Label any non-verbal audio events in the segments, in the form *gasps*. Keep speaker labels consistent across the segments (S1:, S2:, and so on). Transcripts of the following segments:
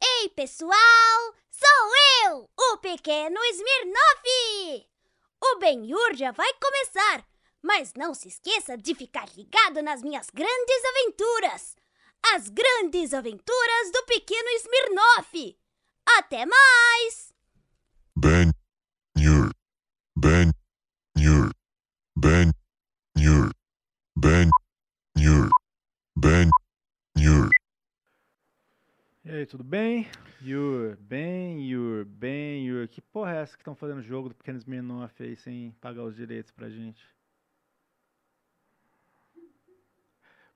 S1: Ei, pessoal! Sou eu, o pequeno Smirnov! O Benhur já vai começar, mas não se esqueça de ficar ligado nas minhas grandes aventuras! As grandes aventuras do pequeno Smirnov! Até mais!
S2: Ben Nur. Ben Nur. Ben Nur. Ben Nur. Ben Nur.
S3: E aí, tudo bem? Yur, bem, Yur, bem, Yur. Que porra é essa que estão fazendo jogo do Pequeno Smirnoff aí sem pagar os direitos pra gente?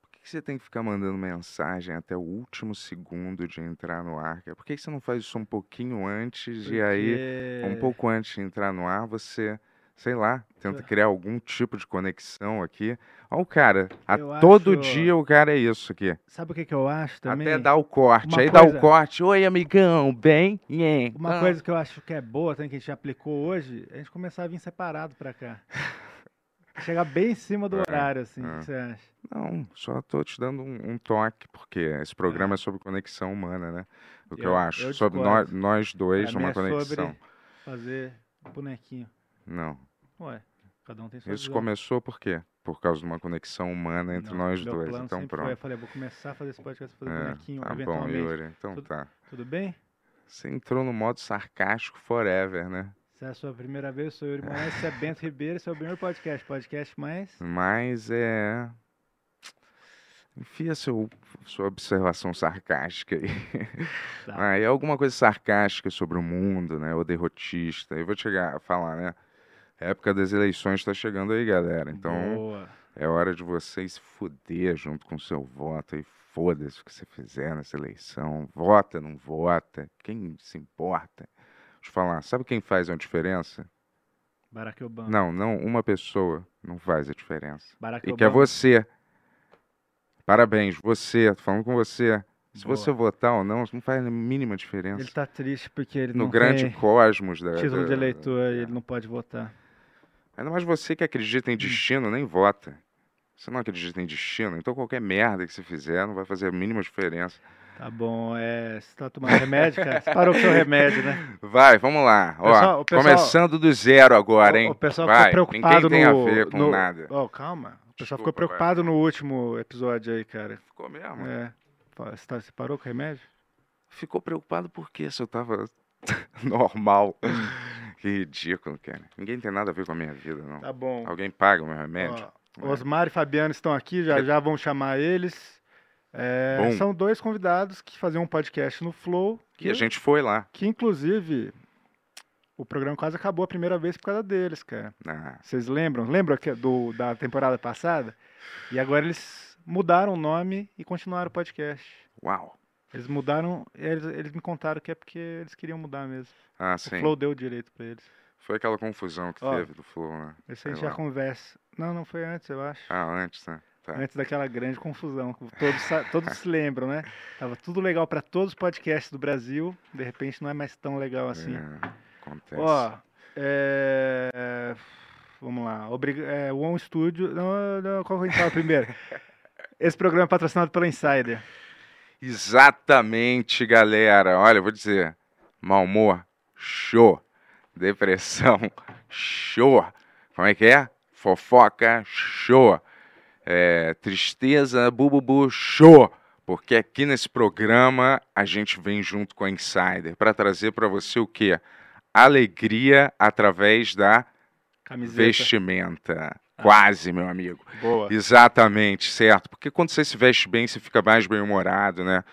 S4: Por que que você tem que ficar mandando mensagem até o último segundo de entrar no ar? cara? Por que que você não faz isso um pouquinho antes e aí, um
S3: Porque-
S4: pouco antes de entrar no ar, você, sei lá, tenta
S3: *laughs* Eu-
S4: criar algum tipo de conexão aqui? Olha o cara, a
S3: Eu
S4: todo
S3: acho-
S4: dia o cara é isso aqui.
S3: Sabe o que, que eu acho também?
S4: Até dá o corte,
S3: uma
S4: aí dá
S3: coisa-
S4: o corte. Oi, amigão, bem? Nhen.
S3: Uma
S4: Ah.
S3: coisa que eu acho que é boa, também, que a gente aplicou hoje, é a gente começar a vir separado pra
S4: *laughs*
S3: cá. Chegar bem em cima do horário, assim, o
S4: é.
S3: que você acha?
S4: Não, só tô te dando um, um toque, porque esse programa é sobre conexão humana, né? O que eu,
S3: Eu-
S4: acho,
S3: eu
S4: sobre nós,
S3: discordo.
S4: nós dois,
S3: Pra mim
S4: uma
S3: é
S4: conexão.
S3: sobre fazer um bonequinho.
S4: Não.
S3: Ué, cada um tem sua
S4: Isso
S3: visão.
S4: começou por quê? Por causa de uma conexão humana entre
S3: Não,
S4: nós
S3: meu
S4: dois.
S3: plano
S4: Então
S3: sempre foi, eu
S4: pronto.
S3: falei, vou começar a fazer esse podcast pra fazer
S4: É,
S3: bonequinho, um
S4: tá bom,
S3: eventualmente.
S4: Yuri. Então
S3: Tudo-
S4: tá.
S3: Tudo bem?
S4: Você entrou no modo sarcástico forever, né?
S3: Se é a sua primeira vez, eu sou Yuri Moraes, esse é Bento Ribeiro, esse é o primeiro podcast, podcast mais...
S4: Hum. Mas é. Enfia seu, sua observação sarcástica aí. *laughs*
S3: Tá.
S4: Ah, e alguma coisa sarcástica sobre o mundo, né? Ou derrotista. Eu vou chegar a falar, né? A época das eleições está chegando aí, galera. Então
S3: Boa.
S4: é hora de vocês se fuder junto com o seu voto e foda-se o que você fizer nessa eleição. Vota, não vota. Quem se importa? Deixa eu falar, sabe quem faz uma diferença?
S3: Barack Obama.
S4: Não, não, uma pessoa não faz a diferença.
S3: Barack
S4: E
S3: Obama.
S4: que é você. Parabéns, você. Tô falando com você. Se
S3: Boa.
S4: você votar ou não, não faz a mínima diferença
S3: Ele tá triste porque ele
S4: no
S3: não
S4: grande
S3: tem
S4: cosmos da.
S3: título
S4: da-
S3: de eleitor e
S4: é.
S3: ele não pode votar.
S4: Ainda mais você que acredita
S3: Hum.
S4: em destino, nem vota. Você não acredita em destino, então qualquer merda que você fizer não vai fazer a mínima diferença.
S3: Tá bom, é... Você tá tomando remédio, cara? Você parou com seu remédio, né?
S4: Vai, vamos lá. Ó,
S3: Pessoal, o pessoal-
S4: começando do zero agora, hein?
S3: O, o pessoal
S4: vai.
S3: ficou preocupado
S4: Ninguém tem
S3: no...
S4: a ver com
S3: no-
S4: nada.
S3: Ó, calma. O pessoal ficou
S4: Desculpa, vai.
S3: preocupado no último episódio aí, cara.
S4: Ficou mesmo?
S3: É. Fala, Você, tá- você parou com o remédio?
S4: Ficou preocupado por quê? Se eu tava *laughs* normal. que ridículo, cara. Ninguém tem nada a ver com a minha vida, não.
S3: Hum. Tá bom.
S4: Alguém paga o meu remédio?
S3: Ó, Osmar e Fabiano estão aqui, já já vão chamar eles. É,
S4: Bom.
S3: são dois convidados que faziam um podcast no Flow,
S4: Que a gente foi lá.
S3: que, inclusive o programa quase acabou a primeira vez por causa deles, cara.
S4: Ah,
S3: Vocês lembram? Lembram que- é do, da temporada passada? E agora eles mudaram o nome e continuaram o podcast.
S4: uau.
S3: Eles mudaram, eles, eles me contaram que é porque eles queriam mudar mesmo.
S4: Ah,
S3: O
S4: sim.
S3: Flow deu o direito pra eles.
S4: Foi aquela confusão que
S3: Ó,
S4: teve do Flow, né?
S3: Esse a gente
S4: Sei
S3: já
S4: lá.
S3: conversa. Não, não foi antes, eu acho.
S4: Ah, antes, né? Tá.
S3: Antes daquela grande confusão, que todos, sa- todos se lembram, né? Tava tudo legal pra todos os podcasts do Brasil, de repente não é mais tão legal assim.
S4: É, acontece.
S3: Ó, é, vamos lá. Obrig... É, One Studio. Não, não, qual que a gente fala primeiro? Esse programa é patrocinado pela Insider.
S4: Exatamente, galera. Olha, eu vou dizer. Mau humor, show. Depressão, *laughs* show. Como é que é? Fofoca, show. É, tristeza, bububu, show. Porque aqui nesse programa a gente vem junto com a Insider para trazer para você o quê? Alegria através da
S3: Camiseta.
S4: vestimenta. Quase, meu amigo.
S3: Boa.
S4: Exatamente, certo. Porque quando você se veste bem, você fica mais bem-humorado, né?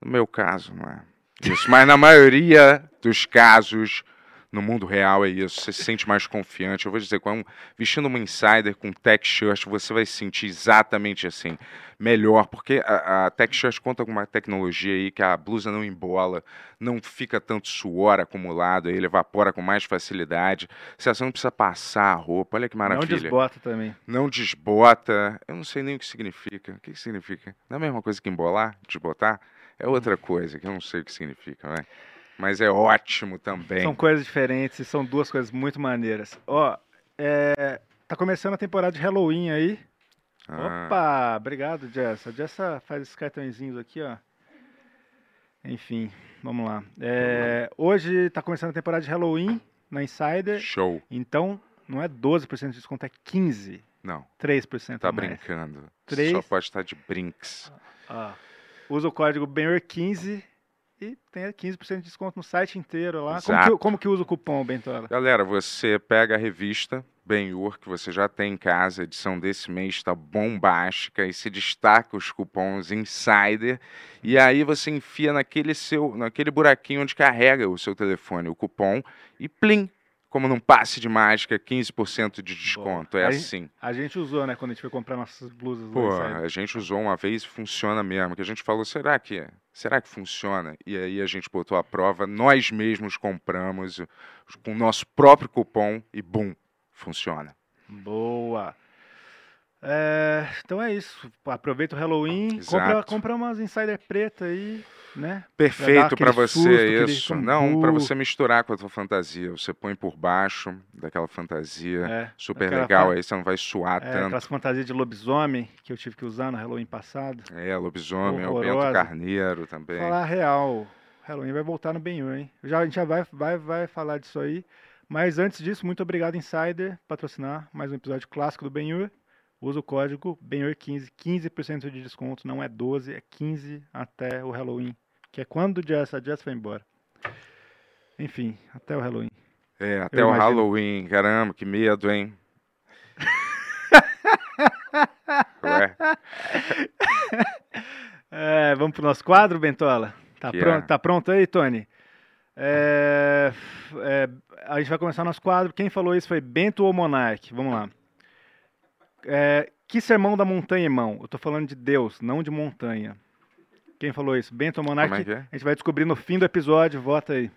S4: No meu caso, não é isso. Mas na maioria dos casos, no mundo real, é isso. Você se sente mais confiante. Eu vou dizer, com vestindo uma insider com tech shirt, você vai se sentir exatamente assim. Melhor, porque a, a tech shirt conta com uma tecnologia aí que a blusa não embola, não fica tanto suor acumulado, ele evapora com mais facilidade. Você não precisa passar a roupa. Olha que maravilha.
S3: Não desbota também.
S4: Não desbota. Eu não sei nem o que significa. O que que significa? Não é a mesma coisa que embolar, desbotar? É
S3: Hum.
S4: outra coisa que eu não sei o que significa, né? Mas é ótimo também.
S3: São coisas diferentes e são duas coisas muito maneiras. Ó, é, tá começando a temporada de Halloween aí.
S4: Ah,
S3: Opa, obrigado, Jess. A Jess faz esses cartõezinhos aqui, ó. Enfim, vamos lá. É, hoje tá começando a temporada de Halloween na Insider,
S4: Show.
S3: então não é 12% de desconto, é 15%.
S4: Não,
S3: 3%
S4: tá
S3: a mais.
S4: brincando.
S3: Três.
S4: Só pode estar de brinks.
S3: Ah, usa o código BENHOR15 e tem 15% de desconto no site inteiro lá. Como que,
S4: Exato.
S3: como que usa o cupom, Bentola?
S4: Galera, você pega a revista Benhur, que você já tem em casa, a edição desse mês está bombástica e se destaca os cupons Insider. E aí você enfia naquele seu, naquele buraquinho onde carrega o seu telefone, o cupom, e plim! Como num passe de mágica, 15% de desconto. É
S3: Aí-
S4: assim.
S3: A gente usou, né, quando a gente foi comprar nossas blusas lá.
S4: Pô,
S3: no site.
S4: a gente usou uma vez e funciona mesmo. Que a gente falou, será que será que funciona? E aí a gente botou a prova, nós mesmos compramos o- com o nosso próprio cupom e bum, funciona.
S3: Boa. É, então é isso. Aproveita o Halloween, compra,
S4: Exato.
S3: compra umas insider preta aí, né?
S4: Perfeito
S3: aquele
S4: pra você
S3: susto, aquele
S4: isso. Não, pra
S3: cambu.
S4: você misturar com a tua fantasia. Você põe por baixo daquela fantasia.
S3: É,
S4: Super
S3: aquela
S4: legal,
S3: fa-
S4: aí você não vai suar
S3: é,
S4: tá tanto.
S3: aquelas fantasias de lobisomem que eu tive que usar no Halloween passado.
S4: É, lobisomem, é o Bento
S3: Horrorosa.
S4: Carneiro também.
S3: Falar a real, Halloween vai voltar no Benhur, hein? Já, a gente já vai, vai, vai falar disso aí. Mas antes disso, muito obrigado, Insider, patrocinar mais um episódio clássico do Benhur. Usa o código BENHUR15, 15% de desconto, não é 12, é 15 até o Halloween, que é quando o Jess, a Jess foi embora. Enfim, até o Halloween.
S4: É, até
S3: Eu
S4: o
S3: imagino.
S4: Halloween, caramba, que medo,
S3: *laughs*
S4: hein? Ué,
S3: É, vamos pro nosso quadro, Bentola? Tá,
S4: Que
S3: pronto,
S4: é?
S3: tá pronto aí, Tony? É, f- é, a gente vai começar nosso quadro. Quem falou isso foi Bento ou Monark? Vamos lá. É, que sermão da montanha, irmão? Eu tô falando de Deus, não de montanha. Quem falou isso? Bento ou Monark?
S4: como é que é?
S3: A gente vai descobrir no fim do episódio, vota aí.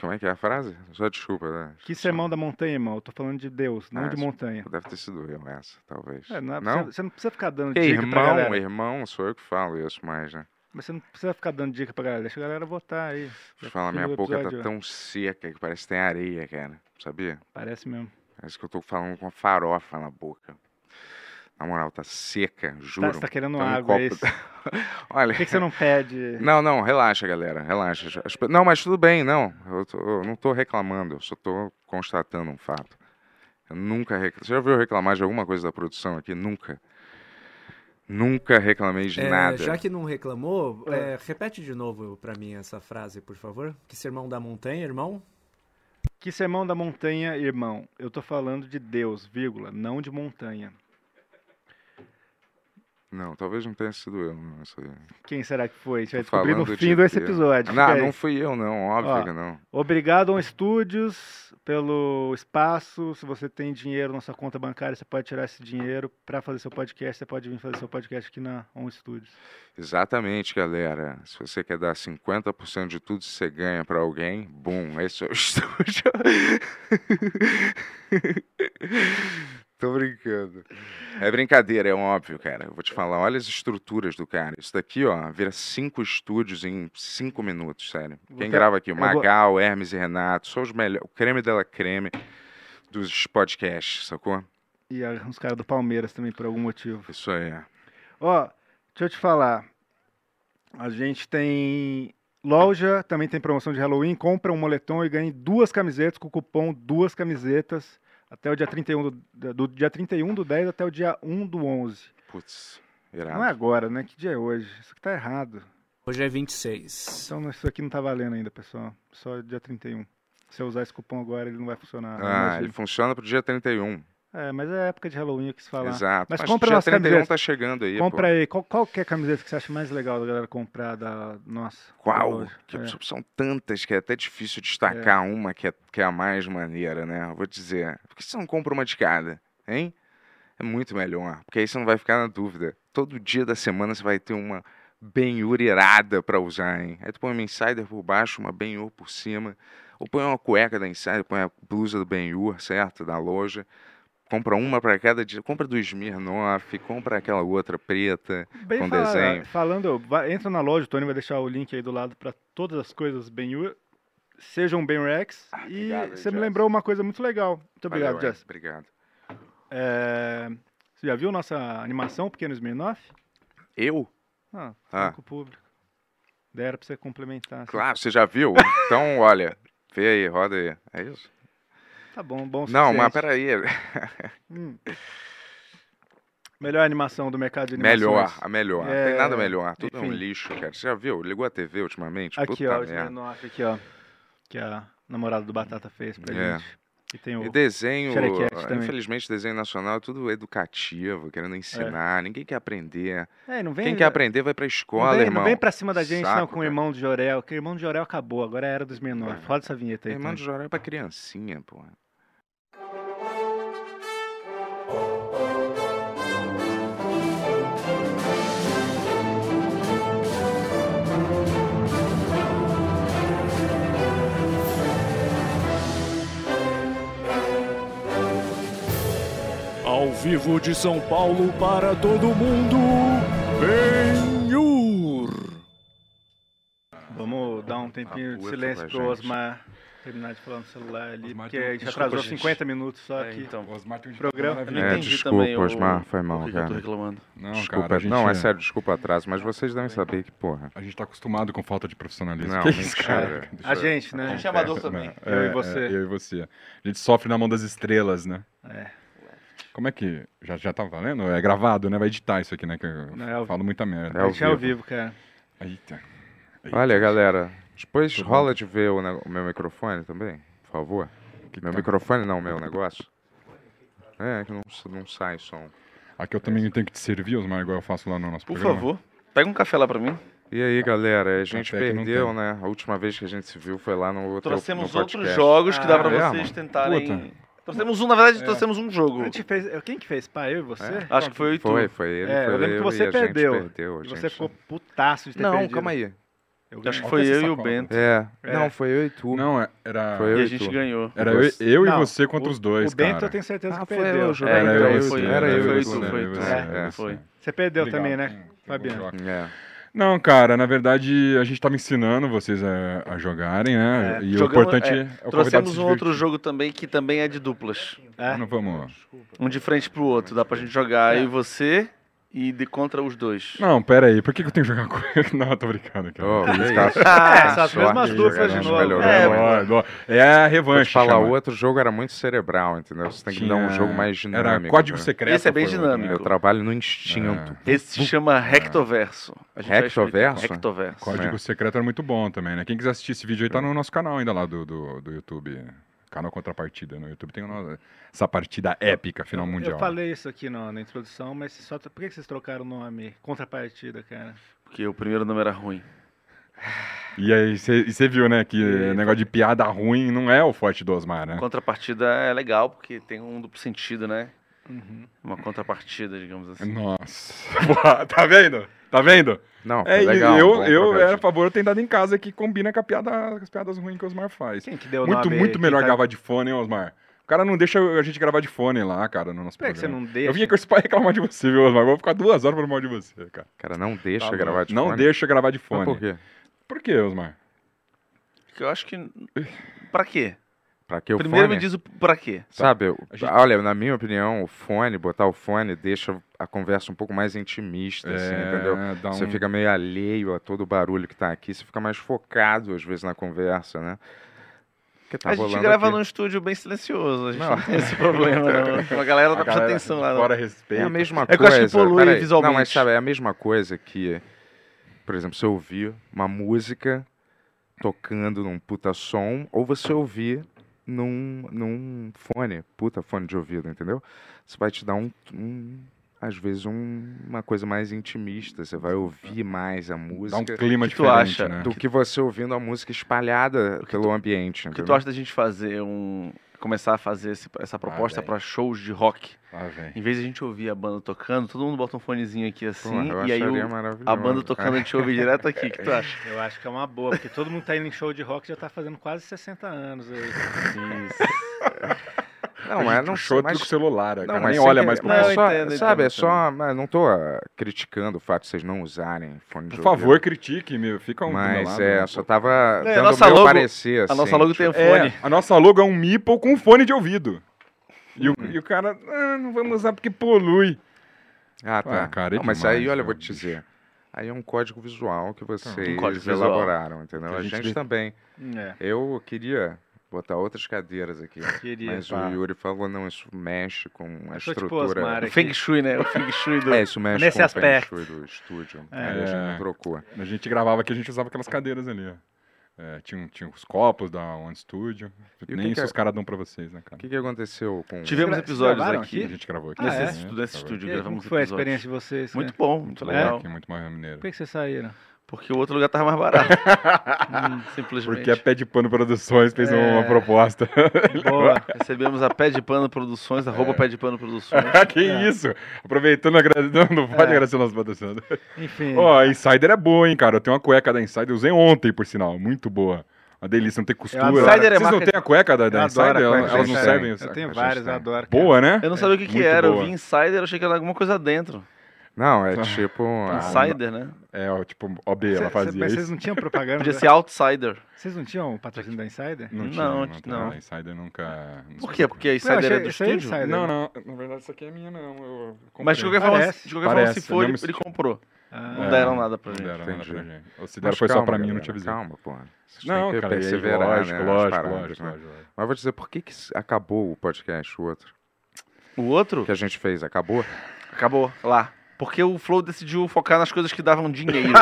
S4: Como é que é a frase? Só desculpa, né?
S3: Que é sermão da montanha, irmão? Eu tô falando de Deus, não
S4: Ah,
S3: de
S4: isso-
S3: montanha.
S4: Deve ter sido eu essa, talvez.
S3: É, não é-
S4: não?
S3: Você, você não precisa ficar dando
S4: Que
S3: dica pra
S4: irmão,
S3: galera.
S4: irmão, sou eu que falo isso mais, né?
S3: Mas você não precisa ficar dando dica pra galera. Deixa a galera votar aí. Já
S4: Fala,
S3: fiz
S4: minha
S3: o
S4: boca tá
S3: episódio, né? ó.
S4: tão seca que parece que tem areia, cara. Sabia?
S3: Parece mesmo.
S4: Parece que eu tô falando com uma farofa na boca. Na moral, tá seca,
S3: Tá,
S4: juro.
S3: você tá querendo
S4: Tem um
S3: água, é isso?
S4: copo- *laughs* Olha,
S3: Por que, que
S4: *laughs*
S3: você não pede?
S4: Não, não, relaxa, galera, relaxa. As pe- Não, mas tudo bem, não. Eu, tô- eu não tô reclamando, eu só tô constatando um fato. Eu nunca reclamei. Você já ouviu eu reclamar de alguma coisa da produção aqui? Nunca. Nunca reclamei de
S5: É,
S4: nada.
S5: Já que não reclamou, é, repete de novo pra mim essa frase, por favor. Que sermão da montanha, irmão?
S3: Que sermão da montanha, irmão? Eu tô falando de Deus, vírgula, não de montanha.
S4: Não, talvez não tenha sido eu. Não, isso
S5: É
S4: aí.
S3: Quem será que foi? A gente vai
S4: Tô
S3: descobrir no
S4: falando
S3: fim
S4: de
S3: desse
S4: Deus.
S3: episódio. fica
S4: Não,
S3: aí.
S4: não fui eu, não, óbvio
S3: Ó.
S4: que não.
S3: Obrigado ao Estúdios pelo espaço. Se você tem dinheiro na sua conta bancária, você pode tirar esse dinheiro pra fazer seu podcast. Você pode vir fazer seu podcast aqui na um On Studios.
S4: Exatamente, galera. Se você quer dar 50% de tudo que você ganha pra alguém, bum, esse é o *laughs* estúdio. Tô brincando. É brincadeira, é óbvio, cara. Eu vou te falar, olha as estruturas do cara. Isso daqui, ó, vira cinco estúdios em cinco minutos, sério.
S3: Vou
S4: Quem
S3: até-
S4: grava aqui?
S3: eu vou-
S4: Magal, Hermes e Renato, são os melhores. O creme dela creme dos podcasts, sacou?
S3: E ah, os caras do Palmeiras também, por algum motivo.
S4: Isso aí. é.
S3: Ó, deixa eu te falar. A gente tem loja, também tem promoção de Halloween. Compra um moletom e ganhe duas camisetas com o cupom duas camisetas até o dia 31 do, do dia 31 do 10 até o dia 1 do 11.
S4: Putz, irado.
S3: Não é agora, né? Que dia é hoje? Isso aqui tá errado.
S5: Hoje é 26.
S3: Então isso aqui não tá valendo ainda, pessoal. Só dia 31. Se eu usar esse cupom agora, ele não vai funcionar.
S4: Ah, ele
S3: Imagina.
S4: funciona pro dia 31.
S3: É, mas é época de Halloween, eu quis falar.
S4: Exato.
S3: Mas compra
S4: dia
S3: nossa
S4: 31
S3: camiseta.
S4: tá chegando aí,
S3: Compra
S4: pô.
S3: aí, qual, qual que é a camiseta que você acha mais legal da galera comprar da nossa? da
S4: Qual?
S3: loja?
S4: Que
S3: É.
S4: São tantas que é até difícil destacar uma que é, que é a mais maneira, né? Eu vou dizer. Por que você não compra uma de cada, hein? É muito melhor, porque aí você não vai ficar na dúvida. Todo dia da semana você vai ter uma bem irada pra usar, hein? Aí tu põe uma Insider por baixo, uma bem por cima. Ou põe uma cueca da Insider, põe a blusa do ben certo? Da loja. Compra uma pra cada dia. Compra do Smirnoff, compra aquela outra preta.
S3: Bem
S4: com
S3: falado.
S4: desenho.
S3: Falando, vai- entra na loja, o Tony vai deixar o link aí do lado para todas as coisas Ben Ur, sejam Ben Rex. e
S4: Ah, obrigado,
S3: você me
S4: Jess.
S3: lembrou uma coisa muito legal. Muito obrigado,
S4: Valeu, hein?
S3: Jess.
S4: Obrigado.
S3: É, você já viu nossa animação Pequeno Smirnoff?
S4: Eu?
S3: Ah,
S4: Ah.
S3: com o público. Daí era pra você complementar. assim.
S4: Claro, você já
S3: *laughs*
S4: viu? Então, olha, vê aí, roda aí. É isso?
S3: Tá bom, bom
S4: Não,
S3: suficiente.
S4: mas peraí. é
S3: Hum. Melhor animação do mercado de animações.
S4: Melhor, a melhor. Não
S3: É,
S4: tem nada melhor. Tudo é um
S3: enfim.
S4: lixo, cara. Você já viu? Ligou a TV ultimamente?
S3: Aqui, ó,
S4: Puta
S3: é o
S4: merda.
S3: Smirnoff aqui, ó. Que a namorada do Batata fez pra
S4: É.
S3: gente. E tem o...
S4: E desenho,
S3: Xerequete também.
S4: infelizmente, desenho nacional é tudo educativo, querendo ensinar. Ninguém quer aprender.
S3: É, não É. vem...
S4: Quem quer aprender vai pra
S3: não
S4: escola,
S3: vem-
S4: irmão.
S3: Não vem pra cima da gente, não,
S4: Saco,
S3: com o
S4: cara.
S3: irmão de Jorel. Que o irmão de Jorel acabou, agora é a era dos menores.
S4: É.
S3: Foda essa vinheta aí.
S4: Irmão de
S3: Tony.
S4: Jorel é pra criancinha, porra.
S6: Ao vivo de São Paulo para todo mundo, Benhur.
S3: Vamos dar um tempinho de
S4: puta
S3: silêncio
S4: com a
S3: pro
S4: gente.
S3: Osmar terminar de falar no celular ali,
S7: Osmar,
S3: porque
S7: tem- um-
S3: a gente
S7: desculpa,
S3: atrasou
S7: gente.
S3: 50 minutos só
S7: É,
S3: aqui.
S7: então, os marketing de
S3: Programa- Eu
S7: programa
S4: É,
S7: maravilhoso.
S4: entendi desculpa,
S7: também o-
S4: Osmar, foi mal,
S7: por que que eu
S4: cara.
S7: tô reclamando.
S4: Não,
S7: Não,
S4: desculpa.
S7: cara, a gente,
S4: Não, é sério, desculpa o atraso, mas vocês devem saber que, porra.
S7: A gente tá acostumado com falta de profissionalismo. *laughs*
S4: Não,
S7: Que
S4: mentira.
S3: A gente, né?
S7: Acontece,
S3: A
S7: né?
S3: gente é amador
S7: também.
S3: Eu e você.
S7: eu e você. A gente sofre na mão das estrelas, né?
S3: É.
S7: Como é que. Já, já tá valendo? É gravado, né? Vai editar isso aqui, né? Que eu
S3: Não, é ao-
S7: falo muita merda.
S4: É ao
S3: A gente é ao
S4: vivo.
S3: vivo, cara.
S7: Eita.
S4: Olha, galera, depois
S7: Tudo
S4: rola de ver o, ne- o meu microfone também, por favor. Meu
S7: tá-
S4: microfone não, meu negócio. É, que não, não sai som.
S7: Aqui eu também não tenho que te servir, Osmar, igual eu faço lá no nosso
S8: Por
S7: programa.
S8: favor, pega um café lá pra mim.
S4: E aí, galera, a gente
S7: Café que não
S4: perdeu,
S7: tem.
S4: né? A última vez que a gente se viu foi lá no outro
S8: Trouxemos
S4: no
S8: outros
S4: podcast.
S8: jogos que dá
S3: Ah,
S8: pra
S4: é,
S8: vocês
S4: mano?
S8: tentarem. Trouxemos um, na verdade,
S7: É.
S8: trouxemos um jogo.
S3: A gente fez... Quem que fez? Pai, eu e você?
S4: É.
S8: Acho que foi eu e tu.
S4: Foi, foi ele,
S3: É,
S4: foi
S3: eu lembro que
S4: eu
S3: você
S4: e a
S3: perdeu.
S4: gente perdeu. a
S3: E você
S4: gente-
S3: ficou putaço de ter
S4: Não,
S3: perdido.
S4: calma aí.
S3: Eu
S8: Acho que
S3: ganhei.
S8: foi
S7: essa
S8: eu e o
S7: sacola.
S8: Bento.
S4: É,
S3: É.
S4: não, foi eu e tu.
S7: Não, é- era.
S4: Foi
S8: E
S4: eu
S8: a
S4: e
S8: gente
S4: tu.
S8: ganhou.
S7: Era eu, eu e
S3: Não,
S7: você contra
S3: o-
S7: os dois.
S3: O Bento
S7: cara.
S3: eu tenho certeza
S4: Ah,
S3: que
S4: foi
S3: perdeu.
S4: eu, jurei.
S8: É,
S7: Era eu,
S8: então,
S7: e
S8: foi
S7: você,
S8: eu,
S4: era eu,
S8: foi
S4: e
S8: eu,
S4: você,
S8: foi tu.
S4: era eu e
S8: É,
S4: você.
S8: foi.
S3: Você perdeu
S7: Obrigado,
S3: também, né?
S7: hum,
S3: Fabiano?
S7: bom jogo.
S4: É.
S7: Não, cara, na verdade a gente tava ensinando vocês a, a jogarem, né?
S3: É,
S7: e
S8: jogamos-
S7: o importante
S8: é,
S7: é, o convidado
S8: Trouxemos
S7: se
S8: um outro
S7: divertir.
S8: jogo também que também é de duplas.
S3: É.
S7: Não vamos.
S8: Um de frente pro outro. Dá pra gente jogar eu e você e de contra os dois.
S7: Não, pera aí, por que, que eu tenho que jogar com ele? *laughs* Não, eu tô brincando, cara.
S4: Oh,
S7: Que
S4: os
S7: isso?
S4: caras-
S8: Ah,
S3: essas
S4: sorte,
S3: É, mesmas duplas
S4: a
S3: de
S4: gente
S3: novo.
S4: melhorou,
S8: É,
S7: É,
S4: mas-
S7: ó, ó, é a
S4: Vou
S7: revanche.
S4: te falar,
S7: chama.
S4: o outro jogo era muito cerebral, entendeu? Você tem que dar um
S7: Tinha-
S4: jogo mais dinâmico.
S7: Era código
S4: né?
S7: secreto.
S8: Esse é bem
S7: foi o-
S8: dinâmico. É.
S4: Eu trabalho no instinto.
S8: Esse se chama Rectoverso. A gente vai explicar.
S4: Rectoverso?
S8: Rectoverso.
S7: Código
S4: É.
S7: secreto era muito bom também, né? Quem quiser assistir esse vídeo aí tá no nosso canal ainda lá do, do, do YouTube. Canal Contrapartida no YouTube tem o nosso- essa partida épica, final mundial. né?
S3: Eu falei isso aqui no- na introdução, mas só... tá, por que que vocês trocaram o nome? Contrapartida, cara.
S8: Porque o primeiro nome era ruim.
S7: E aí, você viu, né, que negócio de piada ruim não é o forte do Osmar, né?
S8: Contrapartida é legal, porque tem um duplo sentido, né?
S3: Uhum.
S8: Uma contrapartida, digamos assim.
S7: Nossa, *laughs* Porra, tá vendo? Tá vendo?
S4: Não, foi
S7: É,
S4: legal.
S7: eu,
S4: bom
S7: eu era a
S4: programa.
S7: favor de dar em casa que combina com, a piada, com as piadas ruins que o Osmar faz.
S3: Quem que deu o
S7: Muito,
S3: nome?
S7: muito
S3: Quem
S7: melhor
S3: tá-
S7: gravar de fone, hein, Osmar? O cara não deixa a gente gravar de fone lá, cara, no nosso
S3: Por que que você
S7: programa.
S3: não deixa?
S7: Eu vim aqui hoje pra reclamar de você, viu, Osmar? Vou ficar duas horas falando mal de você, cara.
S4: Cara, não deixa
S7: Tá bom.
S4: gravar de
S7: Não
S4: fone.
S7: deixa gravar de
S4: Mas
S7: fone.
S4: por quê?
S7: Por quê, Osmar?
S8: Porque eu
S3: *laughs*
S8: acho que. Pra quê?
S4: Pra que o
S8: Primeiro
S4: fone?
S8: me diz o pra quê.
S4: Sabe, eu-
S7: Tá. A gente-
S4: olha, na minha opinião, o fone, botar o fone, deixa a conversa um pouco mais intimista, assim, entendeu?
S7: dá
S4: Você
S7: um-
S4: fica meio alheio a todo o barulho que tá aqui, você fica mais focado, às vezes, na conversa, né? Porque tá
S8: a gente
S4: rolando
S8: grava
S4: aqui.
S8: num estúdio bem silencioso, a gente
S4: Não.
S8: não, tem esse problema,
S7: *laughs*
S8: não. A galera
S7: A
S8: tá prestando
S7: galera
S8: atenção
S3: né?
S8: lá. não.
S7: Fora respeito.
S4: É a mesma
S8: que eu
S4: coisa.
S8: acho que polui
S4: peraí.
S8: visualmente.
S4: Não, mas sabe, é a mesma coisa que, por exemplo, você ouvir uma música tocando num puta som, ou você ouvir num, num fone, puta fone de ouvido, entendeu? Isso vai te dar um. um- às vezes um- uma coisa mais intimista, você vai ouvir mais a música
S7: Dá um clima
S8: que tu
S7: diferente,
S8: acha?
S7: né?
S4: do que você ouvindo a música espalhada pelo ambiente.
S8: O que tu
S4: entendeu?
S8: acha da gente fazer um. começar a fazer esse-
S3: Ah,
S8: essa proposta
S7: velho.
S8: pra shows de rock?
S7: Ah, velho.
S8: Em vez de a gente ouvir a banda tocando, todo mundo bota um fonezinho aqui
S4: Pô,
S8: assim,
S4: eu
S8: e aí
S4: acharia
S8: o-
S4: maravilhoso. é.
S8: a banda tocando a gente ouve direto aqui. O que tu
S3: *laughs*
S8: acha?
S3: Eu acho que é uma boa, porque todo mundo tá indo em show de rock e já tá fazendo quase 60 anos aí.
S4: Não, mas não
S7: show
S4: sei,
S7: é tudo
S4: mas
S7: com celular, cara.
S4: Não, mas
S7: nem
S4: sem
S7: olha
S4: querer-
S7: mais pro
S4: mas
S8: não,
S7: nosso.
S4: é
S8: eu
S4: só,
S8: entendo,
S4: Sabe,
S8: entendo,
S4: é só. mas não tô ah, criticando o fato de vocês não usarem fone de
S7: Por
S4: ouvido.
S7: favor, critique, meu. Fica um do meu
S4: Mas
S7: lado,
S4: é,
S7: né?
S4: só tava
S8: É, a
S4: dando o
S8: nossa
S4: meu
S8: logo-
S4: parecer, assim.
S8: A nossa logo tem o
S4: tipo,
S8: fone.
S7: É, a nossa logo é um Meeple com fone de ouvido. E o,
S4: Hum.
S7: e o cara, ah, não vamos usar porque polui.
S4: Ah, tá.
S7: Ah, cara, é
S4: não, mas
S7: demais,
S4: aí, olha,
S7: né,
S4: eu vou te
S7: bicho. Tá,
S4: dizer. Aí é um código visual que vocês
S8: código visual.
S4: elaboraram, entendeu?
S8: Que a
S4: A
S8: gente
S4: gente
S8: de-
S4: também.
S8: Hum,
S3: É.
S4: Eu queria botar outras cadeiras aqui.
S3: Queria.
S4: Mas
S8: tá.
S4: o Yuri falou, não, isso mexe com a
S3: Eu sou tipo
S4: estrutura.
S3: Osmar.
S8: O Feng Shui, né? O Feng Shui do...
S4: É, isso mexe
S3: Nesse
S4: com
S3: aspecto.
S4: o feng shui do estúdio.
S3: É.
S4: Aí a gente não trocou.
S7: A gente gravava aqui, a gente usava aquelas cadeiras ali, ó. É, tinha, um- tinha os copos da One Studio.
S4: que
S7: Nem
S4: que
S7: isso
S4: é-
S7: os caras dão pra vocês, né,
S4: O
S7: cara?
S4: que, que aconteceu com...
S8: Tivemos
S3: *laughs* Vocês
S8: episódios
S3: gravaram
S8: aqui.
S7: A gente gravou aqui.
S3: Ah, é?
S8: Nesse estu- nesse estúdio,
S3: E aí, como
S8: gravamos
S3: que foi a
S8: episódios.
S3: experiência É? de vocês?
S8: Muito
S3: cara?
S8: bom,
S4: é
S8: muito legal.
S7: Legal. Muito mais maneiro.
S3: Por que que vocês
S7: *laughs*
S3: saíram? Hum,
S8: Porque o outro lugar tava mais
S3: *laughs*
S8: barato.
S7: Ah,
S8: Simplesmente.
S7: Porque a é Pé de Pano Produções fez uma
S3: É.
S7: proposta. *laughs*
S3: Boa.
S8: Recebemos a Pé de Pano Produções,
S7: É.
S8: arroba Pé de Pano Produções.
S7: que
S3: É.
S7: isso? Aproveitando, agrade... não, não pode agradecer o nosso patrocinador.
S3: Enfim.
S7: Ó, a Insider é boa, hein, cara. Eu tenho uma cueca da Insider, usei ontem, por sinal. Muito boa. Uma delícia, não tem costura.
S3: adoro.
S7: Vocês
S8: Insider é
S7: não
S8: marca-
S7: têm a cueca da,
S3: Eu
S7: da
S3: adoro
S7: Insider?
S3: a cueca
S7: Elas
S3: da
S7: elas não
S4: Insider.
S7: servem?
S3: Eu
S7: essa-
S3: tenho
S7: essa-
S3: várias, eu
S4: tem.
S3: adoro. cara.
S7: Boa, né?
S8: Eu não sabia o que, que
S7: muito
S8: era, eu
S7: boa.
S8: vi Insider, eu achei que era alguma coisa dentro.
S4: Não, é tipo...
S7: Ah,
S4: a-
S8: Insider, né?
S7: É, ó, tipo, OB,
S3: Cê-
S7: ela
S3: cê-
S7: fazia
S3: mas
S7: isso.
S3: vocês não tinham propaganda?
S7: É.
S8: Podia
S3: né?
S8: ser Outsider.
S3: Vocês não tinham o patrocínio da Insider?
S7: Não,
S8: Não,
S7: tinha, não,
S8: não.
S7: tinha. A Insider nunca... nos
S8: Por quê?
S7: colocou.
S8: Porque a Insider
S3: achei-
S8: é do
S3: isso aí é
S8: estúdio?
S3: Insider.
S7: Não, não. Na verdade, isso aqui é minha, não. Eu comprei.
S8: Mas de qualquer forma,
S3: Parece.
S8: de qualquer forma se
S7: Parece,
S8: for,
S7: eu
S8: ele,
S7: mesmo
S8: ele
S7: senti-
S8: comprou. Não
S3: Ah,
S8: deram nada pra
S7: Não
S8: gente.
S7: deram nada pra
S4: Entendi.
S7: gente. Ou se deram,
S4: Mas
S7: foi só
S4: calma,
S7: pra mim, eu não te
S4: galera,
S7: avisei.
S4: Calma, pô. Vocês
S7: Não,
S4: têm que
S7: cara, e aí,
S4: perseverar, né,
S7: lógico,
S4: nas
S7: lógico,
S4: paradas,
S7: lógico,
S4: né?
S7: lógico.
S4: Mas vou dizer, por que, que s- acabou o podcast, o outro?
S8: O outro
S4: O que a gente fez, acabou?
S8: acabou lá. Porque o Flow decidiu focar nas coisas que
S4: *laughs*
S8: davam dinheiro.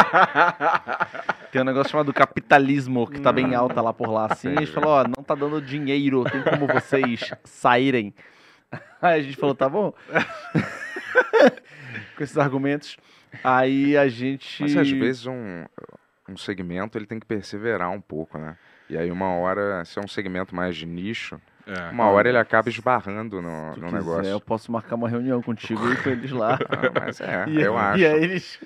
S8: Tem um negócio chamado capitalismo, que tá bem
S4: Hum.
S8: alta lá por lá, assim. E eles falaram, ó, não tá dando dinheiro, tem como vocês saírem. *laughs* Aí a gente falou, tá bom. *laughs* Com esses argumentos. Aí a gente...
S4: Mas às vezes um, um segmento ele tem que perseverar um pouco, né? E aí uma hora, se é um segmento mais de nicho,
S7: É.
S4: uma hora ele acaba esbarrando no,
S8: Se tu
S4: no
S8: quiser, eu
S4: é um negócio.
S8: posso marcar uma reunião contigo e com eles lá.
S4: *laughs* Ah, mas
S7: *laughs*
S4: é,
S8: E-
S4: eu acho.
S8: E aí eles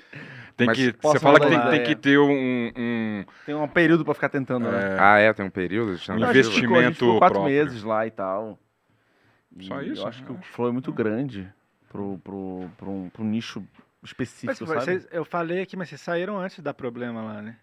S7: Tem
S4: Mas
S7: que,
S8: posso
S7: você fala que
S8: mandar
S7: tem, tem
S8: ideia?
S7: que ter um, um,
S8: têm um período pra ficar tentando, né?
S4: Ah, é, tem um período de
S7: Um
S8: Não, a
S4: tentativa?
S8: gente ficou- a gente ficou
S7: investimento
S8: quatro
S7: próprio.
S8: meses lá e tal. E
S7: Só isso?
S8: Eu acho que
S7: Eu
S8: o
S7: acho
S8: flow é muito grande pro, pro, pro, um- pro nicho específico,
S3: mas
S8: sabe?
S3: vocês, eu falei aqui, mas vocês saíram antes de dar problema lá, né?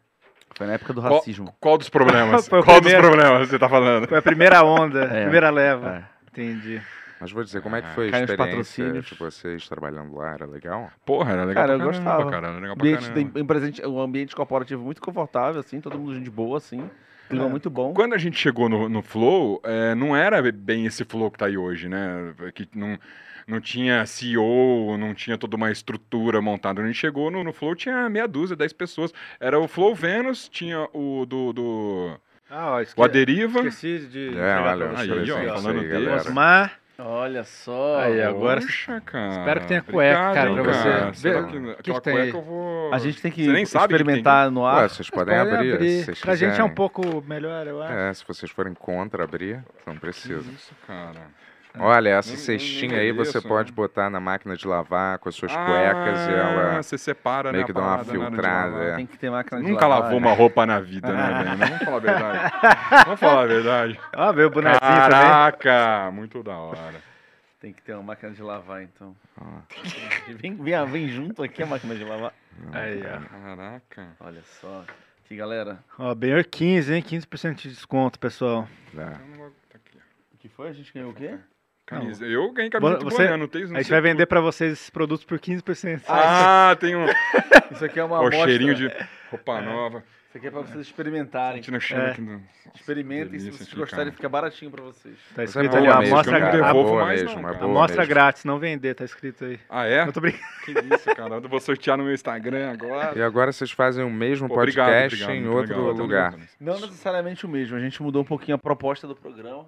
S8: Foi na época do
S7: Qual-
S8: racismo.
S7: Qual dos problemas?
S3: Foi
S7: Qual
S3: o
S7: dos
S3: primeiro.
S7: problemas você tá falando?
S3: Foi a primeira onda,
S8: É.
S3: primeira leva.
S8: É.
S3: Entendi.
S4: Mas vou dizer, como
S7: Ah,
S4: é que foi a
S8: Caiu os
S4: experiência
S8: patrocínios.
S4: de vocês trabalhando lá? Era legal?
S7: Porra, era legal
S8: Cara,
S7: pra
S8: eu
S7: caramba,
S8: gostava.
S7: cara. Era legal pra
S8: Ambiente
S7: caramba.
S8: tem- em presente, um ambiente corporativo muito confortável, assim, todo mundo de boa, assim. Clima muito bom.
S7: Quando a gente chegou no, no Flow, é, não era bem esse Flow que tá aí hoje, né? Que não, não tinha CEO, não tinha toda uma estrutura montada. A gente chegou no, no Flow, tinha meia dúzia, dez pessoas. Era o Flow Vênus, tinha o do... do
S3: Ah, ó, esque...
S7: o Aderiva.
S3: esqueci de.
S4: É,
S3: entregar
S4: olha,
S3: pra
S7: aí,
S3: vocês
S7: ó,
S3: aqui, ó.
S7: falando
S4: aí,
S7: dele.
S4: galera.
S3: Osmar,
S8: Olha só!
S3: Aí, agora-
S7: Poxa, cara.
S3: Espero que tenha cueca, cara, pra
S7: Obrigado, hein,
S3: você.
S7: Será
S3: Vê-
S7: que,
S3: que
S7: aquela
S3: que tem aí?
S7: cueca eu vou...
S8: A gente tem que
S7: Você nem sabe o que que tem
S8: experimentar no ar.
S4: Ué, vocês podem,
S3: podem
S4: abrir,
S3: abrir.
S4: se vocês
S3: Pra gente é um
S4: quiserem.
S3: pouco melhor, eu acho.
S4: É, se vocês forem contra abrir, não precisa.
S7: Isso, cara.
S4: Olha, essa
S7: Nem- nem- nem
S4: cestinha aí você
S7: mereço, né? Ah,
S4: pode botar na máquina de lavar com as suas cuecas e ela.
S7: Você separa,
S4: meio
S7: né,
S4: que
S7: a
S4: dá uma
S7: parada na hora de
S4: filtrada,
S7: lavar.
S4: é.
S8: Tem que ter máquina de
S7: Nunca
S8: lavar,
S7: lavou
S8: né?
S7: uma roupa na vida, né,
S8: *laughs*
S7: velho? Vamos falar a verdade. Vamos falar a verdade.
S3: Ó, veio o bonezinho também.
S7: Caraca, muito da hora.
S8: Tem que ter uma máquina de lavar, então.
S4: Ah.
S8: Vem, vem, vem junto aqui a máquina de lavar.
S3: Aí, ó.
S7: Caraca.
S8: Olha só. Que galera.
S3: Ó, Benhor 15, hein? 15% de desconto, pessoal.
S4: dá.
S7: Eu não vou- tá aqui, ó.
S8: O que foi? A gente ganhou o quê?
S7: Camisa. Eu ganhei camisa
S3: Você-
S7: de não tem
S3: A gente vai vender pra vocês esses produtos por 15%.
S7: Ah, tem um
S8: *laughs* Isso aqui é uma
S7: ó,
S8: amostra.
S7: cheirinho de roupa nova.
S8: Isso aqui é pra vocês experimentarem.
S7: Tira o cheiro
S3: É.
S7: aqui do...
S8: Experimentem, se
S7: Delícia,
S8: vocês
S7: fica-
S8: gostarem, fica baratinho pra vocês.
S3: tá
S4: Mas é
S3: escrito
S4: boa
S3: ali, ó.
S4: mesmo,
S3: Amostra,
S4: cara.
S7: cara.
S3: a-
S7: É devolvo
S4: boa
S7: mais
S4: mesmo,
S7: não,
S4: é
S7: cara.
S4: boa
S3: amostra
S4: mesmo.
S3: grátis, não vender, tá escrito aí.
S7: Ah, é?
S3: Eu tô brincando.
S7: Que isso, cara. Eu vou sortear no meu Instagram agora.
S4: E agora vocês fazem o mesmo
S7: Pô,
S4: podcast em
S7: muito
S4: outro
S7: legal, um muito
S4: lugar.
S7: legal.
S8: Não necessariamente o mesmo, a gente mudou um pouquinho a proposta do programa.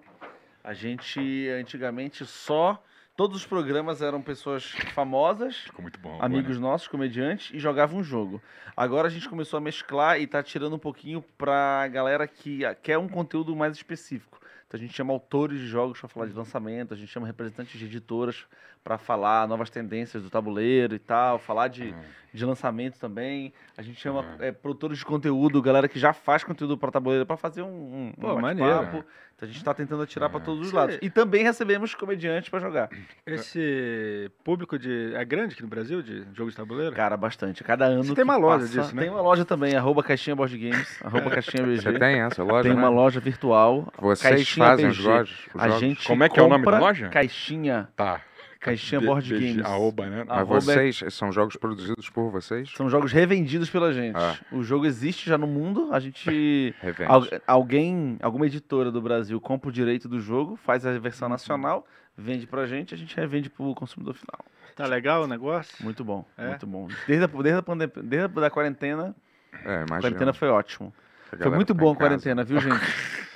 S8: A gente, antigamente, só. Todos os programas eram pessoas famosas,
S7: Ficou muito bom.
S8: amigos nossos, comediantes, e jogavam um jogo. Agora a gente começou a mesclar e tá tirando um pouquinho pra galera que ah, quer um conteúdo mais específico. Então a gente chama autores de jogos pra falar de lançamento, a gente chama representantes de editoras pra falar novas tendências do tabuleiro e tal, falar de,
S7: Agora, né?
S8: de lançamento também. A gente chama
S7: Uhum.
S8: eh, produtores de conteúdo, galera que já faz conteúdo para tabuleiro, para fazer um, um,
S3: Pô,
S8: um
S3: maneiro.
S8: bate-papo. Então a gente está tentando atirar para
S7: Uhum.
S8: todos os
S3: Sim.
S8: lados. E também recebemos comediantes para jogar.
S3: Esse público de. É grande aqui no Brasil, de jogo de tabuleiro?
S8: Cara, bastante. Cada ano.
S3: Você
S8: que
S3: tem uma loja
S8: passa-
S3: disso, né?
S8: Tem uma loja também, arroba caixinha board games, arroba caixinha BG.
S4: Você tem essa loja,
S8: Tem
S4: né?
S8: uma loja virtual.
S4: Vocês
S8: Caixinha
S4: fazem os
S8: BG.
S4: jogos? os
S8: A
S4: jogos?
S8: gente
S7: Como é que é o nome da
S8: compra
S7: loja?
S8: Caixinha
S7: Tá.
S8: Caixinha
S7: Be-
S8: Board
S7: beijo-
S8: Games.
S7: Arroba, né?
S8: Ah.
S4: Mas
S8: Arroba é-
S4: vocês, são jogos produzidos por vocês?
S8: São jogos revendidos pela gente.
S4: Ah.
S8: O jogo existe já no mundo, a gente.
S4: Revenge.
S8: Al- alguém, alguma editora do Brasil compra o direito do jogo, faz a versão
S7: Uhum.
S8: nacional, vende pra gente, a gente revende pro consumidor final.
S3: Tá legal o negócio?
S8: Muito bom,
S3: É?
S8: muito bom. Desde a, desde a, pandem- desde a da quarentena,
S4: É,
S8: a
S4: imagina.
S8: quarentena foi ótimo.
S4: A galera
S8: Foi muito
S4: tá em
S8: bom a
S4: casa.
S8: quarentena,
S7: *laughs*
S8: viu, gente?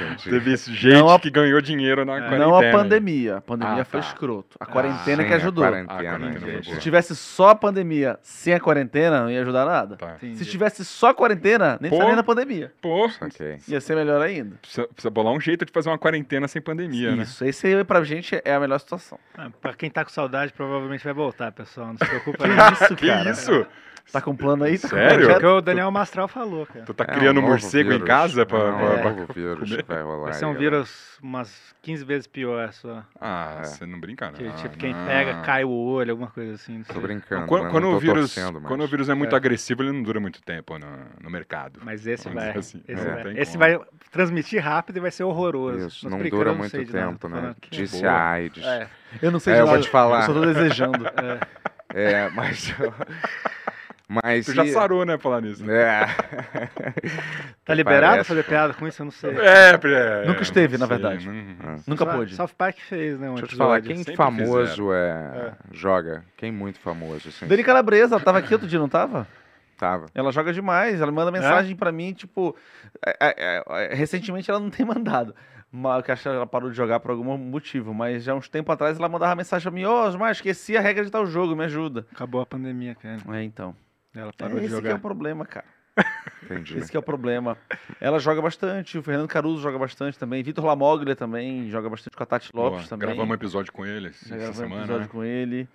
S4: Entendi.
S7: Teve esse gente
S8: Não a-
S7: que ganhou dinheiro na quarentena.
S8: Não a pandemia. A pandemia
S7: Ah,
S8: foi
S7: tá.
S8: escroto. A quarentena
S4: Sim,
S8: que
S4: a
S8: ajudou.
S4: quarentena,
S7: Ah, quarentena,
S4: entendi.
S7: entendi.
S8: Se tivesse só a pandemia sem a quarentena, não ia ajudar nada.
S7: Tá.
S8: Se tivesse só a quarentena, nem
S7: Pô.
S8: estaria na pandemia.
S7: Pô,
S4: Saquei.
S8: Ia ser melhor ainda.
S7: precisa, precisa bolar um jeito de fazer uma quarentena sem pandemia, né?
S8: Isso, esse aí pra gente é a melhor situação.
S3: Ah, pra quem tá com saudade, provavelmente vai voltar, pessoal. Não se *laughs* preocupa. não.
S8: Que isso,
S7: *laughs* *laughs* Que
S8: cara?
S7: isso?
S8: Tá com plano aí? Tá com
S7: Sério?
S3: É o
S8: projeto?
S3: que o Daniel Mastral falou, cara.
S7: Tu tá
S4: É,
S7: criando
S4: um
S7: um
S4: novo
S7: morcego em
S4: vírus.
S7: casa pra.
S4: É um
S7: pra- pra-
S4: novo vírus
S7: comer.
S4: que vai rolar.
S3: Vai ser
S4: aí,
S3: um
S4: galera.
S3: vírus umas 15 vezes pior só.
S7: Ah,
S4: É.
S7: você não brinca, não.
S3: Que, tipo, quem
S7: não.
S3: pega, cai o olho, alguma coisa assim. Não sei.
S4: Tô brincando.
S7: Quando,
S4: mas
S7: quando
S4: não
S7: o
S4: tô
S7: vírus,
S4: torcendo, mas-
S7: quando o vírus é muito
S3: É.
S7: agressivo, ele não dura muito tempo no, no mercado.
S3: Mas esse
S7: Vamos
S3: vai.
S7: dizer assim,
S3: esse
S7: não
S3: vai.
S7: tem
S3: Esse
S7: como.
S3: vai transmitir rápido e vai ser horroroso.
S4: Isso,
S3: Mas
S4: não
S3: por enquanto
S4: dura
S3: eu
S4: muito
S3: sei de nada,
S4: tempo,
S3: tô
S4: né?
S3: falando que-
S4: Disse
S7: Boa.
S4: a AIDS. É,
S3: É.
S8: Eu não sei
S4: É,
S8: de
S4: eu vou
S8: nada,
S4: te falar.
S8: Eu só tô *laughs* desejando. É,
S4: É, *laughs* mas.
S7: *laughs*
S4: mas
S7: Tu já
S4: e-
S7: sarou, né, falar nisso.
S4: É.
S3: *laughs* Tá liberado
S4: Parece,
S3: fazer piada com isso? Eu não sei.
S7: É, é,
S8: Nunca esteve,
S7: não
S8: na
S7: sei,
S8: verdade.
S7: não-
S8: Nunca
S3: Só-
S8: pôde.
S3: South Park fez, né? Um
S4: Deixa eu te
S3: episódio.
S4: falar, quem
S7: Sempre
S4: famoso é, joga? Quem muito famoso, assim?
S8: Dani Calabresa, ela tava aqui outro dia, não tava? É?
S4: Tava.
S8: Ela joga demais, ela manda mensagem pra mim, tipo. é, é, é, é, recentemente ela não tem *laughs* mandado. Mas eu acho que ela parou de jogar por algum motivo. Mas já uns tempo atrás ela mandava mensagem pra mim, ô Osmar, esqueci a regra de tal jogo, me ajuda.
S3: Acabou a pandemia, cara.
S8: É, então.
S3: Ela
S8: É
S3: parou de
S8: esse que é
S3: jogar.
S8: o problema, cara.
S4: Entendi.
S8: Esse que é o problema. Ela joga bastante, o Fernando Caruso joga bastante também, Vitor Lamoglia também joga bastante com a Tati
S7: Boa,
S8: Lopes também.
S7: Gravamos um episódio com ele
S8: Já
S7: essa
S8: gravamos um
S7: semana.
S8: episódio
S7: né?
S8: com ele.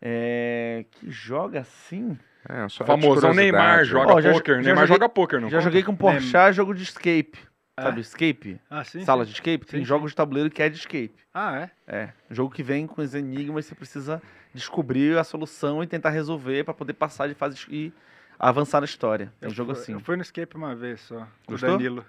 S8: É, que joga assim?
S4: É, só de
S7: Famosão Neymar
S4: curiosidade.
S7: joga
S8: Ó, já-
S7: poker.
S8: já
S7: Neymar
S8: joguei-
S7: joga poker, não.
S8: Já joguei com Porchat, jogo de escape.
S3: É?
S8: Sabe, escape?
S3: Ah, sim?
S8: Sala de escape? Tem
S3: Sim,
S8: jogos de tabuleiro que é de escape.
S3: Ah, é?
S8: É, jogo que vem com os enigmas, você precisa descobrir a solução e tentar resolver pra poder passar de fase e avançar na história. Tem jogo
S3: fui-
S8: assim.
S3: Eu fui no escape uma vez só.
S8: Gostou?
S3: O Danilo.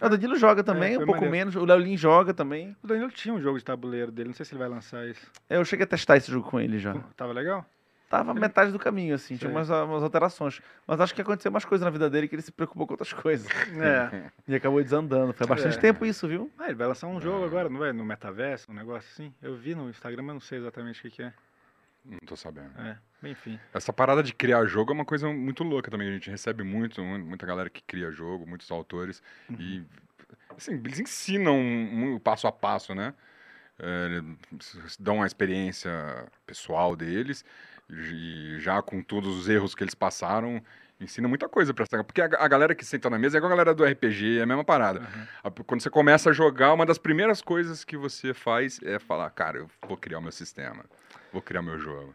S8: Ah, O Danilo joga também,
S3: É,
S8: um
S3: foi
S8: pouco
S3: maneiro.
S8: menos. O Leolin joga também.
S3: O Danilo tinha um jogo de tabuleiro dele, não sei se ele vai lançar isso.
S8: É, Eu cheguei a testar esse jogo com ele já.
S3: Tava legal?
S8: Tava metade do caminho, assim, tinha
S3: Sei.
S8: umas, umas alterações. Mas acho que aconteceu mais coisas na vida dele que ele se preocupou com outras coisas.
S3: É.
S8: E acabou desandando. Foi bastante
S3: É.
S8: tempo isso, viu?
S3: Ah, ele vai lançar um jogo agora, não vai? No metaverso, um negócio assim. Eu vi no Instagram, mas não sei exatamente o que, que é.
S7: Não tô sabendo.
S3: É, enfim.
S7: Essa parada de criar jogo é uma coisa muito louca também. A gente recebe muito, mu- muita galera que cria jogo, muitos autores. E, assim, eles ensinam mu- passo a passo, né? É, eles dão a experiência pessoal deles. E já com todos os erros que eles passaram, ensina muita coisa pra essa Porque a, a galera que senta na mesa é igual a galera do RPG, é a mesma parada. A- Quando você começa a jogar, uma das primeiras coisas que você faz é falar, cara, eu vou criar o meu sistema, vou criar meu jogo.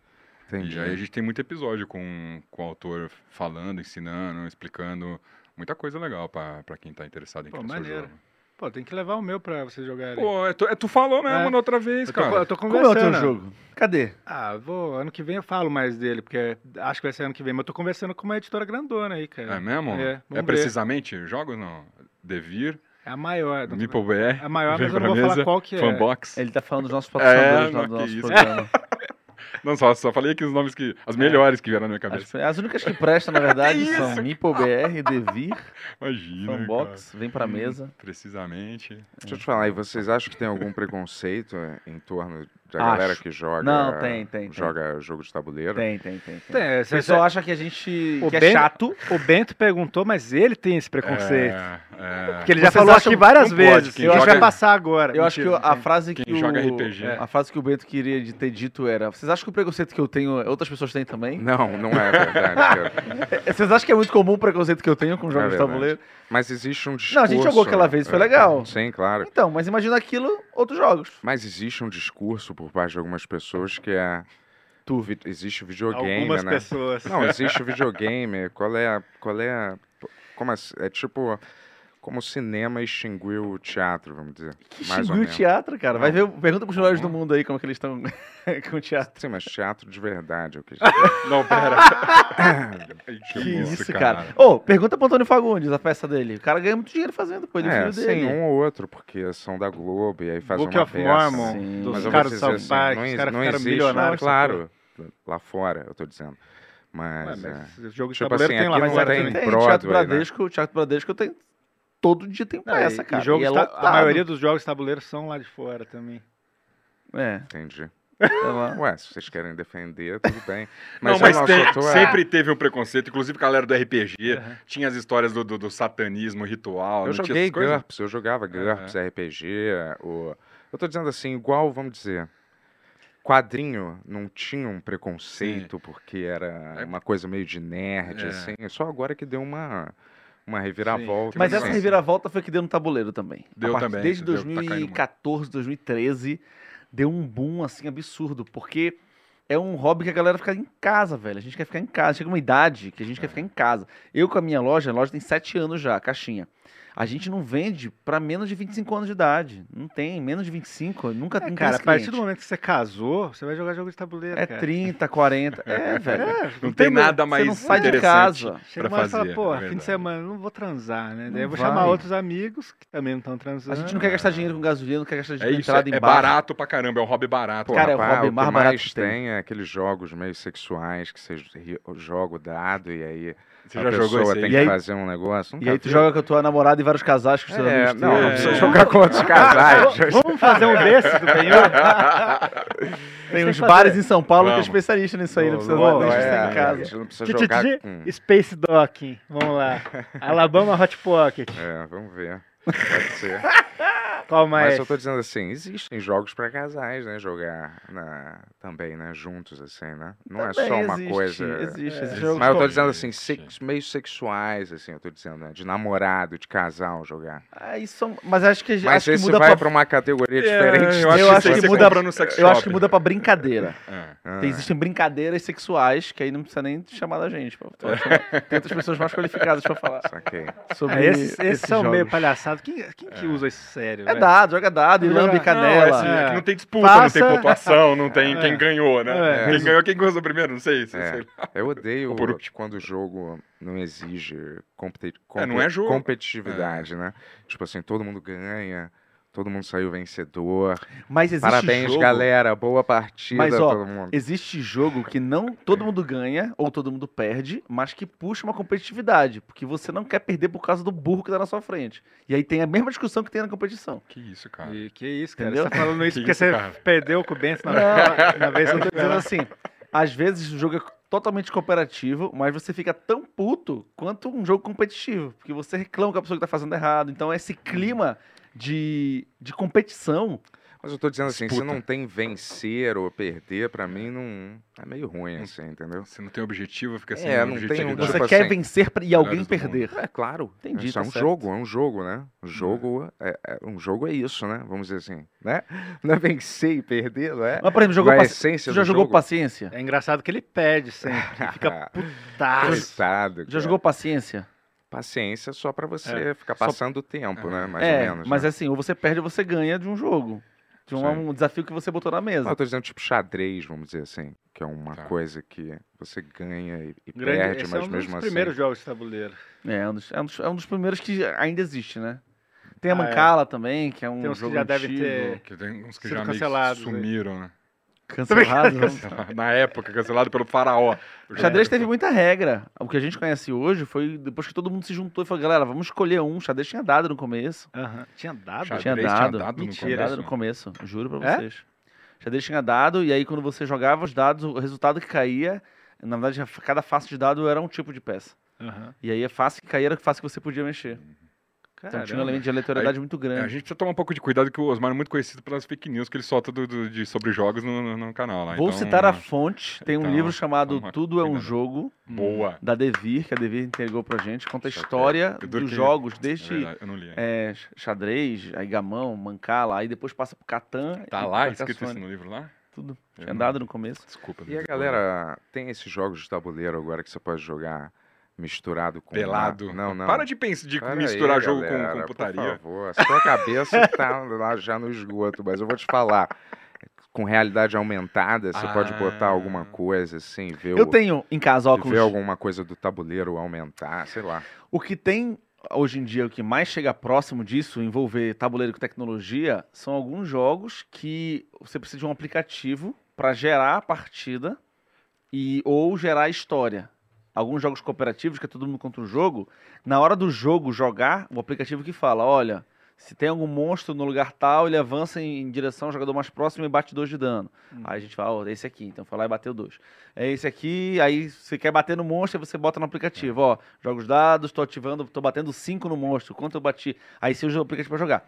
S7: E aí a
S4: Entendi.
S7: gente tem muito episódio com, com o autor falando, ensinando, explicando. Muita coisa legal pra, pra quem tá interessado em
S3: Pô,
S7: criar seu
S3: maneiro.
S7: jogo.
S3: Pô, tem que levar o meu pra vocês jogarem.
S7: Pô, é tu, é tu falou mesmo
S3: É.
S7: na outra vez,
S3: eu, tô,
S7: cara.
S3: eu tô
S8: Como é o
S3: conversando.
S8: teu jogo? Cadê?
S3: Ah, vou. Ano que vem eu falo mais dele, porque acho que vai ser ano que vem. Mas eu tô conversando com uma editora grandona aí, cara.
S7: É mesmo?
S3: É,
S7: É,
S3: vamos ver.
S7: precisamente jogos, não? Devir,
S3: É a maior. não-
S7: Meeple BR,
S3: É A maior, mas eu não
S7: Lembra
S3: vou falar
S7: mesa?
S3: qual que é.
S7: Fanbox.
S8: Ele tá falando dos nossos patrocinadores
S7: É, não,
S8: lá do
S7: que
S8: nosso
S7: isso.
S8: programa.
S7: Não, só, só falei aqui os nomes que. As
S3: É.
S7: melhores que vieram na minha
S8: As,
S7: cabeça.
S8: as únicas que prestam, na verdade, são MipoBR, Devir,
S7: Imagina.
S8: Fanbox, Vem Pra Mesa.
S7: cara. Precisamente.
S4: Deixa eu te falar, e vocês acham que tem algum preconceito em torno da
S8: Acho.
S4: galera que joga.
S8: Não, tem, tem, tem.
S4: Joga jogo de tabuleiro?
S8: Tem, tem, tem. tem.
S3: Tem, é,
S8: O
S3: cê-
S8: pessoal acha que a gente
S3: O
S8: que é
S3: Ben-
S8: chato.
S3: O Bento perguntou, mas ele tem esse preconceito.
S7: É, é.
S3: Porque ele já
S8: Vocês
S3: falou
S8: acham-
S3: aqui várias
S7: não pode,
S3: vezes.
S7: quem
S3: eu acho que
S7: joga-
S3: vai passar agora.
S8: Eu acho que
S3: Mentira,
S8: a
S3: não
S8: frase que
S7: Quem
S8: o, é,
S7: joga RPG.
S8: a frase que o Bento queria de ter dito era: vocês acham que o preconceito que eu tenho, outras pessoas têm também?
S4: Não, não é
S8: *laughs*
S4: verdade. cara.
S8: É, Vocês acham que é muito comum o preconceito que eu tenho com jogos de
S4: verdade.
S8: tabuleiro?
S4: Mas existe um discurso.
S8: Não, a gente jogou aquela vez, foi
S4: É,
S8: legal.
S4: Sim, claro.
S8: Então, mas imagina aquilo, outros jogos.
S4: Mas existe um discurso por parte de algumas pessoas que é. Tu. Existe videogame,
S3: Algumas
S4: né?
S3: pessoas.
S4: Não, existe videogame. Qual é a. Qual é a. Como assim? É tipo. Como o cinema extinguiu o teatro, vamos dizer. Mais ou
S8: Xinguiu o
S4: menos.
S8: teatro, cara. Vai ver, o- pergunta pros melhores do
S4: Uhum.
S8: mundo aí como é que eles estão *laughs* com o teatro.
S4: Sim, mas teatro de verdade, é
S3: *laughs*
S4: eu quis dizer.
S7: Não, pera.
S8: Que isso, cara. Ô, pergunta pro Antônio Fagundes a peça dele. O cara ganha muito dinheiro fazendo, pô, ele é,
S4: é,
S8: o filho
S4: sem
S8: dele.
S4: um ou outro, porque são da Globo e aí faz
S3: Book
S4: uma
S3: of
S4: peça.
S3: Mormon,
S8: Sim,
S3: dos
S4: Mas eu vou
S3: caras
S4: te
S3: do
S4: dizer
S3: South
S4: assim,
S3: Park,
S4: não,
S3: os
S4: ex-
S3: caras
S4: não
S3: ficaram
S4: existe,
S3: milionários. tipo,
S4: claro, lá fora, eu tô dizendo.
S3: Ué,
S4: Mas, é,
S3: mas esse jogo de
S4: Tipo
S3: tabuleiro
S4: assim,
S3: tem lá,
S4: aqui
S3: mas
S4: não
S3: era
S4: tem.
S3: também.
S8: Tem,
S4: Broadway,
S8: Teatro
S4: né?
S8: Bradesco, Teatro Bradesco tem. Todo dia tem
S3: Não, e-
S8: peça,
S3: e
S8: cara.
S3: jogos
S8: e é
S3: ta-
S8: lotado.
S3: a maioria dos jogos de tabuleiro são lá de fora também.
S8: É,
S4: entendi.
S8: é lá.
S4: Ué, se vocês querem defender, tudo bem.
S7: Mas
S4: Mas,
S7: não, mas
S4: eu
S7: tem-
S4: só tô- é,
S7: sempre teve um preconceito, inclusive com a galera do RPG,
S3: Uhum.
S7: tinha as histórias do, do- do satanismo ritual.
S4: Eu
S7: não tinha
S4: joguei
S7: essas coisas?
S4: GURPS, eu jogava GURPS, RPG. O... Eu tô dizendo assim, igual, vamos dizer, quadrinho não tinha um preconceito porque era
S7: É.
S4: uma coisa meio de nerd,
S7: É.
S4: assim. Só agora que deu uma, uma reviravolta. assim.
S8: Mas
S7: Sim,
S8: essa
S7: sim.
S8: reviravolta foi que deu no tabuleiro também. A
S7: Deu
S8: partir-
S7: também,
S8: Desde
S7: deu, tá caindo muito.
S8: 2014, 2013, deu um boom assim absurdo, porque é um hobby que a galera fica em casa, velho. A gente quer ficar em casa. Chega uma idade que a
S7: É.
S8: gente quer ficar em casa. Eu com a minha loja, a loja tem 7 anos já, a caixinha. A gente não vende pra menos de 25 anos de idade. Não tem, menos de 25, nunca
S3: É,
S8: não tem
S3: cara, a
S8: esse
S3: partir
S8: cliente.
S3: do momento que você casou, você vai jogar jogo de tabuleiro,
S8: É
S3: cara.
S8: 30, 40. É, velho.
S7: Não tem nada
S8: Você
S7: mais
S8: não sai de
S7: interessante.
S8: casa.
S3: Chega
S7: pra
S3: uma hora e fala,
S7: fazer,
S3: pô,
S7: é
S3: fim de
S7: verdade.
S3: semana, não vou transar, né? Daí eu vou
S8: Não
S3: chamar
S8: vai.
S3: outros amigos que também não estão transando.
S8: A gente não quer gastar dinheiro com gasolina, não quer gastar
S7: É
S8: dinheiro com
S7: isso, é,
S8: entrada em
S7: é
S8: bar.
S7: barato pra caramba, é um hobby barato.
S4: Pô,
S8: Cara, é o
S4: rapaz,
S8: hobby
S4: o
S8: mais
S4: que
S8: barato
S4: mais
S8: que tem.
S4: tem. é aqueles jogos meio sexuais que você ri- joga o dado e aí
S7: Você
S4: a
S7: já jogou
S4: pessoa
S7: isso
S4: tem
S7: aí?
S8: E
S4: que
S8: aí-
S4: fazer um negócio.
S8: E
S4: nunca
S8: aí tu
S4: vi.
S8: joga com a tua namorada e vários casais que os teus
S4: É,
S8: amigos
S4: não, não
S8: teus. *laughs*
S4: precisa jogar com outros casais.
S3: Vamos fazer um desses do *laughs* Benhur?
S8: *laughs* Tem
S3: que
S8: uns
S3: fazer.
S8: bares em São Paulo que é
S7: Vamos.
S8: especialista nisso aí, não precisa
S3: Vamos,
S8: não, deixa
S3: é,
S8: isso em
S4: a
S8: casa.
S4: gente não precisa
S3: Ti, ti,
S4: jogar
S3: ti.
S4: com...
S3: Space Docking, vamos lá. Alabama Hot Pocket,
S4: É, vamos ver. Pode
S8: *laughs*
S4: ser.
S3: qual mais? Ah,
S4: Mas eu tô dizendo assim, existem jogos pra casais, né? Jogar na- também, né? Juntos, assim, né? Não é só
S8: Também
S4: uma
S8: existe,
S4: coisa.
S8: Existe,
S7: É.
S8: existe jogo
S4: Mas eu tô
S7: Gente.
S4: dizendo assim, sex, meio sexuais, assim, eu tô dizendo, né? De namorado, de casal jogar.
S8: Ah, isso é um- Mas acho que,
S4: Mas
S8: acho que
S4: esse
S8: muda
S4: vai
S8: pra...
S4: pra... um- uma categoria
S7: É,
S4: diferente.
S7: eu acho
S8: Eu
S7: que,
S8: acho
S7: isso aí
S8: que
S7: você
S8: muda-
S7: compra no sex
S8: Eu acho que
S7: shop,
S8: muda
S7: né?
S8: pra brincadeira.
S7: É.
S4: Ah,
S8: Tem- Existem brincadeiras sexuais que aí não precisa nem chamar da gente. pô. Tem outras pessoas mais qualificadas pra falar
S4: saquei.
S8: sobre
S3: É, esses, esses são
S8: jogos.
S3: meio palhaçados. Quem, quem que usa isso sério? né?
S8: É
S3: velho?
S8: dado, joga dado, e
S3: Joga-
S8: lambe
S3: Não,
S8: canela.
S7: Assim, é que
S3: É.
S7: não tem disputa, não
S3: Faça-
S7: tem pontuação, não tem
S3: É.
S7: quem ganhou, né?
S3: É.
S7: Quem ganhou, quem gozou primeiro, não sei. sei-
S4: É.
S7: sei lá.
S4: Eu odeio
S7: Por último.
S4: quando o jogo não exige competi
S7: É, não é jogo. É.
S4: competitividade, né? Tipo assim, todo mundo ganha, todo mundo saiu vencedor.
S8: Mas existe
S4: Parabéns,
S8: jogo,
S4: galera. Boa partida,
S8: Mas, ó,
S4: todo mundo.
S8: Existe jogo que não todo mundo ganha ou todo mundo perde, mas que puxa uma competitividade, porque você não quer perder por causa do burro que tá na sua frente. E aí tem a mesma discussão que tem na competição.
S7: Que isso, cara.
S3: E que isso, cara?
S8: Entendeu?
S3: Você tá falando isso
S7: Que
S3: porque
S7: isso,
S3: você
S7: cara.
S3: perdeu com o Benz na,
S8: Não.
S3: *laughs* na vez
S8: Eu tô
S3: do
S8: dizendo assim, às vezes o jogo é totalmente cooperativo, mas você fica tão puto quanto um jogo competitivo, porque você reclama com a pessoa que tá fazendo errado. Então esse clima de, de competição
S4: Mas eu tô dizendo assim, se
S7: Disputa.
S4: não tem vencer ou perder, pra mim não é meio
S7: Hum.
S4: ruim, assim, entendeu?
S7: Você não tem objetivo, fica sem
S4: É, não tem um
S7: objetividade.
S8: você
S4: tipo
S8: quer
S4: assim,
S8: vencer pra- e alguém
S7: melhores do mundo.
S8: perder.
S4: É claro.
S8: Entendi,
S4: Isso é
S8: tá
S4: um
S8: certo. Uhum.
S4: jogo, é um jogo, né? Um jogo é, é- um jogo é isso, né? Vamos dizer assim, né? *laughs* Não é vencer e perder, não é?
S8: Mas, por exemplo, jogou
S4: Jogou a
S8: paci-
S4: essência
S8: você já
S4: do
S8: jogou
S4: jogo.
S8: paciência?
S3: É engraçado que ele pede sempre. Ele
S4: *laughs*
S3: fica putaço.
S4: Coitado,
S8: Já
S4: cara.
S8: jogou paciência?
S4: paciência só pra você ficar
S8: Só-
S4: passando o tempo,
S7: É.
S4: né? Mais
S8: é,
S4: ou menos.
S8: mas
S4: né?
S8: assim, ou você perde ou você ganha de um jogo. De um,
S4: Sim.
S8: um desafio que você botou na
S4: Não,
S8: mesa.
S4: eu tô dizendo tipo xadrez, vamos dizer assim, que é uma
S7: Tá.
S4: coisa que você ganha e, e
S3: Grande,
S4: perde,
S3: esse
S4: mas
S3: é um
S4: mesmo
S3: dos
S4: assim.
S3: primeiros jogos de tabuleiro.
S8: É um, dos, é, um dos, é um dos primeiros que ainda existe, né? Tem a
S3: Ah, é.
S8: Mancala também, que é um
S3: Tem uns que
S8: jogo
S3: já devem
S8: antigo,
S3: ter-
S7: Que tem uns que
S3: Sendo
S7: já meio que
S3: cancelados aí.
S7: sumiram, né?
S8: cancelado. né?
S7: Na época, cancelado pelo faraó. É,
S8: O xadrez teve muita regra. O que a gente conhece hoje foi depois que todo mundo se juntou e falou, galera, vamos escolher um. O xadrez tinha dado no começo.
S3: Aham. Tinha dado?
S7: Xadrez
S8: Tinha
S7: tinha
S8: dado.
S7: dado no
S8: Mentira,
S7: começo?
S8: dado no começo. Juro pra
S3: É?
S8: vocês. Xadrez tinha dado, e aí quando você jogava os dados, o resultado que caía, na verdade, cada face de dado era um tipo de peça.
S3: Aham.
S8: E aí a face que caía era a face que você podia mexer. Então tinha um
S3: Caramba.
S8: elemento de aleatoriedade muito
S7: É, a
S8: grande.
S7: gente precisa tomar um pouco de cuidado que o Osmar é muito conhecido pelas fake news que ele solta do- do- de, sobre jogos no, no- no canal lá.
S8: Vou
S7: Então,
S8: citar a fonte. Tem um
S7: então,
S8: livro chamado
S7: toma
S8: Tudo é um
S7: cuidado.
S8: Jogo,
S7: Boa.
S8: da Devir, que a Devir entregou pra gente. Conta a
S4: Isso aqui é-
S8: história
S7: eu duro
S8: dos
S7: que-
S8: jogos,
S7: É
S8: desde
S7: verdade, eu não li. ainda.
S8: é, xadrez, aí gamão, mancala, aí depois passa pro Catan.
S7: tá
S8: e
S7: lá
S8: pra
S7: escrito É isso
S8: Cassone.
S7: no livro lá?
S8: Tudo.
S7: Eu
S8: Tinha
S7: não-
S8: dado no começo.
S7: Desculpa.
S4: E a
S7: Luiz,
S4: galera tem esses jogos de tabuleiro agora que você pode jogar misturado com.
S7: Pelado.
S4: Não, não.
S7: Para de, pensar, de
S4: Para
S7: misturar
S4: aí,
S7: jogo com-
S4: galera,
S7: com,
S4: Por
S7: putaria.
S4: favor, a sua cabeça tá lá já no esgoto, mas eu vou te falar. Com realidade aumentada, você pode botar
S7: Ah.
S4: alguma coisa assim, ver,
S8: Eu
S4: o-
S8: tenho em casa óculos.
S4: ver alguma coisa do tabuleiro aumentar, sei lá.
S8: O que tem hoje em dia, o que mais chega próximo disso, envolver tabuleiro com tecnologia, são alguns jogos que você precisa de um aplicativo para gerar a partida e ou gerar a história. Alguns jogos cooperativos, que é todo mundo contra o jogo, na hora do jogo jogar, o aplicativo que fala, olha, se tem algum monstro no lugar tal, ele avança em, em direção ao jogador mais próximo e bate dois de dano.
S4: Hum.
S8: Aí a gente fala, ó, é esse aqui, então foi lá e bateu dois. É esse aqui, aí você quer bater no monstro, aí você bota no
S4: É.
S8: aplicativo, ó, joga os dados, tô ativando, tô batendo cinco no monstro, quanto eu bati? Aí você usa o aplicativo pra jogar.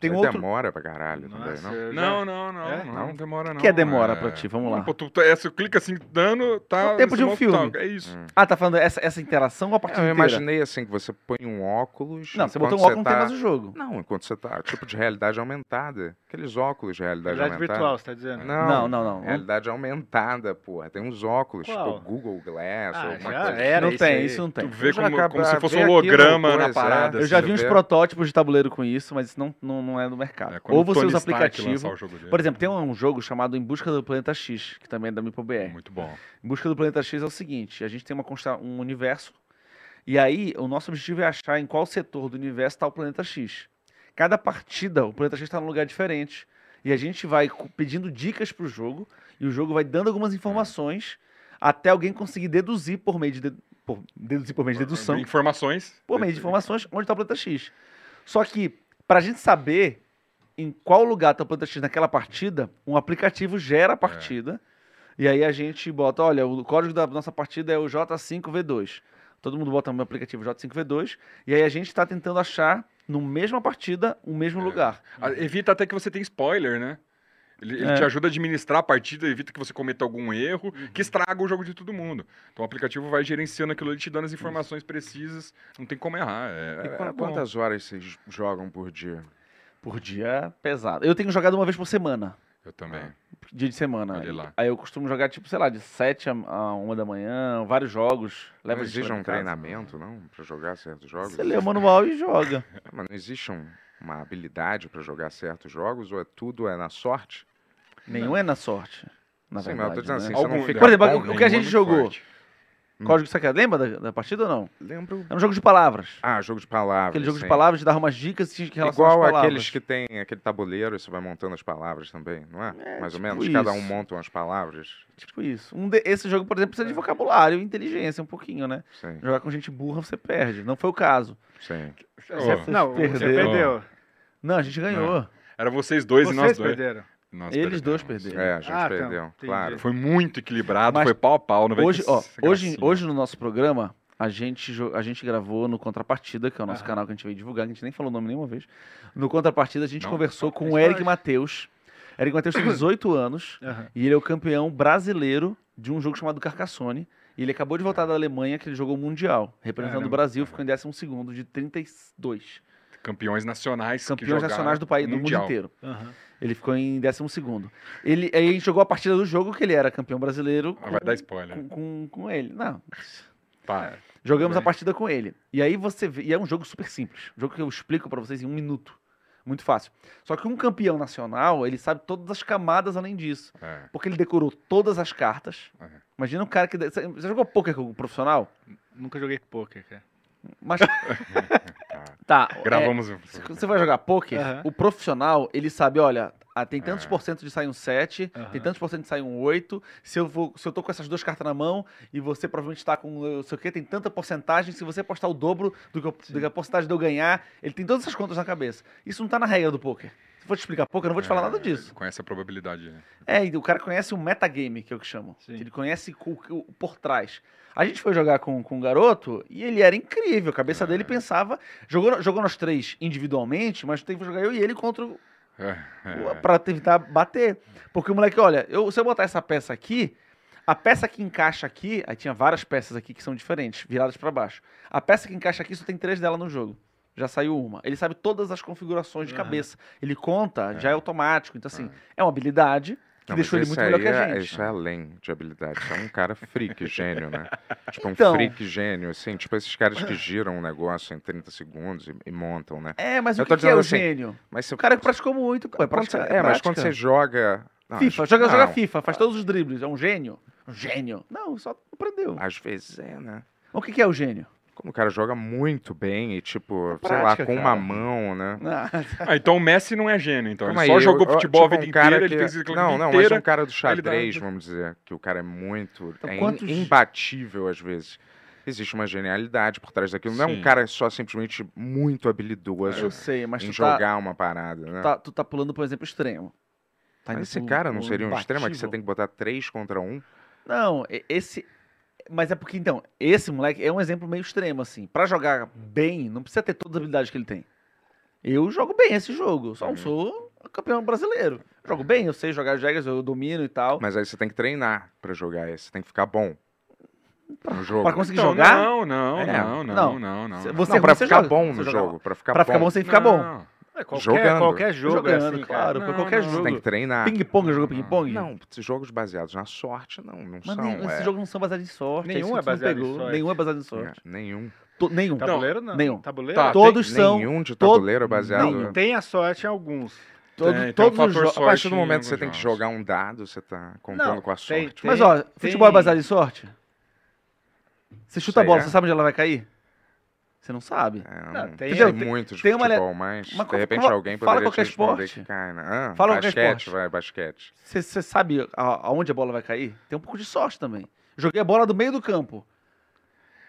S8: Tem um
S4: Isso aí
S8: outro...
S4: demora pra caralho também,
S3: Nossa,
S4: não?
S3: eu já-
S7: Não, não, não,
S3: É?
S7: não,
S4: Não?
S7: demora não.
S8: que é demora pra ti? Vamos lá.
S7: Pô, tu, tu- é, você clica assim, dano, tá...
S8: O tempo de um
S7: small
S8: filme.
S7: talk, É isso.
S8: Ah, tá falando essa, essa interação ou a partida
S4: Eu
S8: inteira?
S4: imaginei assim, que você põe um óculos.
S8: Não, você botou um
S4: enquanto
S8: óculos, não
S4: tá...
S8: tem mais o jogo.
S4: Não, enquanto você tá. Tipo de realidade aumentada. Aqueles óculos de realidade,
S3: Realidade
S4: aumentada.
S3: virtual, você tá dizendo?
S7: Ah,
S4: Não, É
S8: Não, não, não. Não,
S4: Realidade aumentada, porra. Tem uns óculos,
S3: Qual?
S4: tipo Google Glass
S3: Ah,
S4: ou alguma
S3: já
S4: coisa.
S3: era
S8: não
S3: isso
S8: tem,
S3: aí.
S8: isso não tem.
S7: Tu vê tá
S4: já
S7: como,
S4: acaba-
S7: como se fosse
S4: vê
S7: um
S4: aqui no
S7: holograma na
S4: coisa,
S7: parada. assim,
S4: é.
S8: Eu já
S4: você
S8: vi uns
S4: vê?
S8: protótipos de tabuleiro com isso, mas isso não, não, não é no mercado.
S7: É, quando
S8: Ou
S7: o
S8: você
S7: Tony
S8: usa
S7: Stark lançar
S8: aplicativo.
S7: o jogo dele.
S8: Por exemplo, tem um jogo chamado Em Busca do Planeta X, que também é da MipoBR.
S7: Muito bom.
S8: Em Busca do Planeta X é o seguinte: a gente tem uma consta- um universo, e aí o nosso objetivo é achar em qual setor do universo está o planeta X. Cada partida, o planeta X está num lugar diferente. E a gente vai co- pedindo dicas pro jogo, e o jogo vai dando
S7: Uhum.
S8: algumas informações até alguém conseguir deduzir por meio de. de- por- deduzir por meio
S7: Uhum.
S8: de dedução
S7: Informações.
S8: por meio de informações onde está o planeta X. Só que, para a gente saber em qual lugar está o planeta X naquela partida, um aplicativo gera a
S7: É.
S8: partida. E aí a gente bota, olha, o código da nossa partida é o J5V2. Todo mundo bota no aplicativo J5V2. E aí a gente está tentando achar, no mesma partida, o mesmo
S7: É.
S8: lugar.
S7: Ah, Evita até que você tenha spoiler, né? Ele, ele
S8: Uhum. É. Uhum.
S7: te ajuda a administrar a partida, evita que você cometa algum erro que estraga o jogo de todo mundo. Então o aplicativo vai gerenciando aquilo ali, te dando as informações precisas, não tem como errar. É,
S4: E
S7: é
S4: qua-
S7: bom.
S4: quantas horas vocês jogam por dia?
S8: Por dia pesado. Eu tenho jogado uma vez por semana.
S7: Eu
S8: Ah.
S7: também.
S8: Dia de semana.
S7: Olha lá.
S8: Aí eu costumo jogar, tipo, sei lá, de 7 a 1 da manhã, vários jogos. Leva
S4: não
S8: gente pra
S4: existe um
S8: casa.
S4: treinamento, não? Pra jogar certos jogos?
S8: Você lê o manual e
S4: *laughs*
S8: joga.
S4: É, Mas não existe um- uma habilidade pra jogar certos jogos? Ou é tudo é na sorte?
S8: Nenhum é na sorte. Na
S4: Sim, mas eu
S8: verdade,
S4: tô dizendo
S8: né?
S4: assim,
S7: Algum-
S4: você não fica
S8: Por exemplo,
S4: bom
S8: o- o que a
S4: nenhum,
S8: gente
S4: é muito
S8: jogou?
S4: forte. Hum.
S8: Código Sacada, lembra da, da partida ou não?
S4: Lembro...
S8: É um jogo de palavras.
S4: Ah, jogo de palavras,
S8: Aquele jogo de
S4: sim.
S8: palavras, te dava umas dicas em é relação às
S4: Igual
S8: palavras.
S4: aqueles que tem aquele tabuleiro e você vai montando as palavras também, não é? Mais ou
S8: tipo
S4: menos, cada um
S8: isso.
S4: monta umas palavras.
S8: Tipo isso. Um de- Esse jogo, por exemplo,
S4: É.
S8: precisa de vocabulário, inteligência um pouquinho, né?
S4: Sim,
S8: Jogar com gente burra, você perde. Não foi o caso.
S4: sim.
S7: Ô,
S3: Não, você
S8: Perdeu.
S3: perdeu.
S8: Não, a
S4: É.
S8: gente ganhou.
S7: era vocês dois e nós
S3: Vocês
S7: dois.
S3: perderam.
S7: Nós
S8: Eles dois
S7: perdemos.
S8: perderam.
S4: É, a gente
S3: Ah, tá,
S4: perdeu,
S3: entendi.
S4: claro.
S7: Foi muito equilibrado,
S8: Mas
S7: foi pau a pau. Não vai
S8: Hoje,
S7: ter
S8: ó,
S7: essa
S8: hoje,
S7: gracinha.
S8: hoje no nosso programa, a gente, jo- a gente gravou no Contrapartida, que é o nosso
S4: Ah.
S3: Aham.
S8: canal que a gente veio divulgar, que a gente nem falou o nome nenhuma vez. No Contrapartida, a gente
S7: Não,
S8: conversou
S4: é
S8: com o
S3: principalmente.
S8: Eric Matheus. Eric Matheus
S4: *coughs*
S8: tem 18 anos.
S3: Aham.
S8: E ele é o campeão brasileiro de um jogo chamado Carcassonne. E ele acabou de voltar da Alemanha, que ele jogou o Mundial, representando o
S3: Caramba.
S8: Brasil, ficou em 12 segundo de 32.
S7: Campeões nacionais. que
S8: Campeões
S7: jogaram
S8: nacionais do país, do mundo
S7: mundial.
S8: inteiro.
S3: Aham.
S8: Ele ficou em 12 segundo. Ele, aí ele jogou a partida do jogo que ele era campeão brasileiro
S7: Ah,
S8: com,
S7: vai dar spoiler.
S8: com, com, com ele. Não. É.
S7: Para.
S8: Jogamos
S7: Bem.
S8: a partida com ele. E aí você vê, e é um jogo super simples, um jogo que eu explico pra vocês em um minuto. Muito fácil. Só que um campeão nacional, ele sabe todas as camadas além disso.
S7: É.
S8: Porque ele decorou todas as cartas.
S7: Uhum.
S8: Imagina um cara que. de- Você você jogou poker com um profissional?
S3: Nunca joguei poker, cara.
S7: *laughs*
S8: Mas. tá. é,
S7: Gravamos um.
S8: se você vai jogar poker,
S3: Aham.
S8: o profissional, ele sabe, olha, ah, tem tantos
S7: É.
S8: por cento de sair um 7,
S3: Aham.
S8: tem tantos por cento de sair um 8. Se eu, vou, se eu tô com essas duas cartas na mão e você provavelmente tá com eu sei o quê, tem tanta porcentagem, se você apostar o dobro do que, eu- do que a porcentagem de eu ganhar, ele tem todas essas contas na cabeça. Isso não tá na regra do poker. Se eu for te explicar poker, eu não vou te falar
S7: É,
S8: nada disso.
S7: Conhece a probabilidade. né?
S8: É, e o cara conhece o metagame, que é o que chamo.
S3: Sim.
S8: Ele conhece o, o- por trás. A gente foi jogar com, com um garoto e ele era incrível. A cabeça dele pensava. Jogou, jogou nós três individualmente, mas tem que jogar eu e ele contra o-
S7: É,
S8: o-
S7: é.
S8: pra tentar bater. Porque o moleque, olha, eu- se eu botar essa peça aqui, a peça que encaixa aqui. Aí tinha várias peças aqui que são diferentes, viradas pra baixo. A peça que encaixa aqui só tem três dela no jogo. Já saiu uma. Ele
S4: Uhum.
S8: sabe todas as configurações de
S3: Aham.
S8: cabeça. Ele conta, já é automático. Então, assim, é uma habilidade que
S4: É. Não, mas
S8: deixou ele muito
S4: esse
S8: melhor
S4: aí
S8: que a
S4: é-
S8: gente. né?
S4: Isso é além de habilidade. Isso é um cara freak, gênio,
S8: *laughs*
S4: né? Tipo, um
S8: Então.
S4: freak gênio, assim. Tipo, esses caras que giram um negócio em 30 segundos e, e montam, né?
S8: É, mas
S4: Eu
S8: o
S4: tô
S8: que, que é
S4: dizendo
S8: o
S4: assim,
S8: gênio?
S4: Mas se
S8: O cara que praticou muito, pô, é,
S4: quando você,
S8: prática,
S4: é, mas quando
S8: prática.
S4: você joga. não,
S8: FIFA,
S4: às-
S8: joga, joga
S4: não,
S8: FIFA, faz todos os dribles, é um gênio. Um gênio. Não, só aprendeu.
S4: Às vezes é, né?
S8: O que, que é o gênio?
S4: Como o cara joga muito bem e, tipo, sei
S8: É prática,
S4: lá, com uma
S8: cara.
S4: mão, né?
S8: Ah,
S7: Ah, então o Messi não é gênio, então.
S4: Calma
S7: ele só
S4: aí, eu-
S7: jogou
S4: eu-
S7: futebol
S4: tipo,
S7: a vida
S4: um cara
S7: inteira, ele
S4: que-
S7: fez aquilo a
S4: Não,
S7: vida
S4: não, mas
S7: inteira.
S4: um cara do
S7: ele dá-
S4: xadrez, vamos dizer, que o cara é muito.
S8: Então,
S4: é in-
S8: quantos-
S4: imbatível às vezes. Existe uma genialidade por trás daquilo. Não é um
S7: Sim.
S4: cara só simplesmente muito habilidoso
S8: eu sei, mas
S4: em
S8: tu
S4: jogar
S8: tá,
S4: uma parada, né?
S8: tá- tu tá pulando, por exemplo, extremo. Tá
S4: Mas
S8: indo
S4: esse
S8: pro-
S4: cara não
S8: pro
S4: seria um extremo, é que você
S8: imbatível.
S4: tem que botar três contra um.
S8: Não, e- esse. Mas é porque, então, esse moleque é um exemplo meio extremo, assim. Pra jogar bem, não precisa ter todas as habilidades que ele tem. Eu jogo bem esse jogo, só não
S4: Uhum.
S8: sou campeão brasileiro. Jogo bem, eu sei jogar as regras, eu domino e tal.
S4: Mas aí você tem que treinar pra jogar esse, você tem que ficar bom no jogo.
S8: Pra conseguir
S7: Então,
S8: jogar,
S7: Não, não,
S4: É.
S7: não, não,
S8: Não.
S7: não, não.
S8: Você-
S4: Não,
S8: você é
S4: pra
S8: ruim, você
S4: ficar
S8: joga,
S4: bom
S8: você
S4: no
S8: joga.
S4: jogo, pra ficar
S8: pra
S4: bom.
S8: ficar bom, você tem que ficar bom.
S7: Não.
S9: É, qualquer,
S4: Jogando.
S9: qualquer jogo é
S8: Jogando,
S9: assim, cara.
S8: claro,
S7: Não,
S8: pra qualquer
S7: não,
S4: Você tem que
S8: jogo.
S4: treinar.
S8: Ping-pong, jogou ping-pong?
S4: Não, jogos baseados na sorte, não, não
S8: Mas
S4: são.
S8: nem-
S4: é.
S8: esses jogos não são baseados em sorte.
S9: Nenhum
S8: isso
S9: é
S8: que tu não
S9: baseado em
S8: pegou,
S9: sorte.
S8: Nenhum é baseado em
S4: É,
S8: sorte.
S4: nenhum.
S8: To- nenhum.
S9: Tabuleiro não.
S8: Então, nenhum.
S9: Tabuleiro?
S3: ah,
S7: Tá.
S8: Todos são.
S4: Nenhum de
S8: todo-
S4: tabuleiro é baseado.
S8: nenhum.
S3: Tem a sorte em alguns.
S8: todo-
S7: Tem, tem um
S8: todos os
S7: fator
S8: jogos.
S4: A partir
S7: Sorte
S4: do
S7: em
S4: momento que
S7: alguns
S4: você tem que
S7: jogos.
S4: jogar um dado, você tá contando
S3: Não,
S4: com a
S3: tem-
S4: sorte.
S8: Mas ó, futebol é
S3: tem-
S8: baseado em sorte? Você chuta a
S4: Sei,
S8: bola,
S4: é.
S8: você sabe onde ela vai cair? Você não sabe.
S4: É,
S7: Ah,
S4: eu
S9: Não,
S4: não
S9: tem-
S4: sei
S8: entendeu? Então, Tem-
S4: muito de
S8: tem uma le-
S4: futebol, mas
S8: uma
S4: de
S8: co-
S4: repente
S8: fala-
S4: alguém
S8: fala
S4: poderia te
S8: qualquer
S4: responder
S8: esporte.
S4: que cai, né? Ah,
S8: Fala qualquer
S4: basquete,
S8: esporte.
S4: vai, basquete.
S8: Você, você sabe a- aonde a bola vai cair? Tem um pouco de sorte também. Joguei a bola do meio do campo.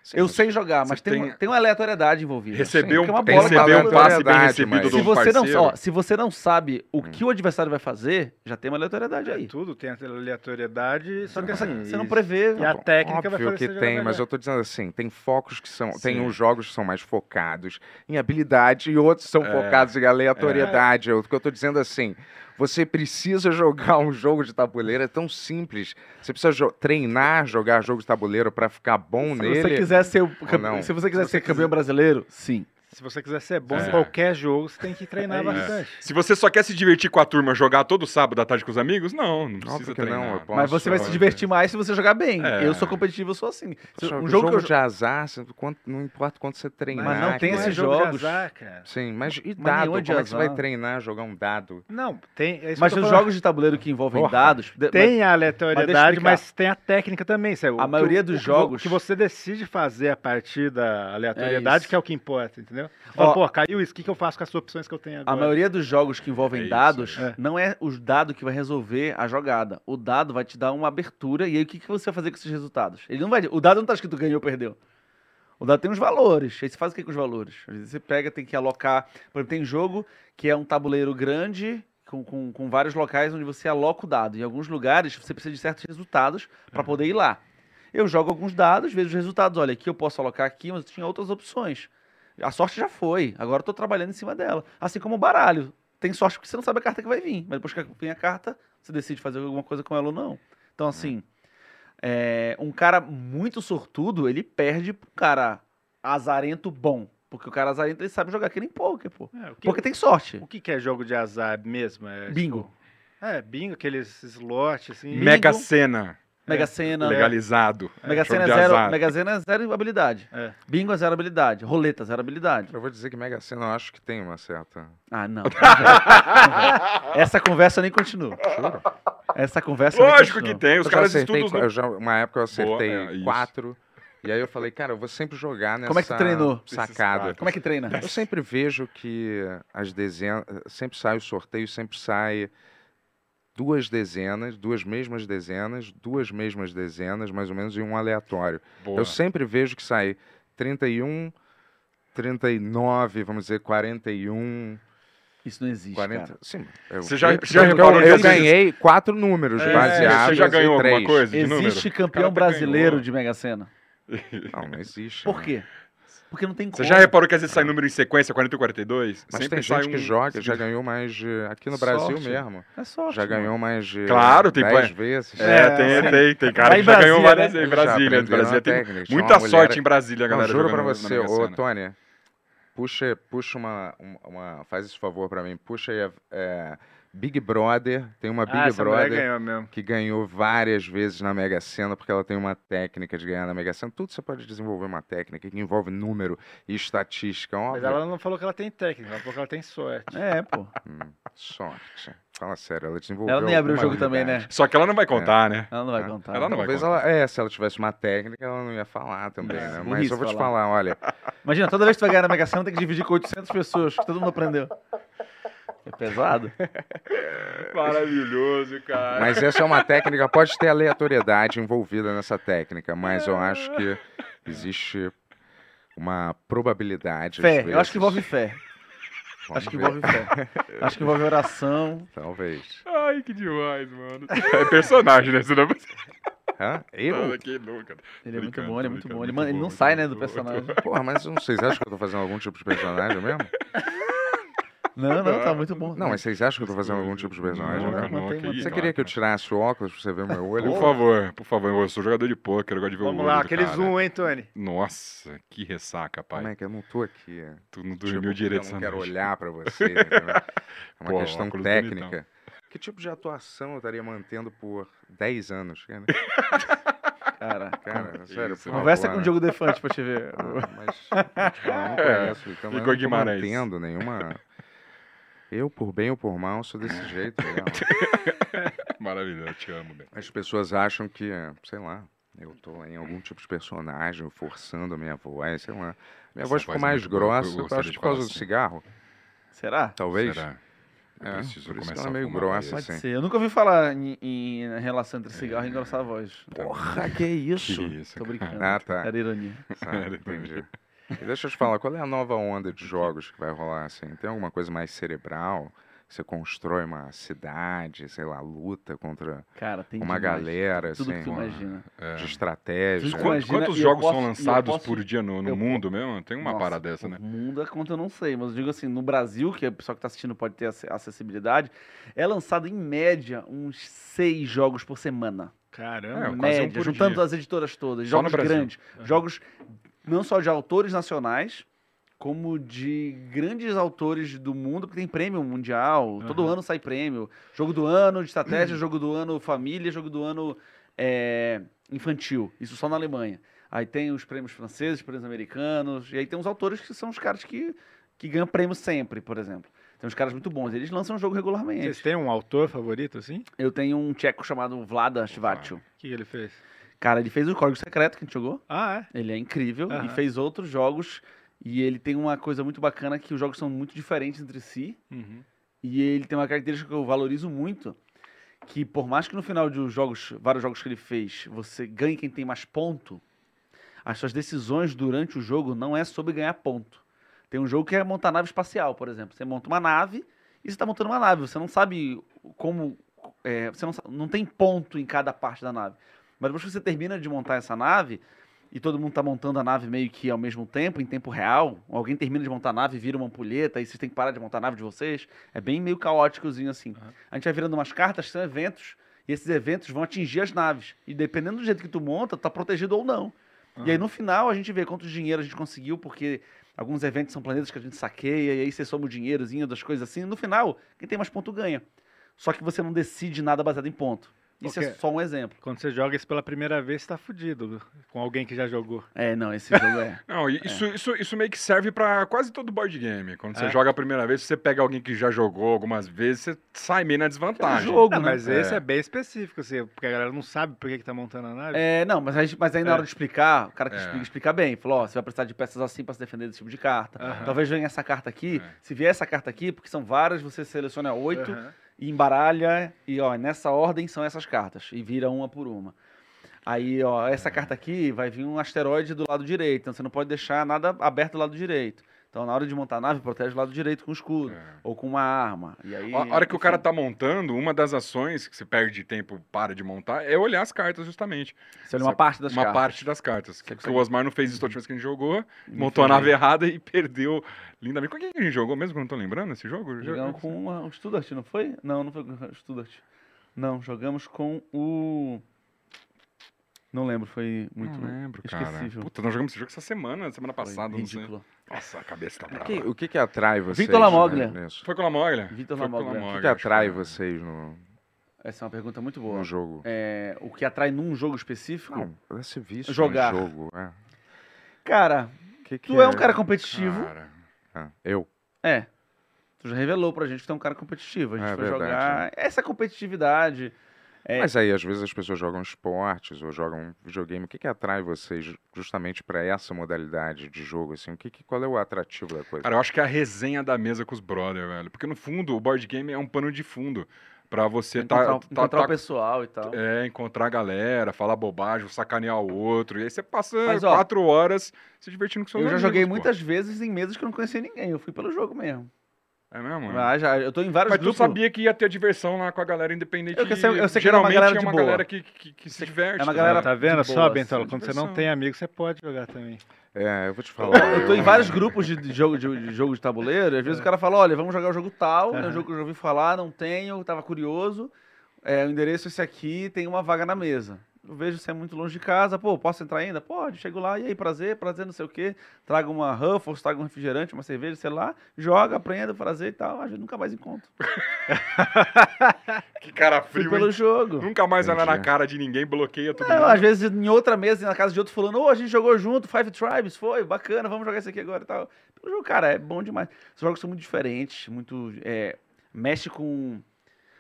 S4: Sim,
S8: eu
S4: mas
S8: sei jogar, mas
S7: você
S8: tem,
S7: tem-
S8: uma- tem uma aleatoriedade envolvida.
S7: Recebeu,
S8: Porque é uma
S7: um,
S8: bola que
S7: recebeu
S8: tá
S7: um passe bem
S4: aleatoriedade,
S7: recebido
S4: mas-
S7: do
S8: Se
S7: outro
S8: você, não,
S7: parceiro.
S8: ó, se você não sabe o que o adversário vai fazer, já tem uma aleatoriedade aí.
S3: Tudo tem aleatoriedade, só que assim, essa-
S8: Você não prevê.
S3: Hum, E a técnica vai
S4: Tá Óbvio
S3: fazer você
S4: que
S3: jogar
S4: tem,
S3: melhor.
S4: mas eu tô dizendo assim, tem focos que são, tem
S7: Sim.
S4: uns jogos que são mais focados em habilidade e outros são focados em aleatoriedade. É. O que eu tô dizendo assim, você precisa jogar um jogo de tabuleiro, é tão simples. Você precisa jo- treinar jogar jogo de tabuleiro pra ficar bom
S8: Se
S4: um nele.
S8: você quiser ser, o
S4: Ou não.
S8: campe- se você quiser
S4: Se você
S8: ser campeão brasileiro, sim.
S3: Se você quiser ser bom
S7: É.
S3: em qualquer jogo, você tem que treinar
S7: É isso.
S3: bastante.
S7: Se você só quer se divertir com a turma, jogar todo sábado à tarde com os amigos, não, não precisa
S4: Óbvio que não, eu
S7: treinar.
S4: posso,
S8: Mas você vai se
S7: olha.
S8: divertir mais se você jogar bem.
S7: É.
S8: Eu sou competitivo, eu sou assim. Se-
S4: Só que
S8: Um
S4: o
S8: jogo que eu
S4: de azar, você- quanto- não importa quanto você treinar.
S8: Mas não tem
S4: que-
S3: Não
S8: esses
S3: é jogo de
S8: jogos.
S3: azar, cara.
S4: Sim, mas e
S8: Mas
S4: dado?
S8: nenhum é de
S4: Como é que você vai
S8: azar.
S4: treinar jogar um dado?
S3: Não, tem. é isso
S8: Mas
S3: que eu tô
S8: os
S3: falando.
S8: jogos de tabuleiro que envolvem
S4: Porra,
S8: dados. de- mas-
S3: Tem a aleatoriedade,
S8: explicar.
S3: mas, tem a técnica também. Sabe? O
S8: A
S3: que-
S8: maioria
S3: o
S8: dos
S3: que vo-
S8: jogos-
S3: que você decide fazer a partir da
S8: É
S3: aleatoriedade,
S8: isso.
S3: que é o que importa, entendeu? Você fala,
S8: Ó,
S3: pô, caiu isso, o que, que eu faço com as opções que eu tenho agora?
S8: A maioria dos jogos que envolvem
S7: É isso,
S8: dados
S3: é.
S8: não é os dados que vai resolver a jogada. O dado vai te dar uma abertura e aí o que, que você vai fazer com esses resultados? Ele não vai. O dado não tá escrito ganhou ou perdeu. O dado tem uns valores. Aí você faz o que com os valores? Às vezes você pega, tem que alocar. Por exemplo, tem jogo que é um tabuleiro grande. Com, com, com vários locais onde você aloca o dado. Em alguns lugares você precisa de certos resultados
S7: É.
S8: para poder ir lá. Eu jogo alguns dados, vejo os resultados. Olha, aqui eu posso alocar aqui, mas eu tinha outras opções. A sorte já foi, agora eu tô trabalhando em cima dela. Assim como o baralho. Tem sorte porque você não sabe a carta que vai vir, mas depois que vem a carta, você decide fazer alguma coisa com ela ou não. Então, assim, é, um cara muito sortudo, ele perde pro cara azarento bom. Porque o cara azarento, ele sabe jogar que nem poker, pô.
S3: É, o, que,
S8: Porque tem sorte.
S3: o que que é jogo de azar mesmo? É,
S7: tipo,
S8: Bingo.
S3: é, bingo, aqueles slots, assim.
S7: Mega Sena,
S8: Mega Sena.
S7: legalizado.
S8: Mega
S7: jogo
S8: Sena é
S7: é, de
S8: zero,
S7: azar.
S8: Mega Sena é zero habilidade.
S3: É.
S8: Bingo é zero habilidade. Roleta, zero habilidade.
S4: Eu vou dizer que Mega Sena eu acho que tem uma certa.
S7: *laughs*
S8: Ah, não. *laughs* Essa conversa nem continua.
S4: Juro.
S8: Essa conversa nem
S7: Lógico que
S8: continua.
S7: tem, os
S4: eu já
S7: caras
S4: acertei,
S7: estudam.
S4: qua- eu já, uma época eu acertei
S7: é, isso.
S4: quatro. E aí eu falei, cara, eu vou sempre jogar nessa
S8: Como é que tu treinou?
S4: *laughs* sacada.
S8: Como é que treina?
S4: Eu sempre vejo que as dezenas. Sempre sai o sorteio, sempre sai duas dezenas, duas mesmas dezenas, duas mesmas dezenas, mais ou menos, e um aleatório.
S7: Boa.
S4: Eu sempre vejo que sai 31, 39, vamos dizer, 41.
S8: Isso não existe,
S4: 40.
S8: cara.
S4: Sim, eu,
S7: Você já-
S4: eu,
S7: já
S4: eu- eu,
S7: reparou que às vezes-
S4: ganhei quatro números
S7: É,
S4: baseados.
S7: Você já
S4: em
S7: ganhou alguma
S4: três.
S7: coisa de número?
S8: Existe campeão
S7: O cara até
S8: brasileiro
S7: ganhou.
S8: de Mega Sena.
S4: Não, não existe.
S8: Por
S4: né?
S8: quê? Porque não tem como.
S7: Você já é reparou que às vezes sai número em sequência, 40 e 42?
S4: Mas
S7: Sempre
S4: tem
S7: sai
S4: gente que
S7: um-
S4: joga,
S7: *laughs*
S4: já ganhou mais. de- Aqui no Brasil
S8: Sorte.
S4: mesmo.
S8: É sorte.
S4: já
S8: mano.
S4: ganhou mais. de
S7: Claro, tem
S4: 10
S7: pa-
S4: vezes.
S7: É, tem, tem, tem cara
S8: Lá em
S7: que já ganhou
S8: Brasília,
S7: várias
S8: né?
S7: vezes em
S4: Eles já
S7: Brasília.
S4: aprenderam
S7: Brasília
S4: a
S7: tem
S4: técnica, tinha
S7: muita
S4: uma mulher-
S7: sorte em Brasília,
S4: Não,
S7: galera.
S4: juro pra
S7: jogando na
S4: você,
S7: Mega
S4: ô
S7: Sena.
S4: Tônia, puxa, puxa uma, um- uma- Faz esse favor pra mim, puxa aí a- é, Big Brother, tem uma Big
S7: ah, essa mulher
S4: Brother
S7: ganhou mesmo.
S4: que ganhou várias vezes na Mega Sena, porque ela tem uma técnica de ganhar na Mega Sena. Tudo você pode desenvolver uma técnica que envolve número e estatística, é
S3: Mas
S4: óbvio.
S3: ela não falou que ela tem técnica, ela falou que ela tem sorte.
S8: É, pô.
S4: Hum, sorte. Fala sério, ela desenvolveu.
S8: Ela nem abriu o
S4: alguma
S8: jogo também,
S4: habilidade.
S8: né?
S7: Só que ela não vai contar, né?
S8: Ela não vai
S4: Ah,
S8: contar.
S7: *laughs* ela não vai
S4: Talvez ela, é, se ela tivesse uma técnica, ela não ia falar também,
S8: É,
S4: né? Mas
S8: burrice
S4: eu vou te
S8: falar.
S4: falar,
S8: *laughs*
S4: olha,
S8: Imagina, toda vez que tu vai ganhar na Mega Sena, tem que dividir com 800 pessoas, que todo mundo aprendeu. É pesado.
S7: *laughs* Maravilhoso, cara.
S4: É. Mas essa é uma técnica, pode ter aleatoriedade envolvida nessa técnica, mas eu acho que existe uma probabilidade. às
S8: Fé, eu acho
S4: vezes.
S8: que envolve fé.
S4: Vamos
S8: Acho que
S4: ver,
S8: envolve fé. Acho que envolve oração.
S4: Talvez.
S7: Ai, que demais, mano. *laughs* É personagem, né? Você não
S4: Hã? Eu?
S7: aqui nunca.
S8: Ele é muito
S7: Brincando,
S8: bom, ele
S7: tô
S8: é
S7: brincando,
S8: muito bom. Ele,
S7: muito
S8: mano, ele
S7: bom,
S8: não
S7: muito
S8: sai,
S7: bom,
S8: né, do
S7: muito bom, muito
S8: personagem.
S4: Porra, mas eu não sei, vocês acham que eu tô fazendo algum tipo de personagem mesmo?
S8: Não, não, tá muito bom.
S4: Não, mas vocês acham que eu tô fazendo algum tipo de personagem
S7: Não,
S3: Não,
S7: cara,
S4: mesmo?
S3: não,
S7: não,
S3: tem
S7: que
S3: muito.
S7: isso,
S4: Você queria que eu tirasse o óculos pra você ver meu olho?
S7: Por favor, por favor, eu sou jogador de pôquer, eu gosto de ver o
S3: Vamos
S7: olho
S3: lá,
S7: do
S3: aquele
S7: cara.
S3: zoom, hein, Tony?
S7: Nossa, que ressaca, pai.
S4: Como é que eu não tô aqui?
S7: Tu não
S4: Tipo,
S7: dormiu direito
S4: Eu
S7: essa
S4: não quero
S7: noite.
S4: olhar
S7: *laughs*
S4: pra vocês. entendeu? É uma
S7: Pô,
S4: questão
S7: óculos
S4: técnica.
S7: bonitão.
S4: Que tipo de atuação eu estaria mantendo por 10 anos? Cara,
S8: Cara,
S4: cara sério.
S7: Isso, é
S4: por
S8: Conversa
S4: favor,
S8: com o
S4: né?
S8: Diogo Defante pra te ver.
S4: Ah, mas tipo, eu não
S7: *laughs*
S4: conheço, então eu
S7: né? É. Igor
S4: não tô
S7: Guimarães.
S4: mantendo nenhuma... Eu, por bem ou por mal, sou
S7: É.
S4: desse jeito. né?
S7: *laughs* Maravilhoso, eu te amo, velho.
S4: As pessoas acham que, sei lá, eu tô em algum tipo de personagem, eu forçando a minha voz, sei lá. Minha
S7: Essa
S4: voz ficou
S7: voz é
S4: mais
S7: muito boa, eu
S4: grossa, eu
S7: gostaria
S4: acho,
S7: de
S4: por causa
S7: falar
S4: do
S7: assim.
S4: cigarro,
S8: Será?
S4: talvez.
S7: Será? Eu
S4: É,
S7: preciso
S4: por isso que
S7: começar
S4: ela é
S7: a
S4: meio
S7: fumar
S4: grossa,
S7: maconha.
S8: Pode
S4: assim.
S8: ser. Eu nunca ouvi falar em, em relação entre cigarro e engrossar a voz.
S4: Porra, que isso?
S7: Que isso,
S8: Tô brincando.
S4: Ah, tá.
S8: Era ironia.
S4: Sabe, *laughs* entendi. E deixa eu te falar, qual é a nova onda de jogos que vai rolar assim? Tem alguma coisa mais cerebral? Você constrói uma cidade, sei lá, luta contra
S8: Cara, tem
S4: uma
S8: demais.
S4: galera,
S8: Tudo que
S4: assim,
S8: tu
S4: uma-
S8: imagina.
S7: É.
S4: de
S8: Tudo
S4: estratégia.
S8: que tu
S7: Quanto-
S8: imagina,
S7: Quantos
S8: e eu
S7: jogos
S8: posso-
S7: são
S8: e eu
S7: lançados
S8: posso-
S7: por dia no, no
S8: eu po-
S7: mundo mesmo? Tem uma
S8: Nossa,
S7: parada dessa, né?
S8: O mundo, a conta eu não sei, mas eu digo assim, no Brasil, que a pessoa que tá assistindo pode ter ac- acessibilidade, é lançado em média uns seis jogos por semana.
S3: Caramba.
S7: É, quase um
S8: média,
S7: por
S8: juntando
S7: dia.
S8: as editoras todas,
S7: Só no
S8: jogos
S7: Brasil. É.
S8: grandes, jogos não só de autores nacionais, como de grandes autores do mundo, porque tem prêmio mundial, todo
S3: Aham.
S8: ano sai prêmio. Jogo do ano
S7: *clears throat*
S8: de estratégia, jogo do ano família, jogo do ano é, infantil. Isso só na Alemanha. Aí tem os prêmios franceses, prêmios americanos, e aí tem os autores que são os caras que, que ganham prêmio sempre, por exemplo. Tem uns caras muito bons, eles lançam jogo regularmente.
S3: Vocês têm um autor favorito, assim?
S8: Eu tenho um tcheco chamado Vlada Shvatio.
S3: O que ele fez?
S8: Cara, ele fez o Código Secreto que a gente jogou.
S3: Ah, é?
S8: Ele é incrível e
S3: Aham.
S8: fez outros jogos. E ele tem uma coisa muito bacana que os jogos são muito diferentes entre si.
S3: Uhum.
S8: E ele tem uma característica que eu valorizo muito, que por mais que no final de os jogos, vários jogos que ele fez, você ganhe quem tem mais ponto, as suas decisões durante o jogo não é sobre ganhar ponto. Tem um jogo que é montar nave espacial, por exemplo. Você monta uma nave e você está montando uma nave. Você não sabe como. é, você não, sa- não tem ponto em cada parte da nave. Mas depois que você termina de montar essa nave e todo mundo tá montando a nave meio que ao mesmo tempo, em tempo real, alguém termina de montar a nave, vira uma ampulheta, e vocês têm que parar de montar a nave de vocês. É bem meio caóticozinho assim.
S3: Aham.
S8: A gente vai virando umas cartas que são eventos, e esses eventos vão atingir as naves. E dependendo do jeito que tu monta, tá protegido ou não. E aí no final a gente vê quanto dinheiro a gente conseguiu, porque alguns eventos são planetas que a gente saqueia, e aí você soma o dinheirozinho das coisas assim. E no final, quem tem mais ponto ganha. Só que você não decide nada baseado em ponto. Isso é
S3: Ok.
S8: só um exemplo.
S3: Quando você joga isso pela primeira vez, você tá fudido com alguém que já jogou.
S8: É, não, esse jogo
S7: *laughs*
S8: é.
S7: Não, e isso, isso, isso meio que serve pra quase todo board game. Quando você
S3: É.
S7: joga a primeira vez, se você pega alguém que já jogou algumas vezes, você sai meio na desvantagem.
S8: jogo,
S3: Não,
S8: né?
S3: mas esse é bem específico, assim, porque a galera não sabe por que, que tá montando a nave.
S8: É, não, mas, a gente- mas aí na
S3: É.
S8: hora de explicar, o cara que
S7: É.
S8: explica, explica bem. Falou, ó, você vai precisar de peças assim pra se defender desse tipo de carta.
S3: Aham.
S8: Talvez venha essa carta aqui.
S7: É.
S8: Se vier essa carta aqui, porque são várias, você seleciona oito
S3: Aham.
S8: e embaralha. E, ó, nessa ordem são essas cartas. E vira uma por uma. Aí, ó,
S7: É.
S8: essa carta aqui vai vir um asteroide do lado direito. Então você não pode deixar nada aberto do lado direito. Então na hora de montar a nave, protege o lado direito com o escudo.
S7: É.
S8: Ou com uma arma. E aí,
S7: A hora que o
S8: enfim.
S7: cara tá montando, uma das ações que você perde tempo para de montar é olhar as cartas, justamente.
S8: Você olha uma parte das
S7: uma
S8: cartas.
S7: parte das cartas. Que, que
S8: consegue-
S7: o Osmar não fez isso da última vez que a gente jogou, montou a nave errada e perdeu lindamente. Com quem que a gente jogou mesmo? Que eu não tô lembrando esse jogo?
S8: Jogamos com uma- o Studart, não foi? Não, não foi com o Studart. Não, jogamos com o. Não lembro, foi muito
S7: Não lembro, cara.
S8: esquecível.
S7: Ah, né? Puta, nós jogamos esse jogo essa semana, semana
S8: foi
S7: passada, não sei.
S8: ridículo.
S7: Nossa, a cabeça tá
S4: O
S7: brava.
S4: que, o que que atrai vocês?
S8: Victor Lamoglia.
S4: né, nisso?
S7: Foi com a Lamoglia?
S8: Vitor
S7: Foi com a
S8: Lamoglia.
S4: O que, que
S7: Lamoglia, acho
S4: atrai
S7: que-
S4: vocês no,
S8: Essa é uma pergunta muito boa.
S4: no jogo?
S8: É, o que atrai num jogo específico?
S4: Não, esse vício
S8: Jogar.
S4: no jogo. é.
S8: Cara,
S4: Que que
S8: tu é um cara competitivo.
S7: Cara,
S4: Ah, eu?
S8: É. Tu já revelou pra gente que tu é um cara competitivo. A gente
S4: É
S8: foi
S4: verdade,
S8: jogar. Essa competitividade. É.
S4: Mas aí, às vezes, as pessoas jogam esportes ou jogam um videogame. O que, que atrai vocês justamente pra essa modalidade de jogo? Assim? O que, que- qual é o atrativo da coisa?
S7: Cara, eu acho que é a resenha da mesa com os brother, velho. Porque no fundo, o board game é um pano de fundo pra você tá,
S8: encontrar, o-
S7: tá-
S8: encontrar
S7: tá-
S8: o pessoal e tal.
S7: é, encontrar a galera, falar bobagem, um sacanear o outro. E aí você passa
S8: Mas, ó,
S7: quatro horas se divertindo com seus
S8: Eu já
S7: amigos,
S8: joguei
S7: pô.
S8: muitas vezes em mesas que eu não conhecia ninguém. Eu fui pelo jogo mesmo.
S7: É mesmo? né?
S8: Ah, já, eu tô em vários
S7: Mas tu
S8: grupos.
S7: sabia que ia ter diversão lá com a galera independente.
S8: Eu que sei- eu sei que era uma
S7: Geralmente
S8: galera
S7: é
S8: de
S7: uma
S8: boa.
S7: galera que, que- que se diverte.
S8: é uma
S7: né?
S8: galera-
S3: tá vendo
S8: de
S3: só,
S8: boa,
S3: Bentalo?
S8: assim,
S3: Quando você não
S7: diversão.
S3: tem amigo, você pode jogar também.
S4: É, eu vou te falar.
S8: Eu tô em vários grupos de, de jogo, de, de jogo de tabuleiro, e às vezes o cara fala, olha, vamos jogar o jogo tal, é um
S3: Aham.
S8: jogo que eu já ouvi falar, não tenho, tava curioso, é, o endereço é esse aqui, tem uma vaga na mesa. Eu vejo se é muito longe de casa, pô, posso entrar ainda? Pode, chego lá, e aí, prazer, prazer não sei o quê, traga uma Ruffles, traga um refrigerante, uma cerveja, sei lá, joga, aprenda, prazer e tal, a gente nunca mais encontra.
S7: Que cara
S8: Fui
S7: frio,
S8: pelo
S7: hein?
S8: jogo.
S7: Nunca mais olha na
S4: Entendi.
S7: cara Tipo, de ninguém, bloqueia tudo.
S8: Não, É, às vezes em outra mesa, na casa de outro fulano, ô, a gente jogou junto, Five Tribes, foi, bacana, vamos jogar isso aqui agora e tal. O jogo, cara, é bom demais. Os jogos são muito diferentes, muito. é, mexe com,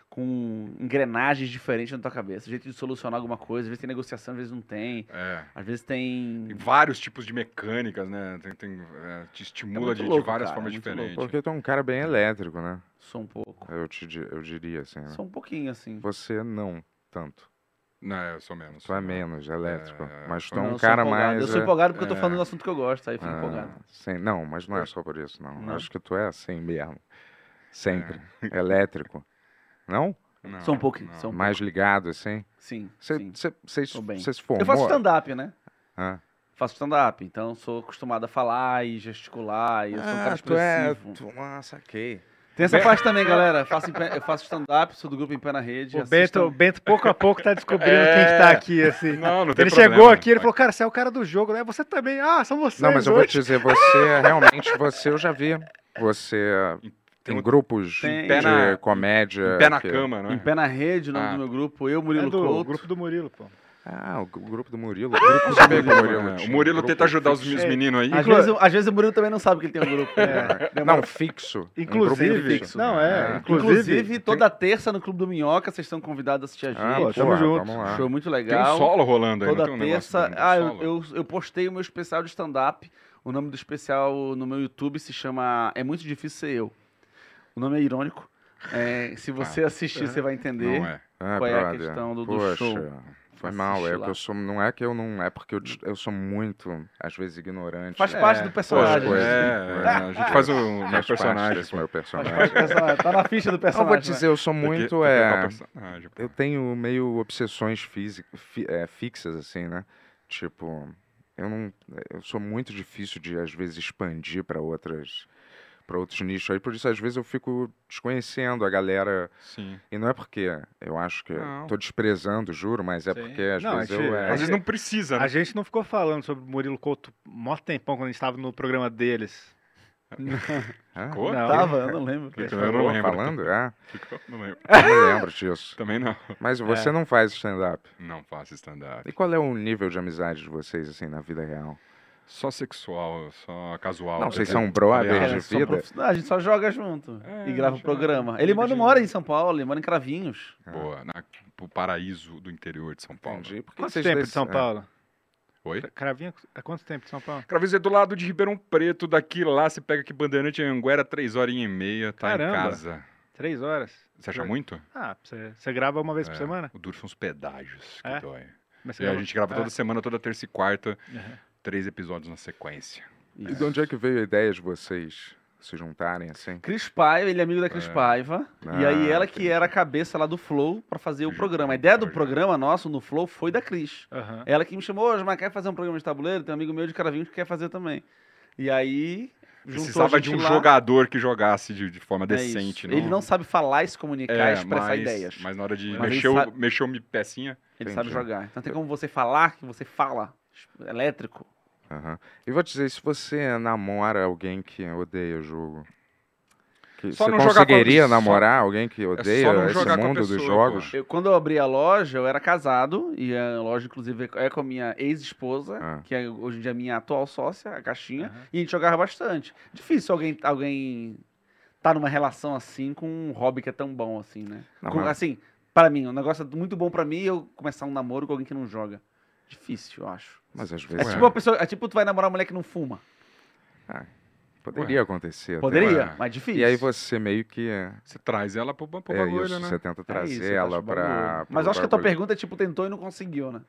S8: com engrenagens diferentes na tua cabeça. Jeito de solucionar alguma coisa, às vezes tem negociação, às vezes não tem.
S7: É.
S8: Às vezes tem.
S7: Tem vários tipos de mecânicas, né? Tem, tem, é, te estimula
S8: muito
S7: de, de
S8: louco,
S7: várias
S8: cara,
S7: formas
S8: é muito
S7: diferentes.
S4: Porque tu é um cara bem elétrico, né?
S8: Só um pouco.
S4: Eu, te, di- eu diria assim. Né?
S8: Só um pouquinho, assim.
S4: Você não tanto.
S7: Não, eu sou menos.
S4: Tu é menos elétrico.
S7: É,
S4: mas tu
S7: eu
S4: é
S8: Não,
S4: um
S8: eu sou
S4: cara
S8: empolgado.
S4: mais.
S8: Eu sou
S4: é,
S8: empolgado porque eu
S7: é.
S8: tô falando do assunto que eu gosto, aí fico
S4: ah,
S8: empolgado.
S4: sim, não, mas não é só por isso, não.
S8: Não?
S4: Acho que tu é assim mesmo. Sempre.
S8: *laughs*
S4: Elétrico. Não?
S7: Não,
S8: Só um pouquinho,
S7: não.
S8: só um pouco.
S4: Mais ligado, assim?
S8: Sim, sim.
S4: Você
S8: Tô bem.
S4: se formou?
S8: Eu faço stand-up, né?
S4: Ah.
S8: Faço stand-up, então sou acostumado a falar e gesticular, e eu sou um cara
S4: Ah, tu é...
S8: expressivo.
S4: Tu, ah, saquei.
S8: Tem essa parte também, galera. Faço em pé- eu faço stand-up, sou do grupo Em Pé na Rede.
S3: O
S8: assistam.
S3: Bento, o Bento, pouco a pouco, tá
S7: *laughs*
S3: descobrindo quem que tá aqui,
S8: um
S3: assim.
S7: É. Não, não tem
S3: Ele
S7: problema.
S3: chegou aqui, ele falou, cara, você é o cara do jogo, né? Você também. Ah, são vocês.
S4: Não, mas eu vou
S3: hoje."
S4: te dizer, você, é, realmente, você eu já vi. Você
S7: Tem
S4: tem,
S7: um-
S4: grupos
S8: Tem.
S4: de
S7: Pé na-
S4: comédia...
S7: Em pé na
S4: que-
S7: cama, né?
S8: É, Em Pé na Rede, o nome
S7: Ah.
S8: do meu grupo. Eu,
S3: É
S8: Murilo
S3: do
S8: Couto.
S3: grupo do Murilo, pô.
S4: Ah, o gru- grupo do Murilo. O grupo sabe que o Murilo
S7: É,
S4: tinha,
S7: o Murilo
S4: um
S7: tenta
S4: grupo
S7: ajudar os
S4: fixo.
S7: meus meninos aí.
S8: Às, vezes, o- às vezes o Murilo também não sabe que ele tem um grupo.
S4: É. Não, fixo. um grupo
S3: Inclusive-
S4: fixo.
S3: não, é,
S4: Ah,
S8: Inclusive,
S3: Inclusive,
S8: toda terça no Clube do Minhoca, vocês estão convidados a assistir a
S4: Ah,
S8: gente.
S3: pô, tamo
S4: porra,
S3: junto.
S4: vamos lá.
S8: Show muito
S7: Tem
S8: legal.
S7: um solo rolando aí, não tem
S8: Toda
S7: um negócio
S8: terça.
S4: é
S7: do- do
S8: Ah, eu,
S7: solo?
S8: eu, eu postei o meu especial de stand-up. O nome do especial no meu YouTube se chama É Muito Difícil Ser Eu. O nome é irônico. É, se você assistir, você vai entender.
S7: Não é.
S4: Ah,
S8: qual é a
S4: brother.
S8: questão do- do
S4: Poxa,
S8: show.
S4: Foi
S8: Assiste
S4: mal, é
S8: lá.
S4: que eu sou. Não é que eu não. É porque eu, dis- eu sou muito, às vezes, ignorante.
S8: Faz
S4: né?
S8: parte do personagem.
S4: coisas,
S7: É,
S4: né?
S7: é, a gente faz
S4: *laughs*
S7: o
S4: Faz
S7: meu
S4: parte
S7: personagem.
S4: desse meu personagem.
S8: Faz parte do personagem, Tá na ficha do
S4: Eu
S8: personagem.
S4: vou te
S8: né?
S4: dizer, eu sou
S7: Tem que- tem
S4: muito.
S7: que pegar o
S4: é,
S7: personagem, pô.
S4: eu tenho meio obsessões física, fi- é, fixas, assim, né? Tipo, eu não. Eu sou muito difícil de, às vezes, expandir para outras. Para outros nichos aí, por isso às vezes eu fico desconhecendo a galera.
S7: Sim.
S4: E não é porque eu acho que.
S7: Não.
S4: Tô desprezando, juro, mas é
S3: Sim.
S4: porque às
S3: Não,
S4: vezes
S3: a gente-
S4: eu.
S3: a
S4: É,
S7: Às vezes não precisa, né?
S3: A gente não ficou falando sobre o Murilo Couto mó tempão quando a gente tava no programa deles.
S4: Hã?
S7: Ficou?
S3: Não.
S8: Tava, eu não lembro.
S7: Que-
S8: cara.
S7: Eu não lembro.
S4: falando?
S3: *laughs*
S4: É,
S7: Ficou? Não lembro.
S4: não lembro disso.
S7: Também não.
S3: É.
S4: Mas você não faz stand-up.
S7: Não faço stand-up.
S4: E qual é o nível de amizade de vocês, assim, na vida real?
S7: Só sexual, só casual.
S4: não, vocês
S7: entendeu?
S4: são brothers
S7: É,
S4: de
S8: só
S4: vida?
S8: prof- Não, a gente só joga junto
S7: É,
S8: e grava o
S7: já-
S8: programa. Ele mora,
S7: já-
S8: mora em São Paulo, ele mora em Cravinhos.
S7: Boa, na, pro paraíso do interior de São Paulo.
S4: Entendi. Por que
S3: Um Quanto
S4: vocês
S3: tempo de
S4: desse-
S3: São
S4: é.
S3: Paulo?
S7: Oi?
S3: Cravinho, há quanto tempo de São Paulo?
S7: Craviz é do lado de Ribeirão Preto, daqui lá, você pega aqui Bandeirante Anguera, três horas e meia, tá
S3: Caramba.
S7: em casa.
S3: Três horas.
S7: Você acha
S3: Dois.
S7: muito?
S3: Ah, você, você grava uma vez por
S7: É,
S3: semana?
S7: O duro são os pedágios que
S3: É?
S7: dói.
S3: Mas você
S7: E a
S3: grava-
S7: gente grava
S3: Ah,
S8: é.
S7: toda semana, toda terça e quarta,
S3: aham.
S7: três episódios na sequência.
S4: E de onde é que veio a ideia de vocês se juntarem, assim?
S8: Cris Paiva, ele é amigo da Cris
S7: É.
S8: Paiva. e
S4: Ah,
S8: aí ela que
S4: entendi.
S8: era a cabeça lá do Flow pra fazer o
S7: Ju-
S8: programa. A ideia do
S7: projeto.
S8: programa nosso no Flow foi da Cris.
S3: Aham.
S8: Ela que me chamou, mas quer fazer um programa de tabuleiro? Tem um amigo meu de Cravinhos que quer fazer também. E aí. juntou a
S7: Precisava
S8: gente
S7: de um
S8: lá.
S7: jogador que jogasse de, de forma
S8: É isso.
S7: decente. É,
S8: Ele não sabe falar e se comunicar e expressar
S7: mas,
S8: ideias.
S7: Mas na hora de
S8: Mas ele
S7: mexer, o-
S8: sabe-
S7: mexer uma pecinha,
S8: Ele
S4: Entendi.
S8: sabe jogar. Então tem como você falar que você fala. Elétrico.
S4: Aham. E vou te dizer, se você namora alguém que odeia o jogo, que
S7: Só
S4: você
S7: não jogar com a
S4: conseguiria
S7: pessoa.
S4: namorar alguém
S8: É
S4: que odeia
S7: não
S4: esse
S7: jogar com a
S4: mundo dos
S7: pessoa,
S4: jogos?
S8: Eu- quando eu abri a loja, eu era casado, e a loja, inclusive, é com a minha ex-esposa,
S4: Ah.
S8: que é hoje em dia minha atual sócia, a Caixinha,
S7: Aham.
S8: e a gente jogava bastante. Difícil alguém, alguém tá numa relação assim com um hobby que é tão bom assim, né?
S4: Não,
S8: Com-
S4: mas-
S8: Assim, para mim, um negócio muito bom para mim é eu começar um namoro com alguém que não joga. Difícil, eu acho.
S4: Mas às
S8: É
S4: vezes
S8: tipo, uma pessoa, é tipo tu vai namorar uma mulher que não fuma.
S4: poderia acontecer. até.
S8: Poderia,
S7: Ué.
S8: mas difícil.
S4: E aí você meio que. É
S7: Você traz ela pro, pro bagulho,
S4: isso,
S7: né?
S4: você tenta
S8: É isso,
S4: trazer
S8: eu
S4: ela
S8: acho
S4: pra.
S8: bagulho. Mas eu
S4: pro
S8: acho que a tua
S4: bagulho.
S8: pergunta é tipo, tentou e não conseguiu, né?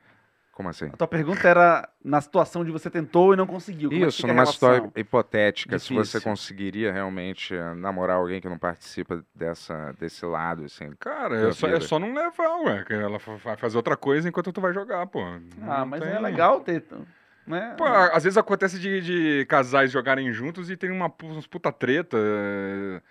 S4: Como assim?
S8: A tua pergunta era na situação de você tentou e não conseguiu. Como é que
S4: Isso,
S8: fica a
S4: numa
S8: relação?
S4: história hipotética, se você
S8: Difícil.
S4: conseguiria realmente eh, namorar alguém que não participa dessa, desse lado, assim.
S7: Cara,
S4: Pela
S7: é só, é
S4: vida.
S7: só não levar, ué. Que ela fa- vai fazer outra coisa enquanto tu vai jogar, pô.
S8: Ah,
S7: Não
S8: mas
S7: tem-
S8: é legal ter. Né?
S7: Pô, a- às vezes acontece de, de casais jogarem juntos e tem uma pu- uns puta treta. é,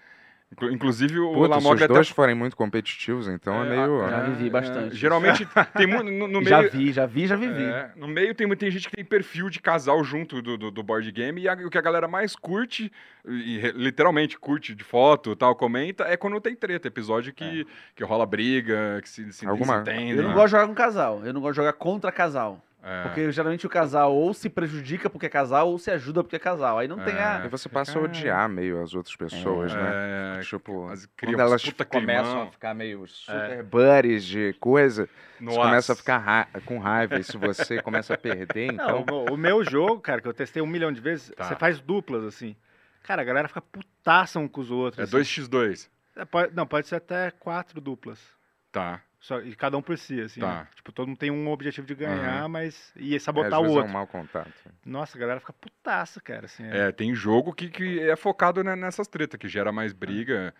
S7: inclu- Inclusive o
S4: Puta, se os
S7: Lamog até.
S4: dois forem muito competitivos, então é,
S7: é,
S4: meio.
S7: a-
S8: Já vivi
S7: é,
S4: *laughs*
S8: bastante.
S7: Geralmente tem mu- no, no meio.
S8: já vi, já vi, já vivi.
S7: É, no meio tem, tem gente que tem perfil de casal junto do, do, do board game e a- o que a galera mais curte, e re- literalmente curte de foto tal, comenta, é quando tem treta, episódio que, que rola briga, que se, se
S4: É. Alguma-
S7: desentendem.
S8: Eu não gosto de jogar com casal, eu não gosto de jogar contra casal.
S7: Né? É.
S8: Porque geralmente o casal ou se prejudica porque é casal ou se ajuda porque é casal. Aí não tem
S4: Aí
S8: a.
S4: né, você passa a
S7: Cara.
S4: odiar meio as outras pessoas, né?
S7: É,
S4: Tipo,
S7: as- cria
S4: quando
S7: uns
S4: elas
S7: puta
S4: começam
S7: climão.
S4: a ficar meio super buddies de coisa, você
S7: Nossa.
S4: começa a ficar ra- com raiva. E se você começa a perder,
S3: Não,
S4: então.
S3: o, o meu jogo, cara, que eu testei um milhão de vezes,
S7: Tá.
S3: você faz duplas, assim. Cara, a galera fica putaça um com os outros.
S7: É
S3: assim.
S7: 2x2.
S3: É, pode- não, pode ser até quatro duplas.
S7: Tá.
S3: Só, e cada um por si, assim.
S7: Tá.
S3: né? Tipo, todo mundo tem um objetivo de ganhar, mas. E sabotar
S4: às
S3: o
S4: vezes
S3: outro.
S4: é um mau contato.
S3: Nossa, a galera fica putaça, cara, assim. é.
S7: É, tem jogo que, que é focado né, nessas tretas, que gera mais briga.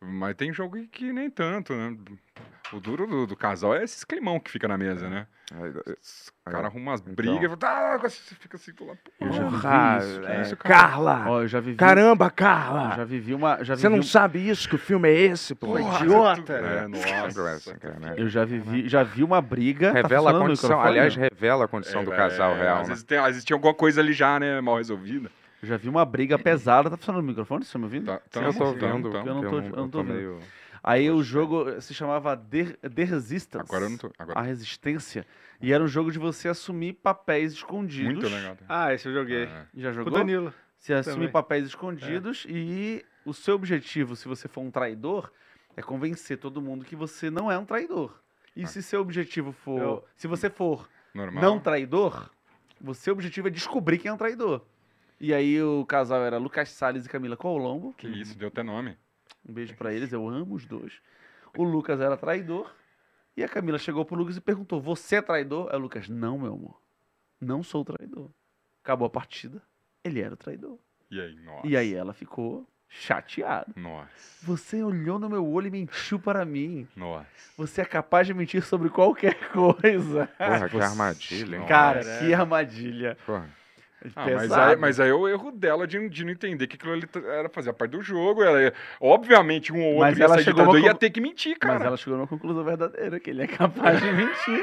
S7: Mas tem jogo que- que nem tanto, né? O duro do, do casal é esses climão que fica na mesa, né?
S4: Aí,
S7: O cara arruma umas
S4: É. Então.
S7: brigas, e fala, "Ah", você fica assim do lado.
S8: Eu já vivi
S4: Porra,
S8: isso.
S7: que
S4: é,
S7: isso, cara?
S4: Carla!
S8: Ó, eu já vivi.
S4: Caramba,
S8: eu Já
S4: Carla!
S8: vivi uma. Já
S4: Você
S8: vivi
S4: não
S8: um-
S4: sabe isso? Que o filme é esse, pô?
S7: Porra,
S3: idiota!
S7: É,
S4: Sempre é
S7: nossa.
S4: assim, cara, né?
S8: Eu já vivi, já vi uma briga. tá
S4: Revela a
S8: funcionando o
S4: condição,
S8: microfone?
S4: aliás, revela a condição do
S7: É,
S4: casal
S7: é,
S4: real,
S7: Às
S4: né?
S7: vezes, tem, às vezes tinha alguma coisa ali já, né? Mal resolvida.
S8: Eu já vi uma briga pesada. Tá funcionando o microfone? Vocês estão me ouvindo?
S7: Tá, tá,
S4: Eu tô
S7: tá,
S4: ouvindo,
S7: tá.
S4: porque
S8: então. eu não tô- eu não tô ouvindo.
S4: meio...
S8: Aí o jogo se chamava The, The Resistance.
S7: Agora eu não tô. Agora.
S8: A Resistência. E era um jogo de você assumir papéis escondidos.
S7: muito legal. tá?
S3: Ah, esse eu joguei.
S7: É.
S8: Já
S3: Com o
S8: jogou?
S3: Danilo.
S8: Você assume
S3: Também.
S8: papéis escondidos e o seu objetivo, se você for um traidor, é convencer todo mundo que você não é um traidor. E se seu objetivo for.
S3: Eu-
S8: Se você for
S7: Ah. Normal.
S8: não traidor, o seu objetivo é descobrir quem é um traidor. E aí o casal era Lucas Salles e Camila Colombo.
S7: Que isso, deu até nome.
S8: Um beijo pra eles, eu amo
S7: *laughs*
S8: os dois. O Lucas era traidor. E a Camila chegou pro Lucas e perguntou: Você é traidor? Aí o Lucas, não, meu amor. Não sou traidor. Acabou a partida. Ele era o traidor.
S7: E aí, nossa.
S8: E aí ela ficou chateada.
S7: Nossa.
S8: Você olhou no meu olho e mentiu para mim.
S7: Nossa.
S8: Você é capaz de mentir sobre qualquer *laughs* coisa.
S7: É,
S4: Porra, que armadilha, hein?
S8: Cara,
S7: Nossa.
S8: que armadilha. É
S4: Porra.
S7: Ah, mas,
S8: Pesado.
S7: aí, mas aí é o erro dela de, de não entender que aquilo ali t- era fazer parte do jogo. Ela, ia- obviamente, um ou outro
S8: Mas
S7: ia
S8: ela
S7: sair de
S8: chegou a
S7: traidor e
S8: uma
S7: ia
S8: con-
S7: ter que mentir, cara.
S8: Mas ela chegou numa conclusão verdadeira, que ele é capaz *laughs* de mentir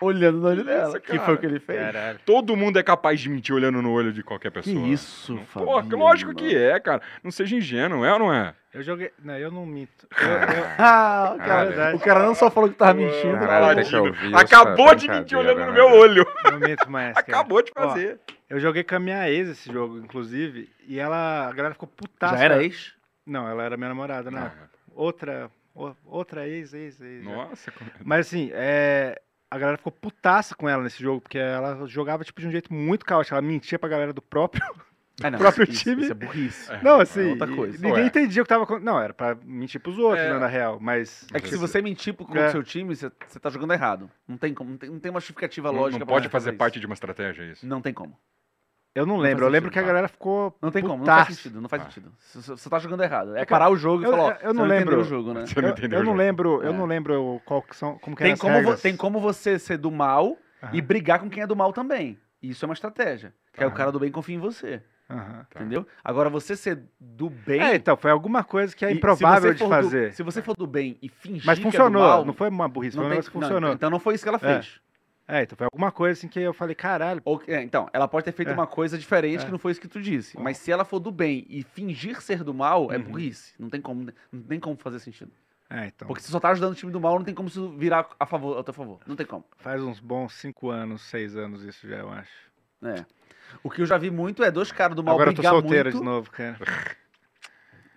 S8: olhando no olho dela.
S7: Isso,
S8: que
S7: cara.
S8: foi o que ele fez.
S3: Caralho.
S7: Todo mundo é capaz de mentir olhando no olho de qualquer
S8: que
S7: pessoa.
S8: isso,
S7: Não-
S8: Fábio.
S7: Porra, lógico que é, cara. Não seja ingênuo, é ou não é?
S3: Eu joguei. Não, eu não minto. Eu- eu-
S8: Ah, o cara,
S3: Caralho.
S8: o cara não só falou que tava mentindo.
S4: Caralho,
S8: falou-
S4: tem que ouvir essa
S7: Acabou de mentir
S4: é brincadeira,
S7: olhando no
S4: né,
S7: meu
S4: velho?
S7: olho.
S3: não minto
S7: *laughs*
S3: mais. cara.
S7: Acabou de
S3: Ó,
S7: fazer.
S3: eu joguei com a minha ex esse jogo, inclusive, e ela. A galera ficou putaça.
S8: Já era ex?
S3: Não, ela era minha namorada,
S7: Ah.
S3: não. Outra. o- Outra ex, ex, ex. já.
S7: Nossa, como-
S3: Mas assim, é, a galera ficou putaça com ela nesse jogo, porque ela jogava tipo, de um jeito muito caótico. Ela mentia pra galera do próprio.
S8: Ah, não,
S3: Próprio
S8: isso-
S3: time.
S8: Isso é burrice.
S7: É,
S3: Não, assim.
S8: outra coisa.
S3: e Ninguém
S7: Ué.
S3: entendia o que tava acontecendo. Não, era pra mentir pros outros,
S7: É.
S3: né, na real. Mas.
S8: É que se você mentir pro
S3: É.
S8: o seu time, você você tá jogando errado. Não tem como, não tem, não tem uma justificativa
S7: não-
S8: lógica
S7: não
S8: pra
S7: pode
S8: você
S7: fazer
S8: isso.
S7: parte de uma estratégia isso.
S8: Não tem como.
S3: Eu não
S8: faz
S3: lembro. eu lembro
S7: sentido,
S3: que a
S7: tá.
S3: galera ficou.
S8: Não tem como, não
S3: putaça.
S8: faz *laughs* sentido, não faz
S7: Ah.
S8: sentido. Você- Você você tá jogando errado. É
S3: Eu-
S8: parar o jogo e
S3: eu-
S8: falar, ó,
S3: eu
S8: você
S3: não
S8: entendeu
S3: lembro. tipo
S8: o jogo, né?
S7: Você
S3: Eu
S7: não
S3: eu
S7: entendeu?
S3: não
S7: já.
S3: lembro, eu
S8: É.
S3: não lembro qual que são, como que eram
S8: Tem
S3: as
S8: como, vo-
S3: regras. Ah.
S8: tem como você ser do mal e
S3: Aham.
S8: brigar com quem é do mal também. Isso é uma estratégia. Que aí o
S7: Tá.
S8: cara do bem confia em você,
S3: Aham.
S7: Tá.
S8: entendeu? Agora, você ser do bem...
S3: É, então, foi alguma coisa que é
S8: e se
S3: improvável
S8: você
S3: de
S8: for do-
S3: fazer.
S8: se você for do bem e fingir
S3: Mas
S8: que é do mal,
S3: funcionou, não foi uma burrice,
S8: não
S3: foi um
S8: tem-
S3: negócio que
S8: não,
S3: funcionou.
S8: então não foi isso que ela
S3: É.
S8: fez.
S3: É, então foi alguma coisa assim que eu falei, caralho,
S8: Ou que- é, então, ela pode ter feito
S3: É.
S8: uma coisa diferente
S3: É.
S8: que não foi isso que tu disse. Mas se ela for do bem e fingir ser do mal, é
S7: Uhum.
S8: burrice. Não tem, como, não tem como fazer sentido.
S3: É, então.
S8: Porque se só tá ajudando o time do mal, não tem como isso virar a favor, a teu favor. Não tem como.
S3: Faz uns bons 5 anos, 6 anos isso já, eu acho.
S8: É. O que eu já vi muito é dois caras do mal
S3: Agora eu tô
S8: brigar
S3: solteiro
S8: muito.
S3: de novo, cara.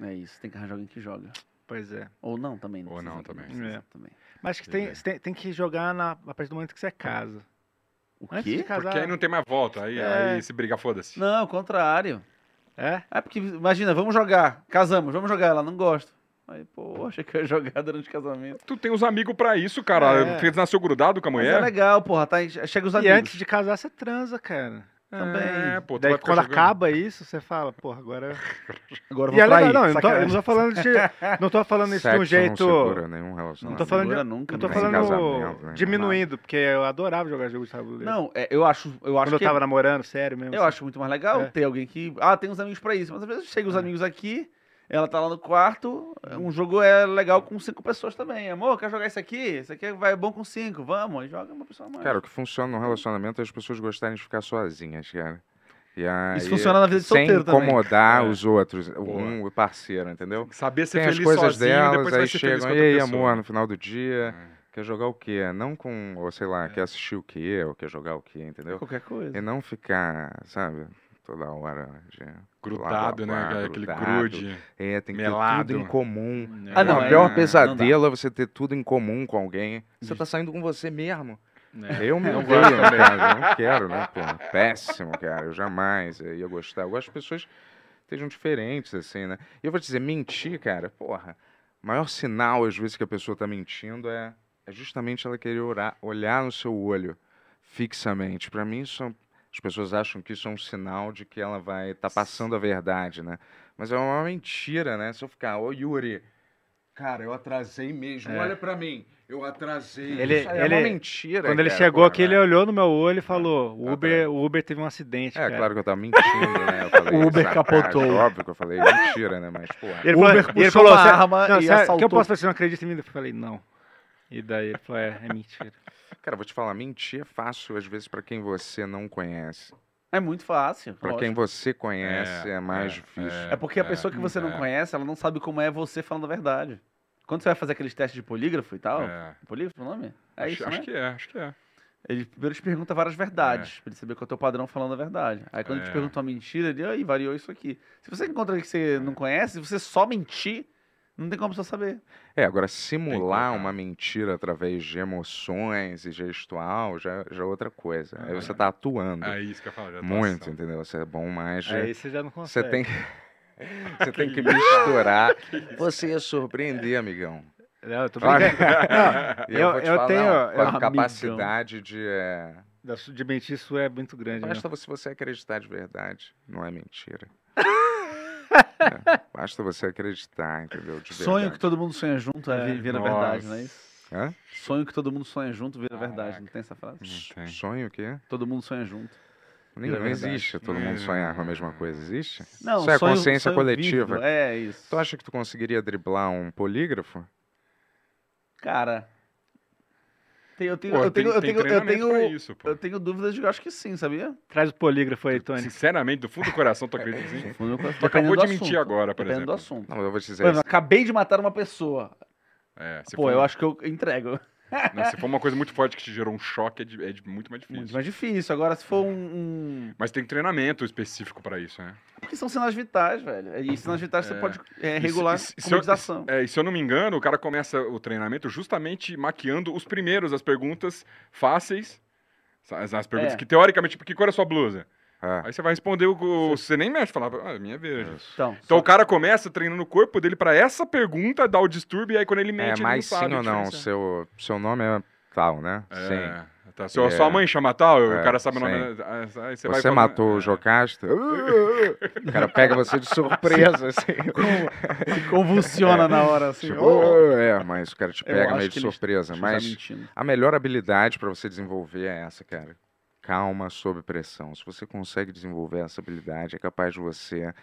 S8: É isso, tem que arranjar alguém que joga.
S3: Pois é.
S8: Ou não também.
S7: Ou
S8: precisa-
S7: não também.
S8: precisa
S3: É.
S8: também.
S3: Mas acho que
S7: Pois
S3: tem,
S7: é.
S3: você tem, tem que jogar na, a partir do momento que você é casa.
S8: O
S3: Antes de
S8: quê?
S3: casar.
S7: Porque aí não tem mais volta. Aí,
S3: É.
S7: aí se brigar, foda-se.
S8: Não, contrário.
S3: É?
S8: É porque, imagina, vamos jogar. Casamos, vamos jogar. Ela não gosta. Aí, poxa, *laughs* que eu ia jogar durante o casamento.
S7: Tu tem os amigos pra isso, cara.
S3: É.
S7: Porque tu nasceu grudado com a
S8: Mas é
S7: mulher.
S8: legal, porra. Tá, chega os
S3: E
S8: amigos.
S3: antes de casar, você transa, cara.
S7: É,
S8: também.
S7: pô, tu
S3: Daí
S7: vai ficar
S3: quando
S7: jogando.
S3: acaba isso, você fala, porra, agora.
S8: Agora
S3: E
S8: eu vou
S3: é
S8: trair.
S3: legal, não, eu não, tô, eu
S8: sacanagem.
S3: não tô falando de. Não tô falando isso de um jeito.
S4: não segura nenhum relacionamento.
S3: Não tô falando de-
S8: segura nunca,
S3: Não tô
S4: nem
S8: mano.
S3: falando
S4: casamento, nem
S3: diminuindo, porque eu adorava jogar jogo de tabuleiro.
S8: né? Não, é, eu acho, eu acho
S3: Quando eu
S8: que é,
S3: tava namorando, sério mesmo.
S8: eu
S3: assim.
S8: acho muito mais legal
S3: É.
S8: ter alguém que, ah, tem uns amigos pra isso, mas às vezes chega os amigos aqui, ela tá lá no quarto, um jogo é legal com cinco pessoas também. Amor, quer jogar isso aqui? Isso aqui é vai bom com cinco. Vamos, aí joga uma pessoa a mais.
S4: Cara, o que funciona no relacionamento é as pessoas gostarem de ficar sozinhas, cara. E aí,
S8: isso funciona na vida de
S4: sem
S8: solteiro também.
S4: incomodar
S7: É.
S4: os outros, um parceiro, entendeu?
S7: Saber ser
S4: Tem as
S7: feliz
S4: coisas
S7: sozinho e
S4: delas,
S7: depois vai
S4: aí
S7: ser feliz
S4: chegam,
S7: com
S4: e
S7: outra
S4: aí,
S7: pessoa.
S4: amor, no final do dia,
S7: É.
S4: quer jogar o quê? Não com, ou sei lá, quer assistir o quê, ou quer jogar o quê, entendeu?
S8: Qualquer coisa.
S4: E não ficar, sabe, toda hora de... blá,
S7: Grudado,
S4: blá,
S7: né?
S4: blá,
S7: Aquele
S4: grudado.
S7: grude.
S4: É, tem que ter
S7: Melado.
S4: tudo em comum.
S8: Ah, não,
S4: o
S8: é,
S4: pior
S8: não
S4: pesadelo é você ter tudo em comum com alguém. Você tá saindo com você mesmo.
S7: É.
S4: Eu me
S7: Eu
S4: odeio,
S7: gosto também.
S4: cara. Eu não quero, né, pô? Péssimo, cara. Eu jamais eh, ia gostar. Eu gosto que pessoas estejam diferentes, assim, né? E eu vou te dizer, mentir, cara, porra. O maior sinal, às vezes, que a pessoa tá mentindo é, é justamente ela querer orar- olhar no seu olho fixamente. Pra mim, isso é um- as pessoas acham que isso é um sinal de que ela vai estar passando a verdade, né? Mas é uma mentira, né? Se eu ficar, ô Yuri, cara, eu atrasei mesmo. Olha pra mim, eu atrasei.
S3: É. Ele-
S4: Isso aí é uma
S3: ele-
S4: mentira.
S3: Quando ele
S4: cara,
S3: chegou
S4: porra,
S3: aqui, ele
S4: né?
S3: olhou no meu olho e falou:
S4: Ah,
S3: o
S8: É.
S4: tá.
S3: Uber, o Uber teve um acidente.
S4: É,
S3: cara.
S4: claro que eu tava mentindo, né?
S3: *laughs*
S4: Eu falei,
S5: O Uber
S4: sacanagem,
S5: capotou.
S4: Óbvio que eu falei mentira, né? Mas, porra.
S3: E ele,
S5: O
S3: falou,
S5: Uber
S3: e ele
S5: puxou
S3: falou:
S5: uma
S3: "Cê-
S5: arma
S3: não,
S5: e
S3: sério, que eu
S5: assaltou."
S3: posso fazer? Você não acredita em mim? Eu falei: não. E daí ele falou: é, é
S4: *laughs*
S3: mentira.
S4: Cara, eu vou te falar, mentir é fácil, às vezes, pra quem você não conhece.
S8: É muito fácil.
S4: Pra
S8: lógico.
S4: quem você conhece, é, mais difícil.
S8: É porque a pessoa que você não
S7: é,
S8: conhece, ela não sabe como é você falando a verdade. Quando você vai fazer aqueles testes de polígrafo e tal,
S7: é.
S8: polígrafo é o nome? É
S7: Acho,
S8: isso,
S7: acho
S8: né?
S7: que é, acho que é.
S8: Ele primeiro te pergunta várias verdades, pra ele saber qual é o teu padrão falando a verdade. Aí quando ele te
S7: É.
S8: pergunta uma mentira, ele, aí variou isso aqui. Se você encontra alguém que você não conhece, se você só mentir, não tem como você saber.
S4: É, agora
S7: Tem que
S4: simular
S7: colocar.
S4: uma mentira através de emoções e gestual já, já é outra coisa. Aí
S7: Ah,
S4: você tá atuando.
S7: É isso que eu falo. de atuação.
S4: muito, entendeu? Você é bom mais. de-
S3: Aí você já não
S4: Você
S3: consegue.
S4: tem que. Você tem que misturar. Você ia surpreender, amigão.
S3: Não, eu tô
S4: Olha.
S3: brincando. Não,
S4: E eu,
S3: Eu-
S4: vou te
S3: eu
S4: falar,
S3: tenho-
S4: ó, com
S3: eu-
S4: a
S3: amigão.
S4: capacidade de. é,
S3: *laughs* Da su- de mentir, isso é muito grande. né?
S4: Basta você, você acreditar de verdade, não é mentira. É, Basta você acreditar, entendeu? De
S8: Sonho que
S4: verdade.
S8: todo mundo sonha junto é, vi- vira
S7: Nossa.
S8: verdade, não é isso?
S4: Hã?
S8: Sonho que todo mundo sonha junto vira verdade, não tem essa frase?
S7: Não tem.
S4: Hum, Sonho o quê?
S8: Todo mundo sonha junto.
S4: Nem,
S8: Vira
S4: não
S8: verdade.
S4: existe todo mundo sonhar com a mesma coisa, existe?
S8: Não,
S4: Isso é
S8: sonho-
S4: consciência
S8: sonho
S4: coletiva.
S8: vívido, É isso.
S4: Tu acha que tu conseguiria driblar um polígrafo?
S8: Cara, tem- eu tenho,
S7: *laughs* Pô,
S8: eu
S7: tem-
S8: tenho, eu
S7: tem
S8: tenho, eu
S7: treinamento pra
S8: tenho,
S7: isso, pô.
S8: eu tenho dúvidas de que eu acho que sim, sabia?
S3: Traz o polígrafo aí, Tony.
S7: Sinceramente, do fundo do coração, tu acredita
S8: *laughs*
S7: assim? Tu
S8: Tô dependendo
S7: acabou
S8: do
S7: de mentir
S8: assunto,
S7: agora, por
S8: Dependendo do
S7: exemplo.
S8: assunto.
S4: Não, eu vou te
S8: Por
S4: dizer
S8: exemplo,
S4: isso.
S8: acabei de matar uma pessoa.
S7: É, se,
S8: Pô,
S7: for,
S8: eu acho que eu
S7: *laughs*
S8: entrego.
S7: né, se for uma coisa muito forte que te gerou um choque, é, de- é de- muito mais difícil.
S8: Muito mais difícil. Agora, se for um. um-
S7: Mas tem treinamento específico pra isso, né?
S8: Porque são sinais vitais, velho. E sinais vitais você
S7: É.
S8: pode é,
S7: E se-
S8: regular
S7: e
S8: com
S7: se- se eu-
S8: medicação.
S7: É, e se eu não me engano, o cara começa o treinamento justamente maquiando os primeiros, as perguntas fáceis. As, as perguntas
S8: É.
S7: que, teoricamente, tipo, que cor é a sua blusa?
S4: Ah,
S7: Aí você vai responder o. o- você nem mexe, fala, ah, minha
S4: É,
S7: verde.
S8: Então,
S7: Então
S8: só-
S7: o cara começa treinando o corpo dele pra essa pergunta, dá o distúrbio, e aí quando ele
S4: é
S7: mente,
S4: mais
S7: ele não sabe
S4: sim ou
S7: a
S4: não?
S7: diferença.
S4: Seu, seu nome é tal, né? Sim.
S7: É, tá. Sua,
S4: É.
S7: sua mãe chama tal, o
S4: É,
S7: cara sabe o nome.
S4: sim.
S7: da- ah, Aí você vai
S4: Você
S7: falando-
S4: matou
S7: é.
S4: o Jocasta? o cara pega você de surpresa, assim.
S8: se
S7: É.
S8: convulsiona na hora, assim.
S4: Tipo,
S8: ó,
S4: "Oh", é, mas o cara te
S8: Eu
S4: pega
S8: acho
S4: meio
S8: que
S4: de
S8: ele
S4: surpresa.
S8: acho que tá
S4: Mas
S8: mentindo.
S4: a melhor habilidade pra você desenvolver é essa, cara. Calma sob pressão. Se você consegue desenvolver essa habilidade, é capaz de você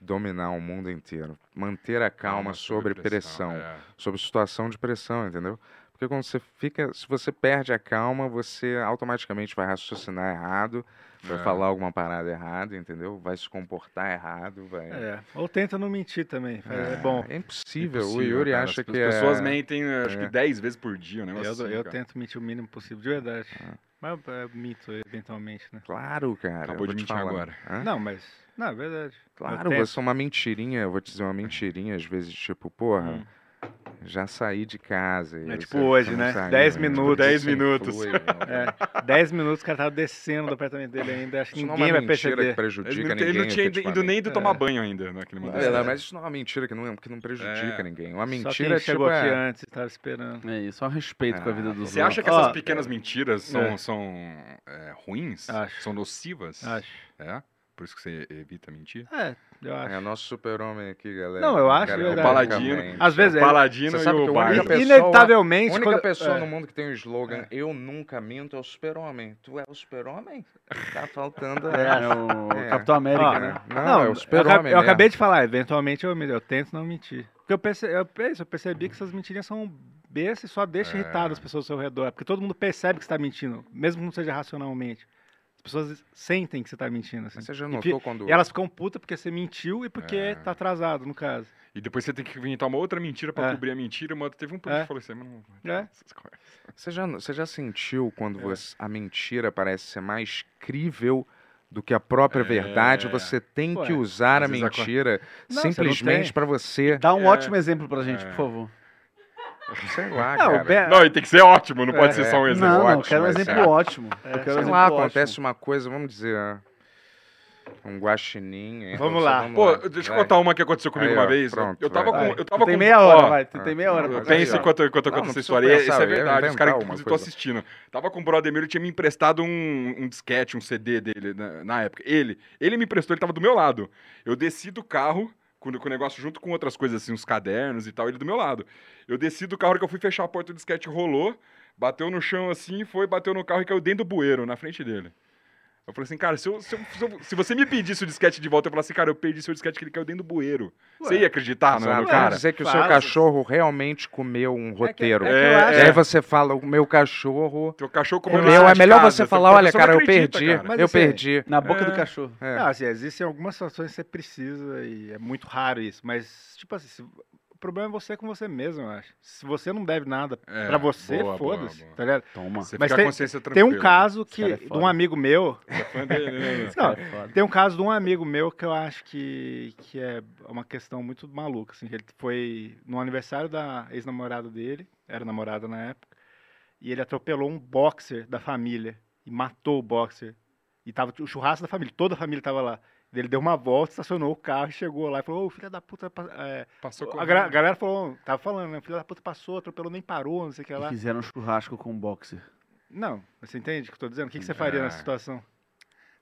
S4: dominar o mundo inteiro. Manter a calma sob pressão,
S7: É.
S4: sob situação de pressão, entendeu? Porque quando você fica, se você perde a calma, você automaticamente vai raciocinar errado, vai
S7: É.
S4: falar alguma parada errada, entendeu? Vai se comportar errado, vai.
S3: É. Ou tenta não mentir também. É, bom.
S4: É impossível.
S7: Impossível,
S4: O Yuri
S7: cara.
S4: acha
S7: As
S4: que
S7: pe- pessoas
S4: é...
S7: mentem, eh, acho
S4: É.
S7: que 10 vezes por dia, né?
S3: Eu, eu tento mentir o mínimo possível, de verdade.
S4: Ah.
S3: Mas eu, eu minto eventualmente, né?
S4: Claro, cara. eu vou
S7: Acabou de
S4: te
S7: mentir
S4: falar.
S7: agora.
S4: Hã?
S3: Não, mas. Não, é verdade.
S4: Claro,
S3: tento.
S4: você é uma mentirinha, eu vou te dizer uma mentirinha, às vezes, tipo, porra,
S3: Hum.
S4: já saí de casa. e
S3: É
S4: aí
S3: tipo
S4: você-
S3: hoje,
S4: você não
S3: né?
S4: saiu,
S3: Dez
S4: né? Tipo,
S3: minutos.
S4: você
S7: Dez
S4: sempre
S7: minutos.
S4: foi, né?
S3: É, 10 minutos o cara tava descendo do apartamento dele ainda. Acho que
S4: Isso não é
S3: ninguém
S4: uma
S3: vai
S4: mentira que
S3: perceber.
S4: prejudica ninguém.
S7: Ele não tinha ido- ido
S4: efetivamente.
S7: nem de tomar banho ainda naquele momento.
S4: Olha lá, mas isso não é uma mentira que não, que não prejudica
S7: É.
S4: ninguém. Uma
S3: Só
S4: mentira
S3: quem
S4: é tipo.
S3: chegou aqui
S4: é-
S3: antes, tava esperando.
S8: É isso, só respeito com a vida
S4: Ah,
S8: dos
S7: Você acha que
S8: outros.
S7: essas
S3: Ó,
S7: pequenas mentiras são,
S3: é.
S7: são é, ruins?
S3: Acho.
S7: São nocivas?
S3: Acho.
S7: É? Por isso que você evita mentir?
S3: É, eu acho.
S4: É o nosso super-homem aqui, galera.
S3: Não, eu acho,
S4: Cara,
S3: é
S4: o
S3: verdade.
S4: Paladino.
S3: Às vezes
S7: o
S3: é.
S7: Paladino
S4: Você
S7: e
S4: sabe que a
S7: o
S4: única
S7: Bardo.
S4: pessoa-
S3: Inevitavelmente.
S4: A única
S3: quando-
S4: pessoa
S3: é.
S4: no mundo que tem o slogan Eu nunca minto é o super-homem. Tu é o super-homem? Tá
S3: *laughs*
S4: faltando.
S8: É,
S7: né?
S4: essa,
S8: o
S4: É.
S8: Capitão América,
S3: Ó,
S8: né?
S4: Não,
S3: Não,
S4: é o
S3: eu,
S4: super-homem.
S3: acabei, eu
S4: mesmo.
S3: acabei de falar, eventualmente eu, me- eu tento não mentir. Porque eu, perce, eu, penso, eu percebi que essas mentirinhas são bestas e só deixa
S7: É.
S3: irritado as pessoas ao seu redor. Porque todo mundo percebe que você tá mentindo, mesmo que não seja racionalmente. As pessoas sentem que você tá mentindo, assim.
S4: Mas é Você já
S3: E fi-
S4: notou quando.
S3: E elas ficam putas porque você mentiu e porque
S7: É.
S3: tá atrasado, no caso.
S7: E depois você tem que inventar uma outra mentira pra
S3: É.
S7: cobrir a mentira. Uma... Teve um pouco
S3: É.
S7: que falou assim, mas não...
S3: É.
S7: essas coisas.
S4: Você já, você já sentiu quando você- a mentira parece ser mais crível do que a própria
S7: É.
S4: verdade? Você tem que
S3: Ué,
S4: usar a
S7: às vezes a co-
S4: mentira
S3: Não, você não
S4: simplesmente
S3: tem.
S4: pra você.
S8: Dá um
S7: É.
S8: ótimo exemplo pra gente,
S7: É.
S8: por favor.
S4: Sei lá,
S3: Não,
S4: cara.
S3: É, o Be-
S7: Não, e tem que ser ótimo, não
S4: É.
S7: pode ser só um exemplo.
S8: não, não, eu
S4: ótimo,
S8: quero um
S4: mas
S8: exemplo
S4: é.
S8: ótimo. Eu quero um
S4: Sei
S8: exemplo
S4: lá,
S8: ótimo.
S4: acontece uma coisa, vamos dizer. ah, Um guaxinim. hein?
S3: Vamos
S4: Você-
S3: lá.
S7: Pô, deixa eu
S4: vai.
S7: contar uma que aconteceu comigo
S4: Aí, ó,
S7: uma vez.
S4: pronto,
S7: eu tava
S4: vai.
S7: com. Eu tava
S8: tem
S7: com- um-
S8: meia hora,
S7: ó,
S8: vai. Tem meia hora. pra
S4: eu
S8: fazer.
S4: tenho
S7: Pensa
S4: Aí, ó.
S7: enquanto, enquanto eu
S4: Não,
S7: conto
S4: não
S7: essa
S4: precisa
S7: história. E-
S4: pensar,
S7: Isso é
S4: eu ia
S7: verdade. Os
S4: inventar
S7: caras,
S4: alguma
S7: inclusive, tô
S4: coisa.
S7: assistindo. Tava com um brother meu, ele tinha me emprestado um, um disquete, um CD dele na, na época. Ele. Ele me emprestou, ele tava do meu lado. Eu desci do carro. Com, com o negócio junto com outras coisas, assim, uns cadernos e tal, ele do meu lado. Eu desci do carro, a hora que eu fui fechar a porta, o disquete rolou, bateu no chão assim, foi, bateu no carro e caiu dentro do bueiro, na frente dele. Eu falei assim, cara, se, eu- se eu- se eu- se você me pedisse o disquete de volta, eu falei assim, cara, eu perdi seu disquete que ele caiu dentro do bueiro. Você ia acreditar, não, é
S4: Exato.
S7: no
S4: Quer
S7: um né, cara?
S4: dizer que o
S3: claro.
S4: seu cachorro realmente comeu um roteiro.
S3: é que eu acho-
S4: E aí você fala, o meu cachorro.
S7: Teu um cachorro
S4: O
S7: comeu
S4: meu, é
S7: nas
S4: melhor
S7: casas.
S4: você
S7: Essa
S4: falar, olha,
S7: pessoa não
S4: cara, eu
S7: acredita,
S4: perdi.
S7: cara.
S8: Mas
S4: Eu
S8: isso aí.
S4: perdi.
S8: Na boca
S7: É.
S8: do cachorro.
S4: É.
S3: Não, assim, existem algumas situações que você precisa e é muito raro isso, mas, tipo assim, se- o problema é você com você mesmo, eu acho. Se você não deve nada
S7: É,
S3: pra você,
S7: boa, boa,
S3: foda-se,
S7: boa.
S3: tá ligado?
S8: Toma.
S7: Você
S3: Mas
S7: fica
S3: tem-
S7: a consciência
S3: Tem
S7: tranquila. né?
S3: um caso que,
S8: cara é
S3: de
S8: foda.
S3: um amigo meu,
S7: Fã dele, né,
S3: *laughs*
S7: né?
S3: Não,
S8: É foda.
S3: tem um caso de um amigo meu que eu acho que, que é uma questão muito maluca, assim, que ele foi no aniversário da ex-namorada dele, era namorada na época, e ele atropelou um boxer da família e matou o boxer. E tava o churrasco da família, toda a família tava lá. Ele deu uma volta, estacionou o carro, chegou lá e falou, ô, filha da puta... pa- é,
S7: Passou
S3: a
S7: correndo.
S3: gra- galera falou, tava falando, né? Filha da puta passou, atropelou, nem parou, não sei o que
S8: E
S3: lá.
S8: Fizeram um churrasco com um boxer.
S3: Não, você entende o que eu tô dizendo? O que, que você faria nessa
S7: É.
S3: situação?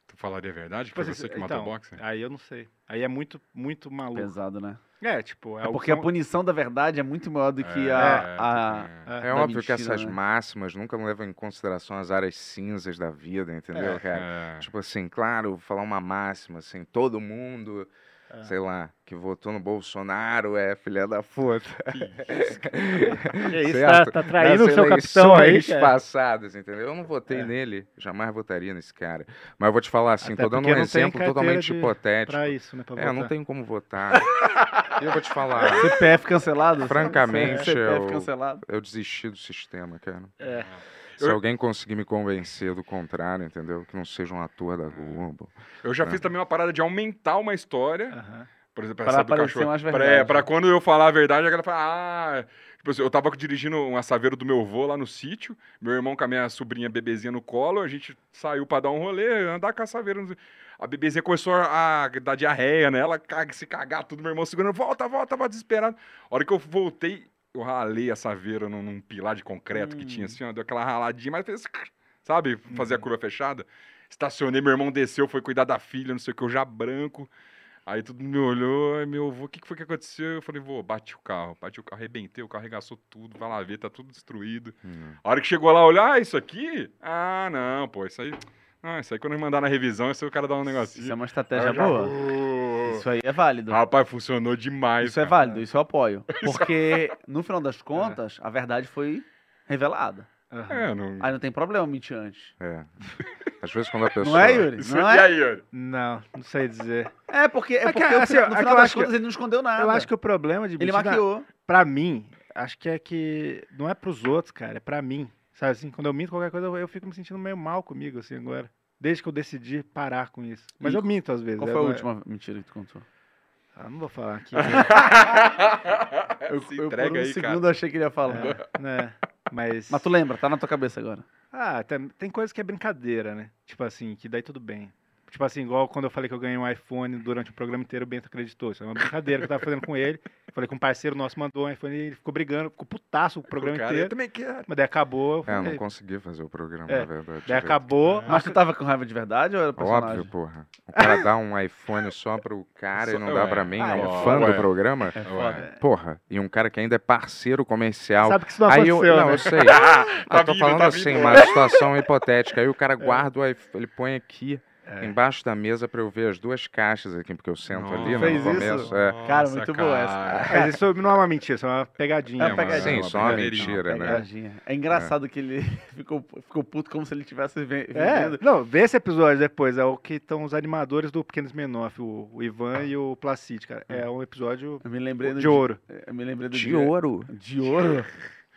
S7: Tu falaria a verdade? Que
S3: Tipo
S7: foi
S3: assim,
S7: você que matou o
S3: então,
S7: boxer?
S3: Aí eu não sei. Aí é muito, muito maluco.
S8: Pesado, né?
S3: É, tipo,
S8: É porque a punição da verdade é muito maior do que a-
S7: É,
S8: a,
S7: é.
S4: É
S8: da
S4: óbvio que
S8: mentira,
S4: essas
S8: né?
S4: máximas nunca levam em consideração as áreas cinzas da vida, entendeu,
S3: É,
S4: cara?
S7: É.
S4: Tipo assim, claro, falar uma máxima assim, todo mundo,
S3: É.
S4: sei lá, que votou no Bolsonaro é filha da puta.
S8: *laughs*
S3: *laughs* É isso, tá,
S4: certo?
S3: tá traindo o
S4: Nas
S3: seu capitão aí,
S4: eleições
S3: cara.
S4: passadas, entendeu? Eu não votei
S3: É.
S4: nele, jamais votaria nesse cara. Mas eu vou te falar assim,
S3: Até
S4: tô dando
S3: porque
S4: um
S3: não tem
S4: exemplo
S3: carteira
S4: totalmente
S3: de-
S4: hipotético.
S3: Pra isso, né, pra
S4: É, eu não
S3: votar.
S4: tenho
S3: *laughs*
S4: como votar. e eu vou te falar,
S8: *laughs* CPF cancelado?
S4: Francamente,
S8: CPF
S4: eu-
S8: cancelado.
S4: eu desisti do sistema, cara.
S3: É.
S4: Se
S7: Eu-
S4: alguém conseguir me convencer do contrário, entendeu? Que não seja um ator
S3: Ah.
S4: da Globo.
S7: Eu já
S3: É.
S7: fiz também uma parada de aumentar uma história.
S3: Aham.
S7: Por exemplo,
S8: Pra
S7: essa do
S8: aparecer
S7: cachorro.
S8: umas
S7: pra,
S8: verdades,
S7: é, pra
S8: né?
S7: quando eu falar a verdade, a galera fala, ah... Tipo assim, eu tava dirigindo um assaveiro do meu avô lá no sítio, meu irmão com a minha sobrinha bebezinha no colo, a gente saiu pra dar um rolê, andar com a assaveira. não sei- A bebezinha começou a dar diarreia, né? Ela caga, se cagar, tudo, meu irmão segurando, volta, volta, tava desesperado. A hora que eu voltei, eu ralei a saveira num, num pilar de concreto que
S8: Hum.
S7: tinha assim, ó, deu aquela raladinha, mas fez, sabe, fazer a curva fechada. Estacionei, meu irmão desceu, foi cuidar da filha, não sei o que, eu já branco. Aí todo mundo me olhou, aí meu avô, o que, que foi que aconteceu? Eu falei, vô, bate o carro, bate o carro, arrebentei, o carro arregaçou tudo, vai lá ver, tá tudo destruído. A hora que chegou lá, olhar, ah, isso aqui? Ah, não, pô, isso aí. Ah, isso aí quando eu mandar na revisão, isso aí o cara dá um negocinho.
S8: Isso é
S7: Aí
S8: uma
S7: eu
S8: estratégia
S7: já- Ah,
S8: boa. Isso aí é válido.
S7: Rapaz, funcionou demais.
S8: Isso é
S7: cara.
S8: *laughs* válido, isso eu apoio. Porque, no final das contas, a verdade foi revelada.
S3: Aham.
S7: É, não.
S8: Aí não tem problema mentir antes.
S4: É. Às vezes quando a pessoa.
S8: Não
S7: *laughs*
S8: é, Yuri? Não
S7: E
S8: é?
S7: aí, Yuri?
S3: Não, não sei dizer.
S8: É porque, é
S3: É que,
S8: porque no
S3: assim,
S8: fi-
S3: ó,
S8: no
S3: é que
S8: final
S3: eu
S8: das
S3: acho que-
S8: contas ele não escondeu nada.
S3: Eu acho que o problema de
S8: ele
S3: mentir, na-
S8: maquiou.
S3: pra mim, acho que é que não é pros outros, cara, é pra mim. Sabe assim, quando eu minto qualquer coisa, eu, eu fico me sentindo meio mal comigo, assim, agora. Desde que eu decidi parar com isso. Mas
S8: E
S3: eu minto às vezes.
S8: Qual
S3: eu
S8: foi a
S3: não-
S8: última mentira que tu contou?
S3: Ah, não vou falar
S8: *laughs*
S3: aqui.
S7: Se entrega aí, cara.
S8: achei que ele ia falar.
S3: É, né? Mas.
S8: Mas tu lembra, tá na tua cabeça agora.
S3: Ah, tem, tem coisa que é brincadeira, né? Tipo assim, que daí tudo bem. Tipo assim, igual quando eu falei que eu ganhei um iPhone durante o programa inteiro, o Bento acreditou. Isso é uma brincadeira que eu tava fazendo com ele. *laughs* Falei que um parceiro nosso mandou um iPhone e ele ficou brigando, ficou putaço o programa
S7: O cara, eu
S3: inteiro.
S7: também quero.
S3: Mas daí acabou. eu
S4: É, eu não
S3: falei,
S4: consegui fazer o programa,
S3: É,
S4: na verdade.
S3: daí acabou.
S8: Mas tu tava com raiva de verdade ou era personagem?
S4: Óbvio, porra. O cara dá um iPhone só pro cara e
S7: Só-
S4: não dá
S7: ué.
S4: pra mim,
S7: Ah,
S4: é um
S7: é.
S4: fã do
S7: Ué.
S4: programa.
S8: É
S7: Ué.
S8: foda.
S4: Porra, e um cara que ainda é parceiro comercial.
S3: Sabe que isso não
S4: aí eu,
S3: aconteceu,
S4: não,
S3: né?
S4: eu sei.
S7: *laughs* Tá
S4: eu tô
S7: vindo,
S4: falando
S7: tá
S4: assim,
S7: vindo.
S4: uma situação hipotética. Aí o cara guarda o iPhone, ele põe aqui embaixo da mesa pra eu ver as duas caixas aqui, porque eu sento ali no
S7: Fez isso?
S4: começo. É.
S8: Cara, muito boa essa.
S3: Mas isso não *laughs* é uma mentira, isso é uma pegadinha.
S8: É uma pegadinha.
S4: Sim,
S7: uma
S4: só uma
S7: brincadeirinha, uma
S4: mentira, né?
S8: Pegadinha. É engraçado que ele *laughs* ficou, ficou puto como se ele tivesse ve-
S3: É,
S8: vendendo.
S3: não, vê esse episódio depois. É o que estão os animadores do Pequenos Menoff, o, o Ivan e o Placid, cara. É um episódio
S8: Eu me lembrei do
S3: de ouro.
S8: Eu me lembrei do
S4: De
S8: dia-
S4: ouro?
S8: De ouro?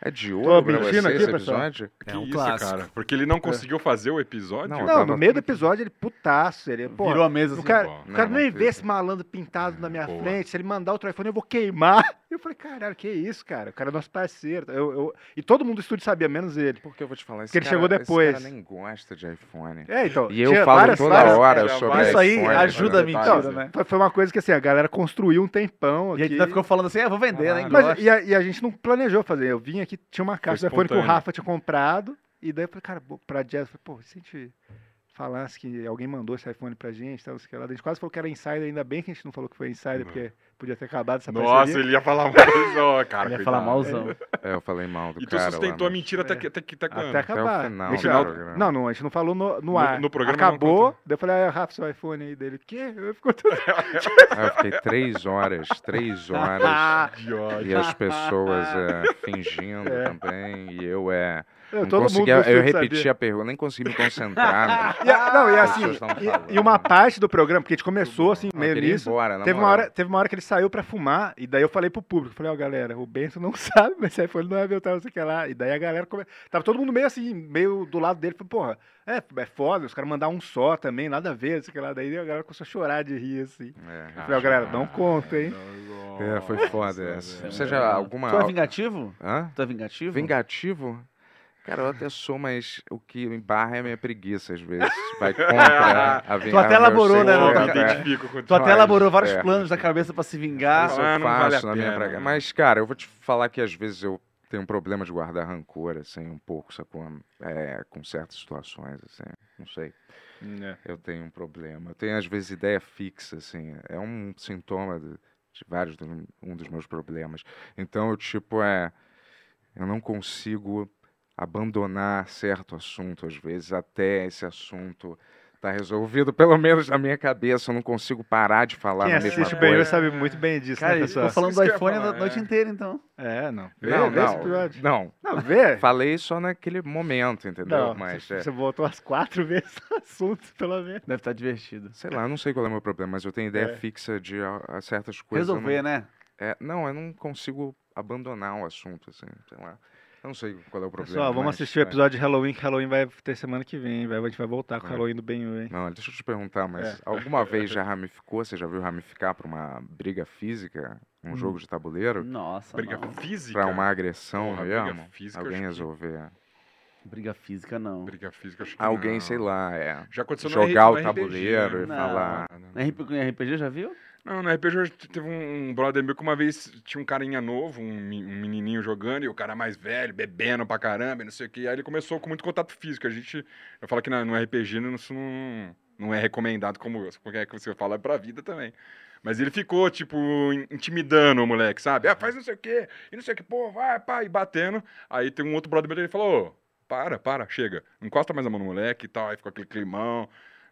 S4: É de ouro pra você
S3: mentindo aqui,
S4: esse
S3: pessoal?
S4: episódio?
S7: Que
S5: É um
S7: isso,
S5: clássico.
S7: cara? Porque ele não conseguiu fazer o episódio?
S4: Não,
S3: Não,
S4: tava-
S3: no meio do episódio ele putaço, ele, pô,
S8: Virou a mesa
S3: o
S8: assim.
S3: cara,
S7: pô.
S3: o cara
S4: Não,
S3: nem
S4: não
S3: vê
S4: fez.
S3: esse malandro pintado na minha
S7: boa.
S3: frente, se ele mandar outro iPhone eu vou queimar. *laughs* Eu falei, caralho, que isso, cara, o cara é nosso parceiro. Eu, eu- E todo mundo do estúdio sabia, menos ele.
S4: Porque eu vou te falar, esse
S3: Porque ele
S4: cara-
S3: chegou depois.
S4: Esse cara nem gosta de iPhone.
S3: É, então,
S4: E eu
S3: tinha
S4: falo
S3: várias-
S4: toda
S3: várias-
S4: hora
S7: Isso
S4: sobre
S8: Isso aí
S4: iPhone,
S8: ajuda a
S4: né?
S8: mentira,
S3: Então,
S8: né?
S3: foi- Foi uma coisa que assim, a galera construiu um tempão
S8: E a
S3: aqui.
S8: gente ainda ficou falando assim, ah, vou vender, né?
S3: Mas, e, a, e a gente não planejou fazer. Eu vim aqui, tinha uma caixa
S7: Foi
S3: de iPhone que o
S7: espontâneo.
S3: Rafa tinha comprado. E daí eu falei, cara, bo- pra Jazz, eu falei, pô, e se a gente falasse que alguém mandou esse iPhone pra gente, tal, não sei o que lá. A gente quase falou que era insider, ainda bem que a gente não falou que foi insider,
S7: Não.
S3: porque podia ter acabado essa
S7: Nossa,
S3: parceria.
S7: ele ia falar uma coisa, ó, cara.
S8: Ele ia falar
S7: cuidado.
S8: malzão.
S4: É, eu falei mal do
S7: E tu
S4: cara. lá,
S7: sustentou a
S4: né?
S7: mentira até,
S3: É.
S7: que, até, que, tá até quando?
S3: Até acabar.
S4: o final né?
S3: A gente-
S4: do
S3: não,
S4: programa.
S3: não, não, a gente não falou no, no
S7: No-
S3: ar.
S7: no programa não
S3: Acabou,
S7: conta.
S3: daí eu falei, ah, Rafa, seu iPhone aí dele. O quê? Eu- Ficou tudo...
S4: Aí É, eu fiquei três horas,
S3: *laughs*
S4: três horas.
S3: Ah,
S7: Idiota.
S4: E as pessoas é,
S3: *laughs*
S4: fingindo também. E eu é.
S3: eu,
S4: Não
S3: todo mundo
S4: conseguia,
S3: do
S4: eu
S3: estúdio
S4: repeti Ah,
S3: sabia.
S4: a pergunta, nem consegui me concentrar.
S3: *laughs*
S4: né?
S3: E a- não, e
S4: As
S3: assim,
S4: pessoas tavam
S3: e, e
S4: falando.
S3: uma parte do programa, porque a gente começou assim,
S4: Não, eu
S3: meio
S4: queria ir
S3: nisso.
S4: embora, na
S3: Teve uma,
S4: moral.
S3: hora, teve uma hora que ele saiu pra fumar, e daí eu falei pro público, falei, ó, galera, o Bento não *laughs* sabe, mas esse iPhone não é meu, tal, não sei o que lá. E daí a galera come... Tava todo mundo meio assim, meio do lado dele, falei, porra, é, é foda, os caras mandar um só também, nada a ver, não sei o que lá. Daí a galera começou a chorar de rir, assim.
S4: É,
S3: Eu falei, ó, galera, não conta, hein?
S4: É, foi foda essa. Você já alguma.
S8: Tu é vingativo?
S4: Hã?
S8: Tu é vingativo?
S4: Vingativo? Cara, eu até sou, mas o que embarra é a minha preguiça, às vezes.
S3: *laughs*
S4: Vai contra a vingança.
S8: até elaborou, né,
S7: Eu
S8: não,
S7: me
S8: tá-
S7: identifico com
S8: Tu até
S4: Mas,
S8: elaborou vários
S4: é.
S8: planos na cabeça pra se vingar.
S4: Isso eu
S7: Ah, não vale a
S4: faço na minha
S7: pena,
S4: praga.
S7: né?
S4: Mas, cara, eu vou te falar que às vezes eu tenho um problema de guardar rancor, assim, um pouco, sacou? É, com certas situações, assim, não sei. Eu tenho um problema. Eu tenho, às vezes, ideia fixa, assim. É um sintoma de, de vários, dos, um dos meus problemas. Então, eu, tipo, é... Eu não consigo abandonar certo assunto, às vezes, até esse assunto tá resolvido, *laughs* pelo menos na minha cabeça. Eu não consigo parar de falar
S3: Quem
S4: na mesma
S3: assiste o
S4: coisa.
S3: Ben sabe muito bem disso,
S8: Cara,
S3: né,
S8: ele ficou
S3: pessoal?
S8: falando
S7: Isso
S8: do
S7: que eu ia
S8: iPhone a
S7: falar,
S8: no- noite
S7: é.
S8: inteira, então.
S3: É, não. Vê,
S4: Não,
S3: vê esse
S4: não,
S3: episódio.
S4: não.
S3: Não, *laughs* vê.
S4: Falei só naquele momento, entendeu?
S3: Não,
S4: Mas, é,
S3: você voltou as quatro *laughs* vezes o assunto, pelo menos.
S8: Deve estar divertido.
S4: sei lá, eu não sei qual é o meu problema, mas eu tenho ideia
S3: É.
S4: fixa de a, a certas coisas. eu não-
S8: Resolver, né?
S4: É, não, eu não consigo abandonar o assunto, assim, sei lá. Eu não sei qual é o problema.
S3: Pessoal, vamos
S4: mas,
S3: assistir o
S4: é.
S3: episódio de Halloween, que Halloween vai ter semana que vem, vai, a gente vai voltar com o
S4: É.
S3: Halloween do Ben hein?
S4: Não, deixa eu te perguntar,
S3: É.
S4: mas
S3: *laughs*
S4: alguma vez já ramificou? Você já viu ramificar pra uma briga física?
S3: Hum.
S4: Um jogo de tabuleiro?
S8: né? Nossa,
S7: Briga
S8: não.
S7: física?
S4: Pra um uma agressão
S7: Porra, briga
S4: mesmo?
S7: física, eu
S4: Alguém
S7: acho que-
S4: resolver.
S8: Briga física, não.
S7: Briga física, acho que
S4: Alguém,
S7: não.
S4: sei lá, é.
S7: Já aconteceu no
S4: Jogar
S7: R- né?
S4: o
S7: no RPG,
S4: tabuleiro e
S8: Não.
S4: falar.
S8: RP com RPG, já viu?
S7: Não, no RPG hoje teve um um brother meu que uma vez tinha um carinha novo, um, me- um menininho jogando, e o cara mais velho, bebendo pra caramba, e não sei o que. Aí ele começou com muito contato físico. A gente. Eu falo que na- no RPG não- isso não, não é recomendado como qualquer que você fala é pra vida também. Mas ele ficou, tipo, in- intimidando o moleque, sabe? Ah, faz não sei o quê, e não sei o que, pô, vai, pá, e batendo. Aí tem um outro brother meu que ele falou: "Ô, para, para, chega, não encosta mais a mão no moleque e tal. Aí ficou aquele climão.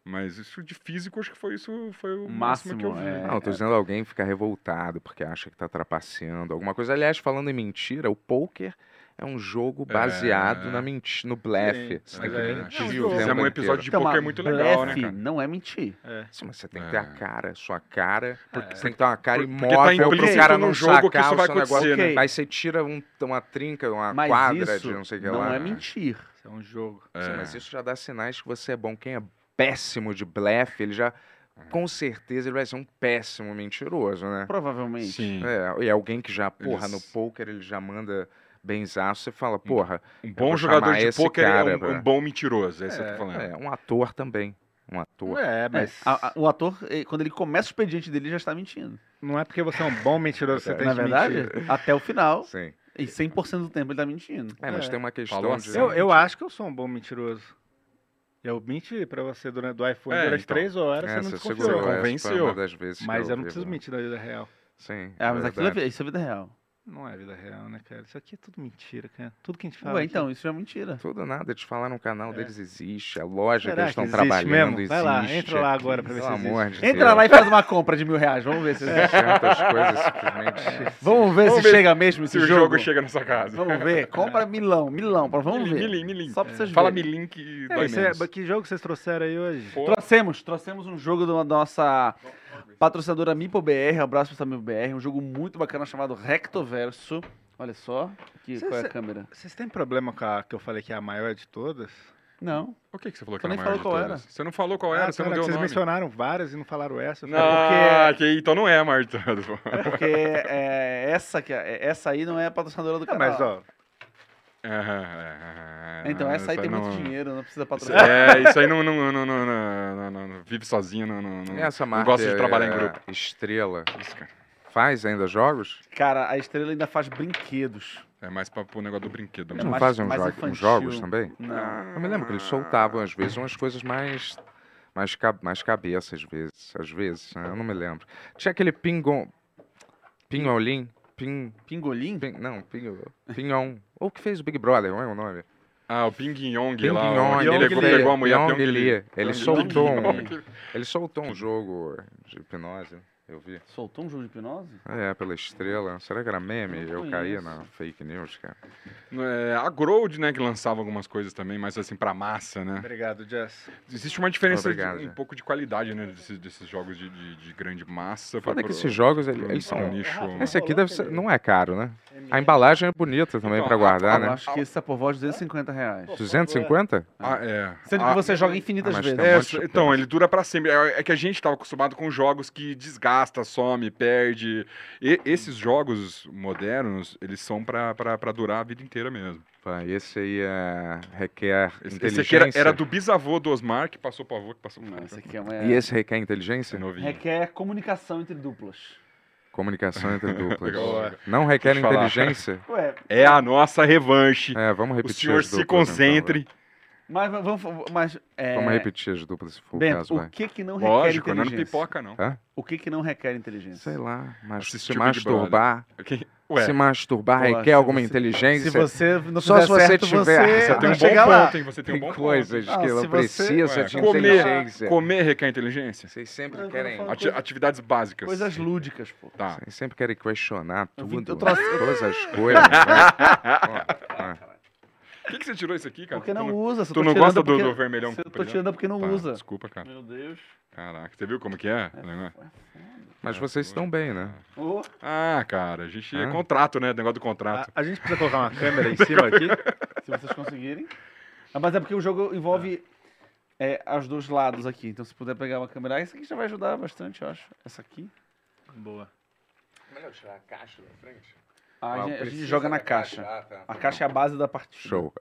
S7: Mas isso de físico, acho que foi isso, foi o máximo, que eu vi.
S8: Máximo, é.
S4: Não, eu tô dizendo alguém fica revoltado porque acha que tá trapaceando alguma coisa. Aliás, falando em mentira, o poker É um jogo baseado na menti- no blefe. Você tem
S7: Mas
S4: que
S7: aí-
S4: mentir
S7: não,
S4: o
S7: fizemos
S4: tempo
S7: um
S4: inteiro.
S7: episódio de
S8: Então,
S7: poker
S8: mas
S7: muito legal, né,
S8: blefe
S7: cara?
S8: Não é mentir.
S4: Sim, mas você tem que ter a
S7: É.
S4: cara, sua cara.
S7: Porque
S4: Você tem que ter uma cara
S7: Por- porque tá
S4: imóvel pro
S7: implícito
S4: cara
S7: no
S4: não
S7: jogo que
S4: sacar
S7: isso
S4: o
S7: vai
S4: seu negócio.
S7: acontecer,
S8: né?
S4: Aí você tira um- uma trinca, uma
S8: Mas
S4: quadra
S8: isso
S4: de não sei o que
S8: não
S4: lá. né?
S8: é mentir.
S3: Isso é um jogo.
S7: É.
S4: Sim, mas isso já dá sinais que você é bom. Quem é péssimo de blefe, ele já,
S7: Uhum.
S4: com certeza, ele vai ser um péssimo mentiroso, né?
S8: Provavelmente.
S7: Sim.
S4: É, e alguém que já, porra,
S7: Uhum. Eles-
S4: no poker ele já manda benzaço, você fala, porra,
S7: Um
S4: Eu
S7: bom
S4: vou
S7: jogador
S4: chamar
S7: de
S4: esse
S7: poker
S4: cara
S7: é um- um,
S4: pra-
S7: bom mentiroso, é isso que eu tô falando.
S4: é, um ator também. Um ator.
S3: É, mas
S8: A- a- o ator, eh, quando ele começa o expediente dele, já está mentindo.
S3: não é porque você é um bom mentiroso que você tem
S8: Na
S3: que
S8: verdade,
S3: mentir.
S8: até
S4: *laughs*
S8: o final,
S4: Sim.
S8: e 100% do tempo ele está mentindo.
S4: É, mas
S3: É.
S4: tem uma questão
S7: Falou assim.
S4: de...
S3: Eu, eu acho que eu sou um bom mentiroso. Eu menti pra você durante do iPhone
S7: É,
S3: durante
S7: então.
S3: três horas,
S4: É,
S3: você não
S4: você
S3: desconfiou.
S4: segurou essa, foi
S7: Convenceu.
S4: uma das vezes que
S3: Mas eu não
S4: vi,
S3: preciso
S4: né?
S3: mentir na vida real.
S4: Sim.
S8: Ah, mas aquilo é,
S4: verdade.
S8: vi- isso é vida real.
S3: Não é vida real, né, cara? Isso aqui é tudo mentira, cara. Tudo que a gente fala.
S8: Ué,
S3: aqui-
S8: então, isso é mentira.
S4: Tudo nada, te falar no canal
S3: É.
S4: deles existe, a loja que
S3: Será
S4: eles
S3: que
S4: estão
S3: existe
S4: trabalhando
S3: mesmo?
S4: existe.
S3: Vai lá, entra lá
S4: aqui,
S3: agora pra ver
S4: pelo
S3: se existe.
S4: amor de
S8: Entra
S4: Deus.
S8: lá e faz uma compra de mil reais, vamos ver se
S4: É.
S3: *laughs*
S4: Certas coisas
S3: é
S4: simplesmente.
S8: *laughs* Vamos ver
S7: Vamos
S8: se
S7: ver
S8: chega mesmo esse
S7: Se o jogo chega nessa casa.
S8: Vamos ver, compra milão, milão, pra vamos
S7: Milim,
S8: ver.
S7: milim, milim.
S8: Só pra vocês
S7: Fala
S8: verem.
S7: milim que
S3: É,
S7: dói
S3: isso é-
S7: menos.
S3: que jogo vocês trouxeram aí hoje?
S7: Pô,
S8: Trouxemos, trouxemos um jogo da nossa patrocinadora MipoBR, abraço pra MipoBR, um jogo muito bacana chamado Rectoverso. Olha só, aqui,
S3: Cê-
S8: qual é
S3: cê-
S8: a câmera?
S3: Vocês têm problema com a que eu falei que é a maior de todas?
S8: Não,
S7: O que, que você falou que
S8: Você
S7: era
S8: nem
S7: maior
S8: falou
S7: de
S8: qual
S7: todas? Você não falou qual
S3: Ah,
S7: era, você
S3: cara,
S7: não
S3: que
S7: deu o
S3: vocês
S7: nome.
S3: mencionaram várias e não falaram essa. eu falei,
S7: Ah, que, então não é a maior *laughs* de todas. pô.
S8: porque é, essa, que é- essa aí não é a patrocinadora do
S3: "Ah,
S8: canal.
S3: mas ó,
S8: Então, essa aí tem
S7: ah, não-
S8: muito dinheiro, não precisa
S7: Isso-
S8: patrocinar.
S7: É, isso aí não, não, não, não, não- não- não- não- vive sozinho, não, não, não.
S4: Essa marca
S7: gosto de
S4: é
S7: trabalhar em grupo.
S4: Estrela.
S7: Isso, cara.
S4: Faz ainda jogos?
S8: Cara, a estrela ainda faz brinquedos.
S7: É mais pra, pro negócio do brinquedo.
S8: É
S4: Eles
S7: mesmo.
S4: não
S8: mais-
S4: fazem uns,
S8: mais
S4: jo- uns
S8: infantil.
S4: jogos também?
S8: Não.
S4: Eu me lembro que eles soltavam, às vezes, umas coisas mais. Mais, ca- mais cabeça, às vezes. Às vezes, né? eu não me lembro. Tinha aquele pingon. Pinholim? Pin.
S8: Pingolim?
S4: pin- não, pinho. Pinhon. Ou que fez o Big Brother, não é o nome?
S7: Ah, o Ping Yong
S4: Ping
S7: lá.
S4: Yong,
S7: o- ele
S4: Yong
S7: pegou,
S4: Lee,
S7: pegou a mulher um
S4: Yong
S7: Pyong
S4: Lee.
S7: Lee.
S4: Ele
S7: Pyong
S4: soltou um-
S7: Yong.
S4: Ele soltou um jogo de hipnose, eu vi.
S8: Soltou um jogo de hipnose?
S4: É, pela estrela. Será que era meme?
S8: Não
S4: Eu caí
S8: conheço.
S4: na fake news, cara.
S7: É, a Grold, né, que lançava algumas coisas também, mas assim, pra massa, né?
S3: obrigado, Jess.
S7: Existe uma diferença de-
S4: Obrigado,
S7: um
S4: é.
S7: pouco de qualidade, né, desses, desses jogos de, de- de grande massa. pra-
S4: Foda que
S7: pro-
S4: esses jogos,
S7: pro-
S4: ele- eles
S7: pro
S4: são.
S7: nicho.
S4: um né?
S3: né?
S4: Esse aqui deve ser. Não é caro, né? A embalagem é bonita também
S7: Então,
S4: pra guardar,
S8: Ah,
S4: né?
S8: eu acho que esse é por voz de 250 reais.
S4: 250?
S7: Ah, é.
S8: Sendo
S7: Ah,
S8: que você joga
S4: Ah,
S8: infinitas
S4: mas
S8: vezes.
S4: tem um
S7: É,
S4: monte de
S7: então,
S4: peça.
S7: ele dura pra sempre. É é que a gente tava acostumado com jogos que desgasta, some, perde. E- esses jogos modernos, eles são pra, pra, pra durar a vida inteira mesmo.
S4: Pá, esse aí é, requer
S7: Esse, esse
S4: inteligência.
S7: aqui era, era do bisavô do Osmar, que passou pro avô, que passou pro
S8: Não,
S7: filho.
S8: esse aqui é uma...
S4: E esse requer
S7: Esse
S4: inteligência?
S7: novinho.
S8: Requer comunicação entre duplas.
S4: Comunicação
S7: *laughs*
S4: entre duplas.
S7: Legal.
S4: Não requer
S7: É. Deixa eu falar. *laughs*
S4: inteligência?
S8: Ué,
S7: É a nossa revanche.
S4: É, vamos
S7: o
S4: repetir
S7: senhor
S4: as duplas. então,
S7: se
S4: vai.
S7: concentre.
S8: mas v- vamos... Mas, é...
S4: vamos repetir as duplas, se for o
S8: Bento,
S4: caso,
S8: o
S4: vai.
S8: que que não um requer
S7: Lógico, não é
S8: inteligência?
S7: no pipoca, não.
S8: O que que não requer inteligência?
S4: Sei lá, mas
S7: Assistir
S4: se
S7: o Big
S4: masturbar,
S7: Aqui- Ué,
S4: se masturbar
S8: Pô,
S4: requer
S8: se
S4: alguma
S8: você-
S4: inteligência?
S8: Se você não
S4: Só se
S8: fizer
S4: você
S8: certo,
S4: tiver-
S8: você,
S4: você
S7: você tem um
S8: não
S7: bom
S8: chega lá.
S7: ponto, hein? Você tem um
S4: Tem
S7: bom ponto.
S4: coisas
S8: Ah,
S4: que ela
S8: se você-
S4: precisa
S7: Ué,
S4: de
S7: comer-
S4: inteligência.
S7: Comer requer inteligência?
S4: Vocês sempre
S8: Não,
S4: querem.
S8: quando eu
S7: Ati-
S8: falo-
S7: atividades básicas.
S8: Coisas lúdicas, pô.
S7: Tá.
S4: Vocês sempre querem questionar
S8: Eu vim- eu
S4: tudo,
S8: trouxe-
S4: todas as coisas. né? ah,
S7: Por que, que você tirou isso aqui, cara?
S8: Porque
S7: Tu
S8: não usa. se eu
S7: Tu
S8: tô
S7: não
S8: tirando
S7: gosta do,
S8: porque...
S7: do vermelhão?
S8: se Eu tô
S7: brilhante?
S8: tirando porque não
S7: Tá,
S8: usa.
S7: Desculpa, cara.
S8: Meu Deus.
S7: Caraca, você viu como que é? o negócio?
S4: Mas vocês estão bem, né?
S8: Ô,
S7: Ah, cara, a gente é
S4: Hã?
S7: contrato, né? Negócio do contrato.
S3: A,
S8: Ah.
S3: a gente precisa colocar uma câmera
S4: *laughs*
S3: em cima aqui.
S8: se vocês conseguirem. Ah, Mas é porque o jogo envolve é, os dois lados aqui. Então se puder pegar uma câmera, ah, essa aqui já vai ajudar bastante, eu acho. Essa aqui.
S3: Boa.
S4: Melhor tirar é a caixa da frente? é
S8: Ah, a, gente, a gente joga na caixa. A
S4: Ah, tá.
S8: caixa é a base da partida.
S4: Show.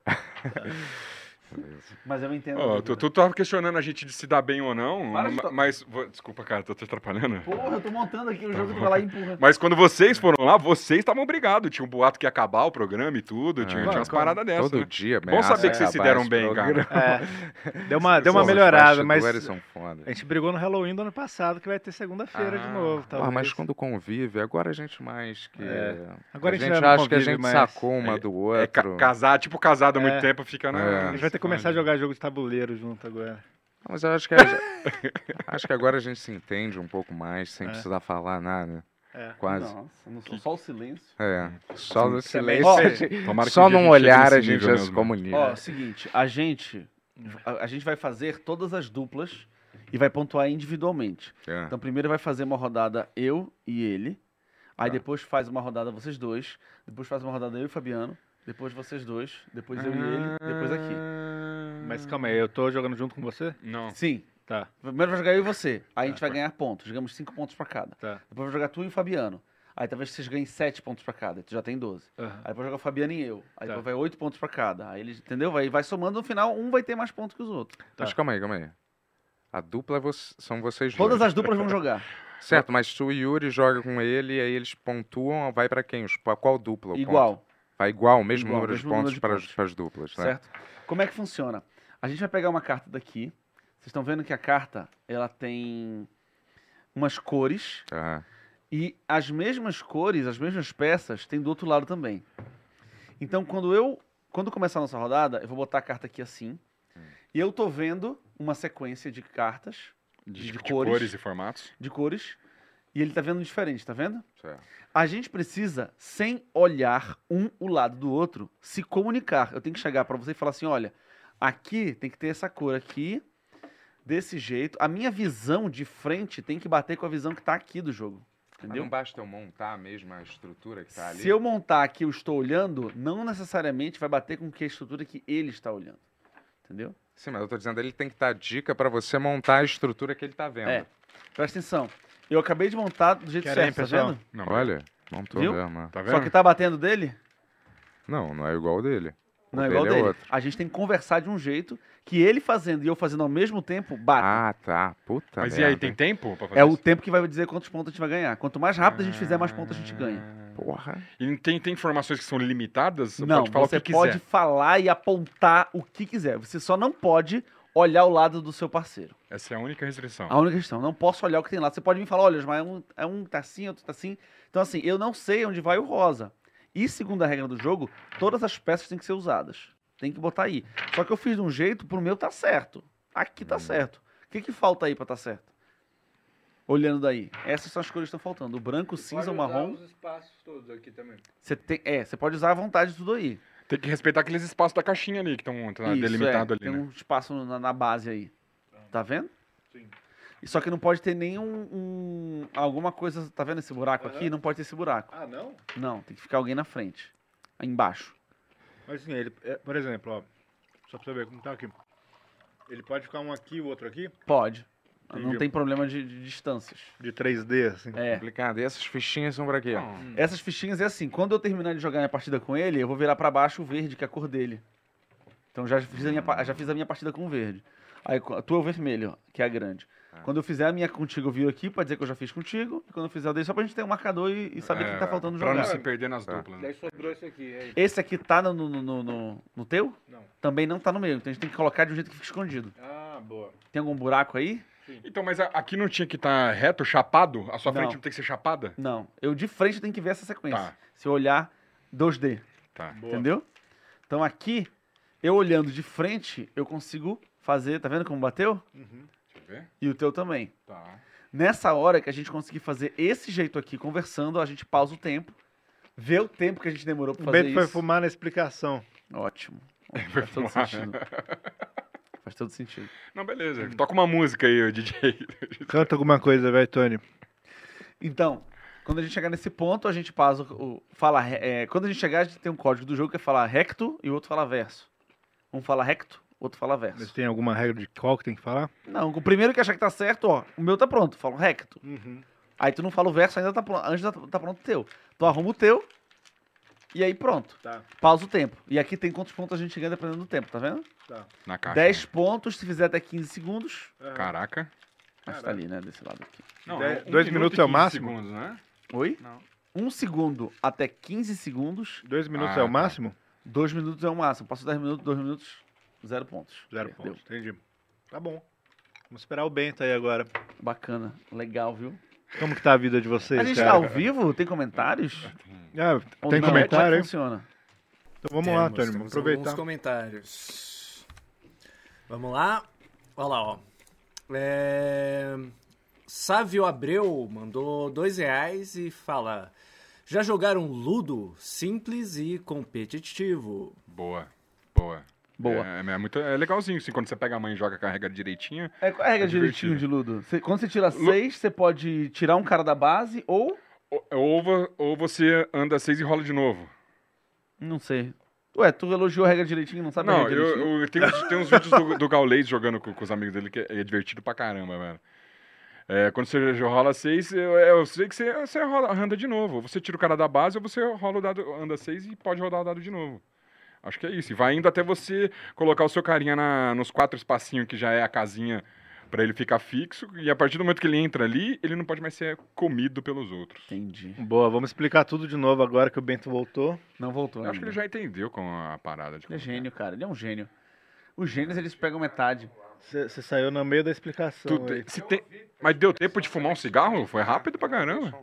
S8: Mas eu entendo. a
S7: Ó, tu,
S8: dúvida.
S7: tu tava questionando a gente de se dar bem ou não,
S8: Para de
S7: ma-
S8: to-
S7: mas... vo- Desculpa, cara, tô te atrapalhando.
S8: Porra, eu tô montando aqui o jogo tu vai lá e empurra.
S7: Mas quando vocês foram lá, vocês estavam obrigados. Tinha um boato que ia acabar o programa e tudo. Tinha,
S4: Ah,
S7: tinha umas
S3: claro.
S7: paradas dessas,
S4: Todo
S7: né?
S4: dia,
S7: Bom saber que
S4: ameaça,
S7: vocês se deram
S4: rapaz,
S7: bem, cara.
S3: É.
S7: *laughs*
S3: Deu uma, deu uma
S4: Pô, os
S3: melhorada, mas
S4: bastidores são foda.
S3: a gente brigou no Halloween do ano passado, que vai ter segunda-feira
S7: Ah.
S3: de novo.
S4: Pô,
S3: Talvez.
S4: mas quando convive, agora a gente mais que.
S3: É. Agora
S4: a gente
S3: já não
S4: acha que a
S3: convive
S4: gente
S3: mais.
S4: sacou uma
S7: É-
S4: do
S7: É, ca-
S4: outro.
S7: casar, tipo casado há muito
S3: É.
S7: tempo, fica na...
S4: É.
S3: A gente vai ter que começar a jogar jogo de tabuleiro junto agora.
S4: Ah, *laughs* Mas eu acho que, a- acho que agora a gente se entende um pouco mais, sem
S3: É.
S4: precisar falar nada.
S7: É.
S4: Quase.
S8: Nossa, não sou só o silêncio.
S4: É. Só no
S3: Isso é bem
S4: silêncio. a
S8: sério.
S4: gente-
S7: Tomara que
S4: Só
S7: um dia a
S4: num
S7: gente chegue
S4: olhar
S7: nesse
S4: a gente
S7: nível
S4: já se
S7: mesmo.
S4: comunica.
S8: Ó, seguinte, a gente, a, a gente vai fazer todas as duplas e vai pontuar individualmente.
S4: É.
S8: Então primeiro vai fazer uma rodada eu e ele. Aí
S4: Tá.
S8: depois faz uma rodada vocês dois. Depois faz uma rodada eu e Fabiano. Depois vocês dois. Depois eu e ele. Depois aqui.
S3: Mas calma aí, eu tô jogando junto com você?
S7: Não.
S8: Sim.
S3: Tá.
S8: Primeiro vai jogar eu e você. Aí a gente
S3: Tá,
S8: vai ganhar pontos. Digamos cinco pontos pra cada.
S3: Tá.
S8: Depois vai jogar tu e o Fabiano. Aí talvez vocês ganhem sete pontos pra cada. Tu já tem 12.
S3: Aham.
S8: Aí depois joga o Fabiano e eu. Aí
S3: Tá.
S8: depois vai oito pontos pra cada. Aí eles, entendeu? Vai, vai somando no final, um vai ter mais pontos que os outros.
S4: Mas calma aí, calma aí. A dupla é voc- são vocês
S8: Todas
S4: dois.
S8: as duplas vão jogar.
S4: Certo, mas tu e Yuri joga com ele e aí eles pontuam, vai pra quem? Os- Pra qual dupla? o ponto?
S8: Igual,
S4: Vai igual, mesmo
S8: Igual,
S4: número
S8: mesmo
S4: de pontos
S8: número de
S4: para
S8: pontos.
S4: as duplas, né?
S8: certo? Como é que funciona? A gente vai pegar uma carta daqui. Vocês estão vendo que a carta, ela tem umas cores.
S4: Aham.
S8: E as mesmas cores, as mesmas peças, tem do outro lado também. Então, quando eu. Quando começar a nossa rodada, eu vou botar a carta aqui assim. E eu tô vendo uma sequência de cartas,
S7: De,
S8: de
S7: de
S8: cores.
S7: cores. e formatos.
S8: de cores. E ele tá vendo diferente, tá vendo?
S4: certo.
S8: A gente precisa, sem olhar um o lado do outro, se comunicar. Eu tenho que chegar pra você e falar assim: olha, aqui tem que ter essa cor aqui, desse jeito. A minha visão de frente tem que bater com a visão que tá aqui do jogo.
S4: Mas
S8: Entendeu?
S4: não basta eu montar mesmo a estrutura que tá ali.
S8: Se eu montar que eu estou olhando, não necessariamente vai bater com que a estrutura que ele está olhando. Entendeu?
S4: Sim, mas eu tô dizendo, ele tem que dar dica pra você montar a estrutura que ele tá vendo.
S8: É. Presta atenção. Eu acabei de montar do jeito
S3: Querem,
S8: certo, tá
S3: pessoal?
S8: vendo?
S7: Não, mas-
S4: Olha, montou
S8: Viu?
S4: mesmo.
S7: Tá
S8: Só
S7: vendo?
S8: que tá batendo dele?
S4: né? Não, não é igual o dele. O
S8: Não é igual dele.
S4: é outro.
S8: A gente tem que conversar de um jeito que ele fazendo e eu fazendo ao mesmo tempo bate.
S4: Ah, tá. Puta
S7: Mas e
S4: merda.
S7: aí, tem tempo pra fazer
S8: é o
S7: isso?
S8: tempo que vai dizer quantos pontos a gente vai ganhar. Quanto mais rápido a gente fizer, mais pontos a gente ganha.
S4: Porra.
S7: E tem, tem informações que são limitadas? Você
S8: não,
S7: pode falar
S8: você
S7: o que
S8: pode
S7: quiser.
S8: falar e apontar o que quiser. Você só não pode olhar o lado do seu parceiro.
S7: Essa é a única restrição.
S8: A única questão, não posso olhar o que tem lá. Você pode me falar, olha, mas um, é um tá assim, outro tá assim. Então, assim, eu não sei onde vai o rosa. E segundo a regra do jogo, todas as peças têm que ser usadas. Tem que botar aí. Só que eu fiz de um jeito, pro meu tá certo. Aqui tá certo. O que, que falta aí pra tá certo? Olhando daí. Essas são as cores que estão faltando. O branco, o cinza, o marrom.
S9: espaços todos aqui também.
S8: Você tem, é, você pode usar à vontade tudo aí.
S7: Tem que respeitar aqueles espaços da caixinha ali que estão
S8: Isso,
S7: delimitados
S8: é.
S7: ali,
S8: Tem
S7: né?
S8: um espaço na, na base aí. Tá vendo?
S9: Sim.
S8: E Só que não pode ter nenhum. um- alguma coisa. Tá vendo esse buraco aqui?
S9: Aham.
S8: Não pode ter esse buraco.
S9: Ah, não?
S8: Não, tem que ficar alguém na frente. Aí Embaixo.
S3: Mas assim, ele, é, por exemplo, ó, só pra você ver como tá aqui. Ele pode ficar um aqui, o outro aqui,
S8: Pode. Não
S3: Entendi.
S8: tem problema de, de distâncias.
S3: de 3D, assim.
S8: É.
S4: Complicado. E essas fichinhas são pra quê?
S8: Essas fichinhas é assim. Quando eu terminar de jogar minha partida com ele, eu vou virar pra baixo o verde, que é a cor dele. Então já fiz a minha, pa- já fiz a minha partida com o verde. Aí co- a tua é o vermelho, ó, que é a grande.
S7: Ah.
S8: Quando eu fizer a minha contigo, eu viro aqui pra dizer que eu já fiz contigo. E quando eu fizer a dele, só pra gente ter um marcador e, e saber
S7: É,
S8: quem tá faltando
S7: Pra
S8: jogar.
S7: não se perder nas
S4: Tá.
S7: duplas. né?
S9: Daí sobrou esse aqui. É.
S8: Esse aqui tá no, no, no, no- no teu?
S9: Não.
S8: Também não tá no meio, então a gente tem que colocar de um jeito que fique escondido.
S9: Ah, boa.
S8: Tem algum buraco aí?
S7: Então, mas a- aqui não tinha que estar reto, chapado? A sua
S8: Não.
S7: frente não tem que ser chapada?
S8: Não. Eu de frente tenho que ver essa sequência.
S7: Tá.
S8: Se eu olhar 2D,
S7: Tá.
S8: entendeu? Então aqui, eu olhando de frente, eu consigo fazer. Tá vendo como bateu?
S7: Uhum. Deixa eu ver.
S8: E o teu também.
S7: Tá.
S8: Nessa hora que a gente conseguir fazer esse jeito aqui, conversando, a gente pausa o tempo, vê o tempo que a gente demorou pra
S3: O
S8: fazer
S3: Bento
S8: isso.
S3: foi fumar na explicação.
S7: *laughs*
S8: Ótimo. Faz todo
S7: fumar. *laughs*
S8: sentido. Faz todo sentido.
S7: Não, beleza.
S8: Hum.
S7: Toca uma música aí, ô DJ.
S3: Canta alguma coisa, vai, Tony.
S8: Então, quando a gente chegar nesse ponto, a gente passa o. o- fala, re- é, quando a gente chegar, a gente tem um código do jogo que é falar recto e o outro fala verso. Um fala recto, outro fala
S3: Mas
S8: verso.
S3: tem alguma regra de qual que tem que falar?
S8: Não, o primeiro que achar que tá certo, ó, o meu tá pronto, fala um recto.
S3: Uhum.
S8: Aí tu não fala o verso, ainda tá pronto, antes tá, tá pronto o teu. Tu arruma o teu e aí pronto.
S3: Tá.
S8: Pausa o tempo. E aqui tem quantos pontos a gente ganha dependendo do tempo, tá vendo?
S7: Na caixa.
S8: 10 pontos, se fizer até 15 segundos.
S7: Caraca.
S8: Mas tá ali, né, desse lado aqui.
S7: Não,
S3: Dez-
S7: um
S3: dois
S7: minuto
S3: minutos
S7: e
S3: é o
S7: 15
S3: máximo?
S7: Segundos, né?
S8: Oi?
S7: Não.
S8: Um segundo até 15 segundos
S3: Dois minutos
S7: Ah,
S3: é o
S7: tá.
S3: máximo?
S8: Dois minutos é o máximo. Passou 10 minutos, dois minutos, zero pontos.
S3: Zero
S8: Perdeu.
S3: pontos, entendi. Tá bom. Vamos esperar o Bento aí agora.
S8: Bacana, legal, viu?
S3: Como que tá a vida de vocês,
S8: a gente tá
S3: cara?
S8: ao vivo? Tem comentários?
S3: Ah,
S8: Ou
S3: tem
S8: não? Como é
S3: comentário,
S8: que
S3: hein?
S8: funciona?
S3: Então vamos lá, Tony. Vamos
S5: Alguns
S3: aproveitar.
S5: comentários. Vamos lá. Olha lá, ó. É, Sávio Abreu mandou dois reais e fala: Já jogaram Ludo simples e competitivo?
S7: Boa, boa.
S8: Boa.
S7: É, é muito, é legalzinho, assim, quando você pega a mãe e joga, carrega direitinho.
S8: É, qual é a regra
S7: É divertido.
S8: direitinho de Ludo? Você- quando você tira
S7: Lu-
S8: seis, você pode tirar um cara da base ou.
S7: Ou, ou, vo- ou você anda seis e rola de novo.
S8: Não sei. Ué, tu elogiou a regra direitinho, não sabe a
S7: Não,
S8: regra
S7: eu,
S8: direitinho?
S7: eu- tem, uns, tem uns vídeos do, do Gaules jogando com, com os amigos dele que é divertido pra caramba, velho. É, quando você rola seis, eu, é, eu sei que você, você rola, anda de novo. Você tira o cara da base ou você rola o dado, anda seis e pode rodar o dado de novo. Acho que é isso. E vai indo até você colocar o seu carinha na- nos quatro espacinhos que já é a casinha pra ele ficar fixo. E a partir do momento que ele entra ali, ele não pode mais ser comido pelos outros.
S8: Entendi.
S3: Boa, vamos explicar tudo de novo agora que o Bento voltou.
S8: Não voltou.
S7: Eu acho que
S8: ainda.
S7: ele já entendeu com a parada de
S8: Ele é
S7: como que é.
S8: gênio, cara. Ele é um gênio. Os gênios, eles pegam metade.
S7: Tá.
S3: Você você saiu no meio da explicação.
S7: Tu tem-
S3: aí.
S7: se tem- mas deu tempo de fumar um cigarro? Foi rápido pra caramba.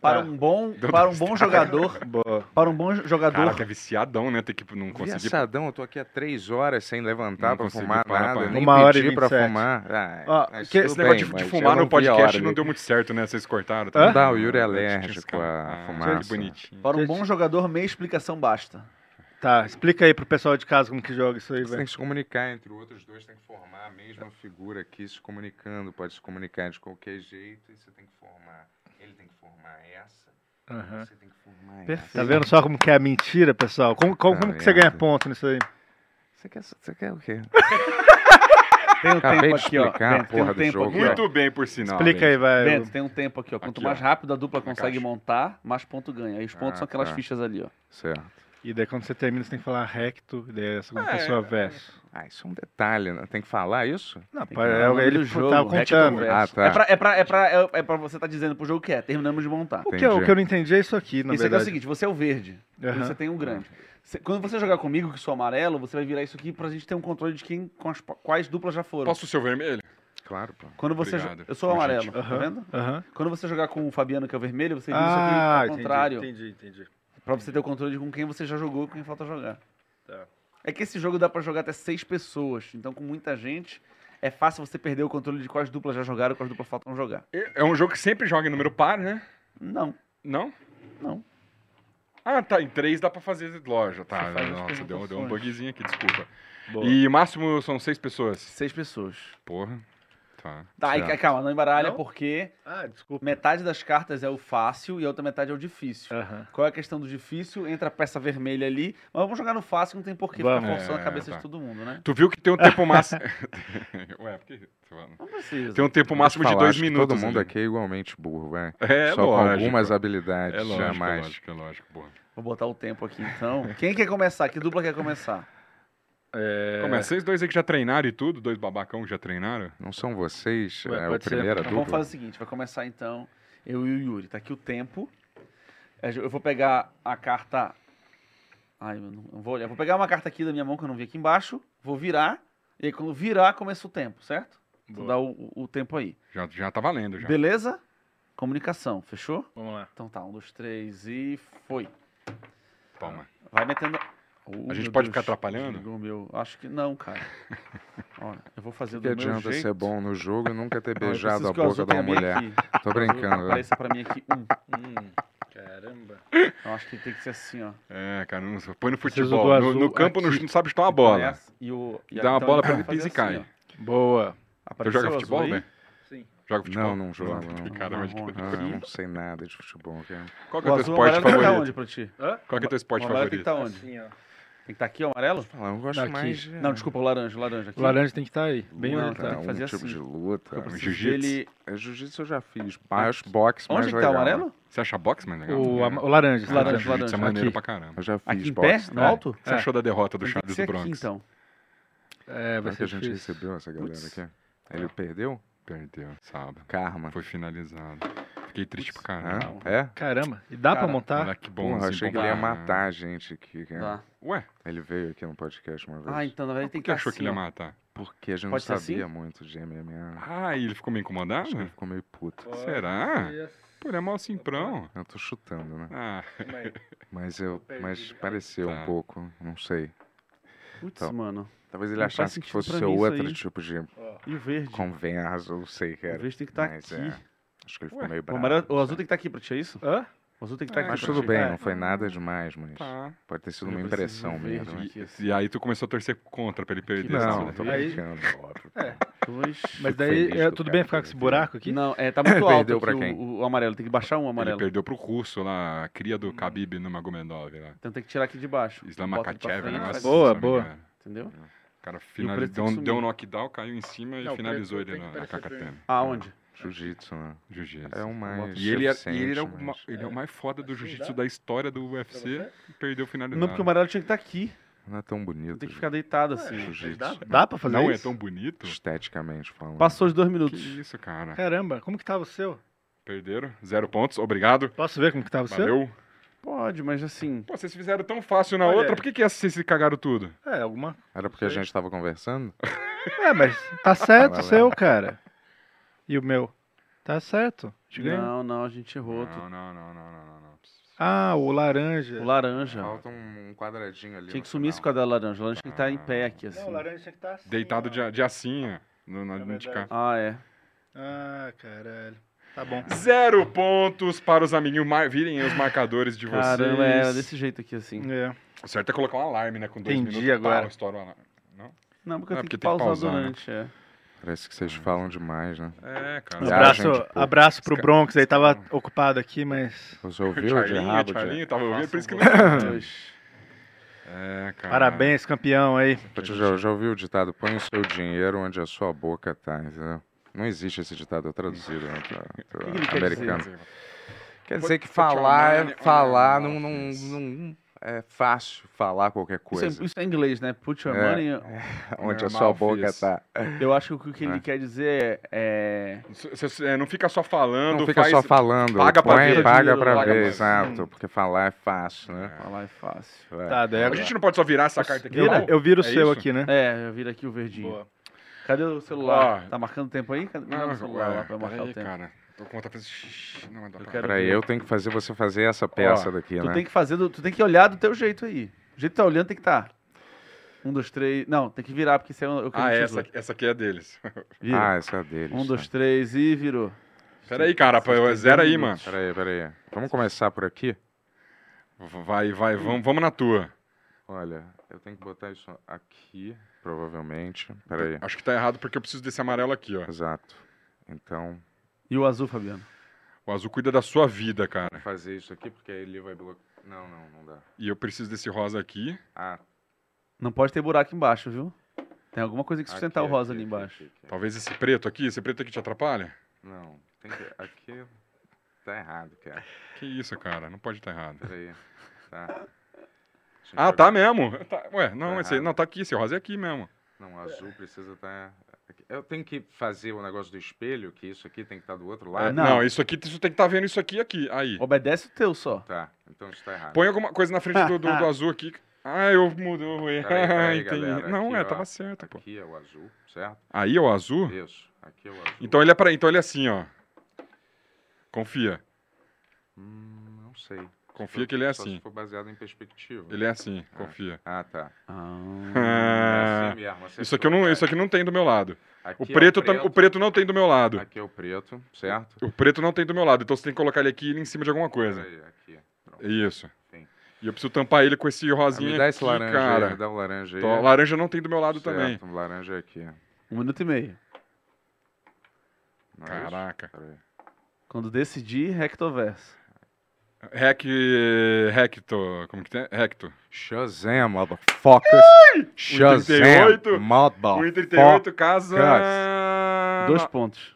S8: Para um
S7: *laughs*
S8: bom, para um bom jogador.
S3: Boa.
S8: Para um bom jogador.
S7: tá. Caraca, é viciadão, né? Ter que não conseguir.
S4: Viaçadão, eu tô aqui há três horas sem levantar
S7: Não
S4: pra
S7: consigo
S4: fumar
S7: parar,
S4: nada,
S7: pai.
S4: nem
S3: Uma hora
S4: pedir
S3: e
S4: pra
S3: 27.
S4: fumar. Ah,
S3: Ó,
S4: mas
S3: que-
S4: tudo
S7: Esse negócio
S4: bem,
S7: de, de
S4: mas eu
S7: fumar
S4: não
S7: no
S4: vi a hora
S7: podcast não
S4: de-
S7: deu muito certo, né? Vocês cortaram.
S3: Hã?
S7: também.
S4: Não, o Yuri é
S7: Ah, tinha
S4: alérgico assim.
S7: escapado.
S4: à
S7: Ah,
S4: fumaça.
S7: Que bonitinho.
S8: Para um bom jogador, meia explicação basta.
S3: Tá, explica aí pro pessoal de casa como que joga isso aí,
S4: Você tem
S3: velho.
S4: que se comunicar entre outros dois, tem que formar a mesma figura aqui se comunicando. Pode se comunicar de qualquer jeito e você tem que formar. Ele tem que formar essa.
S3: Aham.
S4: Você tem que formar
S3: Tá
S4: essa.
S3: vendo só como que é a mentira, pessoal? Como, como,
S4: Tá
S3: como que você ganha
S4: vendo?
S3: ponto nisso aí?
S4: Você quer, você quer o quê?
S8: Tem um
S4: Acabei
S8: tempo
S4: de
S8: aqui, ó.
S4: explicar a
S8: Bento, tem um
S4: porra do
S8: tempo
S4: jogo,
S8: aqui, ó.
S7: Muito bem, por sinal.
S3: Explica aí, vai.
S8: Bento, tem um tempo aqui, ó. Quanto
S7: Aqui,
S8: mais
S7: ó.
S8: rápido a dupla
S7: Na
S8: consegue
S7: caixa.
S8: montar, mais ponto ganha. E os pontos
S4: Ah,
S8: são aquelas
S4: tá.
S8: fichas ali, ó.
S4: *laughs* Certo.
S3: E daí quando você termina, você tem que falar recto, e daí a segunda
S7: É.
S3: pessoa verso.
S4: Ah, isso é um detalhe, né? Tem que falar isso?
S3: Não,
S8: Tem que
S3: pá,
S8: falar o
S3: é,
S8: nome
S3: ele
S8: do jogo,
S3: tava
S8: recto
S3: contando.
S8: ou verso.
S4: Ah, tá.
S8: É pra, é, pra, é, pra, é- é pra você tá dizendo pro jogo que é. Terminamos de montar.
S3: O que, eu- o que eu não entendi é isso aqui, na
S8: isso aqui é o
S3: verdade.
S8: seguinte, você é o verde.
S3: Aham.
S8: Você tem um grande. Cê- quando você jogar comigo, que sou amarelo, você vai virar isso aqui pra gente ter um controle de quem, com as, quais duplas já foram.
S7: Posso o seu vermelho?
S4: Claro, pô.
S8: Quando você. jo-
S7: Obrigado.
S8: Eu sou o amarelo,
S7: Gente.
S8: tá
S3: Aham.
S8: vendo?
S3: Aham.
S8: Quando você jogar com o Fabiano, que é o vermelho, você vira
S3: Ah,
S8: isso aqui ao
S3: entendi,
S8: contrário.
S3: entendi, entendi.
S8: Pra você ter o controle de com quem você já jogou e com quem falta jogar.
S3: Tá.
S8: É que esse jogo dá pra jogar até seis pessoas. Então, com muita gente, é fácil você perder o controle de quais duplas já jogaram e quais duplas faltam jogar.
S7: É um jogo que sempre joga em número par, né?
S8: Não.
S7: Não?
S8: Não.
S7: Ah, tá. Em três dá pra fazer loja. Tá,
S8: Você faz as
S7: nossa, deu, deu um
S8: permutações.
S7: bugzinho aqui, desculpa.
S3: Boa.
S7: E máximo são seis pessoas.
S8: Seis pessoas.
S7: Porra. Tá.
S8: Tá, aí,
S7: certo.
S8: calma, não embaralha,
S3: Não?
S8: porque
S3: Ah, desculpa.
S8: metade das cartas é o fácil e a outra metade é o difícil.
S3: Aham.
S8: Qual é a questão do difícil? Entra a peça vermelha ali, mas vamos jogar no fácil, não tem porquê ficar
S3: Vamos.
S8: forçando a
S7: É,
S8: cabeça
S7: tá.
S8: de todo mundo, né?
S7: Tu viu que tem um
S4: *laughs*
S7: tempo máximo. Ué, por que. você fala?
S8: Não precisa.
S7: Tem um tempo máximo
S4: Deixa eu
S7: de
S4: falar,
S7: dois
S4: acho que
S7: minutos.
S4: Todo mundo
S7: ali.
S4: aqui é igualmente burro, vai.
S7: É,
S4: Só
S7: lógico.
S4: com algumas
S7: É
S4: habilidades,
S7: lógico, é
S4: jamais.
S7: lógico, é lógico. Boa.
S8: Vou botar o tempo aqui, então. Quem quer começar? Que dupla quer começar?
S3: É,
S7: Começa, vocês dois aí que já treinaram e tudo, dois babacão que já treinaram.
S4: Não são vocês
S3: Ué,
S4: é, o
S3: pode ser.
S4: primeiro
S8: Então vamos
S4: adulto?
S8: fazer o seguinte, vai começar então eu e o Yuri. Tá aqui o tempo. É, Eu vou pegar a carta... Ai, eu não não vou olhar. Vou pegar uma carta aqui da minha mão que eu não vi aqui embaixo, vou virar, e aí quando virar, começa o tempo, certo? Vou
S3: Boa.
S8: dar o, o- o tempo aí.
S7: Já, já tá valendo, já.
S8: Beleza? Comunicação, fechou?
S3: Vamos lá.
S8: Então tá, um, dois, três e foi.
S7: Palma.
S8: Vai metendo. Oh,
S7: A gente
S8: meu
S7: pode ficar atrapalhando?
S8: desligou o meu- Acho que
S4: *laughs*
S8: não, cara. Olha, eu vou fazer
S4: O
S8: do
S4: que
S8: meu
S4: adianta
S8: jeito.
S4: ser bom no jogo e nunca ter
S8: *laughs* Não, eu
S4: beijado
S8: preciso
S4: a
S8: que o
S4: boca
S8: azul
S4: de uma
S8: tenha bem
S4: mulher?
S8: aqui.
S4: Tô
S8: O azul
S4: brincando, né?
S8: Apareça pra mim aqui um.
S9: Hum, caramba.
S8: Eu acho que tem que ser assim, ó.
S7: É, cara, não, põe no
S3: Preciso
S7: futebol.
S3: do
S7: No,
S3: azul
S7: no campo não,
S3: aqui.
S7: não sabe chutar uma bola.
S8: Então é assim, E o, e
S7: Dá
S8: a-
S7: uma
S8: então
S7: bola
S8: eu
S7: pra
S8: vou
S7: ele, pisa e
S8: fazer assim,
S7: cai.
S3: Boa.
S8: ó.
S7: Tu
S8: Apareceu
S7: joga
S8: o azul
S7: futebol,
S8: aí?
S7: velho?
S9: Sim.
S7: Joga futebol?
S4: Não, não jogo, não.
S7: Cara, mas- tipo,
S8: Não,
S4: Ah, eu não sei nada de futebol, cara.
S7: Qual que é
S8: O
S7: o teu
S8: azul
S7: esporte
S8: amarelo tem que estar
S7: favorito?
S8: onde pra ti?
S7: Qual que é o teu
S8: O
S7: esporte
S8: amarelo tem que
S7: favorito?
S8: estar onde? Tem
S9: Assim, ó.
S8: que estar aqui, o amarelo?
S4: Falar, eu gosto
S3: Daqui.
S4: mais de...
S8: Não, desculpa, o laranja, o laranja aqui.
S3: O laranja tem que estar aí. Bem
S8: Não,
S3: onde
S8: tem
S3: tá.
S8: que
S4: um
S8: fazer
S4: tipo
S8: assim.
S4: de luta.
S8: Eu preciso
S7: jiu-jitsu.
S8: dele...
S4: É, Jiu-jitsu eu já fiz. Mas boxe mais
S8: Onde que tá
S4: legal.
S8: o amarelo?
S7: Você acha boxe mais legal?
S3: O,
S7: Né?
S3: ama- o laranja. tá
S8: Laranja,
S3: vendo?
S7: Jiu-jitsu
S8: laranja.
S7: É maneiro
S3: Aqui.
S7: pra caramba.
S4: Eu já fiz
S8: Aqui em pé?
S4: boxe.
S8: No
S4: né?
S8: alto?
S7: O que Você achou da derrota do
S8: Tem que
S7: Charles
S8: ser
S7: do
S8: aqui,
S7: Bronx?
S8: então.
S3: É, vai
S4: Será que
S3: ser
S4: a gente
S3: difícil.
S4: recebeu essa galera
S8: Putz.
S4: aqui? Ele perdeu?
S7: Perdeu, sábado.
S4: Karma.
S7: Foi finalizado. Fiquei triste pra
S4: Hã?
S7: caramba.
S4: É?
S3: Caramba, e dá
S8: Cara,
S3: pra montar?
S7: Moleque bom,
S4: Porra,
S7: assim,
S4: achei
S7: bom
S4: que ele ia
S7: pra caramba.
S4: matar a gente aqui, cara.
S8: Tá.
S7: Ué,
S4: Ele veio aqui no podcast uma vez.
S8: Ah, então na verdade tem
S7: por
S8: que
S7: que
S8: tá
S7: achou que ele ia
S8: assim, ó.
S7: matar?
S4: Porque a gente
S8: Pode ser
S4: não
S8: assim?
S4: sabia muito de MMA.
S7: Ah, e ele ficou meio incomodado?
S4: Acho que ele ficou meio puto.
S7: Será?
S9: Olha
S7: Pô, ele é mal simprão.
S4: Eu tô chutando, né?
S7: Ah,
S9: só, mãe.
S4: Mas eu. Mas
S9: Perdido.
S4: pareceu
S7: Tá.
S4: um pouco, não sei.
S8: Putz,
S4: Então.
S8: mano.
S4: Talvez ele
S8: Não faz
S4: achasse que
S8: sentido
S4: fosse
S8: pra
S4: ser
S8: mim isso
S4: outro
S8: aí.
S4: tipo de
S8: E o verde?
S4: conversa, eu não sei,
S8: o
S4: cara.
S8: verde tem que estar
S4: Mas,
S8: aqui.
S4: é, Acho que ele ficou
S7: Ué,
S4: meio
S8: O,
S4: bravo.
S8: amarelo- o
S4: não
S8: azul
S4: sei.
S8: tem que estar aqui pra ti, é isso?
S3: Hã?
S8: O azul tem que estar
S7: É,
S8: aqui
S4: Mas
S8: pra
S4: tudo
S8: ti.
S4: bem,
S3: É.
S4: não foi nada demais, mas
S7: Tá.
S4: pode ter sido
S8: Eu
S4: uma
S8: preciso
S4: impressão
S8: ver
S4: mesmo.
S8: verde
S4: né?
S8: aqui, assim.
S7: E aí tu começou a torcer contra pra ele perder.
S4: Não,
S7: sabe?
S4: tô
S8: É
S3: Aí-
S4: brincando, óbvio.
S8: Dois.
S3: Mas
S4: Fico
S3: daí,
S4: feliz
S3: é,
S4: do
S3: tudo
S4: cara
S3: bem ficar com
S4: ter
S3: esse
S4: feito.
S3: buraco aqui?
S8: Não, é, tá muito alto
S4: Perdeu
S8: aqui
S4: pra
S8: o-
S4: quem?
S8: O, amarelo. Tem que baixar um
S7: Ele
S8: amarelo.
S7: perdeu pro russo lá, a cria do Khabib no Magomedov lá.
S8: Então tem que tirar aqui de baixo. Bota ele pra
S7: Islamakachev,
S8: frente,
S7: negócio
S8: faz-
S7: assim,
S3: Boa,
S7: sabe,
S3: boa.
S7: cara?
S8: Entendeu?
S7: O cara
S8: E o
S7: final,
S8: preto tem
S7: deu,
S8: que
S7: um- deu um
S8: sumir.
S7: knockdown, caiu em cima e
S9: Não, o
S7: finalizou
S9: preto
S7: ele
S9: tem
S7: na,
S9: que
S7: na
S9: aparecer
S7: Kakatana.
S8: Aonde?
S4: Jiu-jitsu, né?
S7: Jiu-jitsu.
S4: É o mais.
S7: E ele, é, e ele,
S4: eficiente,
S7: era o
S4: mas-
S7: ma- ele é o mais foda do jiu-jitsu da história do UFC. e Perdeu finalizado.
S8: Não, porque o amarelo tinha que estar aqui.
S4: Não é tão bonito.
S8: Tem que ficar
S4: gente,
S8: deitado assim.
S4: Jiu-jitsu.
S3: Dá pra fazer
S7: Não é
S3: isso?
S7: tão bonito?
S4: Esteticamente falando.
S8: Passou os dois minutos.
S7: Que isso, cara.
S3: Caramba, como que tava o seu?
S7: Perderam. Zero pontos. Obrigado.
S3: Posso ver como que tava o seu?
S7: Valeu.
S8: Pode, mas assim.
S7: Pô, vocês fizeram tão fácil na
S3: Olha.
S7: outra, por que, que essa vocês se cagaram tudo?
S3: É, alguma...
S4: Era porque a gente tava conversando?
S3: É, mas tá certo o
S4: Valeu.
S3: seu, cara. E o meu? Tá certo. Te ganho.
S8: Não, não, a gente errou.
S7: Não, não, não, não, não, não, não.
S3: Ah, o laranja.
S8: O laranja.
S4: Falta um quadradinho ali.
S8: Tinha
S4: no
S8: que sumir esse
S4: final.
S8: quadro da laranja. O laranja tem que estar em pé aqui, assim.
S3: Não, o laranja tinha que estar assim.
S7: Deitado
S3: ó.
S7: de, de assinha no, na-
S3: É
S7: dentro de cá.
S3: verdade.
S8: Ah, é.
S3: Ah, caralho. Tá bom.
S7: Zero pontos para os amiguinhos. Mar... Virem aí os marcadores de vocês.
S8: Caramba, é desse jeito aqui, assim.
S3: É.
S7: O certo é colocar um alarme, né? Com dois
S3: Entendi
S7: minutos. pau,
S3: agora.
S7: estoura o alarme. Não?
S8: Não, porque eu
S7: É,
S8: tenho
S7: porque tem
S8: que
S7: que
S8: pausar
S7: pausar, né?
S8: durante. É.
S4: Parece que vocês falam demais, né?
S7: É, cara.
S4: Mas
S3: Um Abraço,
S4: gente, pô.
S3: abraço pro
S7: Os
S3: Bronx, aí tava ocupado aqui, mas.
S4: Você ouviu de
S7: Charlinho,
S4: rabo?
S7: o Charlinho,
S4: de-
S7: tava ouvindo, por isso que
S8: um
S7: não...
S8: Dois.
S7: É, cara.
S3: Parabéns, campeão aí.
S4: Você já, já ouviu o ditado? Põe o seu dinheiro onde a sua boca tá, entendeu? Não existe esse ditado, é traduzido né, pra, pra
S8: ele quer
S4: americano.
S7: dizer?
S4: Quer dizer que
S7: Put your
S4: falar,
S7: money
S4: é-
S7: on
S4: falar
S7: your
S4: não, não,
S7: mouth, yes.
S4: não é fácil falar qualquer
S8: Isso é, *laughs*
S4: coisa.
S8: isso é em inglês, né? Put your
S4: É.
S8: money.
S4: onde a
S7: your
S4: sua
S7: mouth,
S4: boca
S7: yes.
S4: tá.
S8: Eu acho que o que ele
S4: É.
S8: quer dizer é.
S7: Você- você- é, não fica só falando,
S4: Não fica
S7: faz...
S4: só falando.
S7: paga pra
S4: põe,
S7: ver.
S4: Paga
S8: Dinheiro,
S4: pra
S7: paga
S4: ver,
S7: pra-
S4: exato. Porque falar é fácil, né?
S8: Falar é fácil.
S4: Vai.
S3: Tá, daí
S7: A
S3: agora.
S7: gente não pode só virar essa carta aqui,
S3: Vira-
S7: não?
S3: eu viro o
S7: É
S3: seu
S7: isso?
S3: aqui, né?
S8: É, eu viro aqui o verdinho.
S3: Boa.
S8: Cadê o celular?
S7: Ó.
S8: Tá marcando tempo aí? Cadê
S7: Não,
S8: o celular lá
S7: ué,
S8: pra marcar
S7: peraí,
S8: o tempo?
S7: cara. Tô com outra coisa. Shhh, Não, dá
S8: Eu
S7: pra...
S8: quero-
S4: Peraí,
S8: ver.
S4: eu tenho que fazer você fazer essa peça daqui,
S8: Tu
S4: né?
S8: tem que fazer, do- tu tem que olhar do teu jeito aí. O jeito que tá olhando tem que estar. Um, dois, três. Não, tem que virar, porque isso é o eu que
S7: Ah,
S8: a gente
S7: essa,
S8: usou.
S7: aqui- essa aqui é deles.
S8: Vira.
S4: Ah, essa é deles.
S8: um,
S4: tá.
S8: dois, três e virou.
S7: Peraí, cara,
S8: Vocês
S7: pô, é
S8: têm
S7: zero
S8: dois
S7: aí, mano.
S8: minutos.
S4: Peraí, peraí. Vamos começar por aqui?
S7: Vai, vai, vamos, vamos na tua.
S4: Olha, eu tenho que botar isso aqui, provavelmente. Peraí.
S7: Acho que tá errado porque eu preciso desse amarelo aqui, ó.
S4: Exato. Então,
S8: E o azul, Fabiano?
S7: O azul cuida da sua vida, cara.
S4: fazer isso aqui porque aí ele vai bloquear. Não, não, não dá.
S7: E eu preciso desse rosa aqui.
S4: Ah,
S8: Não pode ter buraco embaixo, viu? Tem alguma coisa que sustentar
S4: aqui,
S8: o rosa
S4: aqui,
S8: ali
S4: aqui,
S8: embaixo.
S4: aqui, aqui.
S7: Talvez esse preto aqui. Esse preto aqui te atrapalha?
S4: Não, tem que. Aqui tá errado, cara.
S7: Que isso, cara? Não pode estar errado.
S4: Peraí. Tá.
S7: Ah, tá mesmo? *laughs* Tá- Ué, não,
S4: Tá
S7: esse,
S4: errado.
S7: não, tá aqui, esse rosa é aqui mesmo.
S4: Não, azul precisa estar. Eu tenho que fazer o negócio do espelho, que isso aqui tem que estar do outro
S7: É,
S4: lado.
S8: não.
S7: não. isso aqui, isso tem que estar vendo isso aqui e aqui. Aí.
S8: Obedece o teu só.
S4: Tá, então isso tá errado.
S7: Põe alguma coisa na frente do, do- do azul aqui. Ah, eu mudou. ué.
S4: Peraí, peraí,
S7: *laughs* Entendi.
S4: galera,
S7: não,
S4: aqui,
S7: é,
S4: ó.
S7: tava certo, pô.
S4: Aqui é o azul, certo?
S7: Aí é o azul?
S4: Isso. Aqui é o azul.
S7: Então ele é pra, então ele é assim, ó. Confia.
S4: Hum, não sei.
S7: Confia que ele é
S4: Então, Só
S7: assim.
S4: Se for baseado em perspectiva.
S7: Ele é assim, confia.
S4: Ah, tá. É
S7: Ah,
S4: assim mesmo, acertou,
S7: isso aqui eu não,
S4: cara.
S7: isso aqui não tem do meu lado.
S4: Aqui
S7: O
S4: é
S7: preto, tam- o preto não tem do meu lado.
S4: Aqui é o preto, certo?
S7: O preto não tem do meu lado, então você tem que colocar ele aqui e ele em cima de alguma coisa.
S4: Peraí, aqui. Ah,
S7: Isso.
S4: Sim.
S7: E eu preciso tampar ele com esse
S4: Ah,
S7: rosinha
S4: me dá esse
S7: aqui,
S4: laranja aí, me
S7: cara.
S4: dá o laranja aí.
S7: Tô- laranja não tem do meu lado também.
S4: Certo, um laranja aqui.
S8: Um minuto e meio.
S4: Não é isso?
S7: Caraca.
S4: Peraí.
S8: Quando decidir, rectoverso.
S7: Rec... Recto. Como que tem? Recto.
S4: Shazam, motherfuckers. Shazam,
S7: 1,38. 1,38
S4: motherfuckers.
S7: casa. Ah,
S8: Dois pontos.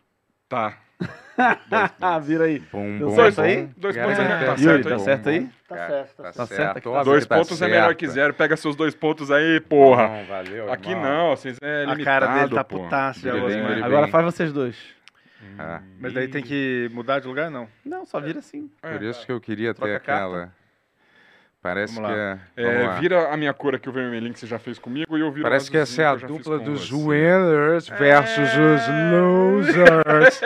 S7: Tá.
S8: *laughs* Ah, vira aí.
S4: Bum,
S8: Deu
S4: bom,
S8: certo aí?
S7: Dois
S4: Cara,
S7: pontos
S4: é
S7: é
S4: certo.
S7: tá
S8: Yuri,
S7: certo
S8: tá
S7: aí.
S8: certo aí?
S3: Tá certo, tá
S4: Tá
S8: certo,
S4: certo.
S8: tá
S4: óbvio
S7: Dois
S4: que tá
S7: pontos é melhor
S4: certo.
S7: que zero. Pega seus dois pontos aí, porra.
S4: Não, valeu,
S7: Aqui
S4: irmão.
S7: não, vocês é
S3: A
S7: limitado,
S3: cara dele tá
S7: pô.
S3: putaço já
S4: Ele
S3: hoje,
S4: vem,
S3: né?
S4: ele é
S8: Agora
S4: bem.
S8: faz vocês dois.
S4: Ah,
S3: Mas daí tem que mudar de lugar, não.
S8: Não, só vira assim.
S7: É,
S4: por isso que eu queria ter
S8: Troca a carta.
S4: aquela. Parece que
S3: Vamos
S4: é.
S7: É,
S4: vamos lá.
S7: vira a minha cor aqui, o vermelhinho que você já fez comigo, e eu viro
S4: Parece
S7: o
S4: que essa é a
S7: azulzinho assim, que eu já fiz
S4: dupla
S7: com
S4: dos
S7: você.
S4: winners versus os
S7: É. *laughs*
S4: losers.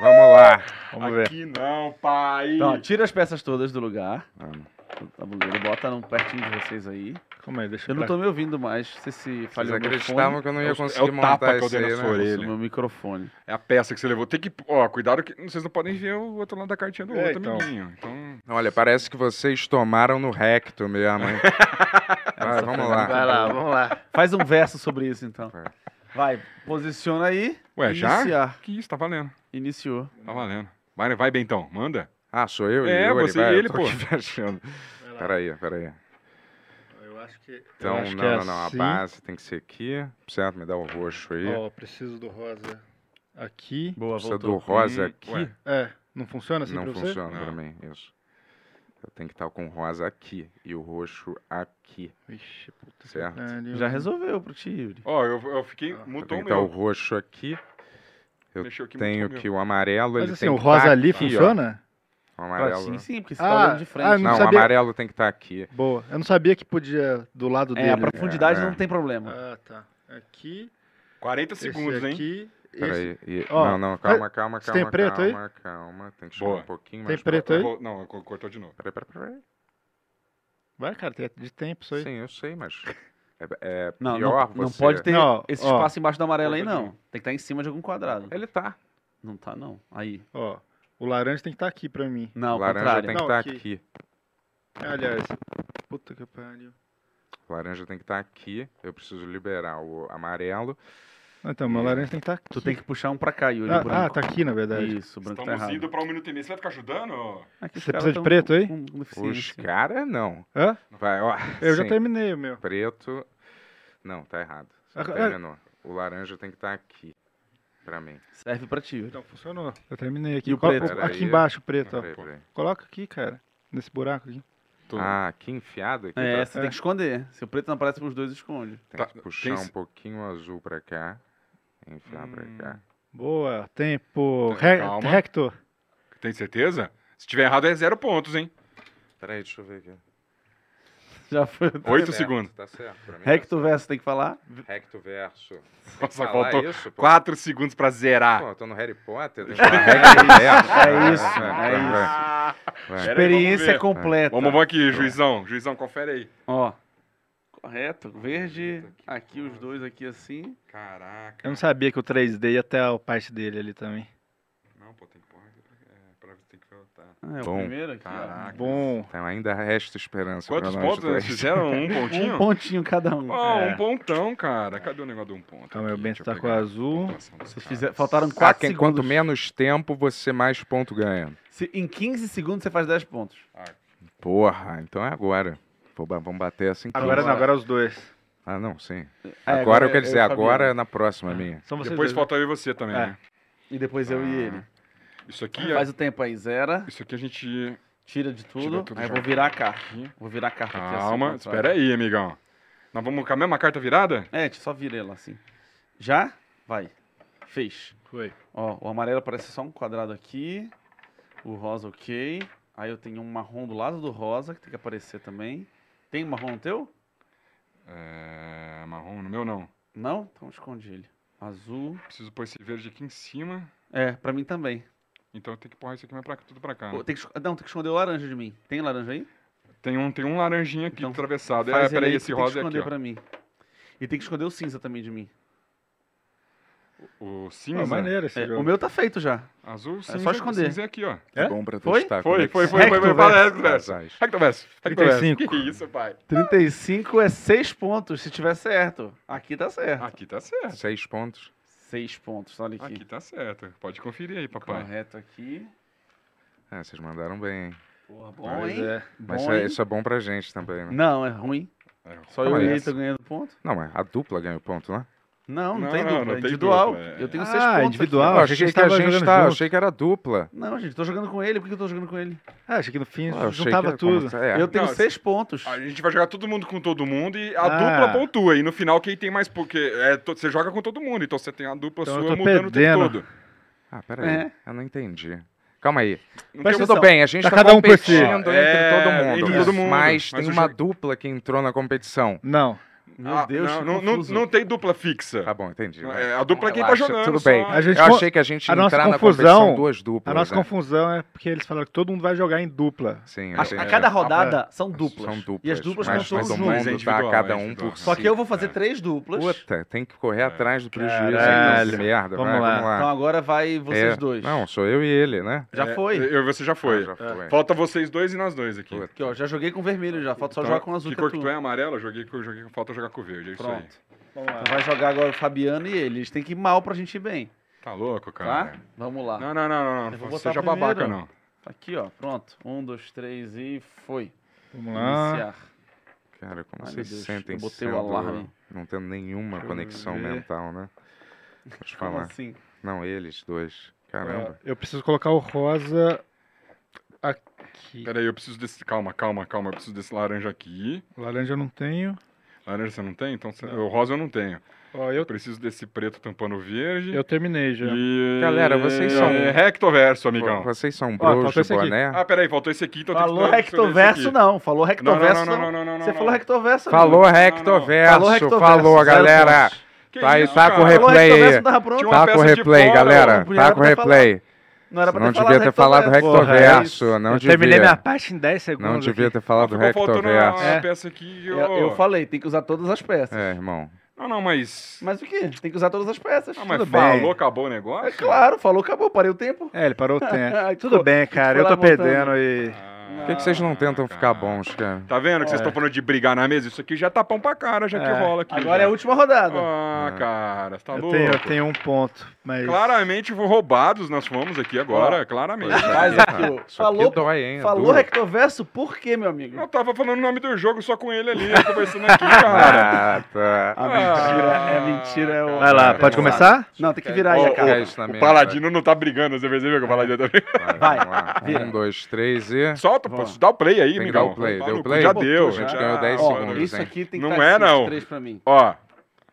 S4: Vamos lá.
S3: Vamos ver.
S7: Aqui não, pai.
S8: Então, ó, tira as peças todas do lugar.
S4: Vamos.
S8: Tá bom, Ele bota num pertinho de vocês aí.
S3: Calma aí, deixa
S8: Eu não
S3: pra-
S8: tô me ouvindo mais. Não sei se falhou
S4: Vocês
S8: o meu
S4: acreditavam
S8: fone.
S4: que eu não
S7: É
S4: ia
S7: o- é o
S4: conseguir
S7: tapa
S4: montar
S7: que eu
S4: esse
S7: dei na
S4: aí,
S7: sua
S4: né?
S7: orelha.
S8: Nossa,
S7: ele.
S8: meu microfone.
S7: É a peça que você levou. Tem que. Ó, cuidado que. Vocês não podem ver o outro lado da cartinha do
S3: É,
S7: outro,
S3: então.
S7: amiguinho. Então.
S4: Olha, parece que vocês tomaram no recto mesmo,
S7: *laughs*
S4: hein? Vai, vamos
S8: Vai
S4: lá.
S8: lá, vamos lá. Faz um verso sobre isso, então.
S4: Vai.
S8: Vai, posiciona aí.
S7: Ué, já?
S8: Iniciar.
S7: Que isso, tá valendo.
S8: Iniciou.
S7: Tá valendo. Vai, vai Bentão, manda.
S4: Ah, sou eu?
S7: É,
S4: Yuri,
S7: você e
S4: vai, eu
S7: ele,
S4: tô
S7: pô.
S4: aqui *laughs* viajando. Peraí, peraí.
S9: Eu acho que.
S4: Então,
S9: acho que
S4: não,
S9: é
S4: não, não. A
S9: assim.
S4: base tem que ser aqui. Certo, me dá o roxo aí.
S9: Ó, preciso do rosa aqui.
S8: Boa,
S4: Precisa
S8: voltou.
S4: do rosa
S7: Hum,
S4: aqui.
S7: ué.
S9: É,
S3: Não funciona assim
S4: não
S3: pra você?
S4: funciona pra
S7: Não.
S4: mim, isso. Eu tenho que estar com o rosa aqui e o roxo aqui,
S3: Vixe, puta.
S4: certo?
S3: pariu.
S8: Já resolveu pro ti, Yuri.
S7: Ó, eu, eu fiquei.
S4: Ah, Eu
S7: mutou
S4: tenho
S7: o
S4: que
S8: um.
S4: estar o
S7: meu.
S4: roxo aqui. Eu
S7: Mexeu aqui,
S4: tenho
S7: mutou o
S4: que o amarelo,
S3: Mas
S4: ele
S3: assim,
S4: tem
S3: o
S4: que
S3: rosa
S4: tá
S3: ali
S4: aqui, ó.
S3: funciona?
S4: O
S8: Ah,
S4: amarelo.
S8: sim, sim, porque você
S3: Ah,
S8: tá olhando de frente.
S3: ah,
S4: Não,
S3: não
S4: o
S3: sabia.
S4: amarelo tem que estar aqui.
S3: Boa. Eu não sabia que podia do lado
S8: É,
S3: dele.
S8: a profundidade
S4: É, é.
S8: não tem problema.
S3: Ah, tá. Aqui,
S7: 40
S3: esse
S7: segundos, hein?
S3: aqui, esse...
S4: Peraí. e-
S3: ó,
S4: não, não,
S3: mas-
S4: calma, calma, calma.
S3: Você tem preto aí?
S4: calma, calma. Tem que chegar
S7: Boa.
S4: um pouquinho
S3: Tem
S4: mais. pra-
S3: preto tá aí?
S7: Vou- Não, co- cortou de novo.
S4: Peraí, peraí, peraí.
S3: Vai, cara, tem de tempo isso aí.
S4: Sim, eu sei, mas. É, é
S8: Não,
S4: pior
S8: não, não
S4: você-
S8: pode ter
S3: Não, ó,
S8: esse
S3: ó.
S8: espaço embaixo do amarelo aí,
S7: Corta de
S8: não. Tem que estar em cima de algum quadrado.
S4: Ele tá.
S8: Não tá, não. Aí.
S3: Ó, o laranja tem que estar aqui pra mim.
S8: Não, ao
S4: laranja
S8: contrário.
S4: tem que
S3: Não,
S4: estar
S3: aqui.
S4: aqui.
S3: Aliás, puta que pariu.
S4: Laranja tem que estar aqui. Eu preciso liberar o amarelo.
S3: Ah, Então, meu laranja tem que estar aqui.
S8: Tu tem que puxar um pra cá, Yuri. o branco.
S3: Ah, ah, tá aqui, na verdade.
S8: Isso, o branco
S7: Estamos
S8: tá
S7: indo
S8: errado.
S7: pra um minuto e meio. Você vai ficar ajudando? ó?
S8: Aqui os
S3: Você
S8: caras
S3: precisa de
S8: tão
S3: preto aí?
S8: com- com
S4: Os
S8: deficiência.
S4: caras não.
S3: Hã?
S4: Vai, ó.
S3: Eu já
S4: sim,
S3: terminei o meu.
S4: Preto. Não, tá errado. Você
S3: Ah, ah.
S4: terminou. O laranja tem que estar aqui. Pra mim.
S8: Serve pra ti, Yuri.
S3: Então, funcionou. Eu terminei aqui.
S8: E o
S3: Colo-
S8: preto?
S3: Aqui
S4: Peraí.
S3: embaixo, o preto, ó.
S4: Peraí, peraí.
S3: Coloca aqui, cara. Nesse buraco aqui.
S7: Tô-
S4: Ah, aqui enfiado aqui.
S8: É,
S4: tá?
S8: você tem que esconder. Se o preto não aparece pros dois, esconde.
S4: Tem
S7: Tá,
S4: que puxar
S7: tem-
S4: um pouquinho o azul pra cá. Enfiar
S7: Hum.
S4: pra cá.
S3: Boa, tempo.
S7: Tá,
S3: Re
S7: calma.
S3: Recto.
S7: Tem certeza? Se tiver errado, é zero pontos, hein?
S4: Peraí, deixa eu ver aqui.
S8: *laughs* Já foi.
S4: Certo,
S7: Oito segundos.
S4: Tá certo. Pra mim
S8: Recto
S4: tá
S8: verso, tem que falar.
S4: certo. Recto verso.
S7: Nossa,
S4: Falar
S7: faltou
S4: isso, pô.
S7: quatro segundos pra zerar.
S4: Pô, eu tô no Harry Potter. tem que falar recto verso.
S8: É
S4: Vai,
S8: isso,
S4: vai,
S8: é
S4: vai,
S8: isso.
S4: vai.
S7: Pera aí,
S8: Experiência
S7: vamos ver.
S8: completa.
S7: Vamos, vamos aqui, juizão. Juizão, confere aí.
S8: Ó. Correto. Verde. Aqui os dois aqui assim.
S7: Caraca.
S3: Eu não sabia que o 3D ia até a parte dele ali também.
S7: Não, pô, tem que pôr. É, pra- tem que voltar.
S8: Ah, é o
S4: Bom.
S8: primeiro aqui. ó.
S7: Caraca.
S3: Bom.
S4: Então ainda resta esperança. pra
S7: Quantos
S4: nós
S7: pontos?
S4: dois.
S7: Eles
S3: *laughs*
S7: fizeram um pontinho?
S8: Um pontinho cada um.
S7: Ó,
S3: É.
S7: um pontão, cara. Cadê o negócio do um ponto?
S3: Calma aí, o
S7: Aqui,
S3: Bento
S7: deixa eu
S3: tá com o
S7: pegar.
S3: azul.
S7: Pontuação dos
S8: Vocês
S7: caras.
S8: fizer- faltaram
S4: Ah,
S8: 4
S4: quem,
S8: segundos.
S4: quanto menos tempo, você mais ponto ganha.
S8: Se- em 15 segundos você faz 10 pontos.
S4: Porra, então é agora. Vou ba- vamos bater assim.
S3: Agora não, agora os dois.
S4: Ah, não, sim.
S8: É,
S4: agora, eu quero dizer,
S8: e o Fabiano.
S4: agora é na próxima minha.
S3: São vocês
S7: Depois
S3: dois.
S7: falta eu e você também,
S8: É.
S7: né?
S8: E depois eu e ele.
S7: Isso aqui, é-
S8: Faz o tempo aí, zera,
S7: isso aqui a gente.
S8: tira de tudo.
S7: Tira tudo
S8: aí eu
S7: já.
S8: vou virar a carta. Vou virar a carta aqui assim. ao
S7: Calma,
S8: contrário.
S7: espera aí, amigão. Nós vamos com a mesma carta virada?
S8: É, só vira ela assim. Já? Vai. Fez.
S3: Foi.
S8: Ó, o amarelo aparece só um quadrado aqui. O rosa, ok. Aí eu tenho um marrom do lado do rosa, que tem que aparecer também. Tem um marrom no teu?
S7: É. Marrom, no meu não.
S8: Não? Então esconde ele. Azul.
S7: Preciso pôr esse verde aqui em cima.
S8: É, pra mim também.
S7: Então tem que pôr isso aqui mais pra, tudo pra cá. né?
S8: Pô, Tem que, esco- não, tem que esconder o laranja de mim. Tem laranja aí?
S7: Tem um, tem um laranjinha aqui
S8: Então,
S7: atravessado. É,
S8: Faz ele
S7: peraí,
S8: aí,
S7: esse
S8: que tem que
S7: rosa é aqui.
S8: esconder
S7: ó.
S8: pra mim. E tem que esconder o cinza também de mim.
S7: O
S3: Pô,
S7: cinza.
S3: maneiro esse
S8: É,
S3: jogo.
S8: o meu tá feito já.
S7: Azul, cinza.
S8: esconder.
S7: Cinza é aqui, ó.
S3: É?
S4: Bom pra
S8: Foi?
S4: testar.
S7: Foi,
S4: como é que
S7: foi,
S4: são
S7: foi, foi, foi. Fala,
S4: os
S7: Hector.
S4: casais.
S7: Hectorverso.
S3: 35.
S7: Que isso, pai.
S8: 35 é 6 pontos, se tiver certo. Aqui tá certo.
S7: Aqui tá certo.
S4: Seis pontos.
S8: 6 pontos, olha aqui.
S7: Aqui tá certo. Pode conferir aí, papai.
S8: Correto aqui.
S4: É, vocês mandaram bem, hein?
S8: Porra, bom,
S3: Pois
S8: hein?
S3: é.
S4: Mas
S8: Bom,
S4: é-
S8: hein?
S4: isso é bom pra gente também, né?
S8: Não, é ruim.
S7: É,
S8: Só
S4: Como
S8: eu
S4: é
S8: e ele
S4: essa?
S8: tô ganhando ponto.
S4: Não, é a dupla ganhou ponto, né?
S8: Não, não,
S7: Não,
S8: tem
S7: não,
S8: dupla.
S7: não
S8: é
S7: tem
S8: individual.
S7: dupla, é.
S8: Eu tenho
S3: Ah,
S8: 6 pontos.
S3: individual.
S4: Eu
S3: Ah,
S4: achei
S3: achei que
S4: que a
S3: tava
S4: gente
S3: jogando
S4: tá, eu
S3: junto.
S4: achei que era dupla.
S8: aqui. Não, gente, tô jogando com ele. Por que eu tô jogando com ele?
S3: Ah, achei que no fim
S4: Pô, eu achei que
S3: juntava
S4: era-
S3: tudo.
S4: É,
S8: Eu tenho
S7: Não,
S8: 6 pontos.
S7: A gente vai jogar todo mundo com todo mundo e a
S3: Ah.
S7: dupla pontua. E no final, quem tem mais. Porque é, to- você joga com todo mundo, então você tem a dupla
S3: Então eu
S7: sua
S3: tô
S7: mudando o
S3: perdendo.
S7: tempo todo.
S4: Ah, peraí. Eu não entendi. Calma aí.
S7: Não
S3: Presta
S7: tem-
S4: Tudo
S3: atenção.
S4: bem, a gente
S3: Tá
S4: tá,
S3: cada um por si.
S4: competindo entre
S7: É,
S4: todo mundo.
S7: entre todo mundo.
S4: Mas,
S7: Mas
S4: tem
S7: o
S4: uma
S7: jo-
S4: dupla que entrou na competição.
S3: Não.
S8: Meu
S7: Ah,
S8: Deus,
S7: não,
S8: que
S7: não, não,
S8: confuso.
S7: não tem dupla fixa.
S4: Tá bom, entendi. vai.
S7: É, a dupla é quem tá
S4: Relaxa,
S7: jogando.
S4: Tudo
S7: só.
S4: bem.
S3: A gente
S4: Eu
S3: con-
S4: achei que a gente
S3: a
S4: ia
S3: nossa
S4: entrar na
S3: confusão-
S4: competição duas
S3: A
S4: duplas.
S3: nossa
S4: né?
S3: confusão é porque eles falaram que todo mundo vai jogar em dupla.
S4: Sim,
S8: A,
S4: sim.
S8: a cada rodada são duplas.
S4: é, São duplas.
S8: E as duplas
S4: mas,
S8: são
S4: mas o
S8: todos
S7: um
S8: juntos.
S7: é
S4: mundo dá
S7: individual,
S4: cada
S7: é
S4: um
S7: individual.
S4: por si.
S8: Só que eu vou fazer
S7: É.
S8: três duplas.
S4: Puta, tem que correr atrás do prejuízo.
S3: Caralho.
S4: hein? Merda,
S3: Vamos
S4: vai,
S3: lá.
S4: vamos lá.
S8: Então agora vai vocês
S4: É,
S8: dois.
S4: Não, sou eu e ele, né?
S8: Já
S7: É,
S8: foi.
S7: Eu e você já foi. É.
S4: Ah, já foi.
S7: Falta vocês dois e nós dois aqui.
S4: Puta.
S8: Aqui, ó, já joguei com vermelho já. Falta só
S7: Então,
S8: jogar com azul
S7: Que
S8: que,
S7: cor
S8: é
S7: que
S8: tu.
S7: tu é amarelo? Eu joguei, com- eu joguei, falta jogar com verde. É isso aí.
S8: Pronto. Então vai jogar agora o Fabiano e ele. Eles têm que ir mal pra gente ir bem.
S7: Tá louco,
S8: Tá?
S7: cara?
S8: Vamos lá.
S7: Não, não, não, não. Não
S8: Eu vou
S7: Não
S8: botar
S7: seja
S8: primeiro.
S7: babaca, não.
S8: Tá Aqui, ó. Pronto. Um, dois, três e foi.
S3: Vamos
S4: Ah,
S3: lá.
S8: Iniciar.
S4: Cara, como
S8: Ai,
S4: vocês
S8: meu Deus,
S4: sentem
S8: eu botei o
S4: sendo-
S8: alarme.
S4: não tendo nenhuma
S3: Deixa eu
S4: conexão
S3: ver.
S4: mental, né? Vou
S8: *laughs*
S4: te
S8: Como
S4: *laughs* falar.
S8: assim?
S4: Não, eles dois. Caramba.
S3: Eu preciso colocar o rosa aqui.
S7: Peraí, eu preciso desse. Calma, calma, calma. Eu preciso desse laranja aqui.
S3: Laranja eu não tenho.
S7: Laranja você não tem? Então você- o rosa eu não tenho.
S3: Ó,
S7: Eu
S3: eu,
S7: preciso desse preto tampando o verde.
S3: eu terminei já.
S7: E...
S4: Galera, vocês são-
S7: É rectoverso, amigão.
S4: Vocês são
S3: faltou
S4: broxo,
S3: esse aqui.
S4: boné.
S7: Ah, peraí, faltou esse aqui, então
S8: Falou
S7: tem que escolher esse
S8: rectoverso,
S7: aqui.
S8: não. Falou
S7: Não,
S8: rectoverso,
S7: não,
S8: não.
S7: não, não, não, não,
S8: Você
S7: não.
S8: falou rectoverso, amigo.
S4: Falou
S8: tá Falou
S4: Rectoverso,
S8: rectoverso.
S4: falou,
S8: zero
S4: galera.
S8: pontos.
S7: Que
S4: Tá aí,
S7: isso,
S4: tá com o
S7: cara?
S8: Falou
S4: replay
S8: rectoverso,
S4: aí.
S8: não tava pronto.
S7: Tinha uma
S4: Tá com o
S7: peça de
S4: replay,
S7: fora,
S4: galera.
S8: ô, não
S4: Tá
S8: era
S4: com o
S8: pra ter
S4: replay.
S8: Não era pra
S4: Não
S8: ter falado é
S4: devia ter falado
S8: rectoverso.
S4: rectoverso. Não
S3: eu terminei minha
S4: devia.
S3: parte em 10 segundos.
S4: Não devia
S3: aqui.
S4: ter falado
S7: Ficou faltando
S4: rectoverso.
S7: uma peça aqui.
S8: É. Eu,
S7: ô.
S8: eu falei, tem que usar todas as peças.
S4: É, irmão.
S7: Não, não, mas.
S8: Mas o quê? Tem que usar todas as peças.
S7: Ah, mas
S3: tudo bem.
S7: falou, acabou o
S8: É
S7: negócio?
S8: claro, falou, acabou, parei o tempo.
S3: É, ele parou o
S4: *laughs*
S3: tempo.
S8: Aí
S3: Tudo
S8: ficou-
S3: bem, cara. Eu
S8: ficou lá
S3: tô
S8: montando.
S3: perdendo e.
S4: Por que, que vocês não tentam ficar bons, cara?
S7: Tá vendo que vocês estão falando de brigar na mesa? Isso aqui já tá pão pra cara, já que rola aqui.
S8: Agora
S7: já.
S8: É. é a última rodada.
S4: É.
S7: Ah, cara, você tá
S3: Eu
S7: louco.
S3: tenho, eu tenho um ponto. Mas.
S7: Claramente vou- roubados nós fomos aqui agora, claramente.
S8: é. Mas
S4: Eita,
S8: aqui, ó,
S4: isso aqui
S8: falou,
S4: dói, hein? É
S8: falou
S4: duro.
S8: rectoverso, por quê, meu amigo?
S7: Eu tava falando o nome do jogo só com ele ali, conversando
S4: *laughs*
S7: aqui, cara.
S4: Ah, tá.
S8: Ah, mentira, é mentira. É o...
S3: Vai lá, pode
S8: Vamos
S3: começar?
S8: Não, tem que virar aí
S7: Ó,
S8: a cara.
S4: é isso na
S7: O
S4: mesa.
S7: Paladino não tá brigando, você percebeu que o Paladino tá
S8: *laughs*
S4: Vai.
S7: brigando?
S8: Vai.
S4: vamos lá. Um, dois, três e.
S7: Solta, pô, dá o play aí,
S4: Tem que
S7: amigão.
S4: dar o play,
S7: Pá
S4: deu
S7: no cu,
S4: play?
S7: Já
S4: Pô,
S7: deu.
S4: a gente
S7: já.
S4: ganhou 10
S8: Ó,
S4: segundos,
S8: isso
S4: hein?
S8: aqui tem que
S7: Não
S8: tá
S7: é,
S8: esses
S7: não.
S8: três pra mim.
S7: Ó,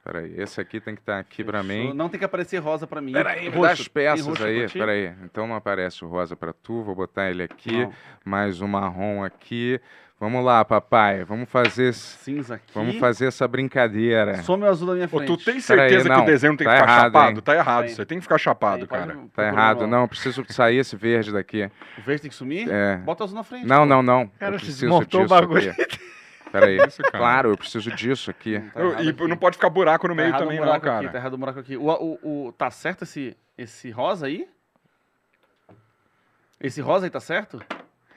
S4: Peraí, esse aqui tem que estar aqui pra
S8: Fechou.
S4: mim.
S8: Não tem que aparecer rosa pra mim.
S4: Peraí, me
S8: Roxo.
S4: dá as
S8: Tem
S4: peças
S8: roxo
S4: aí.
S8: pra ti?
S4: Peraí. Então não aparece o rosa pra tu, vou botar ele aqui.
S8: Não.
S4: Mais o marrom aqui. Vamos lá, papai. Vamos fazer, esse-
S8: Cinza aqui.
S4: vamos fazer essa brincadeira.
S8: Some o azul da minha
S7: Ô,
S8: frente.
S7: tu tem certeza
S4: Peraí,
S7: que
S4: não.
S7: o desenho tem
S4: Tá
S7: que ficar
S4: errado,
S7: chapado?
S4: hein?
S7: Tá errado,
S8: Tem.
S7: você tem que ficar chapado,
S8: Aí, pode
S7: cara.
S4: Tá
S8: procurar
S4: errado.
S8: lá.
S4: Não, preciso sair esse verde daqui.
S8: O verde tem que sumir?
S4: É.
S8: Bota o azul na frente.
S4: Não, não, não.
S3: Cara,
S4: eu
S3: você
S4: preciso
S3: desmontou o
S4: disso
S3: bagulho.
S4: aqui. *laughs* Peraí.
S7: Isso, cara.
S4: Claro, eu preciso disso aqui.
S8: Tá
S7: Eu-
S8: errado
S7: e
S8: aqui.
S7: não pode ficar buraco no
S8: Tá
S7: meio
S8: errado o
S7: também, não,
S8: buraco aqui, tá
S7: cara.
S8: errado o buraco aqui. O, o, o- tá certo esse, esse rosa aí? Esse rosa aí tá certo?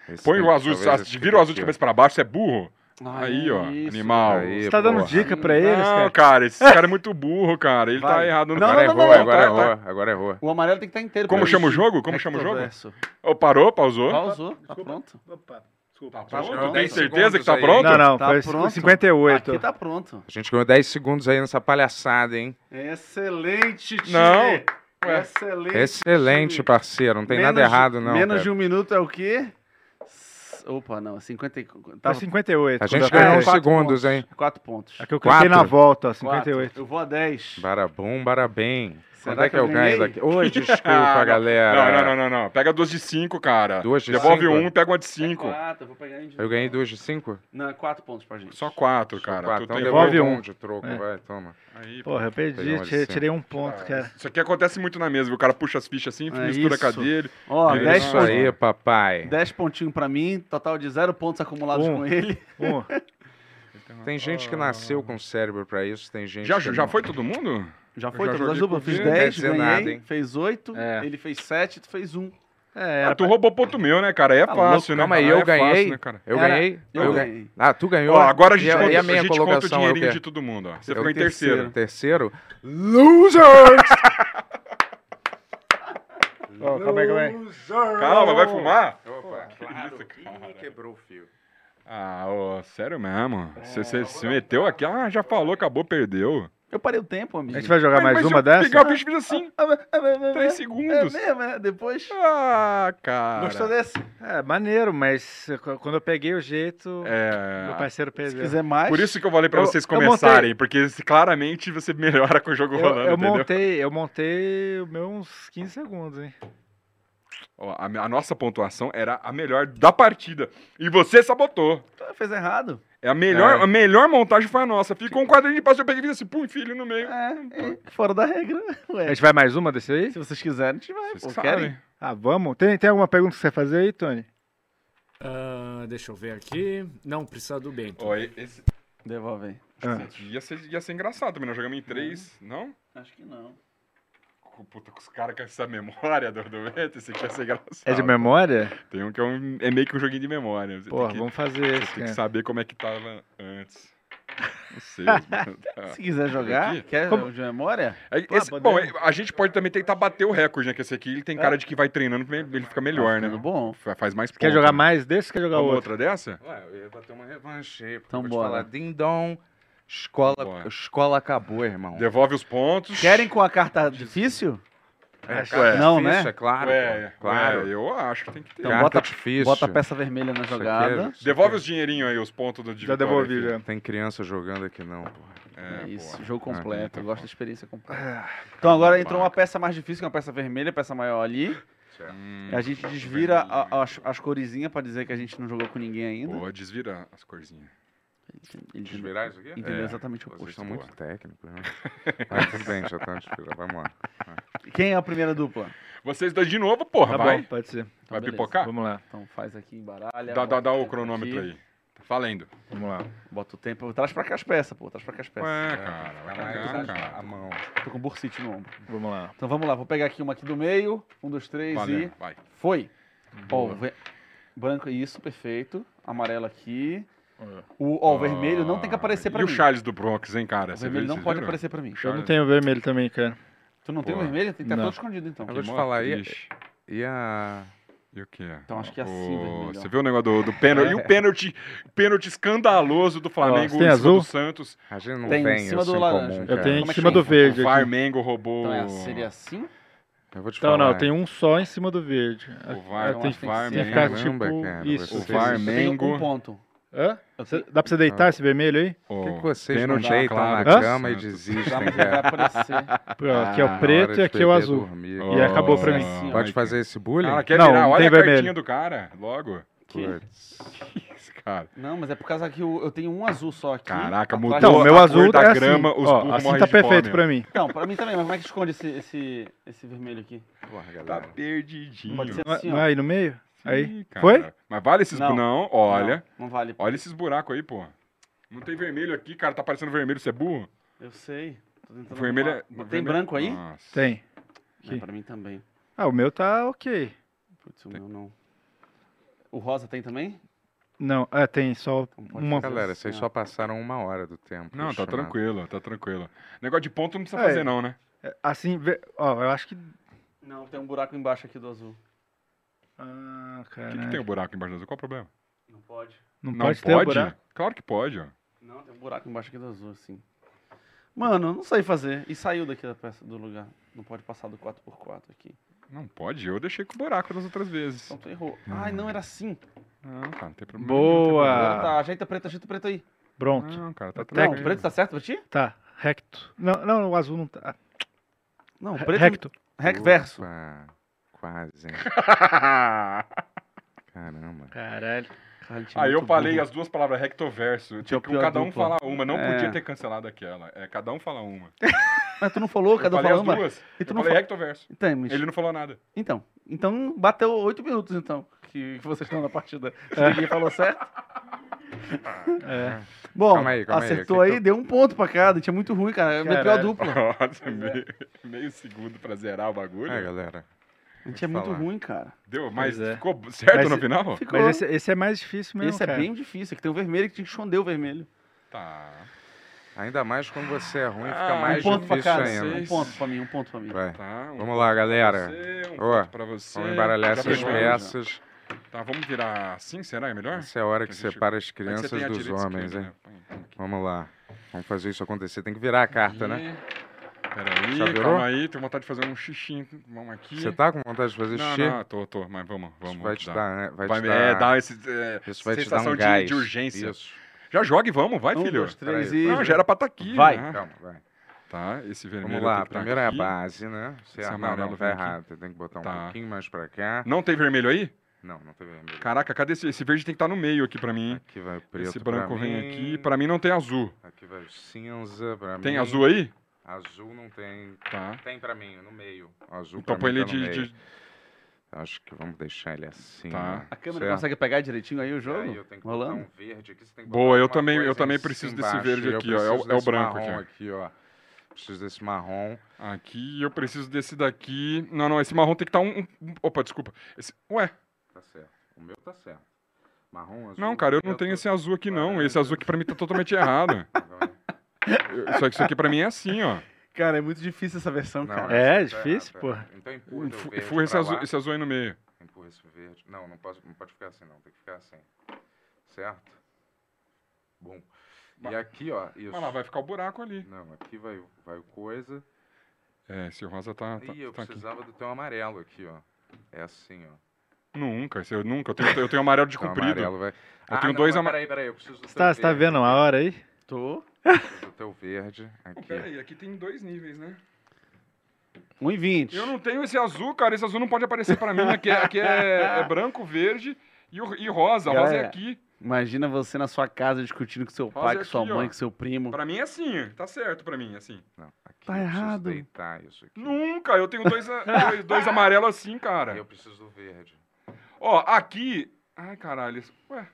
S4: Esse
S7: Põe
S4: daqui,
S7: o azul,
S4: talvez
S7: as-
S4: esse
S7: vira o azul de
S4: daqui,
S7: cabeça pra baixo, você é burro.
S8: Ah,
S7: Aí, ó,
S8: isso.
S7: animal.
S4: Aí,
S3: Você tá dando
S4: porra.
S3: dica pra eles,
S7: Não,
S3: cara?
S7: cara, esse cara é muito burro, cara. Ele tá
S8: Vai.
S7: errado no
S8: Não,
S4: Agora
S8: não,
S4: errou,
S8: não, não,
S4: agora
S8: tá,
S4: errou, agora errou.
S8: O amarelo tem que estar inteiro.
S7: Como
S8: pra
S7: chama o
S8: mim.
S7: jogo? Como chama o jogo?
S8: Rectoverso.
S7: Ô, parou, pausou?
S8: Pausou, tá pronto.
S9: Opa, desculpa.
S7: Tá pronto?
S8: pronto.
S7: Tem
S8: Segundos
S7: certeza que tá
S4: aí.
S7: pronto?
S3: Não, não,
S8: Tá
S3: foi
S8: pronto.
S3: 58.
S8: Aqui tá pronto.
S4: A gente ganhou 10 segundos aí nessa palhaçada, hein?
S8: Excelente, Tchê.
S7: Não. Ué.
S8: Excelente.
S4: Excelente,
S8: Tchê.
S4: parceiro. Não tem
S8: Menos
S4: nada
S8: de-
S4: errado, não.
S8: Menos
S4: cara.
S8: de um minuto é o quê? S- Opa, não, é 50 e...
S3: Tá
S8: Tava...
S3: 58.
S4: A
S3: quando
S4: gente
S3: eu
S4: ganhou uns
S3: apertei.
S8: quatro
S4: segundos,
S8: pontos.
S4: hein?
S8: 4 pontos.
S3: É que eu cliquei na
S4: Quatro.
S3: volta, ó,
S8: Quatro.
S3: 58.
S8: Eu vou a 10.
S4: Barabum, barabém.
S8: Será
S4: Quando é que
S8: que eu
S4: eu ganho
S8: ganhei?
S4: daqui?
S7: *laughs*
S4: Oi,
S7: Ah,
S4: desculpa,
S7: não.
S4: galera.
S7: Não, não, não, não, não. Pega duas de cinco, cara.
S4: Duas de
S7: Devolve
S4: cinco?
S7: um e pega uma de cinco.
S8: 4, eu vou pegar individual.
S4: Eu ganhei 2 de 5?
S8: Não, é 4 pontos pra gente.
S7: Só quatro, cara.
S4: Quatro.
S7: Tu
S4: Então
S7: tem-
S4: devolve
S3: devolve
S4: um
S3: um.
S4: de troco,
S3: É.
S4: vai, toma.
S7: Aí, pô.
S3: Porra, eu
S4: Peguei
S3: perdi,
S4: uma
S3: tirei,
S4: licença.
S8: Tirei um
S3: ponto, cara.
S7: Isso aqui acontece muito na mesa, viu? O cara puxa as fichas assim,
S8: É
S7: mistura com a
S8: isso.
S7: dele.
S8: Ó,
S7: Beleza.
S8: 10
S4: É Isso
S7: pontos.
S4: aí, papai.
S8: 10 pontinhos pra mim, total de 0 pontos acumulados
S3: Um.
S8: com ele.
S3: Um.
S4: Tem gente que nasceu com cérebro pra isso, tem gente
S7: Ah. Já,
S4: que
S7: já
S4: não.
S7: foi todo mundo?
S8: Já
S7: já
S8: foi todas
S7: joguei
S8: as duplas?
S7: com
S8: Fiz
S7: ele, não
S4: quer
S8: 10,
S4: dizer
S8: ganhei,
S4: nada, hein?
S8: fez 8,
S3: É.
S8: ele fez 7, tu fez 1.
S3: É,
S7: Ah, tu roubou ponto meu, né, cara? Aí é
S8: Tá
S7: fácil, né?
S4: Calma aí,
S7: Aí
S4: eu
S7: é fácil,
S4: ganhei.
S7: né, cara?
S4: Eu
S8: Era-
S4: ganhei.
S8: eu ganhei.
S4: Ah, tu ganhou.
S7: Ó, agora a gente,
S4: e,
S7: conta,
S4: e a
S7: a
S4: minha
S7: gente conta o
S4: colocação é o
S7: dinheirinho
S4: quê?
S7: de todo mundo, ó. Você
S4: Eu
S7: ficou em
S4: fiquei
S7: terceiro.
S4: Terceiro?
S7: *laughs*
S4: Losers!
S3: ó, calma aí, calma aí.
S7: Calma, vai fumar?
S4: Opa,
S7: claro. isso, cara? Ih,
S4: quebrou o fio.
S7: Ah, ô, sério mesmo? Você
S3: É,
S7: você se meteu aqui? Ah, já falou, acabou, perdeu.
S8: Eu parei o tempo, amigo.
S3: A gente vai jogar mais
S7: mas
S3: uma
S7: eu
S3: dessa?
S7: Pegar o bicho e fiz assim. Três
S8: É
S7: segundos.
S8: mesmo, é? Depois.
S7: Ah, cara.
S8: Gostou desse?
S3: É, maneiro, mas qu- quando eu peguei o jeito, meu
S7: É.
S3: parceiro
S8: Se
S3: perdeu.
S8: quiser mais.
S7: Por isso que eu falei pra
S3: Eu-
S7: vocês
S3: eu montei-
S7: começarem, porque se- claramente você *laughs* melhora com o jogo
S3: Eu,
S7: rolando,
S3: eu
S7: entendeu?
S3: montei, eu montei o meu uns 15 segundos, hein?
S7: Ó, a, a nossa pontuação era a melhor da partida. E você sabotou.
S8: tu ah, fez errado.
S7: É a melhor,
S8: É.
S7: a melhor montagem foi a nossa. Ficou um quadrinho de pastor, eu peguei e fiz assim, pum, filho no meio.
S8: É, é, fora da regra.
S3: A
S8: Ué,
S3: gente vai mais uma desse aí?
S8: se vocês quiserem, a gente vai.
S7: Vocês
S8: Pô,
S7: que
S8: querem?
S7: sabem.
S3: Ah, vamos. Tem, tem alguma pergunta que você quer fazer aí, Tony?
S5: Ah, deixa eu ver aqui. Não, precisa do Bento.
S7: Ó, e- esse,
S8: Devolve aí.
S3: Ah, Hum.
S7: ia, ser, ia ser engraçado também, nós jogamos em três, não?
S8: Acho que não.
S7: Com- Puta, com os caras com essa memória do do Beto, esse aqui ia ser engraçado.
S3: é de memória?
S7: Tem um que é, um- é meio que um joguinho de memória. Você
S3: Porra,
S7: tem que,
S3: vamos fazer
S7: você
S3: esse,
S7: tem que
S3: cara.
S7: saber como é que tava antes.
S3: *laughs*
S7: Não sei. mano.
S8: Se quiser jogar,
S7: Ah. Aqui?
S8: quer
S7: Como-
S8: de memória?
S3: Ah,
S7: É, esse- bom,
S3: podemos.
S7: é, a gente pode também tentar bater o recorde, né? Que esse aqui ele tem cara de que vai treinando, ele fica melhor, né?
S8: Tudo Tá bom.
S7: Fa- Faz mais
S3: É. Quer
S7: ponto,
S3: jogar
S7: né?
S3: mais desse ou quer jogar
S7: Vamos
S3: outro?
S7: outra dessa?
S4: Ué, eu ia bater uma revanche aí, porque
S8: Então
S4: eu vou
S8: bora.
S4: te falar, Ding Dong, escola,
S7: Bora.
S4: escola acabou, irmão.
S7: Devolve os pontos.
S8: Querem com a carta difícil?
S4: É,
S7: Ué.
S8: Não,
S4: difícil,
S8: né?
S4: É claro,
S7: Ué,
S4: pô, claro.
S7: ué, É, eu acho que tem que ter.
S8: Então
S4: Carta
S8: bota-
S4: difícil.
S8: Bota a peça vermelha na
S4: Isso aqui é-
S8: jogada.
S4: isso
S7: Devolve
S4: aqui
S7: os dinheirinhos aí, os pontos do de
S3: Já
S7: vitória
S3: devolvi,
S7: aqui.
S3: já.
S4: é- Tem criança jogando aqui não, porra.
S7: É,
S8: É isso,
S7: porra.
S8: jogo
S4: Ah,
S8: completo.
S4: tá
S8: eu gosto
S4: bom.
S8: da experiência completa. Então agora
S7: Babaca.
S8: entrou uma peça mais difícil, que é uma peça vermelha, peça maior ali.
S7: Hum,
S8: A gente desvira a- as, as corezinhas pra dizer que a gente não jogou com ninguém ainda.
S7: Boa, desvirar as corzinhas.
S8: Ele entendeu,
S4: Desvirar isso aqui?
S8: entendeu
S7: É.
S8: exatamente o
S4: Vocês
S8: oposto.
S4: estão muito técnicos, né? *laughs* Mas tudo bem, já tá estamos desfilando. Vamos lá.
S8: Quem é a primeira dupla?
S7: Vocês dois de novo, porra,
S3: Tá
S7: vai.
S3: bom, pode ser.
S7: vai
S8: beleza.
S7: pipocar?
S3: Vamos lá,
S8: Então faz aqui, embaralha.
S7: Dá, dá,
S8: bota
S7: dá o
S8: tempo
S7: cronômetro
S8: aqui,
S7: aí. Tá valendo.
S3: vamos lá.
S8: Bota o tempo. Traz pra cá as peças, pô. Traz pra cá as
S7: Ué,
S8: peças.
S7: cara, vai cagar,
S8: caralho.
S7: cara.
S4: A mão.
S8: Tô com bursite no ombro.
S3: Vamos lá.
S8: Então vamos lá, vou pegar aqui uma aqui do meio. Um, dois, três
S7: Valendo,
S8: e.
S7: vai.
S8: Foi! Ó, o ve- branco, isso, perfeito. Amarelo aqui. O, ó, o vermelho não tem que aparecer pra
S7: É. Ah. E
S8: mim.
S7: o Charles do Bronx, hein, cara?
S8: O
S7: Você
S8: vermelho
S7: viu,
S8: não
S7: vocês
S8: pode
S7: viram?
S8: aparecer pra mim.
S3: Eu não
S7: Charles-
S3: tenho vermelho também, cara.
S8: Tu não tem o
S7: Pô.
S8: vermelho? Tem que estar
S3: Não.
S8: todo escondido, então.
S4: Eu vou te
S7: mó
S4: falar, e-
S7: triste.
S4: E a...
S7: E o que é?
S8: Então, acho que assim, vermelho, ó.
S7: Você viu o negócio do, do pênalti?
S8: *laughs*
S7: E o pênalti, pênalti escandaloso do Flamengo
S3: Ó, tem
S7: em cima
S3: azul?
S7: do Santos.
S4: A gente não
S8: Tem
S4: tem,
S8: em cima
S4: isso
S8: do
S4: em
S8: laranja.
S4: comum,
S3: Eu
S4: cara.
S3: tenho
S8: Como
S3: em
S8: é que
S3: cima do
S8: chama?
S7: O
S3: verde
S7: VAR
S3: aqui.
S7: Mengo roubou...
S8: Então é, seria assim?
S4: Eu vou te
S3: Então,
S4: falar.
S3: não, tem um só em cima do verde.
S7: O VAR,
S8: Eu
S7: tem
S8: acho que
S7: VAR
S8: tem
S3: Tem
S8: que assim,
S3: que
S7: Mengo.
S3: ficar
S4: Caramba,
S3: tipo
S4: cara,
S3: isso.
S7: O VAR
S8: Eu tenho
S7: Mengo.
S8: um ponto.
S3: Hã?
S8: Eu
S3: Cê-
S8: tenho-
S3: dá pra você deitar esse vermelho aí?
S4: Por que,
S7: o
S4: que vocês não
S7: pênalti
S4: deitam
S7: claro
S4: tá na
S7: do
S4: cama e
S7: Santos.
S8: Já
S4: desistem,
S8: mas
S7: é.
S8: ele vai
S4: cara?
S8: aparecer.
S3: Pra- Aqui é
S4: Ah,
S3: o *laughs* preto
S4: hora de
S3: e aqui é o
S4: perder,
S3: azul.
S4: dormir,
S7: Ó,
S3: E
S4: cara.
S3: acabou pra
S7: ó,
S3: mim.
S8: assim,
S7: ó,
S4: Pode fazer esse bullying?
S7: Cara, quer
S3: Não,
S7: virar.
S3: não
S7: Olha
S3: tem
S7: a cartinha
S3: vermelho.
S7: do cara, logo.
S4: Putz.
S7: Esse cara.
S8: Não, mas é por causa que eu, eu tenho um azul só aqui.
S7: Caraca,
S8: Atrás-
S7: mudou.
S3: Então, o meu
S7: a cor
S3: azul
S7: da
S3: é
S7: grama,
S3: assim.
S7: os
S3: Ó,
S7: burros
S3: assim
S7: morrem
S3: tá
S7: de fome,
S3: perfeito
S7: ó.
S3: pra mim.
S8: Não, pra mim também, mas como é que esconde esse, esse, esse vermelho aqui?
S4: Porra,
S7: Tá
S4: galera.
S7: perdidinho.
S8: Pode ser
S3: Não é-
S8: assim, ó.
S3: não é aí no meio? Aí?
S7: Ih, cara.
S3: Foi?
S7: Mas vale esses... bu-
S8: Não.
S7: Não, olha.
S8: Não, não vale.
S7: Olha esses buracos aí, pô. Não tem vermelho aqui, cara. Tá parecendo vermelho, você é burro?
S8: Eu sei. Tô tentando
S7: Vermelho é. Ah,
S8: arrumar. Tem
S7: vermelho-
S8: branco aí?
S7: Nossa.
S3: Tem.
S8: É, pra mim também.
S3: Ah, o meu tá ok.
S8: Putz, o meu não. O rosa tem também?
S3: Não, é, tem só
S8: Então pode
S3: uma.
S8: fazer.
S4: Galera, vocês só passaram uma hora do tempo.
S7: Não,
S4: do
S7: tá
S4: chamado.
S7: tranquilo, tá tranquilo. Negócio de ponto não precisa
S3: É.
S7: fazer, não, né?
S3: é, Assim, ve- ó, eu acho que.
S8: Não, tem um buraco embaixo aqui do azul.
S3: Ah,
S7: O
S3: cara.
S7: que, que tem um- o buraco embaixo do azul? Qual o problema?
S8: Não pode.
S3: Não, pode ter o buraco.
S7: Claro que pode, ó.
S8: Não, tem um buraco embaixo aqui do azul, assim. Mano, eu não sei fazer. E saiu daqui da peça do lugar. Não pode passar do 4x4 aqui.
S7: Não pode, eu deixei com o buraco das outras vezes.
S8: Então tu errou. Ai, não, era assim.
S7: Não, cara, não tem problema.
S3: Boa.
S7: Ah.
S8: Agora tá, ajeita preto, ajeita preto aí.
S7: Não,
S3: Pronto.
S7: tem problema.
S8: Ah.
S7: não cara, tá
S8: Não,
S7: tranquilo.
S8: o preto tá certo pra ti?
S3: Tá, recto. Não, não, o azul não tá. Ah,
S8: Não,
S3: re-
S8: preto.
S3: Recto.
S8: Recverso.
S4: Opa, Quase,
S7: *laughs*
S4: hein? Caramba.
S3: Caralho.
S8: Cara, a gente
S7: *laughs*
S8: é
S7: Aí eu
S8: muito
S7: falei
S8: burro.
S7: as duas palavras recto verso.
S8: Tinha
S7: Tinha
S8: o
S7: que
S8: pior
S7: cada um
S8: dupla.
S7: falar uma. Não
S8: É.
S7: podia ter cancelado aquela. É, cada um falar uma.
S8: Mas tu não falou,
S7: eu
S8: cada um
S7: falei
S8: falando.
S7: as
S8: mas-
S7: duas.
S8: E tu
S7: eu
S8: não
S7: falei
S8: fa-
S7: recto verso.
S8: Então, mas-
S7: Ele não falou nada.
S8: então, então bateu oito minutos, então, que, que vocês estão na partida. Se ninguém falou certo.
S3: É.
S8: *laughs* Bom,
S4: Calma aí, tá- calma aí,
S8: acertou
S4: que
S8: aí,
S4: que
S8: deu um ponto pra cada. Tinha muito ruim, cara. Meteu a
S3: Caralho.
S8: dupla.
S7: Nossa, meio, meio segundo pra zerar o bagulho.
S4: É, galera.
S8: A gente é
S4: Vou te
S8: muito
S4: falar.
S8: ruim, cara.
S7: Deu, mas
S3: Pois é.
S7: ficou certo
S3: Mas
S7: no
S3: se-
S7: final?
S8: Ficou.
S3: Mas esse, esse é mais difícil mesmo.
S8: Esse é
S3: cara.
S8: bem difícil, é que tem o vermelho que tinha que esconder o vermelho.
S7: Tá.
S4: Ainda mais quando você é ruim,
S7: Ah,
S4: fica mais
S8: um ponto pra
S4: difícil
S8: cada,
S4: ainda.
S8: um ponto pra mim, um ponto pra mim.
S4: Vai.
S7: tá um
S4: É. Vamos lá, galera.
S7: Você, um
S4: Ó,
S7: ponto pra você.
S4: Vamos embaralhar
S7: Já
S4: essas
S7: pegou?
S4: peças.
S7: Tá, vamos virar assim, será? É melhor?
S4: Essa é a hora que
S7: Pra gente-
S4: separa as
S7: Como é que você
S4: crianças
S7: tem a
S4: dos
S7: direita e
S4: homens, hein?
S7: esquerda, né? Põe aqui.
S4: Vamos lá. Vamos fazer isso acontecer. Tem que virar a carta, né?
S7: Peraí,
S4: Já virou?
S7: calma aí, tenho vontade de fazer um xixi. Vamos aqui.
S4: Você tá com vontade de fazer
S7: Não,
S4: xixi?
S7: não, tô, tô, mas vamos, vamos.
S4: isso vai
S7: vamos
S4: te dar, né? Vai,
S7: Vai,
S4: te
S7: é,
S4: dar...
S7: dá esse, é,
S4: Isso vai te dar
S7: sensação
S4: um
S7: de-
S4: gás.
S7: de, urgência.
S4: Isso.
S7: Já joga e vamos, vai,
S8: um,
S7: filho.
S8: dois, três
S4: Peraí,
S8: e...
S7: Não, já era pra tá aqui.
S8: Vai.
S7: né?
S4: Calma, vai.
S7: Tá, esse vermelho
S4: Vamos lá,
S7: tem
S4: a
S7: que tá
S4: primeira é a
S7: aqui.
S4: base, né? Se
S7: Esse
S4: ah, não,
S7: amarelo
S4: não,
S7: vem
S4: tá
S7: aqui.
S4: errado. Tem que botar um
S7: Tá.
S4: pouquinho mais pra cá.
S7: Não tem vermelho aí?
S4: Não, não tá vermelho.
S7: Caraca, cadê esse, esse verde tem que estar no meio aqui pra mim.
S4: Aqui vai o Tá preto
S7: esse
S4: pra
S7: branco vem
S4: mim.
S7: aqui. Pra mim não tem azul.
S4: Aqui vai o cinza pra mim.
S7: Tem azul aí?
S4: Azul não tem.
S7: Tá.
S4: Tem pra mim, no meio. Azul
S7: Então
S4: pra
S7: põe
S4: mim
S7: ele
S4: tá no
S7: de,
S4: meio.
S7: de-
S4: Acho que vamos deixar ele assim.
S7: Tá.
S4: né?
S8: A câmera
S4: Certo.
S8: consegue pegar direitinho aí o
S4: E aí
S8: jogo?
S4: eu tenho que botar
S8: Rolando?
S4: um verde aqui, você tem que
S7: Boa,
S4: botar
S7: eu
S4: alguma
S7: também- eu
S4: coisa
S7: também
S4: em
S7: preciso
S4: cima
S7: desse
S4: embaixo.
S7: verde
S4: Eu
S7: aqui, ó, é o-
S4: preciso
S7: é o
S4: desse
S7: branco
S4: marrom
S7: aqui,
S4: aqui, ó. Preciso desse marrom.
S7: Aqui eu preciso desse daqui. Não, não, esse marrom tem que estar um, um- Opa, desculpa. Esse- Ué,
S4: Tá certo. O meu tá certo. Marrom, azul.
S7: não, cara, eu não
S4: preto,
S7: tenho esse azul aqui não.
S4: laranja.
S7: Esse azul aqui pra mim tá totalmente errado.
S4: tá vendo?
S7: Eu- Só que isso aqui pra mim é assim, ó.
S8: Cara, é muito difícil essa versão,
S4: Não,
S8: cara.
S3: É,
S4: essa tá
S3: difícil,
S4: errada. Então empurra o
S7: Enfu-
S4: verde
S7: Enfurra esse
S4: pra
S7: azul, é-
S4: lá.
S7: esse azul aí no meio.
S4: Empurra esse verde. Não, não, posso, não pode ficar assim, não. Tem que ficar assim. Certo? Bom. E
S7: Vai.
S4: aqui, ó. Isso.
S7: Mas lá vai ficar o buraco ali.
S4: Não, aqui vai, o- vai o coisa.
S7: É, esse rosa tá, tá,
S4: Ih, eu
S7: tá aqui.
S4: precisava do teu amarelo aqui, ó. É assim, ó.
S7: Nunca, esse eu nunca. Eu tenho, eu tenho amarelo de
S4: Então,
S7: comprido.
S4: amarelo vai. Ah,
S7: Eu tenho
S4: não,
S7: dois
S4: mas
S7: ama-
S4: Peraí, peraí, eu preciso do
S3: Você tá,
S4: teu
S3: você tá
S4: verde.
S3: vendo a hora aí?
S8: Tô.
S4: Preciso do teu verde. Aqui.
S7: Peraí, aqui tem dois níveis, né?
S8: 1,20.
S7: Eu não tenho esse azul, cara. Esse azul não pode aparecer pra mim. Aqui é, aqui é- é branco, verde e, o- e rosa. A rosa é
S8: Galera.
S7: aqui.
S8: Imagina você na sua casa discutindo com seu
S7: Rosa
S8: pai,
S7: é
S8: com sua
S7: aqui,
S8: mãe,
S7: ó.
S8: com seu primo.
S7: Pra mim é assim. Tá certo pra mim, assim.
S4: Não, aqui
S8: Tá
S4: eu preciso
S8: errado.
S4: deitar isso aqui.
S7: Nunca. Eu tenho dois, a-
S4: *laughs*
S7: dois, dois amarelos assim,
S4: E Eu
S7: cara.
S4: preciso do verde.
S7: Ó, aqui... Ai, caralho. isso- Ué,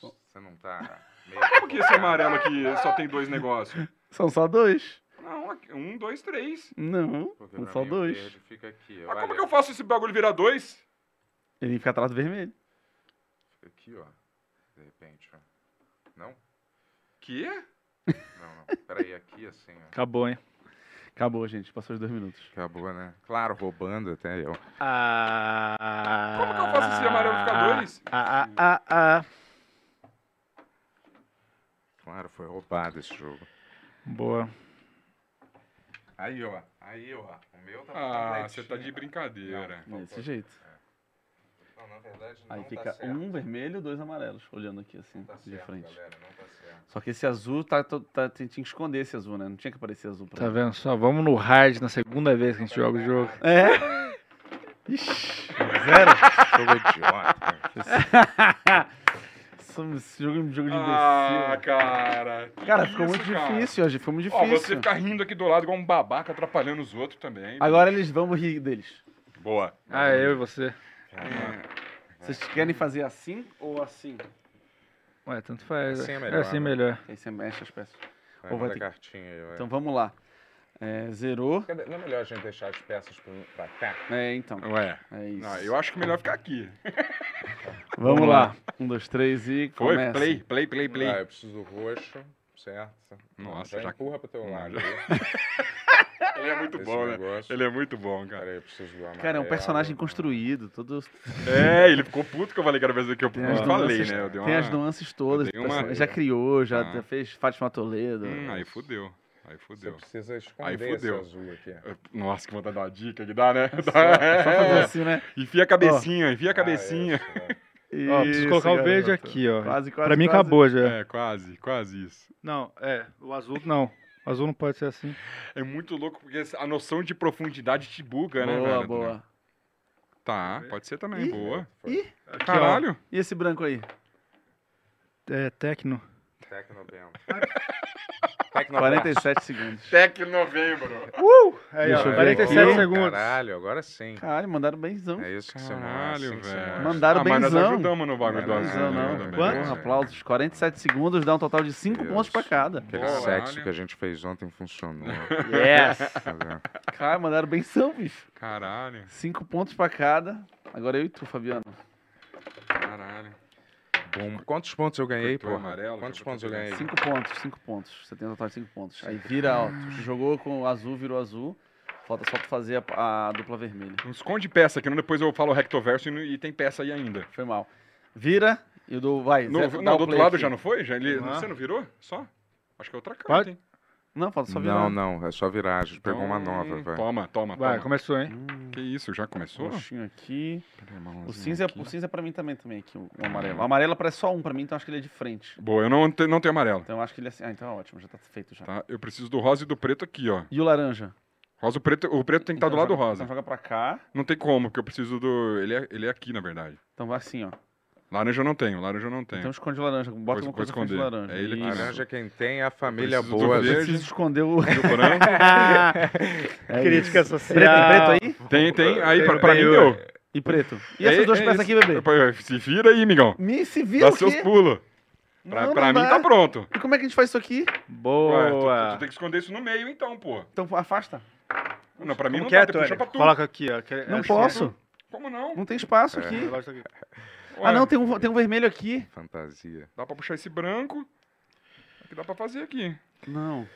S4: Você não tá meio.
S7: por que esse amarelo aqui só tem dois negócios?
S8: São só dois?
S7: Não, aqui- um, dois, três.
S8: Não,
S4: Porque
S8: são
S4: pra
S8: Um só
S4: mim O
S8: dois.
S4: verde fica aqui,
S7: Mas
S4: olha.
S7: como que eu faço esse bagulho virar dois?
S8: Ele fica atrás do vermelho.
S4: Fica aqui, ó. De repente, ó. Não?
S7: Que?
S4: Não, não. Peraí, aqui assim, ó.
S3: Acabou, hein?
S8: Acabou, gente. Passou os dois minutos.
S4: Acabou, né? Claro, roubando até eu.
S3: Ah,
S7: Como que eu faço esse amarelo ficar dois?
S3: ah, ah, ah, ah.
S4: Claro, foi roubado esse jogo.
S3: Boa.
S4: Aí, ó. Aí, ó. O meu tá
S7: Ah,
S4: completinho.
S7: você tá de brincadeira.
S8: Desse jeito.
S4: Não, na verdade, não
S8: Aí
S4: tá
S8: fica
S4: certo.
S8: um vermelho e dois amarelos, olhando aqui assim,
S4: Tá
S8: de
S4: certo,
S8: frente.
S4: galera. Não tá
S8: *laughs*
S4: certo.
S8: Só que esse azul tá, to- tá, tem- tinha que esconder esse azul, né? Não tinha que aparecer azul pra
S3: Tá
S8: mim.
S3: vendo só? Vamos no hard na segunda vez que a gente joga o jogo.
S8: É.
S4: Jogo idiota.
S8: Isso- *laughs* Esse jogo é um jogo de imbecil.
S4: né?
S7: Ah, cara. que
S8: cara, ficou
S7: isso,
S8: muito
S7: cara?
S8: difícil hoje. Ficou muito
S7: Ó, você
S8: difícil.
S7: ficar rindo aqui do lado igual um babaca, atrapalhando os outros também. né?
S8: Agora eles vão rir deles.
S7: Boa.
S3: Ah, eu e você.
S7: É.
S8: Vocês querem fazer assim ou assim?
S3: Ué, tanto faz.
S4: Assim é
S3: é
S4: melhor,
S3: assim
S4: né?
S3: melhor.
S8: Que aí você mexe as é peças.
S4: Vai,
S8: Ou vai
S4: manda
S8: ter-
S4: cartinha aí, vai.
S8: Então vamos lá. É, zerou.
S4: Cadê- Não é melhor a gente deixar as peças pro- pra cá?
S8: É, então.
S7: Ué.
S8: É isso.
S7: Não, eu acho que melhor ficar aqui.
S8: Vamos,
S3: Vamos
S8: lá. Um, dois, três e
S7: Foi?
S8: começa.
S7: Play, play, play, play.
S4: Ah, eu preciso do roxo, certo?
S7: Nossa,
S4: já,
S7: já-
S4: empurra pro teu
S7: Não,
S4: lado.
S7: já- *laughs* Ele é muito
S4: Esse
S7: bom, né?
S4: negócio.
S7: Ele é muito bom, cara.
S4: Cara, eu preciso do amarelo.
S8: Cara, é um personagem construído. Todo...
S7: É, ele ficou puto que eu falei que era vez que eu
S8: Tem as
S7: eu falei,
S8: nuances-
S7: né? Eu dei uma...
S8: Tem as nuances todas.
S7: dei uma-
S8: Já criou, já
S7: Ah.
S8: fez Fátima Toledo.
S7: Hum, aí fudeu. Aí
S4: Você
S7: fudeu.
S4: precisa
S7: Aí
S4: esconder esse
S7: fudeu.
S4: azul aqui. ó.
S7: Nossa, que vontade de dar uma dica que dá, né?
S8: Só, é só fazer assim, né?
S7: Enfia a cabecinha, enfia a cabecinha.
S4: Ah, é,
S3: *laughs*
S4: isso,
S3: Ó, preciso
S8: Isso,
S3: colocar o
S8: garoto.
S3: verde aqui, ó.
S8: Quase, quase.
S3: pra mim
S8: quase.
S3: acabou já.
S7: é, quase, quase isso.
S3: Não, é. O azul não. O azul não pode ser assim.
S7: É muito louco, porque a noção de profundidade te buga, né,
S8: Boa,
S7: velho?
S8: boa.
S7: *laughs* Tá, pode ser também,
S8: Ih.
S7: boa.
S4: foi.
S8: Ih.
S3: Aqui, ó.
S7: Caralho.
S8: E esse branco aí?
S3: É, Tecno.
S7: *laughs*
S4: Tecnobento.
S8: 47 segundos.
S7: Tec novembro.
S3: Aí,
S8: Deixa
S3: ó,
S8: eu ver
S3: 47
S8: aqui.
S3: segundos.
S4: Caralho, agora sim.
S8: Caralho, mandaram benzão.
S4: É isso que você mostra.
S7: Caralho,
S4: assim que você
S7: velho.
S4: mostra.
S8: Mandaram
S7: ah, mas nós
S8: benzão.
S7: ajudamos no bagulho do
S4: Mandaram
S7: azul.
S8: Benzão,
S4: né?
S8: não.
S4: Mandaram
S8: Quanto?
S4: benzão.
S8: Aplausos. 47 segundos dá um total de 5
S4: Deus.
S8: pontos pra cada.
S4: Aquele
S7: Caralho.
S4: sexo que a gente fez ontem
S7: *laughs*
S4: funcionou.
S3: Yes!
S4: tá vendo?
S8: *laughs* Cara, mandaram benzão, bicho.
S7: Caralho,
S8: 5 pontos pra cada. Agora eu e tu, Fabiano.
S7: caralho.
S4: Bom, quantos pontos eu ganhei,
S7: Cortou o
S4: porra?
S7: amarelo,
S4: quantos
S7: já
S4: pontos eu
S7: botou
S4: ganhei?
S8: 5 pontos, 5 pontos. Você tem um total de 5 pontos. Aí vira, ó. Tu jogou com o azul, virou azul. Falta só tu fazer a, a dupla vermelha.
S7: Não esconde peça, que não depois eu falo rectoverso e, não- e tem peça aí ainda.
S8: Foi mal. Vira e eu dou. Vai.
S7: No-
S8: Zé,
S7: não,
S8: dá o
S7: do outro
S8: play
S7: lado
S8: aqui.
S7: já não foi? Já, ele,
S3: Não.
S7: Você não virou? Só? Acho que é outra carta,
S3: Pode?
S7: hein?
S8: Não, falta só virar.
S4: Não, não, é só virar. A gente pegou uma
S7: Então,
S8: Hum.
S4: nova, vai.
S7: Toma, toma,
S3: Vai,
S7: toma.
S3: começou, hein?
S7: Que isso, já começou?
S8: Um Roxinho aqui.
S7: Peraí, mãozinha
S8: O cinza,
S7: aqui. Hum.
S8: o cinza é pra mim também, também aqui, o o amarelo. O amarelo aparece só um pra mim, então acho que ele é de frente.
S7: Boa, eu não, te- não tenho amarelo.
S8: Então eu acho que ele é assim. Ah, então é ótimo, já tá feito já.
S7: Tá? Eu preciso do rosa e do preto aqui, ó.
S8: E o laranja?
S7: Rosa, o preto, o preto tem que estar do lado do rosa.
S8: Então joga pra cá.
S7: Não tem como, porque eu preciso do. Ele é, ele é aqui, na verdade.
S8: Então vai assim, ó.
S7: Laranja eu não tenho, laranja eu não tenho.
S8: Então esconde laranja. Bota
S7: Coisa-
S8: uma coisa
S7: vou
S8: esconde
S7: esconder.
S8: laranja.
S7: É ele aqui,
S8: Isso.
S7: né?
S4: Laranja quem tem é a família
S7: Preciso do
S4: boa.
S7: verde.
S8: Preciso esconder o...
S7: E o branco?
S8: *laughs* É
S9: Crítica
S8: isso.
S9: social.
S8: Preto, preto aí?
S7: tem, tem. Aí, pra,
S9: Tem,
S7: pra mim
S9: tem
S7: deu.
S8: E preto. E
S7: É-
S8: essas duas
S7: é
S8: peças
S7: isso.
S8: aqui, bebê?
S7: Pô, Se vira aí, migão.
S8: Me se vira
S7: Dá
S8: o
S7: seus
S8: quê?
S7: pulos. Pra,
S8: Não,
S7: pra
S8: não
S7: mim
S8: dá.
S7: tá pronto.
S8: E como é que a gente faz isso aqui?
S7: Ué, tu, tu-
S8: Boa.
S7: tu tem que esconder isso no meio, então, pô.
S8: Então afasta.
S7: Não, pra mim
S9: Como
S7: não
S9: que é,
S7: dá, tem que
S9: Tony?
S7: puxar pra tu.
S9: Coloca aqui, ó. que é
S8: Não
S9: assim,
S3: né?
S8: posso.
S7: Como não?
S8: Não tem espaço aqui.
S9: ó. Eu
S3: tá
S9: gosto aqui.
S7: é. Ué,
S8: Ah, não, tem um, tem um vermelho aqui.
S4: Fantasia.
S7: Dá pra puxar esse branco. É O que dá pra fazer aqui?
S8: Não.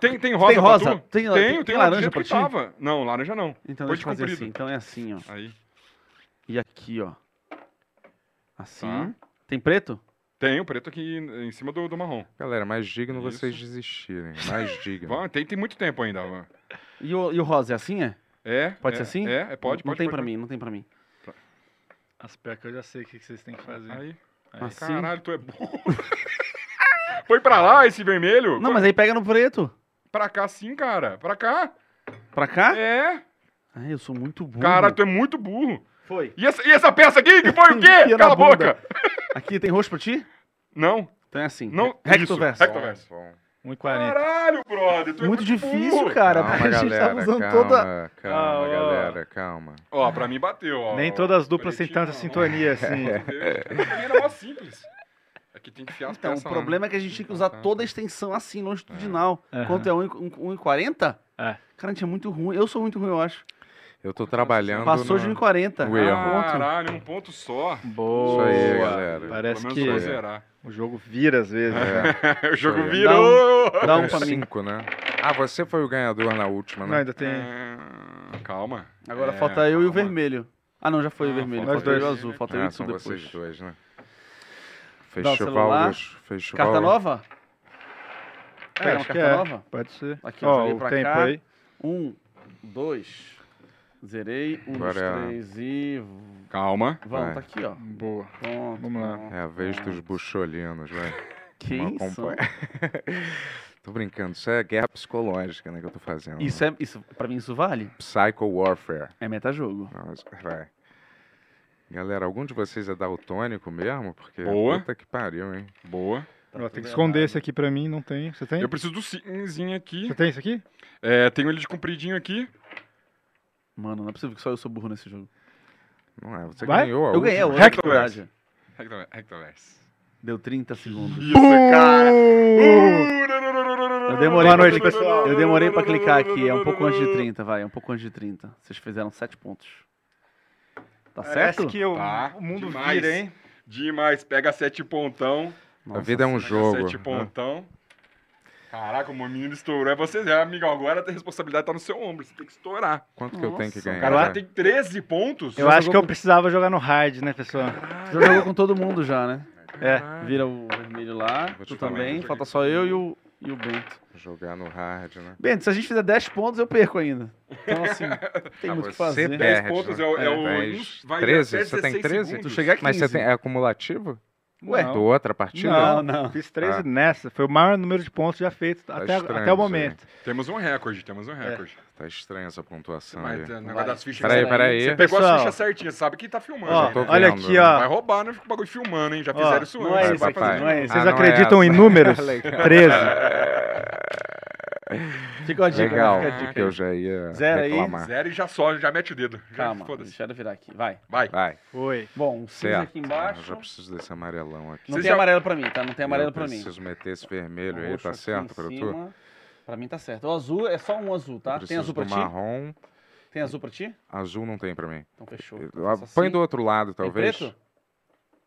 S7: Tem, tem rosa
S8: tem rosa?
S7: Pra tu?
S8: Tem- tem-
S7: Tenho,
S8: tem
S7: tenho do
S8: laranja
S7: jeito
S8: pra
S7: que
S8: ti?
S7: tava. Não, laranja não.
S8: Então
S7: Foi
S8: deixa eu fazer
S7: descumprido.
S8: assim. Então é assim, ó.
S7: Aí.
S8: E aqui, ó.
S7: Tá.
S8: Assim. Tem preto?
S7: Tem o preto aqui em cima do, do marrom.
S4: Galera, mais digno
S7: Isso.
S4: vocês desistirem. Mais digno.
S7: Vão, tem, tem muito tempo ainda. ó.
S8: E o, e o rosa é assim, é?
S7: É.
S8: Pode
S7: é,
S8: ser assim?
S7: É, é, pode, pode.
S8: Não tem
S7: pode,
S8: pra mim, não tem pra mim.
S9: As pecas eu já sei o que que vocês têm que fazer.
S7: Aí.
S8: Assim.
S7: Caralho, tu é burro. *laughs* Foi pra lá esse vermelho?
S8: Não, mas aí pega no preto.
S7: Pra cá sim, cara. Pra cá.
S8: Pra cá?
S7: É.
S8: Ai, eu sou muito burro.
S7: Cara, tu é muito burro.
S8: Foi.
S7: E essa, e essa peça aqui? Que
S8: *laughs*
S7: foi o quê?
S8: Enfia na
S7: Cala a
S8: bunda.
S7: boca.
S8: Aqui, tem roxo pra ti?
S7: Não.
S8: Então é assim.
S7: Não.
S8: Recto
S7: isso,
S8: verso.
S7: Recto verso.
S9: 1,40.
S7: Caralho, brother. Tu é
S8: Tá Muito difícil,
S7: burro.
S8: cara.
S4: calma,
S8: a gente
S4: galera,
S8: tá usando
S4: calma,
S8: toda...
S4: calma,
S9: Ah, ó.
S4: galera, calma.
S7: Ó, pra mim bateu, ó.
S9: Nem todas as duplas têm
S7: Pretinho,
S9: tanta *laughs*
S7: ó.
S9: sintonia assim.
S4: É.
S7: Meu Deus, cara, Pra mim era mó simples. Aqui tem que enfiar as
S8: Então, o
S7: peças lá. né?
S8: problema é que a gente tinha que usar toda a extensão assim, longitudinal.
S9: Aham.
S8: Quanto é 1,40?
S9: É.
S8: Cara, a gente é muito ruim. Eu sou muito ruim, eu acho.
S4: Eu tô trabalhando.
S8: Passou de
S4: no...
S8: 1,40.
S4: O erro.
S8: Ah,
S7: Caralho, um ponto só.
S9: Boa.
S4: aí, galera.
S9: Parece
S7: Pelo menos
S9: que
S7: eu vou zerar.
S9: o jogo vira às vezes. né?
S7: *laughs* o jogo
S4: Dá um-
S7: virou!
S8: ponto. Dá um
S4: com
S8: pra mim. então
S4: cinco, né? Ah, você foi o ganhador na última,
S9: Não,
S4: né?
S9: ainda tem.
S7: Ah, Calma.
S8: Agora
S7: É,
S8: falta eu e o
S7: calma.
S8: vermelho. Ah, não, já foi
S7: Ah,
S8: o vermelho.
S9: falta
S8: Falta eu e o
S9: dois.
S8: azul. Falta eu e
S4: Ah,
S8: tu
S4: são
S8: depois.
S4: vocês dois, né?
S8: Dá o celular.
S4: Festival dos... Festival...
S8: Carta nova?
S9: É,
S8: Pega uma
S9: acho que
S8: carta
S9: é.
S8: nova?
S9: Pode ser.
S8: Aqui, ó,
S9: Ó,
S8: joguei
S9: o
S8: pra
S9: tempo
S8: cá.
S9: aí.
S8: Um, dois. Zerei. Um, dois,
S4: Agora é a-
S8: três e.
S7: Calma.
S8: Vamos,
S4: Vai.
S8: tá aqui, ó.
S9: Boa.
S8: Pronto,
S9: Vamos lá.
S8: pronto,
S4: É a vez
S8: pronto.
S4: dos bucholinos, vai.
S8: Quem
S4: Não
S8: são?
S4: acompanha. tô brincando, isso é guerra psicológica, né, que eu tô fazendo.
S8: Isso é. Isso, pra mim, isso vale?
S4: Psycho Warfare.
S8: É metajogo.
S4: Nossa, vai. Galera, algum de vocês é daltônico mesmo? Porque
S7: Boa.
S4: puta que pariu, hein?
S7: Boa.
S9: Ó, tem que esconder esse aqui pra mim, não tem. Você tem?
S7: Eu preciso do cinzinho aqui.
S9: Você tem isso aqui?
S7: É, tenho ele de compridinho aqui.
S8: Mano, não é possível que só eu sou burro nesse jogo.
S4: Não é, você
S9: Vai?
S4: ganhou a
S8: Eu ganhei a
S4: última.
S8: outra,
S7: Recto
S8: na verdade.
S7: Recto- Rectoverse.
S8: Deu 30 segundos.
S7: Isso, cara! Uh!
S8: Eu demorei,
S9: Boa
S8: pra
S9: noite,
S8: clicar-
S9: pessoal.
S8: eu demorei pra clicar aqui. É um pouco antes de 30, vai. É um pouco antes de 30. Vocês fizeram 7 pontos. Tá certo?
S9: Parece que eu-
S7: Tá.
S9: o mundo
S7: Demais.
S9: vira, hein?
S7: Demais. Pega sete pontão.
S4: A vida é um
S7: Pega
S4: jogo.
S7: Sete
S4: né?
S7: pontão. Caraca, o menino estourou. É você, é, amigão. Agora a responsabilidade tá no seu ombro. Você tem que estourar.
S4: Quanto que eu tenho que
S8: Nossa,
S4: ganhar?
S7: Cara,
S9: lá
S7: você tem 13 pontos.
S9: Eu acho que eu precisava jogar no hard, né, pessoal?
S8: Você já jogou com todo mundo já, né?
S9: É.
S7: Ah.
S8: Vira o vermelho lá.
S4: Vou te
S8: Tu
S4: falar,
S8: também.
S7: eu
S8: Falta só eu e o, e o Bento.
S4: Jogar no hard, né?
S8: Bento, se a gente fizer 10 pontos, eu perco ainda. Então,
S4: *laughs*
S8: assim, tem
S4: Ah,
S8: muito o que
S4: você
S8: fazer.
S4: perde. né?
S7: 10 pontos é, o- é, o.
S4: Dez,
S7: vai
S4: treze?
S7: até
S4: Você tem
S7: 16
S4: treze?
S7: segundos.
S8: Tu chegar 15.
S4: Mas você tem, é acumulativo?
S8: Ué.
S9: Não.
S4: Do outra partida?
S8: Não, não.
S9: Fiz 13
S4: Ah. Tá
S9: nessa. Foi o maior número de pontos já feito até,
S4: estranho
S9: até o
S4: isso aí.
S9: momento.
S7: Temos um recorde, temos um recorde.
S4: Tá estranha essa pontuação
S7: Mas
S4: aí.
S7: o
S8: Vai.
S7: negócio das fichas.
S4: Peraí,
S7: você-
S4: peraí.
S7: Você pegou
S9: Pessoal.
S7: as fichas certinhas, sabe que tá filmando.
S9: Ó,
S7: né?
S4: tô
S9: olha
S4: vendo,
S9: aqui,
S4: né?
S9: ó.
S7: Vai roubar, né? Fica o bagulho filmando, hein? Já
S9: Ó,
S7: fizeram isso
S9: não
S7: antes.
S9: é
S7: vai
S9: isso aqui,
S7: fazer de
S9: não é
S7: novo.
S9: isso. Vocês
S4: Ah, não é
S9: acreditam em
S4: essa.
S9: números?
S4: *laughs* Legal. *laughs*
S9: 13.
S8: Fica a dica,
S4: Legal,
S8: né? fica a dica.
S4: que eu já ia
S8: Zero aí,
S4: reclamar.
S7: Zero e já só, já mete o dedo. Já,
S8: Calma,
S7: foda-se.
S8: deixa eu virar aqui. Vai.
S7: Vai.
S4: Vai,
S9: Oi.
S8: Bom, um cinza
S4: certo.
S8: aqui
S4: Eu
S8: embaixo.
S4: já preciso desse amarelão aqui.
S8: Não
S7: Vocês
S8: tem
S7: já-
S8: amarelo pra mim, tá? Não tem amarelo
S4: eu
S8: pra mim.
S4: preciso meter esse vermelho
S8: Roxo
S4: aí, tá
S8: aqui
S4: certo
S8: em
S4: pra tu?
S8: cima. Pra mim tá certo. O azul é só um azul, tá? Tem
S4: Preciso
S8: azul pra
S4: do
S8: ti?
S4: marrom,
S8: Tem azul pra ti?
S4: azul não tem pra mim.
S8: Então fechou.
S4: Eu- ah,
S8: Então faço
S4: Põe
S8: assim.
S4: do outro lado,
S8: Tem
S4: talvez.
S8: preto?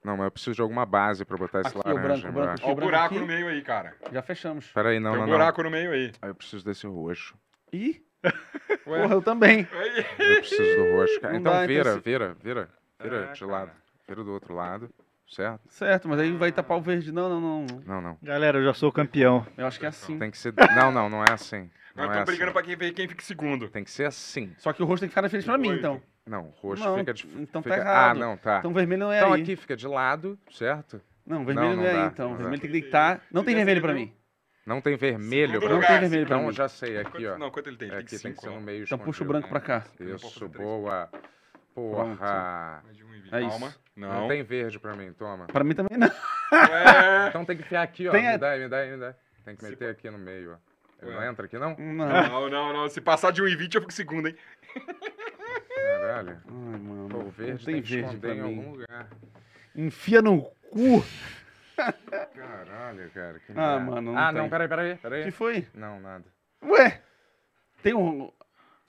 S4: Não, mas eu preciso de alguma base pra botar esse
S8: Aqui, o branco,
S4: laranja
S8: o branco.
S4: embaixo.
S7: Ó, o
S8: branco
S7: buraco
S8: aqui.
S7: no meio aí, cara.
S8: Já fechamos.
S4: Peraí, não,
S7: tem um
S4: não, não.
S7: buraco no meio aí.
S4: Aí eu preciso desse roxo.
S8: Ih,
S7: Ué.
S8: porra, eu também.
S7: Aí.
S4: Eu preciso do roxo. cara.
S8: Não
S4: Então
S8: dá, então
S4: vira,
S8: se-
S4: vira, vira. Vira
S7: Ah,
S4: de lado. Vira do outro lado, certo?
S8: Certo, mas aí vai tapar o verde. Não, não, não. não.
S4: Não, não.
S9: Galera, eu já sou o campeão.
S8: Eu acho que é assim.
S4: Tem que ser... Não, não, não é assim. Não é
S7: Agora estão brigando
S4: assim.
S7: pra quem, ver quem fica em segundo.
S4: Tem que ser assim.
S8: Só que o roxo tem que ficar na frente pra mim,
S7: Oito.
S8: então.
S4: Não, roxo
S8: Não,
S4: fica de
S8: então tá
S4: fica... Ah,
S8: errado.
S4: não, tá.
S8: Então o vermelho não é
S4: Então
S8: aí.
S4: aqui fica de lado, certo?
S8: Não, o vermelho não,
S4: Não, não
S8: é aí,
S4: dá,
S8: então. O
S4: não
S8: vermelho
S4: dá.
S8: tem que deitar. Não tem vermelho pra mim.
S4: Não tem vermelho.
S7: Segundo
S4: pra-
S7: lugar, segundo
S4: Então
S8: lugar.
S4: já sei, aqui,
S7: Quanto-
S4: ó. É
S7: Não, quanto ele tem? Ele
S4: Aqui
S7: tem
S4: tem que
S7: cinco,
S4: ser no
S7: ó.
S4: meio
S8: Então puxa o
S4: escondido,
S8: branco
S4: né?
S8: pra cá.
S7: Eu posso
S4: Isso,
S7: fazer três.
S4: boa. Porra.
S7: Mais de um e vinte.
S8: É isso.
S7: Calma.
S4: Não.
S7: Não.
S4: tem verde pra mim, toma.
S8: Pra mim também não.
S7: É.
S4: Então tem que enfiar aqui, ó.
S8: Tem a-
S4: Me dá, me dá, me dá. Tem que
S7: Se
S4: meter aqui no meio, ó. Ele
S7: Ué.
S4: não entra aqui, não?
S8: Não.
S7: Não, não, não. Se passar de 1 e 20, eu fico segundo, hein?
S4: Caralho.
S8: Ai, mano.
S4: Pô, o verde
S8: não tem
S4: tem que
S8: verde pra
S4: esconder em
S8: mim.
S4: algum lugar.
S8: Enfia no cu.
S4: Caralho, cara. que
S8: Ah,
S4: merda.
S8: mano, não
S4: Ah,
S8: tem.
S4: não, peraí, peraí.
S8: O
S4: peraí.
S8: que foi?
S4: Não, nada.
S8: Ué! Tem um.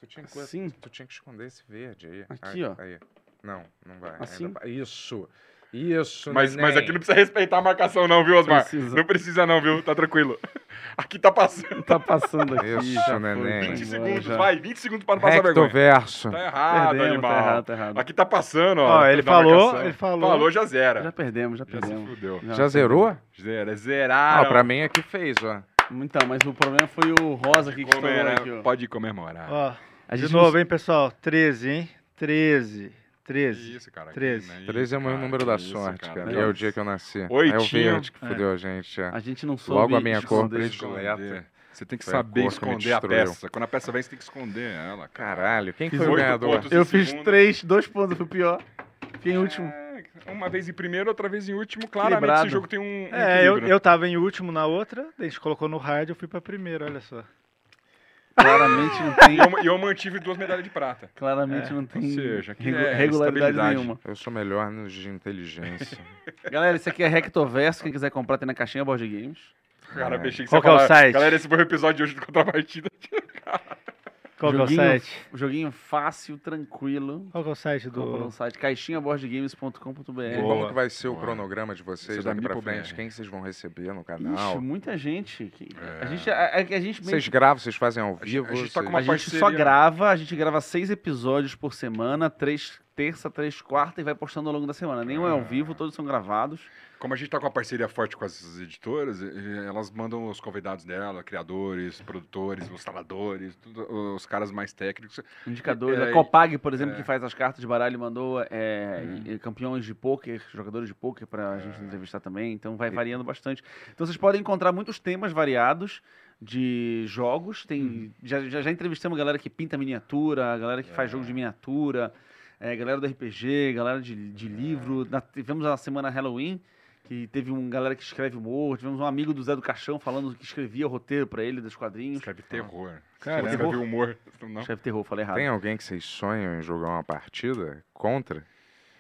S4: Tu tinha, que,
S8: Assim?
S4: tu tinha que esconder esse verde aí.
S8: Aqui,
S4: Aí-
S8: ó.
S4: Aí. Não, não vai. ainda
S8: Assim?
S4: vai. Isso. Isso,
S7: Mas, mas
S4: neném.
S7: aqui não precisa respeitar a marcação, não, viu, Osmar?
S8: Precisa.
S7: Não precisa, não, viu? Tá tranquilo. *laughs* Aqui tá passando.
S8: Tá passando aqui.
S4: Isso,
S8: já foi,
S4: neném.
S8: vai
S7: 20
S8: embora,
S7: segundos,
S8: já.
S7: vai. 20 segundos para não passar vergonha.
S4: Rectoverso.
S7: Tá errado,
S8: Perdemos,
S7: animal.
S8: tá errado, tá errado.
S7: Aqui tá passando, ó.
S3: Ó, ele
S7: da
S3: falou,
S7: marcação.
S3: ele falou.
S7: Falou, já zera.
S8: Já perdemos, já
S7: Já se
S8: perdemos.
S7: fudeu.
S4: Já zerou?
S7: Zera,
S4: Ah,
S7: zeraram.
S4: pra mim aqui fez, ó.
S8: Então, mas o problema foi o rosa aqui que estourou
S7: Comera-
S8: aqui, ó.
S7: Pode comemorar.
S3: Ó,
S8: A
S3: de
S8: gente
S3: novo, hein, pessoal? 13, hein? 13. 13.
S7: Isso, cara.
S3: Treze.
S4: 13 é o meu número da sorte, cara. E é o dia que eu nasci. É o
S7: Oitinho.
S4: verde que fudeu a gente, é.
S8: A gente não soube.
S4: Logo a minha cor
S8: esconder.
S4: predileta.
S7: Você tem que
S4: Foi a
S7: saber
S4: cor que me
S7: esconder a
S4: destruiu.
S7: peça. Quando a peça vem, você tem que esconder ela, cara.
S4: Caralho, quem
S7: Fiz
S4: foi o
S7: oito
S4: ganhador?
S7: pontos.
S8: Eu
S7: Esse
S8: fiz
S7: segundo.
S8: três, dois pontos, foi o pior. Fiquei em último.
S7: É, Uma vez em primeiro, outra vez em último. Claramente
S8: Equilibrado.
S7: esse jogo tem um. um
S3: É, eu,
S7: equilíbrio.
S3: eu tava em último na outra, daí a gente colocou no hard, eu fui pra primeira, olha só.
S8: Claramente não
S7: *laughs*
S8: tem.
S7: E eu, e eu mantive duas medalhas de prata.
S8: Claramente não tem
S7: ou seja, que
S8: regu-
S7: é
S8: regularidade
S7: estabilidade.
S8: nenhuma.
S4: Eu sou melhor no de
S7: *laughs*
S4: inteligência.
S8: Galera, isso aqui é Rectoverso. Quem quiser comprar tem na caixinha Board Games.
S7: Cara, mexi que
S3: Qual
S7: você
S3: que é o
S7: fala,
S3: site?
S7: Galera, esse foi o episódio de hoje do Contrapartida.
S3: Qual que é o
S8: Joguinho-
S3: site?
S8: Um Joguinho fácil, tranquilo.
S3: Qual que é o site
S8: Compra
S3: do.
S8: no site caixinhaboardgames.com.board.
S4: E como
S3: Boa.
S4: que vai ser o
S7: É. Boa.
S4: cronograma de vocês
S7: Você dá
S4: daqui pra
S7: mipo bem. né?
S4: frente? Quem vocês vão receber no
S8: Ixi,
S4: canal?
S8: muita gente. que-
S7: É.
S8: A gente, a, a- que a gente meio
S4: Vocês
S8: que-
S4: gravam, vocês fazem ao
S7: gente- a
S4: vivo?
S7: gente tá com
S8: a
S7: uma
S4: vocês-
S8: gente só
S7: parceria.
S8: grava, a gente grava seis episódios por semana, três terça, três quarta e vai postando ao longo da semana. Nenhum é ao vivo, todos são gravados.
S7: Como a gente tá com uma parceria forte com as editoras, e- e elas mandam os convidados dela, criadores, produtores, ilustradores, tudo- os caras mais técnicos.
S8: Indicadores.
S7: É,
S8: a Copag, por exemplo,
S7: é.
S8: que faz as cartas de baralho, mandou é, e- e campeões de pôquer, jogadores de pôquer pra gente entrevistar também. Então vai variando bastante. Então vocês podem encontrar muitos temas variados de jogos. Tem, já, já, já entrevistamos galera que pinta miniatura, galera que faz jogo de miniatura, é, galera do RPG, galera de, de livro. Na- tivemos a semana Halloween. Que teve um galera que escreve humor, tivemos um amigo do Zé do Caixão falando que escrevia o roteiro pra ele dos quadrinhos.
S7: Escreve terror.
S3: Caramba.
S7: Escreve humor. Não.
S8: Escreve terror, falei errado.
S4: Tem alguém que vocês sonham em jogar uma partida contra?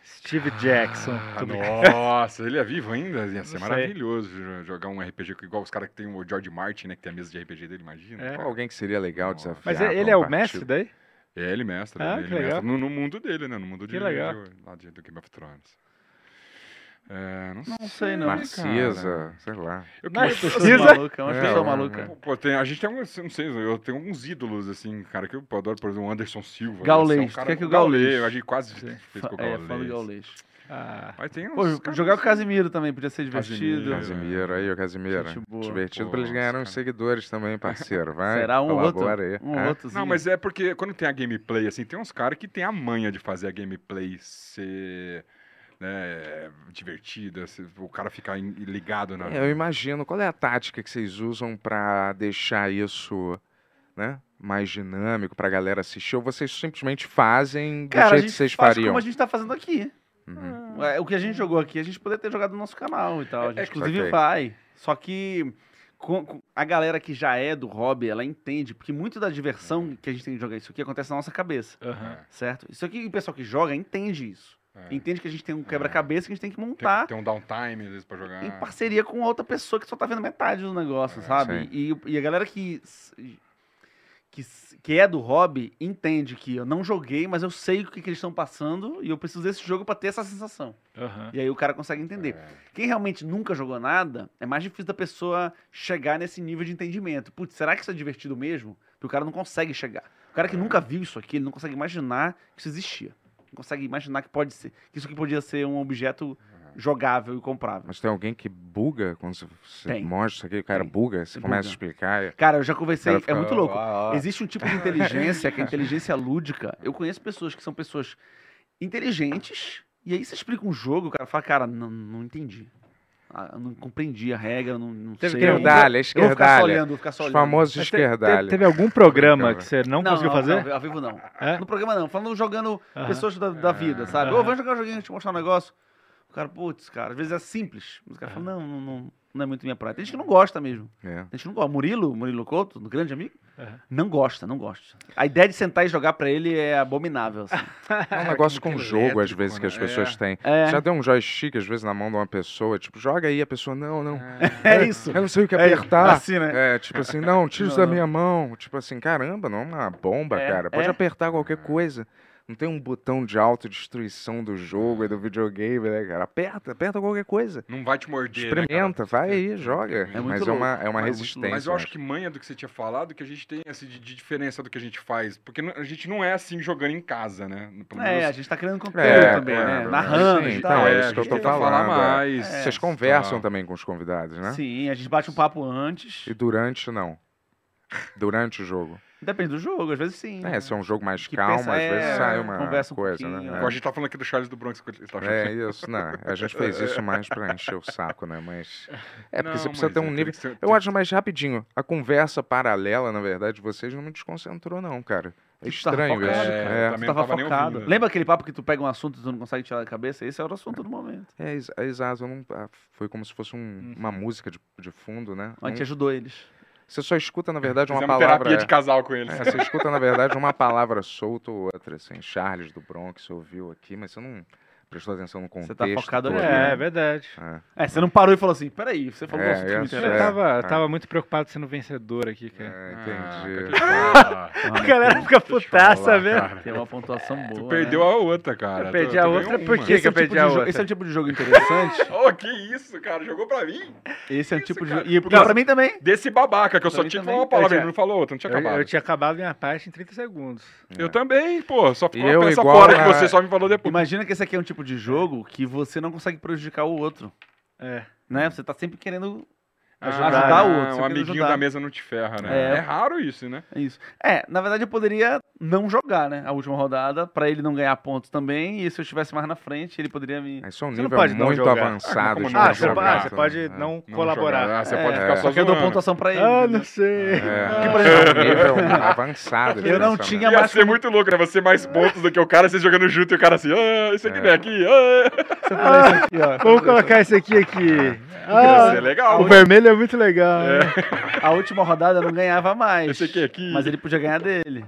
S3: Steve Jackson.
S7: Ah,
S3: Tô brincando.
S7: Nossa, ele é vivo ainda? Ia ser
S3: Não sei.
S7: maravilhoso jo- jogar um RPG com- igual os caras que tem o George Martin, né? Que tem a mesa de RPG dele, imagina.
S3: É.
S4: Qual
S7: cara.
S4: Alguém que seria legal
S7: Nossa.
S4: desafiar?
S3: Mas
S4: pra
S3: ele
S4: uma
S3: é o
S4: partida?
S3: mestre daí?
S7: É, ele mestra.
S3: Ah,
S7: ele
S3: que
S7: mestra
S3: legal.
S7: no, no mundo dele, né? No mundo de,
S3: Que legal.
S7: de- lá de- do Game of Thrones. É, não, sei,
S8: Não sei, não.
S4: Marcisa,
S8: né?
S4: sei lá.
S7: Eu queria-
S8: Narcisa maluca, é uma
S4: É,
S8: pessoa
S4: é,
S8: maluca.
S4: é.
S7: Pô, tem- a gente tem alguns, não sei, eu tenho alguns ídolos, assim, cara, que eu adoro, por exemplo, o Anderson Silva. né? Esse
S8: Gaulês,
S7: é um
S8: tu
S7: cara-
S8: quer que o Gaulês-
S7: A gente quase fez
S8: Fa-
S7: com o
S8: É, fala do
S7: Gaulês.
S8: gaulês.
S3: Ah,
S7: Mas tem uns
S8: Pô,
S7: caras-
S8: jogar com o Casimiro também podia ser divertido.
S7: Casimiro.
S4: Casimiro, aí, o Casimiro.
S8: Gente boa.
S4: Divertido
S7: Pô,
S4: pra eles
S7: nossa,
S4: ganharem uns
S7: cara.
S4: seguidores também, parceiro.
S8: *laughs*
S4: Vai,
S8: Será um outro?
S4: colabora aí.
S8: Um
S4: Hã?
S8: outro.
S7: Não, mas é porque quando tem a gameplay, assim, tem uns caras que tem a manha de fazer a gameplay ser né, divertida, se- o cara ficar em- ligado na.
S4: É, Eu imagino. Qual é a tática que vocês usam pra deixar isso, né, mais dinâmico pra galera assistir? Ou vocês simplesmente fazem do
S8: Cara, a
S4: jeito
S8: gente
S4: que vocês
S8: faz
S4: fariam?
S8: como a gente tá fazendo aqui.
S4: Uhum.
S8: É, O que a gente jogou aqui, a gente poderia ter jogado no nosso canal e tal. A gente,
S4: é que-
S8: inclusive,
S4: Ok.
S8: vai. Só que com- com- a galera que já é do hobby, ela entende. Porque muito da
S4: Uhum.
S8: diversão que a gente tem de jogar isso aqui acontece na nossa cabeça,
S3: aham.
S8: certo? Isso aqui, o pessoal que joga entende isso.
S7: É. Tem,
S8: Entende que a gente tem um quebra-cabeça que a gente tem que
S7: tem
S8: montar.
S7: um downtime, às vezes, pra jogar.
S8: em parceria com outra pessoa que só tá vendo metade do negócio,
S4: É,
S8: sabe?
S4: sim.
S8: E, e a galera que, s- que, s- que é do hobby entende que eu não joguei, mas eu sei o que, que eles estão passando e eu preciso desse jogo pra ter essa sensação.
S3: aham.
S4: Né?
S8: E aí o cara consegue entender.
S4: É.
S8: Quem realmente nunca jogou nada, é mais difícil da pessoa chegar nesse nível de entendimento. Putz, será que isso é divertido mesmo? Porque o cara não consegue chegar. O
S4: É.
S8: cara que nunca viu isso aqui, ele não consegue imaginar que isso existia. Não consegue imaginar que pode ser. Que isso aqui podia ser um objeto
S4: É.
S8: jogável e comprável.
S4: Mas tem alguém que buga quando você- você
S8: Tem.
S4: mostra isso aqui? O cara
S8: Tem.
S4: buga, você
S8: Buga.
S4: começa a explicar. e o
S8: Cara, eu já conversei,
S4: cara fica,
S8: é muito louco.
S4: "Ah, ah, ah".
S8: Existe um tipo de inteligência que é a inteligência lúdica. Eu conheço pessoas que são pessoas inteligentes, e aí você explica um jogo, o cara fala, cara, não, não entendi. ah, eu não compreendi a regra, não, não
S3: Teve
S8: sei.
S3: que
S8: eu-
S4: Esquerdalha,
S8: Eu vou ficar só
S4: esquerdalha.
S8: olhando, vou ficar só
S4: Os
S8: olhando.
S4: famosos
S3: Mas te- te-
S4: esquerdalha.
S3: teve algum programa
S4: Brincava.
S3: que você não, conseguiu fazer?
S8: Não, ao vivo não.
S3: É?
S8: No programa não, falando jogando
S3: Aham.
S8: pessoas da, da vida, sabe? Ô,
S3: Aham.
S8: vamos jogar um joguinho, te mostrar um negócio. O cara, putz, cara, às vezes é simples. Mas o cara fala, não, não, não, não é muito minha praia. Tem gente que não gosta mesmo.
S4: É.
S8: Tem Ah, gente que não gosta. Murilo, Murilo Couto, do grande amigo,
S3: Aham.
S8: não gosta, não gosta. A ideia de sentar e jogar pra ele é abominável,
S4: *laughs*
S8: assim.
S4: É um negócio com
S7: muito
S4: jogo, às
S7: elétrico,
S4: vezes, que
S7: né?
S4: as pessoas têm.
S8: É,
S4: Já deu um joystick, às vezes, na mão de uma pessoa, tipo, joga aí, a pessoa, não, não.
S8: é isso.
S4: Eu não sei o que
S8: *laughs* É,
S4: apertar.
S8: assim, né?
S4: É, tipo assim, não, tira isso
S8: Não,
S4: da
S8: não.
S4: minha mão. Tipo assim, caramba, não é uma bomba,
S8: É,
S4: cara. Pode
S8: é.
S4: apertar qualquer coisa. Não tem um botão de autodestruição do jogo e do videogame, né, cara? Aperta, aperta qualquer coisa.
S7: Não vai te morder. né, cara?
S4: Experimenta, vai aí, joga.
S8: É muito
S4: Mas é
S8: louco,
S4: uma, é uma
S8: mas é muito
S4: resistência.
S8: louco.
S7: Mas eu acho que manha do que você tinha falado, que a gente tem assim, de, de diferença do que a gente faz. Porque não- a gente não é assim jogando em casa, né? Pelo
S8: É, a
S7: menos-
S8: gente tá criando conteúdo
S4: É,
S8: também,
S4: é,
S8: né?
S4: é,
S8: Narrando
S4: sim,
S8: e
S4: então,
S8: tal.
S4: é isso
S7: a
S4: que eu
S7: gente
S4: tô
S7: tenta
S4: falando, é.
S7: mais.
S8: É,
S4: Vocês conversam
S7: tá.
S4: também com os convidados, né?
S8: Sim, a gente bate um papo antes.
S4: E durante, não. Durante o jogo.
S8: Depende do jogo, às vezes sim. né?
S4: É, se é um jogo mais
S8: Hum. Que
S4: calmo,
S8: pensa-
S4: às vezes
S8: é,
S4: sai uma
S8: conversa um
S4: coisa, né?
S8: pouquinho, né?
S4: É.
S7: Igual a gente tá falando aqui do Charles do Bronx. que ele tá achando-
S4: É isso, não. A gente fez isso mais pra encher o saco, né? Mas. É porque você precisa
S7: Não, mas
S4: ter
S7: é,
S4: um
S7: tem
S4: nível.
S7: que ser-
S4: Eu acho mais rapidinho. A conversa paralela, na verdade, de vocês não me desconcentrou, não, cara. É
S8: Isso tava
S4: estranho
S8: Tipo, tá focado,
S4: isso.
S8: cara. tá.
S4: É,
S7: Também
S8: Você
S7: não
S8: tava
S7: tava nem
S8: focado.
S7: ouvindo, né?
S8: Lembra aquele papo que tu pega um assunto e tu não consegue tirar da cabeça? Esse era o assunto do momento.
S4: é, ex- é exato. eu não- ah, Foi como se fosse um- uma
S8: Uhum.
S4: música de, de fundo, né?
S8: A gente
S4: Não-
S8: ajudou eles.
S4: Você só escuta,
S8: É,
S4: na verdade, uma
S7: Fizemos
S4: palavra.
S7: terapia de casal com eles.
S4: É, você
S7: *laughs*
S4: escuta, na verdade, uma palavra solta ou outra, assim. Charles do Bronx, você ouviu aqui, mas você não prestou atenção no contexto.
S8: Você tá focado
S4: todo,
S8: ali.
S4: né?
S3: É, é verdade.
S4: É.
S8: É, você não parou e falou assim: peraí, você falou
S4: É,
S8: do assunto que
S4: eu
S8: me
S4: sei.
S3: Eu
S8: interessa.
S3: tava,
S4: é.
S3: tava muito preocupado sendo vencedor aqui, cara.
S4: É,
S7: Ah,
S4: entendi.
S7: cara, deixa eu
S3: A galera fica
S7: te falar,
S3: putaça, velho.
S7: cara.
S8: Ah, Tem uma pontuação boa.
S7: Tu perdeu
S8: né?
S7: a outra, cara.
S3: Eu perdi
S7: Tu-
S3: a
S7: tu
S3: outra
S7: ganhou um,
S3: por
S7: uma.
S3: quê?
S8: Esse é,
S3: que eu
S8: o tipo
S3: perdi
S8: de
S3: a
S8: jogo-
S3: outra.
S8: esse é o tipo de
S7: *laughs*
S8: jogo interessante.
S7: Oh, que isso, cara. Jogou pra mim?
S8: Esse é o
S7: Isso,
S8: tipo de
S7: cara.
S8: jogo. E
S7: Porque-
S8: pra mim também.
S7: Desse babaca, que eu
S8: Pra
S7: só
S8: mim
S7: tinha que
S8: também.
S7: falar uma palavra.
S3: Eu
S7: Ele
S3: já-
S7: não falou outra, não tinha
S3: Eu,
S7: tá acabado.
S3: eu tinha acabado minha parte em 30 segundos.
S7: Eu também, pô. Só
S4: E
S7: ficou uma
S4: eu
S7: peça
S4: igual
S7: fora que
S4: na-
S7: você só me falou depois.
S8: Imagina que esse aqui é um tipo de jogo que você não consegue prejudicar o outro.
S3: É.
S8: Né? Você tá sempre querendo.
S7: Ah,
S8: ajudar o outro,
S7: Um
S8: você quer
S7: amiguinho
S8: ajudar.
S7: da mesa não te ferra, né?
S8: É.
S7: É, raro isso, né?
S8: É isso. É, na verdade eu poderia não jogar, né? A última rodada, pra ele não ganhar pontos também. E se eu estivesse mais na frente, ele poderia me.
S7: tá
S4: Isso é um
S3: Você não
S4: nível
S3: pode não
S4: muito
S3: jogar.
S4: avançado
S7: Ah,
S4: de
S7: Não
S3: Ah, você, ah,
S7: jogar,
S3: você
S4: campeonato,
S3: pode
S4: né?
S3: não,
S7: Não
S3: colaborar.
S7: jogar. Ah, você
S8: É,
S7: pode ficar
S8: só
S7: só
S8: que eu dou
S7: zoando.
S8: pontuação pra ele.
S3: Ah,
S8: entendeu?
S3: não sei. Ah,
S4: É,
S8: Que, por
S4: é um
S8: exemplo,
S4: nível avançado. de
S8: Eu não
S4: pensamento.
S8: tinha
S7: Ia
S8: mais.
S7: ser muito louco, né? Você
S8: É.
S7: mais pontos do que o cara, vocês jogando junto e o cara assim, ah, isso aqui
S4: É.
S7: vem aqui, ah.
S3: Se eu falar isso aqui, ó. *laughs* Vamos colocar isso aqui aqui.
S7: Ia ser
S3: Ah,
S7: legal.
S3: o vermelho é muito legal. né?
S8: A última rodada eu não ganhava mais.
S7: Esse aqui é aqui.
S8: Mas ele podia ganhar dele.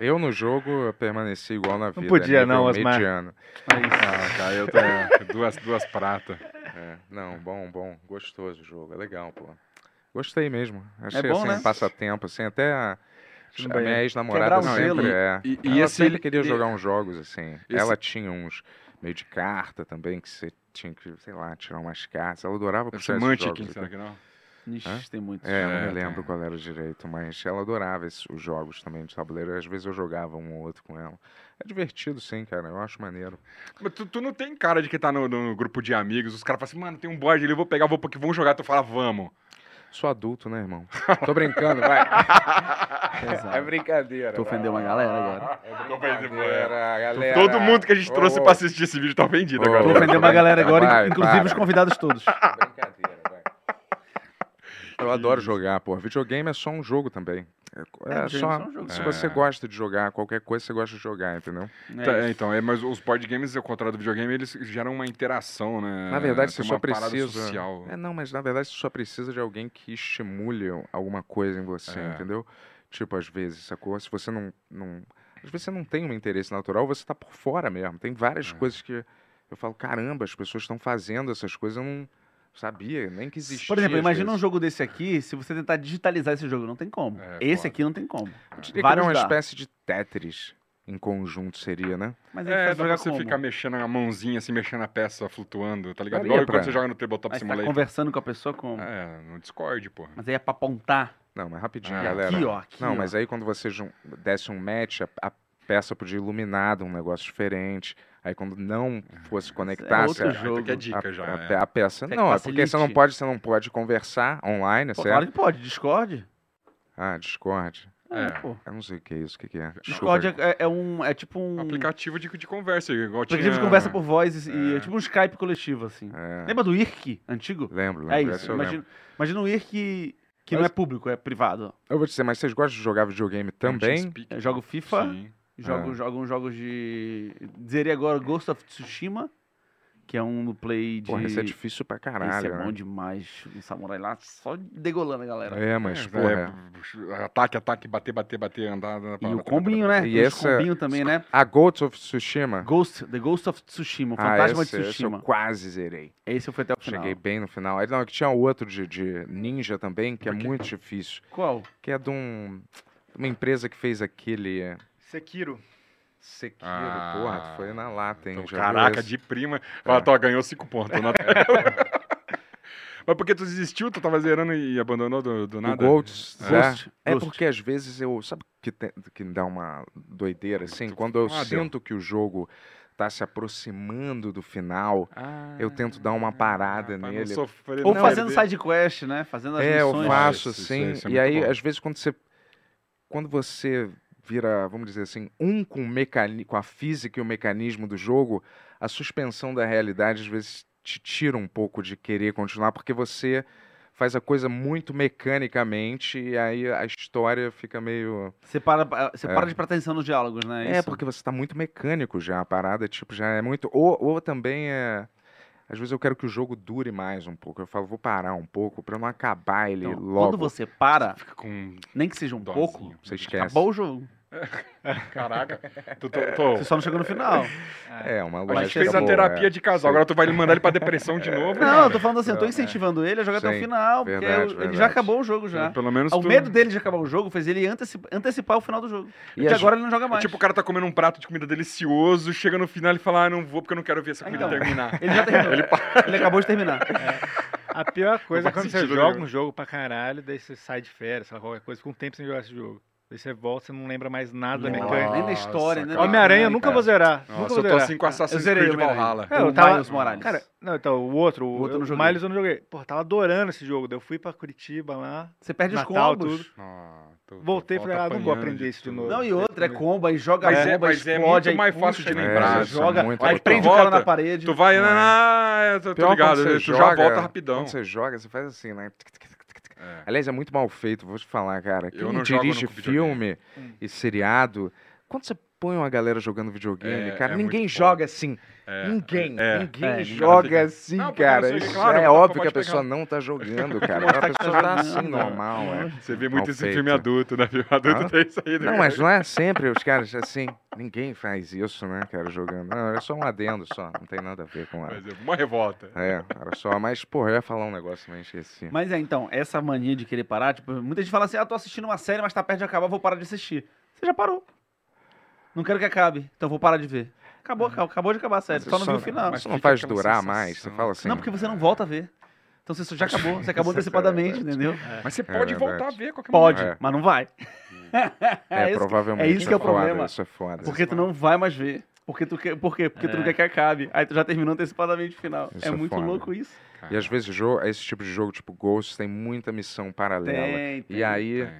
S4: Eu no jogo eu permaneci igual na vida.
S3: podia,
S4: nível
S3: não, Osmar.
S4: mediano.
S7: Ah, cara, eu tô... duas, duas pratas.
S4: É, Não, bom, bom. Gostoso o jogo. É legal, pô. Gostei mesmo. Achei
S8: bom,
S4: assim,
S8: né?
S4: um passatempo, assim, até a,
S3: No
S4: a minha
S3: banheiro.
S4: ex-namorada
S8: Quebrar o
S4: sempre
S8: gelo.
S4: é.
S7: E- e
S4: ela
S7: esse-
S4: sempre queria
S7: ele-
S4: jogar uns jogos, assim.
S7: Esse-
S4: Ela tinha uns meio de carta também, que você tinha que, sei lá, tirar umas cartas. Ela adorava
S7: Deve
S4: puxar
S7: ser
S4: esses
S7: Munchkin,
S4: jogos.
S7: será que não?
S8: Ixi,
S4: Hã?
S8: tem muito.
S4: É, eu não
S7: É,
S4: me lembro
S7: tem.
S4: qual era o direito, mas ela adorava esse- os jogos também de tabuleiro. Às vezes eu jogava um ou outro com ela. É divertido, sim, cara. Eu acho maneiro.
S7: Mas tu, tu não tem cara de que tá no, no grupo de amigos, os caras falam assim, mano, tem um board ali, eu vou pegar, vou porque vão jogar, tu fala, vamos.
S4: Sou adulto, né,
S7: *laughs*
S4: irmão? Tô brincando, vai.
S8: Exato.
S4: É brincadeira.
S8: Tu ofendeu uma galera agora.
S7: Tô ofendendo, galera.
S4: É galera.
S7: Todo mundo que a gente
S4: Ô,
S7: trouxe
S4: ô,
S7: pra assistir esse vídeo tá ofendido
S4: Ô,
S8: Tu
S7: agora.
S8: ofendeu uma galera agora,
S4: Vai,
S8: inclusive
S4: para.
S8: os convidados todos.
S4: Brincadeira, vai. Eu adoro jogar, pô. Videogame é só um jogo também. É, é
S8: videogame
S4: só.
S8: é só um jogo.
S4: Se você gosta de jogar qualquer coisa, você gosta de jogar, entendeu?
S7: Tá, é, então, é, mas os board games, ao contrário do videogame, eles geram uma interação, né?
S4: Na verdade,
S7: Tem
S4: você só
S7: uma parada
S4: precisa.
S7: Social.
S4: É, não, mas na verdade você só precisa de alguém que estimule alguma coisa em você,
S7: É.
S4: entendeu? Tipo, às vezes, sacou? Se você não, não. Às vezes você não tem um interesse natural, você tá por fora mesmo. Tem várias
S8: É.
S4: coisas que eu falo, caramba, as pessoas estão fazendo essas coisas, eu não sabia, nem que existia.
S8: Por exemplo,
S4: às
S8: imagina um
S4: vezes.
S8: jogo desse aqui, se você tentar digitalizar esse jogo, não tem como.
S7: É,
S8: esse
S7: foda.
S8: aqui não tem como.
S4: Eu diria que era
S8: vários
S4: uma
S8: dá.
S4: espécie de Tetris em conjunto, seria, né?
S8: Mas ele
S7: É,
S8: faz
S7: dá
S8: jogar
S7: pra você
S8: como?
S7: ficar mexendo a mãozinha, assim, mexendo a peça, flutuando, tá ligado?
S4: Daria
S7: Igual
S4: pra-
S7: quando você joga no Tabletop
S8: Aí você tá
S7: Simulator.
S8: conversando com a pessoa como?
S7: É, no Discord, porra.
S8: Mas aí é pra apontar.
S4: Não, mas rapidinho,
S7: Ah,
S4: É, galera.
S8: Aqui, ó, aqui,
S4: Não,
S8: ó.
S4: mas é aí quando você jun- desse um match, a, a peça podia iluminar de um negócio diferente. Aí quando não fosse conectar,
S8: Ah, é outro
S4: a-
S8: jogo.
S7: Então, que é
S4: a,
S7: dica já.
S4: a-
S7: é.
S4: a peça.
S8: Quer né? que
S4: não, é porque você não
S8: facilite?
S4: pode, você não pode conversar online, é
S8: Pô,
S4: certo?
S8: claro que pode, Discord.
S4: Ah, Discord.
S7: É.
S8: pô.
S4: Eu não sei o que é isso, o que, que é. Desculpa
S8: Discord
S4: aí.
S8: é, é um. É tipo um.
S7: Aplicativo de, de conversa. Igual
S8: aplicativo de
S7: tinha-
S8: conversa por voz e, e é tipo um Skype coletivo, assim.
S4: É.
S8: Lembra do IRC antigo?
S4: Lembro, lembro.
S8: É
S4: essa
S8: isso.
S4: eu, lembro.
S8: Imagina, imagina um IRC que, que não
S4: Mas-
S8: é público, é privado.
S4: eu vou te dizer, mas vocês gostam de jogar videogame também?
S7: TeamSpeak.
S8: Eu jogo FIFA,
S7: Sim.
S8: jogo,
S4: É.
S8: jogo uns jogos de. Dizeria agora Ghost of Tsushima, que é um no play de.
S4: Porra, isso é difícil pra caralho,
S8: Esse é
S4: né?
S8: bom demais. Um samurai lá só degolando a galera.
S4: É, mas,
S7: É,
S4: porra.
S7: é, ataque, ataque, bater, bater, bater, andar. andar,
S8: E
S7: andar,
S8: o combinho, né?
S4: E é
S8: Tem os
S4: essa-
S8: combinho também, né?
S4: A Ghost of Tsushima.
S8: Ghost, The Ghost of Tsushima, o
S4: Ah,
S8: Fantasma
S4: esse-
S8: de
S4: esse eu
S8: Tsushima.
S4: quase zerei.
S8: Esse eu fui até o final.
S4: Cheguei bem no final. Aí, não, que tinha outro de, de ninja também, que é muito difícil.
S8: Qual?
S4: Que é de um, de uma empresa que fez aquele
S3: Sekiro.
S4: Sekiro.
S7: Ah.
S4: porra, tu foi na lata, hein?
S7: Então,
S4: já viu
S7: caraca,
S4: esse? É.
S7: de prima. Fala, tá, ganhou cinco pontos.
S4: *laughs*
S7: na tela. Mas por que tu desistiu? Tu tava zerando e abandonou do, do
S4: O
S7: nada?
S4: Gold,
S8: Ghost,
S4: é, é
S8: Ghost.
S4: porque às vezes eu. Sabe que, tem- que me dá uma doideira assim?
S7: Tu-
S4: Quando eu
S7: Ah, deu.
S4: sinto que o jogo tá se aproximando do final,
S7: Ah,
S4: eu tento dar uma parada
S7: pra
S4: nele.
S7: Não sofrer,
S8: Ou
S7: não
S8: fazendo
S7: perder.
S8: side quest, né? Fazendo as
S4: é, eu
S8: missões.
S4: faço
S7: Isso, isso,
S4: assim.
S7: isso é
S4: e
S7: muito
S4: aí,
S7: bom.
S4: às vezes, quando você. Quando você vira, vamos dizer assim, um com, o mecani- com a física e o mecanismo do jogo, a suspensão da realidade às vezes te tira um pouco de querer continuar, porque você faz a coisa muito mecanicamente e aí a história fica meio.
S8: Você para, você para de prestar atenção nos diálogos, né?
S4: É,
S8: Isso.
S4: porque você tá muito mecânico já, a parada, tipo, já é muito. Ou, ou também é. Às vezes eu quero que o jogo dure mais um pouco. Eu falo, vou parar um pouco pra não acabar ele
S8: Então,
S4: logo.
S8: Quando você
S4: *laughs*
S8: para,
S7: Fica com
S8: nem que seja um
S7: dózinho.
S8: pouco,
S4: Você esquece.
S8: acabou o jogo.
S7: Caraca. Tu, tu- tu-
S8: Você só não chegou no final.
S4: É, É. uma
S7: a
S4: lógica.
S8: Mas
S7: gente fez a
S4: boa,
S7: terapia
S4: é.
S7: de casal. Agora tu vai mandar ele pra depressão
S4: *laughs*
S7: de novo.
S8: Não, eu tô falando assim, eu tô
S7: Não, é.
S8: incentivando ele a jogar até
S4: Sim,
S8: o final, porque
S4: verdade,
S8: eu- ele já
S4: verdade.
S8: acabou o jogo já. Ah,
S7: Pelo
S3: É
S7: menos
S8: O
S7: tu-
S8: medo dele de acabar o jogo fez ele anteci- antecipar o final do jogo.
S4: E
S8: E
S4: as-
S8: agora ele não joga
S7: É
S8: mais.
S7: tipo, o cara tá comendo um prato de comida delicioso, chega no final e fala, ah, não vou porque eu não quero ver essa comida
S8: Então.
S7: terminar.
S8: Ele já terminou. ele, acabou de terminar.
S3: A pior coisa é
S7: faz
S3: quando você
S7: sentido
S3: joga
S7: nenhum.
S3: um jogo pra caralho, daí você sai de férias, sei lá, qualquer coisa, fica um tempo sem jogar esse jogo. Daí você volta, você não lembra mais nada da
S8: Não lembra
S3: mecânica.
S8: mais nem da história, nem
S7: Nossa,
S8: da-
S3: Homem-aranha, eu
S8: Ai,
S3: nunca
S8: cara.
S3: vou zerar. *laughs* nunca
S7: Nossa,
S3: vou
S7: eu tô
S3: zerar. Ah,
S7: assim com
S8: Eu
S7: Assassin's
S8: zerei
S7: Creed
S8: o Homem-Aranha.
S7: Valhalla.
S3: É, eu
S8: O
S3: tava-
S8: Miles Morales.
S3: Cara, não, então, o outro, o,
S8: outro eu não
S3: o
S8: joguei.
S3: Miles eu não joguei. Pô, tava adorando esse jogo. Daí eu fui pra Curitiba lá.
S8: Você perde
S3: Natal,
S8: os É combos.
S3: tudo. Voltei e falei, ah, não vou aprender isso de novo.
S8: Não, e outra, é comba, aí joga
S7: Mas é-
S8: bomba,
S7: mas é muito
S8: explode, aí
S7: mais
S8: puxa,
S7: fácil de
S8: aí
S7: lembrar,
S8: puxa,
S7: isso
S4: é
S8: joga,
S4: muito
S8: aí
S4: mais
S8: prende o
S7: fácil.
S8: cara na
S7: Volta,
S8: parede.
S7: Tu vai, ah, eu tô, tô
S4: é? Pior quando
S7: ligado,
S4: você é,
S7: tu já volta rapidão.
S4: Quando você joga, você faz assim, né? Tic, tic, tic, tic, tic.
S7: É.
S4: Aliás, é muito mal feito, vou te falar, cara. Quem
S7: Eu não jogo
S4: dirige
S7: no videogame.
S4: filme e seriado, quando você põe uma galera jogando videogame,
S7: É,
S4: cara,
S7: é
S4: ninguém
S7: muito
S4: joga assim. ninguém,
S7: é.
S4: ninguém
S8: É,
S4: joga
S7: fica-
S4: assim,
S7: Não, porque
S4: cara.
S7: não sei o que,
S4: Isso
S7: claro,
S4: é
S7: eu
S4: óbvio que
S7: posso é
S4: a pessoa não tá
S7: *laughs*
S4: jogando, cara. A pessoa tá assim, normal, é.
S7: Você vê muito
S4: Mal
S7: esse
S4: feito.
S7: filme adulto, né? Filme adulto
S4: Hã?
S7: tem isso aí. né?
S4: Não, mas não é sempre os caras assim, ninguém faz isso, né, cara, jogando. Não, é só um adendo só, não tem nada a ver com a...
S7: Mas é uma revolta.
S4: É, era só, mas, porra, eu ia falar um negócio, mas esqueci.
S8: Mas é, então, essa mania de querer parar, tipo, muita gente fala assim, ah, tô assistindo uma série, mas tá perto de acabar, vou parar de assistir. Você já parou. Não quero que acabe, então vou parar de ver. Acabou, acabou, acabou de acabar a série,
S4: Mas
S8: é, só não
S4: só-
S8: viu o final.
S4: Mas
S7: Mas
S4: não
S7: fica
S4: faz
S7: aquela
S4: durar
S7: sensação,
S4: mais, você fala assim.
S8: não, porque você não volta a ver. Então você já acabou, você acabou antecipadamente, entendeu?
S7: Mas você pode
S4: É verdade.
S7: voltar a ver qualquer
S8: Pode,
S4: É.
S8: mas não vai.
S4: É,
S8: isso que-
S4: provavelmente.
S8: *laughs* é isso que é o
S4: foda,
S8: problema.
S4: Isso é foda.
S8: Porque tu não vai mais ver. Porque tu quer, por quê? Porque tu não
S9: É.
S8: quer que acabe. Aí tu já terminou antecipadamente o final.
S4: Isso
S8: é
S4: é
S8: muito
S4: foda.
S8: louco isso.
S7: momento.
S4: E às vezes jo- esse tipo de jogo, tipo Ghost, tem muita missão paralela.
S8: Tem, tem.
S4: E aí,
S7: tem.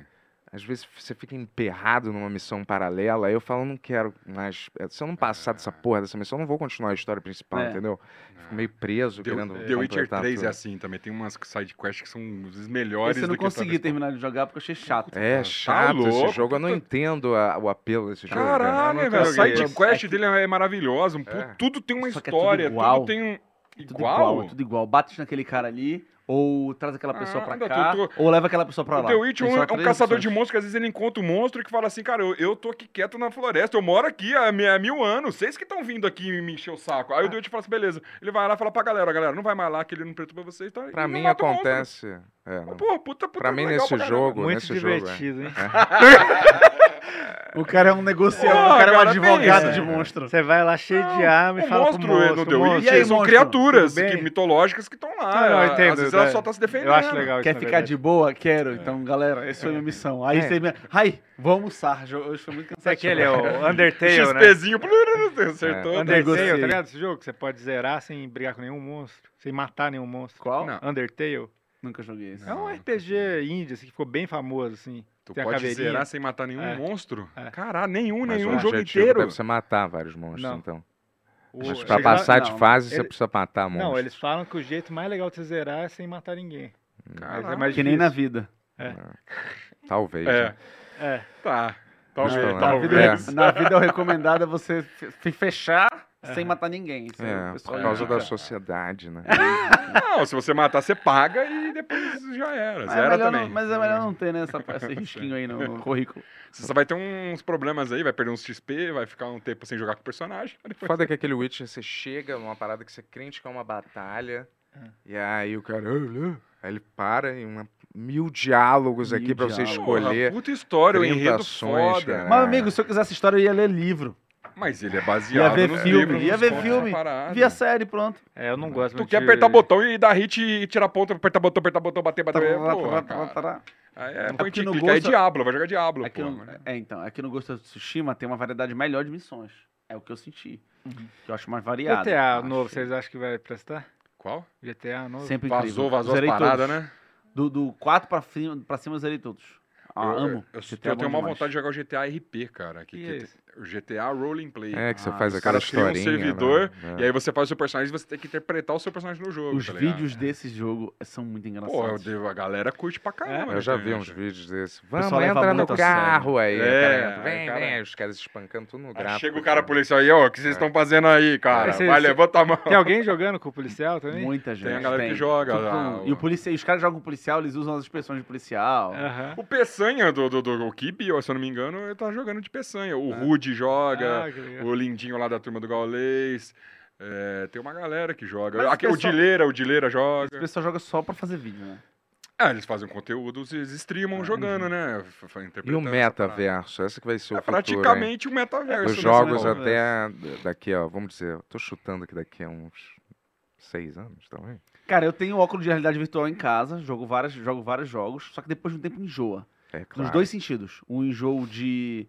S4: às vezes você fica emperrado numa missão paralela. Aí eu falo, não quero mais. é, Se eu não passar dessa porra dessa missão, eu não vou continuar a história principal,
S8: É.
S4: entendeu? Fico meio preso,
S7: The,
S4: querendo.
S7: The Witcher
S4: completar
S7: 3
S4: tudo.
S7: é assim também. Tem umas side quests que são os melhores
S8: Esse eu não
S7: do que
S8: consegui
S7: talvez-
S8: terminar de jogar porque eu achei chato.
S4: É
S7: Tá
S4: chato
S7: louco,
S4: esse jogo, eu não
S7: puta-
S4: entendo a- o apelo desse jogo. cara.
S7: Caralho, velho. A
S3: joguei.
S7: side quest dele é maravilhosa. um pu-
S4: É.
S7: Tudo tem uma
S8: Só que é tudo
S7: história. tudo,
S8: igual.
S7: tem um.
S8: Tudo
S7: Igual?
S8: é tudo igual. Bate naquele cara ali, ou traz aquela pessoa
S7: Ah,
S8: pra
S7: garoto,
S8: cá,
S7: eu
S8: ou leva aquela pessoa pra
S7: O
S8: lá.
S7: The Witcher é
S8: Tem
S7: um,
S8: só
S7: é um
S8: três
S7: caçador de
S8: opções.
S7: monstros que às vezes ele encontra um monstro que fala assim, cara, eu, eu tô aqui quieto na floresta, eu moro aqui há, mi- há mil anos, vocês que estão vindo aqui me encher o saco.
S4: Ah.
S7: Aí o The Witcher fala assim, beleza. Ele vai lá e fala pra galera, "Ó, galera, não vai mais lá que ele não perturba vocês. Tá?
S4: Pra
S7: E não
S4: mim
S7: mata o monstro.
S4: acontece. É, não-
S7: Pô, puta, puta,
S4: Pra mim,
S7: legal
S4: nesse
S7: pra caramba.
S4: jogo,
S3: Muito
S4: nesse jogo. é.
S3: divertido, hein?
S8: O cara é um negociador,
S7: Porra,
S8: o cara é um
S7: cara,
S8: advogado
S7: bem
S8: de
S7: isso.
S8: monstro.
S3: Você vai lá cheio de arma e
S7: O
S3: fala
S7: Ah, um monstro
S3: pro monstro.
S7: no The
S3: monstro.
S8: E aí,
S7: Witcher são
S8: monstro,
S7: criaturas
S3: tudo bem?
S7: que- mitológicas que estão lá.
S3: Não, não, eu
S7: Às
S3: entendo,
S7: vezes ela
S3: né?
S7: só tá se defendendo.
S3: Eu acho legal isso.
S8: Quer
S3: na
S8: ficar
S3: verdade.
S8: de boa? Quero. Então, galera, essa foi a minha missão. Aí você me... Ai, vamos almoçar. Jo- Hoje foi muito
S3: Sabe
S8: cansativo.
S3: aquele, é
S7: *laughs*
S3: o
S7: Um
S3: Undertale, né?
S7: XPzinho,
S4: É.
S7: acertou.
S3: Undertale,
S8: Negociei.
S3: tá ligado? Esse jogo que você pode zerar sem brigar com nenhum monstro, sem matar nenhum monstro.
S8: Qual?
S7: Não.
S3: Undertale.
S8: Nunca joguei esse.
S3: É um
S7: Não,
S3: RPG índia, assim, que ficou bem famoso, assim.
S7: Tu
S3: Tem a
S7: pode
S3: caveirinha.
S7: zerar sem matar nenhum
S3: É.
S7: monstro?
S3: É.
S7: Caralho, nenhum,
S4: Mas
S7: nenhum,
S4: o
S7: jogo
S4: objetivo
S7: inteiro.
S4: deve ser matar vários monstros,
S3: Não.
S4: então.
S3: O-
S4: Mas
S3: chega
S4: pra
S3: lá-
S4: passar de
S8: não,
S4: fase, você
S3: ele-
S4: precisa matar monstros.
S3: Não, eles falam que o jeito mais legal de você zerar é sem matar ninguém. Mas é
S7: Caralho.
S3: mais
S8: Que nem na
S3: difícil.
S8: vida.
S4: Talvez.
S7: É.
S4: né?
S3: É.
S7: Tá.
S4: Mas
S7: Talvez,
S4: tá lá.
S8: Na vida,
S7: talvez.
S4: É.
S8: na vida, o recomendado é você se fechar sem matar ninguém. Isso aí o
S4: É,
S8: pessoal
S4: por causa
S8: indica.
S4: da sociedade, né?
S7: É. Não, se você matar, você paga e depois já era.
S8: Mas é,
S7: Zera
S8: melhor
S7: também.
S8: não, mas é melhor não ter, né, essa, esse risquinho aí no, no currículo.
S7: Você só vai ter uns problemas aí, vai perder uns XP, vai ficar um tempo sem jogar com o personagem. mas depois-
S4: Foda é que aquele Witcher, você chega numa parada que você crente que é uma batalha, e aí o cara. "Ah, ah", Aí ele para em uma- mil diálogos
S8: Mil
S4: aqui pra você
S8: diálogos.
S4: escolher.
S7: Porra, puta história, o
S4: 30
S7: enredo
S4: é ações,
S7: foda.
S4: cara.
S8: Mas, amigo, se eu quisesse história, eu ia ler livro.
S7: Mas ele é baseado
S8: Ia ver
S7: nos
S8: filme,
S7: livros,
S8: ia
S7: nos
S8: ver
S7: contos,
S8: filme,
S7: uma parada.
S8: Via série, pronto.
S3: É, eu não gosto
S7: Uhum. Tu
S3: muito
S7: quer
S3: de-
S7: apertar botão e dar hit e tirar ponta, apertar botão, apertar botão, bater, bater.
S8: Tá
S7: porra, cara. Aí é, point
S8: porque
S7: and
S8: Tá no
S7: click, aí é
S8: bolso-
S7: Diablo, vai jogar Diablo,
S8: Aqui
S7: porra.
S8: no- é, então, aqui no Ghost of Tsushima tem uma variedade melhor de missões. É o que eu senti. Que eu acho mais variado.
S3: GTA
S8: Acho.
S3: novo, vocês acham que vai prestar?
S7: Qual?
S3: GTA novo?
S8: Sempre
S7: Vazou,
S8: incrível.
S7: vazou as
S8: Zerei
S7: paradas,
S8: todos.
S7: né?
S8: Do, do 4 pra cima, pra cima eu zerei todos. Ah,
S7: eu,
S8: amo.
S7: Eu, eu
S8: GTA é bom
S7: tenho uma
S8: demais.
S7: vontade de jogar o GTA RP, cara. Que,
S3: Que
S7: que
S3: é
S7: te-
S3: esse?
S7: o GTA Role and Play.
S4: É, que você
S8: Ah,
S4: faz
S8: os
S4: aquela
S7: caras criam um
S4: historinha.
S7: servidor,
S4: né?
S7: E aí você faz o seu personagem e você tem que interpretar o seu personagem no jogo.
S8: Os
S7: tá ligado?
S8: vídeos desse jogo são
S7: Pô,
S8: muito
S7: eu
S8: engraçados.
S7: devo- a galera curte pra caramba.
S4: É, Eu
S7: na
S4: já vi
S7: internet.
S4: uns vídeos desses. Vamos,
S8: pessoal leva
S4: entra no
S8: muito a
S4: carro aí.
S7: É,
S4: cara, entra,
S7: aí o
S4: vem,
S7: cara-
S4: vem. Os caras espancando tudo no
S7: Aí
S4: gráfico. assim.
S7: chega o cara policial aí, ó, o que vocês estão fazendo aí, cara?
S3: Aí cê-
S7: Vai,
S3: cê-
S7: levanta a mão.
S3: Tem alguém jogando com o policial também?
S8: Muita gente.
S7: Tem a galera que joga
S8: Tudo
S7: lá,
S8: com-
S7: o- É.
S8: E o policia, os caras jogam com policial, eles usam as expressões de policial.
S3: Aham.
S7: O Peçanha do, do, do, do Kibe, ó, se eu não me engano, ele tá jogando de Peçanha. O
S8: Ah.
S7: Rude joga,
S3: Ah, que legal.
S7: o Lindinho lá da turma do Gaulês. É, tem uma galera que
S8: Mas
S7: joga.
S8: o
S7: Aqui, O
S8: pessoal-
S7: Dileira, o Dileira joga.
S8: O pessoal joga só pra fazer vídeo, né?
S7: Ah, eles fazem conteúdo, eles streamam jogando, né? F- f-
S4: Ah, E o
S7: interpretando essa parada.
S4: metaverso? Essa que vai ser o
S7: É
S4: futuro, hein?
S7: praticamente um metaverso.
S4: Os
S7: né?
S4: jogos
S7: Você fala,
S4: até daqui, ó, vamos dizer, eu tô chutando que daqui a uns seis anos, talvez.
S8: Cara, eu tenho óculos de realidade virtual em casa, jogo, várias, jogo vários jogos, só que depois de um tempo enjoa.
S4: É
S8: Nos
S4: claro.
S8: dois sentidos. Um enjoo de.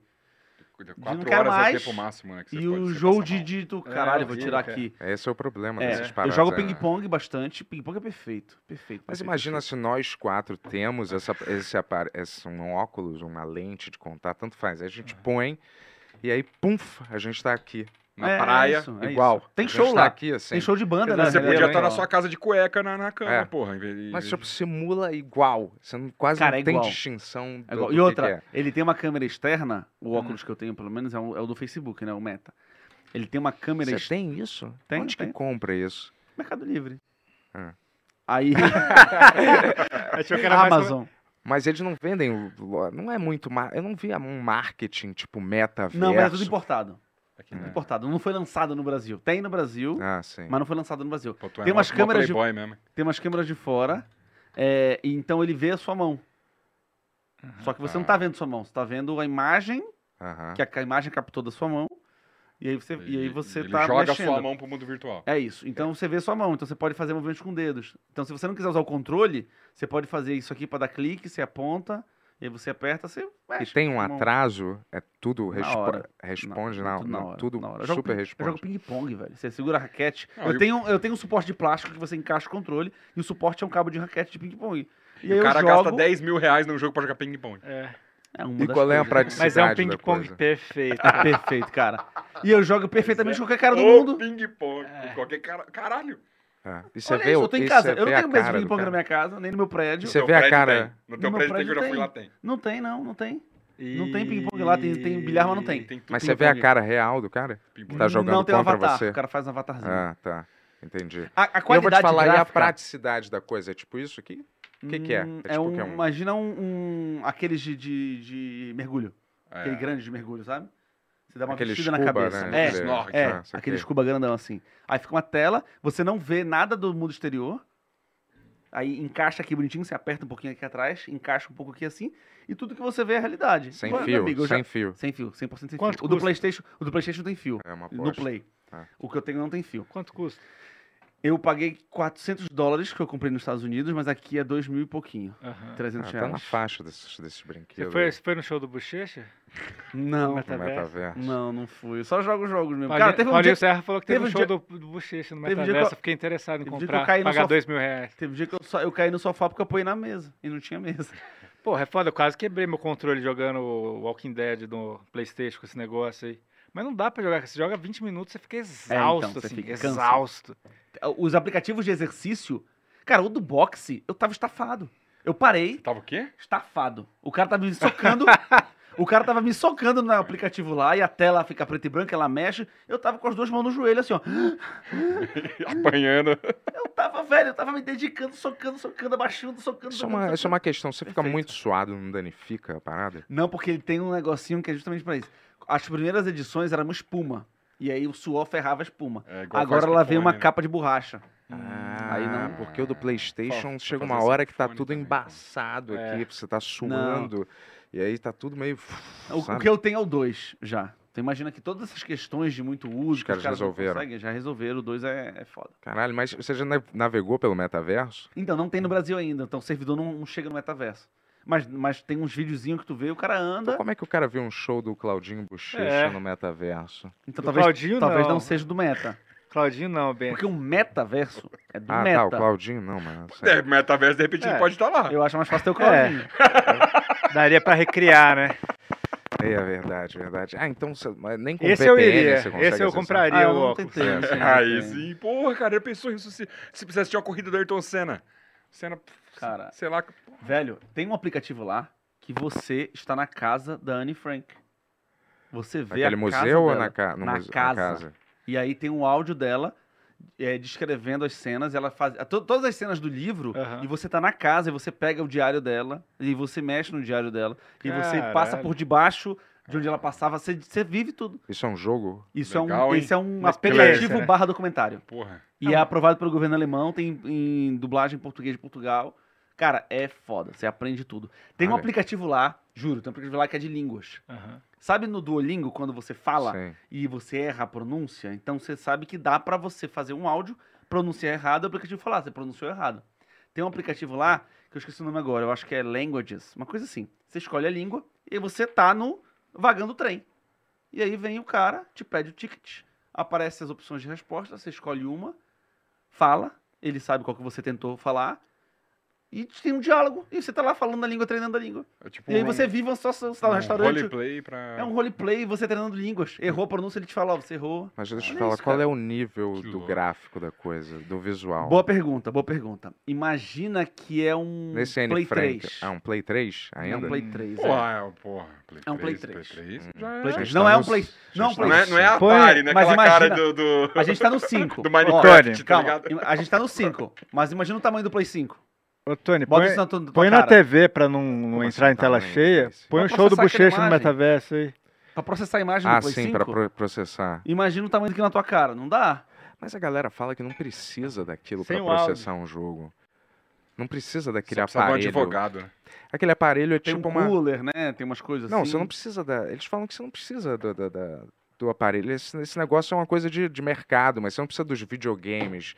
S7: Quatro
S8: quer
S7: horas é o
S8: um mais,
S7: tempo máximo, né? que você
S8: E
S7: pode-
S8: o
S7: você
S8: jogo
S7: passa
S8: de,
S7: mal.
S8: de tu-
S3: É,
S8: Caralho,
S3: eu
S8: vou
S3: vi,
S8: tirar
S3: cara.
S8: aqui.
S4: Esse é o problema
S8: É,
S4: dessas paradas.
S8: eu jogo
S4: é.
S8: ping-pong bastante. Ping-pong é perfeito. Perfeito.
S4: Mas
S8: perfeito,
S4: imagina
S8: perfeito.
S4: se nós quatro temos essa, esse, apar- esse- um óculos, uma lente de contato, tanto faz. Aí a
S8: É.
S4: gente põe e aí, pum, a gente tá aqui.
S7: Na
S8: É, é
S7: praia,
S8: isso, é
S4: igual.
S8: isso. Tem
S4: A gente
S8: show
S4: tá
S8: lá.
S4: aqui, assim.
S8: Tem show de banda,
S3: Quer
S8: né?
S3: dizer,
S7: Você
S3: É,
S7: podia
S3: é
S7: estar na
S3: legal.
S7: sua casa de cueca na, na cama,
S4: É.
S7: porra. em vez de-
S4: Mas, tipo, simula igual. Você não, quase
S8: Cara,
S4: não
S8: é
S4: tem
S8: igual.
S4: distinção do,
S8: É igual-
S4: do
S8: e
S4: que
S8: outra,
S4: que é. Hum.
S8: ele tem uma câmera externa, o óculos que eu tenho, pelo menos, é, um- é o do Facebook, né? O Meta. Ele tem uma câmera
S4: Você
S8: externa.
S4: tem isso?
S8: Tenho,
S4: Onde que
S8: tenho.
S4: compra isso?
S8: Mercado Livre.
S4: Ah. *laughs*
S8: Aí. *laughs*
S3: Achou que era mais-
S8: Amazon.
S4: Mas eles não vendem, lo- não é muito, mar- eu não vi um marketing tipo metaverso.
S8: Não, mas é tudo importado.
S4: é
S8: É
S7: Aqui, né?
S8: Importado. Não foi lançado no Brasil. Tem no Brasil,
S4: Ah, sim.
S8: mas não foi lançado no Brasil.
S7: Pô, tu é
S8: Tem
S7: mó-
S8: umas
S7: mó
S8: câmeras de-
S7: playboy mesmo.
S8: Tem umas câmeras de fora, é, e então ele vê a sua mão.
S7: Uhum.
S8: Só que
S4: Ah.
S8: você não tá vendo sua mão, você tá vendo a imagem
S4: Aham.
S8: que a ca- imagem captou da sua mão. E aí você, e aí
S7: Ele-
S8: você
S7: ele
S8: tá
S7: joga
S8: mexendo.
S7: sua mão pro mundo virtual.
S8: É isso. Então você vê sua mão, então você pode fazer movimentos com dedos. Então se você não quiser usar o controle, você pode fazer isso aqui pra dar clique, você aponta, e aí você aperta, você
S4: E
S8: mexe.
S4: tem um
S8: com a mão.
S4: atraso, é tudo
S8: é Na
S4: respo-
S8: hora.
S4: responde
S8: Não,
S4: na,
S8: tudo na
S4: na-
S8: hora,
S4: tudo
S8: na hora. Eu jogo
S4: super
S8: ping- Eu jogo
S4: responde.
S8: ping-pong, velho. Você segura a raquete.
S7: Não,
S8: eu,
S7: e o-
S8: tenho, eu tenho um suporte de plástico que você encaixa o controle e o suporte é um cabo de raquete de ping-pong. E, aí
S7: o cara
S8: eu jogo...
S7: gasta 10 mil reais num jogo pra jogar ping-pong.
S3: É.
S8: É uma
S4: E
S8: das
S4: qual é a
S8: coisas.
S3: Mas é um
S4: praticidade da
S3: ping-pong
S4: coisa?
S3: perfeito.
S8: Tá perfeito, cara. E eu jogo perfeitamente com qualquer cara do
S7: Ou
S8: mundo.
S7: ping-pong.
S8: É.
S7: Qualquer cara... Caralho.
S4: É. E você
S8: Olha
S4: vê
S8: isso,
S4: o-
S8: eu tô
S4: e
S8: em
S4: você
S8: casa. Eu
S4: vê
S8: não
S4: a
S8: tenho mesa de
S4: cara do
S8: ping-pong na
S4: cara.
S8: minha casa, nem no meu prédio.
S7: No
S4: Você
S7: teu
S4: vê a
S7: prédio
S4: cara-
S7: tem. No
S8: No
S7: teu
S8: meu
S7: prédio, tem que
S8: prédio
S7: eu já fui
S8: tem.
S7: lá, tem.
S8: Não tem, não, não tem. Não tem ping-pong lá, tem- tem bilhar, mas não tem.
S7: Tem tudo.
S4: Mas você vê a
S8: ping-pong.
S4: cara real do cara?
S7: Ping-pong.
S4: Tá jogando
S8: não tem um
S4: contra
S8: avatar.
S4: você.
S8: O cara faz um avatarzinho.
S4: Ah, tá. Entendi.
S8: A, a
S4: E eu vou te
S8: qualidade
S4: falar, e a
S8: gráfica,
S4: praticidade da coisa? É tipo isso aqui? O que que é? É tipo
S8: hum,
S4: que é
S8: um,
S4: um-
S8: Imagina um, um- aqueles de, de- de mergulho.
S7: É.
S8: Aquele grande de mergulho, sabe? Você dá uma
S4: Aquele
S8: vestida na
S4: scuba,
S8: cabeça.
S4: né?
S8: É,
S4: Aquele-
S7: snorkel,
S8: é,
S4: ah, saquei.
S8: aquele scuba grandão assim. Aí fica uma tela, você não vê nada do mundo exterior. Aí encaixa aqui bonitinho, você aperta um pouquinho aqui atrás, encaixa um pouco aqui assim, e tudo que você vê é a realidade.
S4: Sem
S8: Mano,
S4: fio,
S8: amigo, eu já-
S4: sem fio.
S8: Sem fio, 100% sem fio.
S3: Quanto
S8: O do,
S3: custa?
S8: PlayStation, o do PlayStation tem fio.
S4: É uma
S8: No
S4: aposta.
S8: Play.
S4: Tá.
S8: O que eu tenho não tem fio.
S3: Quanto custa?
S8: Eu paguei 400 dólares que eu comprei nos Estados Unidos, mas aqui é 2 mil e pouquinho.
S9: Aham.
S8: 300
S4: Ah, tá na
S8: reais.
S4: faixa desses, desses brinquedos. é
S9: Você foi, você foi no show do Bochecha?
S8: Não,
S9: Meta-
S4: no metaverso.
S8: não, não fui. Eu só jogo jogos mesmo.
S9: Paulinho-
S8: Cara, teve um,
S9: Paulinho
S8: dia,
S9: Serra falou que teve,
S8: teve
S9: um
S8: um
S9: show do, do Bochecha no
S8: teve um
S9: Metaverso.
S8: dia que
S9: eu
S8: eu-
S9: fiquei interessado em
S8: teve um dia que eu
S9: comprar,
S8: caí no
S9: pagar
S8: sofá.
S9: dois mil reais.
S8: teve um dia que eu, só, eu caí no sofá porque eu apoiei na mesa e não tinha mesa. *laughs*
S9: Porra, é foda, eu quase quebrei meu controle jogando o Walking Dead no Playstation com esse negócio aí. Mas não dá pra jogar, você joga 20 minutos, você fica exausto,
S8: É, então, você
S9: assim,
S8: fica cansado.
S9: exausto.
S8: Os aplicativos de exercício, cara, o do boxe, eu tava estafado. Eu parei,
S7: Tava o
S8: *laughs*
S7: quê?
S8: estafado. O cara tava me socando. o cara tava me socando no aplicativo lá e a tela fica preta e branca, ela mexe. Eu tava com as duas mãos no joelho, assim, ó. *gasps*
S7: Apanhando.
S8: Eu tava, velho, eu tava me dedicando, socando, socando, abaixando, socando.
S4: Isso é,
S8: socando,
S4: uma, isso é
S8: socando.
S4: uma questão. Você fica
S8: Perfeito.
S4: muito suado, não danifica a parada?
S8: Não, porque ele tem um negocinho que é justamente pra isso. As primeiras edições eram uma espuma. E aí o suor ferrava a espuma.
S7: É, igual
S8: Agora
S7: faz com
S8: ela
S7: fone,
S8: vem uma
S7: né?
S8: capa de borracha. aí não.
S4: Porque o do PlayStation
S7: Falta
S4: chega
S7: fazer
S4: uma
S7: isso
S4: hora
S7: com
S4: que tá
S7: fone
S4: tudo
S8: né?
S7: também, então.
S4: embaçado
S9: É.
S4: aqui, você tá suando. E aí tá tudo *laughs* meio.
S8: O, o
S4: sabe?
S8: que eu tenho é o 2 já. Então imagina que todas essas questões de muito uso. que
S4: caras
S8: não
S4: resolveram.
S8: conseguem, já resolveram, o 2 é, é foda.
S4: Caralho, mas você já na- navegou pelo metaverso?
S8: Então, não tem no Brasil ainda, então o servidor não, não chega no metaverso. Mas, mas tem uns videozinhos que tu vê, o cara
S4: Então
S8: anda.
S4: como é que o cara viu um show do Claudinho Bochecha
S9: É.
S4: no metaverso?
S8: Então
S9: Do
S8: talvez,
S9: Claudinho
S8: talvez
S9: não.
S8: não seja do meta.
S9: Claudinho não, Ben.
S8: *laughs* Porque o metaverso é do
S4: Ah, tá,
S8: meta.
S4: o Claudinho não, mano.
S7: É, metaverso, de repente, ele
S9: É.
S7: pode estar lá. *laughs*
S8: Eu acho mais fácil ter o Claudinho.
S9: Daria pra recriar, né?
S4: É, é verdade, é verdade. Ah, então você, mas nem com
S9: Esse
S4: VPN
S9: eu iria,
S4: você consegue
S9: esse eu
S4: acessar.
S9: compraria
S8: Ah, eu
S9: o
S8: não
S9: óculos. né?
S8: tentei.
S4: É,
S8: não sei, não
S7: Aí
S8: sei.
S7: sim, porra, cara, eu pensou isso se, se precisasse de uma corrida do Ayrton Senna. Senna,
S8: Cara.
S7: sei lá.
S8: Velho, tem um aplicativo lá que você está na casa da Anne Frank. Você vê
S4: Naquele
S8: a
S4: museu
S8: casa
S4: ou
S8: dela.
S4: na, ca... no
S8: Na
S4: museu-
S8: casa. E aí tem um áudio dela é, descrevendo as cenas. Ela faz to- todas as cenas do livro.
S9: Aham.
S8: E você tá na casa e você pega o diário dela e você mexe no diário dela e você
S9: Caralho.
S8: passa por debaixo de onde ela passava. Você, você vive tudo.
S4: Isso é um jogo?
S8: Isso é
S7: Legal,
S8: um,
S7: hein?
S8: esse é um
S9: Uma
S8: aplicativo
S9: experiência, né?
S8: barra documentário.
S7: Porra.
S8: E
S9: Tá
S8: é aprovado pelo governo alemão, tem em dublagem em português de Portugal. Cara, é foda, você aprende tudo. Tem um
S4: Olha.
S8: aplicativo lá, juro, tem um aplicativo lá que é de línguas.
S9: Aham.
S8: Sabe no Duolingo, quando você fala
S4: Sim.
S8: e você erra a pronúncia? Então você sabe que dá pra você fazer um áudio, pronunciar errado, o aplicativo falar, você pronunciou errado. Tem um aplicativo lá, que eu esqueci o nome agora, eu acho que é Languages, uma coisa assim. Você escolhe a língua e você tá no vagando o trem. E aí vem o cara, te pede o ticket, aparecem as opções de resposta, você escolhe uma, fala, ele sabe qual que você tentou falar, e tem um diálogo. E você tá lá falando a língua, treinando a língua.
S7: É tipo
S8: E aí
S7: um-
S8: você vive uma situação, você tá no
S7: um
S8: restaurante,
S7: roleplay pra...
S8: é um roleplay e você treinando línguas. Errou a pronúncia, ele te fala, ó, você errou.
S4: Mas deixa eu
S8: Olha
S4: te falar,
S8: isso,
S4: qual
S8: cara.
S4: é o nível
S7: Que
S4: do
S7: louco.
S4: gráfico da coisa, do visual?
S8: Boa pergunta, boa pergunta. Imagina que é um
S4: Nesse N
S8: Play
S4: Frank.
S8: 3.
S4: Ah, um Play 3
S8: É
S4: ainda?
S8: um Play 3, é.
S7: Porra, é, porra, Play
S8: É um Play
S7: 3,
S8: três.
S7: Play 3 já é.
S8: Play três.
S4: Já
S8: Não é um
S4: estamos-
S8: Play...
S4: já
S8: Não,
S4: estamos-
S7: Não é, não é
S9: Põe-
S7: Atari, né?
S8: mas
S7: Aquela
S8: *laughs* imagina-
S7: cara do... do... *laughs*
S8: A gente tá no 5.
S7: Do
S8: Ó,
S7: Minecraft, tá
S8: calma,
S7: ligado?
S8: a gente tá no 5. Mas imagina o tamanho do Play 5.
S3: Ô, Tony,
S8: Bota
S3: põe,
S8: isso na tua, tua
S3: põe
S8: cara.
S3: na TV pra não, não
S4: assim
S3: entrar em
S4: tá
S3: tela
S4: ruim,
S3: cheia.
S4: Cris?
S9: um
S3: Põe o
S8: Pra
S3: show do
S8: processar aquela
S3: Bochecha no
S8: imagem.
S3: metaverso aí.
S8: Pra processar a imagem do
S4: Ah,
S8: é um Play
S4: sim,
S8: 5.
S4: pra pro- processar.
S8: Imagina o tamanho que é na tua cara. Não dá?
S4: Mas a galera fala que não precisa daquilo
S9: Sem
S4: pra
S9: o áudio.
S4: processar um jogo. Não precisa daquele
S7: Só precisava de um
S4: aparelho.
S7: advogado, né?
S4: Aquele aparelho é
S8: Tem
S4: tipo
S8: um
S4: uma.
S8: cooler, né? Tem umas coisas
S4: Não,
S8: assim.
S4: você não precisa da. Eles falam que você não precisa do, da- da- do aparelho. Esse, esse negócio é uma coisa de, de mercado, mas você não precisa dos videogames,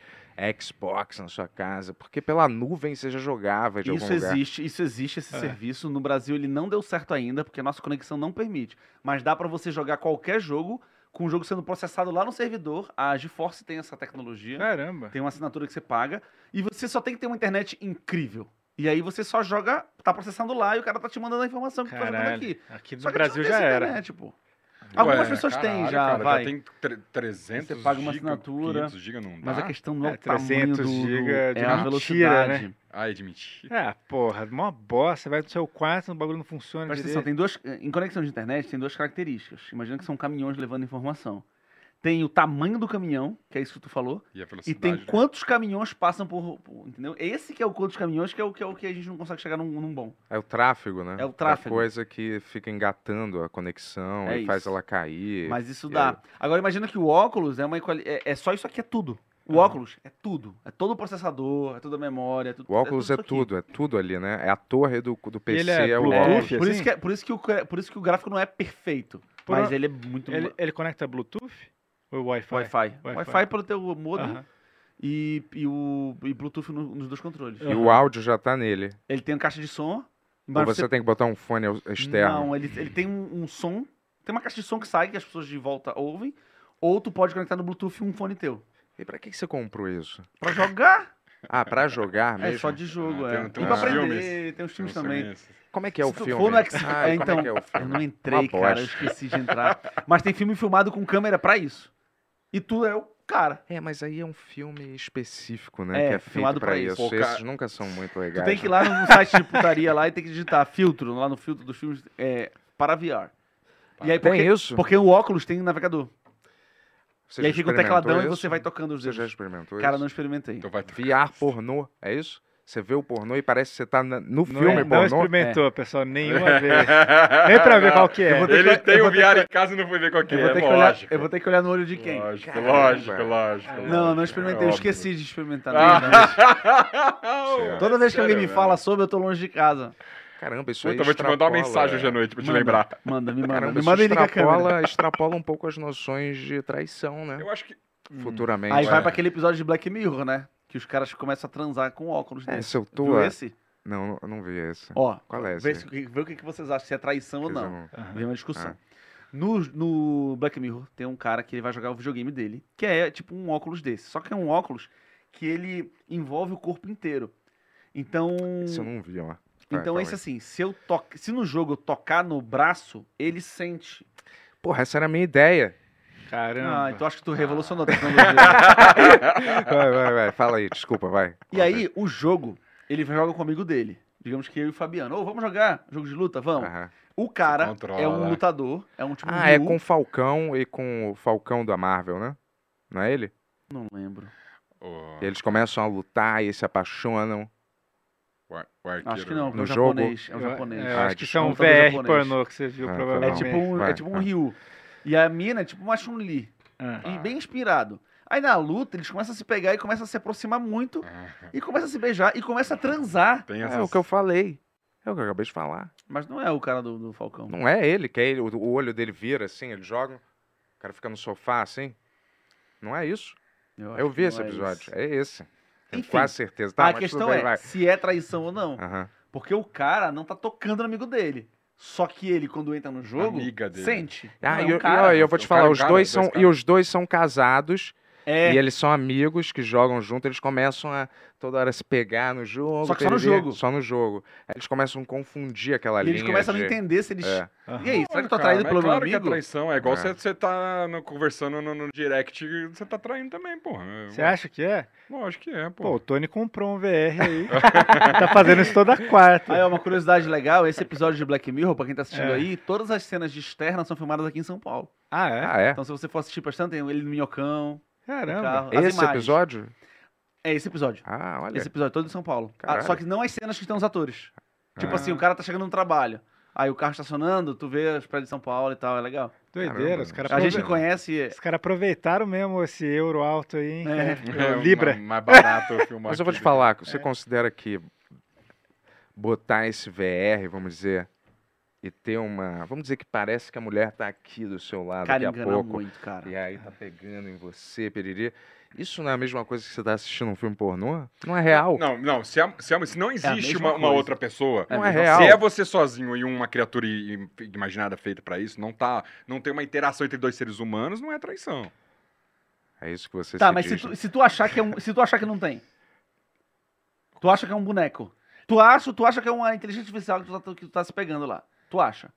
S4: Xbox na sua casa, porque pela nuvem você já jogava de
S8: Isso
S4: algum lugar.
S8: existe, isso existe esse
S9: É.
S8: serviço. No Brasil ele não deu certo ainda, porque a nossa conexão não permite. Mas dá pra você jogar qualquer jogo com o jogo sendo processado lá no servidor. A GeForce tem essa tecnologia.
S9: Caramba.
S8: Tem uma assinatura que você paga. E você só tem que ter uma internet incrível. E aí você só joga, tá processando lá e o cara tá te mandando a informação que tu tá jogando
S9: Caralho.
S8: aqui.
S9: Aqui no
S8: Só que a gente
S9: Brasil
S8: não tem
S9: já
S8: essa
S9: era.
S8: internet, pô. Algumas
S7: Ué,
S8: pessoas têm
S7: caralho,
S8: já,
S7: cara,
S8: vai.
S7: tem tre- 300
S8: Você paga uma
S7: giga,
S8: assinatura.
S7: 500 giga não dá.
S8: Mas a questão não é,
S9: É,
S8: o tamanho
S9: 300
S8: do, do-
S9: giga
S8: é
S9: de
S8: a
S9: mentira, né?
S8: velocidade.
S7: Ai, de mentira.
S9: Ah, porra, mó bosta. Você vai no seu quarto, o bagulho não funciona
S8: Presta atenção,
S9: direito.
S8: tem duas, eh, em conexão de internet tem duas características. Imagina que são caminhões levando informação. Tem o tamanho do caminhão, que é isso que tu falou,
S7: E a
S8: e
S7: velocidade.
S8: tem
S7: né?
S8: quantos caminhões passam por, por- entendeu? Esse que é o quantos caminhões que é o que é o que a gente não consegue chegar num, num bom.
S4: É o tráfego, né?
S8: É o tráfego.
S4: A coisa que fica engatando a conexão
S8: É
S4: e faz
S8: isso.
S4: ela cair.
S8: Mas isso
S4: e
S8: dá. Agora imagina que o óculos é uma equali- é, é só isso aqui é tudo. O óculos é tudo, é todo o processador, é toda a memória, é tudo.
S4: O óculos é,
S8: isso aqui.
S4: tudo, é tudo ali, né? É a torre do, do PC,
S9: ele é
S4: é, o
S9: Bluetooth?
S4: óculos.
S8: Por isso
S9: assim?
S8: que é- por isso que o cra- por isso que o gráfico não é perfeito,
S9: Por
S8: mas
S9: um-
S8: ele é muito
S9: Ele, ele conecta Bluetooth ou Wi-Fi?
S8: Wi-Fi. é
S9: Wi-Fi.
S8: Wi-Fi pelo teu modem.
S9: Aham.
S8: e, e o e Bluetooth no- nos dois controles.
S4: E o áudio já tá nele.
S8: Ele tem caixa de som.
S4: Ou você tem que botar um fone externo.
S8: Não, ele, ele tem um, um som. Tem uma caixa de som que sai, que as pessoas de volta ouvem. Ou tu pode conectar no Bluetooth um fone teu.
S4: E pra que que você comprou isso?
S8: Pra jogar?
S4: Ah, pra jogar mesmo?
S8: *laughs*
S4: um-
S8: É só de jogo,
S7: Ah,
S8: é.
S7: tem- tem
S8: e pra
S7: uns
S8: aprender,
S7: filmes.
S8: tem os filmes também.
S4: Como é que é o
S8: Se tu
S4: filme?
S8: for no X-
S4: Ah,
S8: É,
S4: e como
S8: então,
S4: é que é o
S8: eu *laughs*
S4: filme?
S8: não entrei,
S4: Uma
S8: cara, eu
S4: bosta.
S8: esqueci de entrar. Mas tem filme filmado com câmera pra isso. E tu é o cara.
S4: É, mas aí é um filme específico, né?
S8: É,
S4: que é feito
S8: filmado
S4: pra
S8: pra
S4: isso.
S8: isso.
S7: Pô,
S4: Esses
S7: cara-
S4: nunca são muito
S8: Tu
S4: legais.
S8: tem que ir
S4: né?
S8: lá no site de putaria lá e tem que digitar filtro, lá no filtro dos filmes, é, para VR. E aí,
S4: Tem
S8: porque,
S4: isso?
S8: porque o óculos tem navegador.
S4: Você
S8: e aí
S4: já
S8: fica um
S4: experimentou
S8: tecladão e
S4: isso?
S8: você vai tocando os
S4: Você já
S8: dedos.
S4: experimentou
S8: Cara,
S4: isso?
S8: não experimentei.
S7: Então vai
S4: VR pornô, é isso? Você vê o pornô e parece que você tá na- no
S9: Não,
S4: filme
S9: é- não
S4: pornô.
S9: experimentou, pessoal,
S8: *laughs*
S9: nenhuma vez.
S7: Nem
S9: Nem pra ver qual que é.
S7: Ele tem o VR em casa e não foi ver qual que
S8: Eu vou,
S7: é.
S8: ter que olhar,
S7: Lógico.
S8: eu vou ter que olhar no olho de quem?
S7: Lógico,
S4: Caramba.
S7: lógico, lógico.
S8: Não,
S7: lógico,
S8: não
S7: é
S8: experimentei. Eu
S7: óbvio.
S8: esqueci de experimentar.
S4: *laughs*
S7: Ah.
S4: Sério. né?
S8: Toda vez que
S7: Sério,
S8: alguém me
S7: velho.
S8: fala sobre, eu tô longe de casa.
S4: Caramba, isso aí
S7: Puta, eu vou te mandar
S4: extrapola-
S7: uma
S4: é.
S7: mensagem hoje à noite pra te
S8: é. Manda,
S7: lembrar.
S8: Manda, me manda.
S4: Caramba,
S8: me
S4: isso
S8: manda e liga a câmera.
S4: extrapola, extrapola um pouco as noções de traição,
S8: É. *laughs*
S4: né?
S7: Eu acho que.
S4: Futuramente.
S8: Hum. Aí vai
S4: né?
S8: pra aquele episódio de Black Mirror, né? Que os caras começam a transar com óculos
S4: É,
S8: desse.
S4: se eu tô...
S8: Viu esse?
S4: Não, eu não vi esse.
S8: Ó,
S4: Qual é
S8: vê,
S4: esse?
S8: se- vê o que que vocês acham, se é traição ou
S4: Quer dizer,
S8: não. Vem uma discussão.
S4: Ah.
S8: No, no Black Mirror tem um cara que ele vai jogar o videogame dele, que é tipo um óculos desse. Só que é um óculos que ele envolve o corpo inteiro. Então,
S4: Esse é um eu não vi, ó.
S8: então
S4: calma
S8: esse
S4: aí.
S8: assim, se eu toca, se no jogo eu tocar no braço, ele sente.
S4: Porra, essa era a minha ideia.
S9: Caramba.
S8: Ah, então acho que tu revolucionou a
S4: *laughs*
S8: tecnologia.
S4: Vai, vai, vai. Fala aí, desculpa, vai.
S8: e aí o jogo, ele joga com um amigo dele. Digamos que eu e o Fabiano, ô, vamos jogar jogo de luta, vamos.
S4: Aham.
S8: O cara
S7: Se controla.
S8: é um lutador, é um então? tipo
S4: Ah,
S8: um
S4: é
S8: Ryu.
S4: com o Falcão e com o Falcão da Marvel, né? Não é ele?
S8: não lembro.
S7: O,
S4: E eles começam a lutar e se apaixonam.
S7: o ar- o arqueiro.
S8: Acho que não, porque é
S4: No
S8: um
S4: jogo?
S8: japonês, é um
S9: Eu-
S8: japonês.
S9: é, eu
S4: Ah,
S9: acho que
S4: desculpa,
S9: são
S8: um filme
S9: VR
S8: japonês.
S9: pornô que você viu,
S4: Ah, tá bom.
S8: É
S9: provavelmente.
S8: tipo um,
S4: Vai,
S8: é tipo um
S4: vai.
S8: Ryu. E a mina é tipo uma Chun-Li.
S9: Ah.
S7: É.
S8: E bem inspirado. Aí na luta, eles começam a se pegar e começam a se aproximar muito.
S7: Ah,
S8: E começam a se beijar e começam a transar.
S7: Tem
S4: É
S7: essas...
S4: o que eu falei. É o que eu acabei de falar.
S8: Mas não é o cara do, do Falcão.
S4: Não é ele, que é ele, o- o olho dele vira assim, eles jogam. O cara fica no sofá assim. Não é isso?
S8: acho
S4: Eu
S8: que
S4: vi
S8: não
S4: esse
S8: é
S4: episódio.
S8: isso.
S4: É esse. Tenho
S8: Enfim,
S4: quase certeza. Tá,
S8: a
S4: mas
S8: questão
S4: tudo bem,
S8: é
S4: vai.
S8: se é traição ou não.
S4: Aham.
S8: Porque o cara não tá tocando no amigo dele. Só que ele, quando entra no jogo,
S7: Amiga dele.
S8: sente.
S4: Ah,
S8: Não,
S4: e eu,
S8: o cara- né?
S4: e eu vou te
S7: o cara
S4: falar,
S7: e o
S4: os
S7: cara,
S4: dois
S7: os
S4: são
S7: dois
S4: e
S7: caras.
S4: os dois são casados
S8: É,
S4: e eles são amigos que jogam junto, eles começam a toda hora se pegar no jogo,
S8: Só que só no
S4: perder-
S8: jogo.
S4: só no jogo. Aí eles começam a confundir aquela
S8: e
S4: linha
S8: eles começam a
S4: tá de-
S8: não entender se eles...
S4: É.
S8: um- E aí, será que eu tô
S7: Cara,
S8: atraído
S7: mas
S8: pelo
S7: claro
S8: meu
S7: que é
S8: amigo?
S7: traição. É igual
S4: É.
S7: você você tá no- conversando no, no direct, você tá traindo também, porra.
S9: Você acha que é?
S7: Lógico que é,
S9: Pô,
S7: pô.
S9: o Tony comprou um VR aí. tá fazendo isso toda quarta.
S8: Aí, ó, uma curiosidade legal, esse episódio de Black Mirror, pra quem tá assistindo
S9: É.
S8: aí, todas as cenas de externa são filmadas aqui em São Paulo.
S9: Ah, é?
S4: Ah, é.
S8: Então, se você for assistir bastante, tem ele no Minhocão, no
S9: Caramba.
S8: carro, Então, as
S4: Esse
S8: imagens.
S4: episódio?
S8: É, esse episódio.
S4: Ah, olha.
S8: Esse episódio todo em São Paulo. Ah,
S4: Caralho.
S8: só que não as cenas que estão os atores. Tipo
S4: Ah.
S8: assim, o cara tá chegando no trabalho, aí o carro estacionando, tu vê os prédios de São Paulo e tal, é legal.
S9: Doideira,
S4: Caramba.
S9: os caras
S8: A gente
S9: aprove...
S8: que conhece...
S9: os cara aproveitaram mesmo esse euro alto aí, hein?
S8: É.
S9: cara?
S7: É
S9: Libra.
S7: ma- Mais
S8: *laughs*
S7: barato filmar.
S4: Mas eu vou te
S7: aqui.
S4: falar, você considera que botar esse VR, vamos dizer, e ter uma, vamos dizer que parece que a mulher tá aqui do seu lado
S8: Cara,
S4: daqui a
S8: engana
S4: pouco.
S8: muito, cara.
S4: E aí tá pegando em você, periri. Isso não é a mesma coisa que você tá assistindo um filme pornô? Não é real.
S7: Não, não, se, a- se a- se não existe
S8: É mesma
S7: uma, uma
S8: coisa.
S7: outra pessoa,
S4: Não,
S8: É
S4: é
S8: mesmo.
S4: real.
S7: Se é você sozinho e uma criatura i- i- imaginada feita pra isso, não tá, não tem uma interação entre dois seres humanos, não é traição.
S4: É isso que você
S8: Tá,
S4: se
S8: mas se
S4: diz,
S8: tu,
S4: né?
S8: se tu achar que é um, se tu achar que não tem, tu acha que é um boneco? Tu acha, tu acha que é uma inteligência artificial que tu, tá, que tu tá se pegando lá? Tu acha?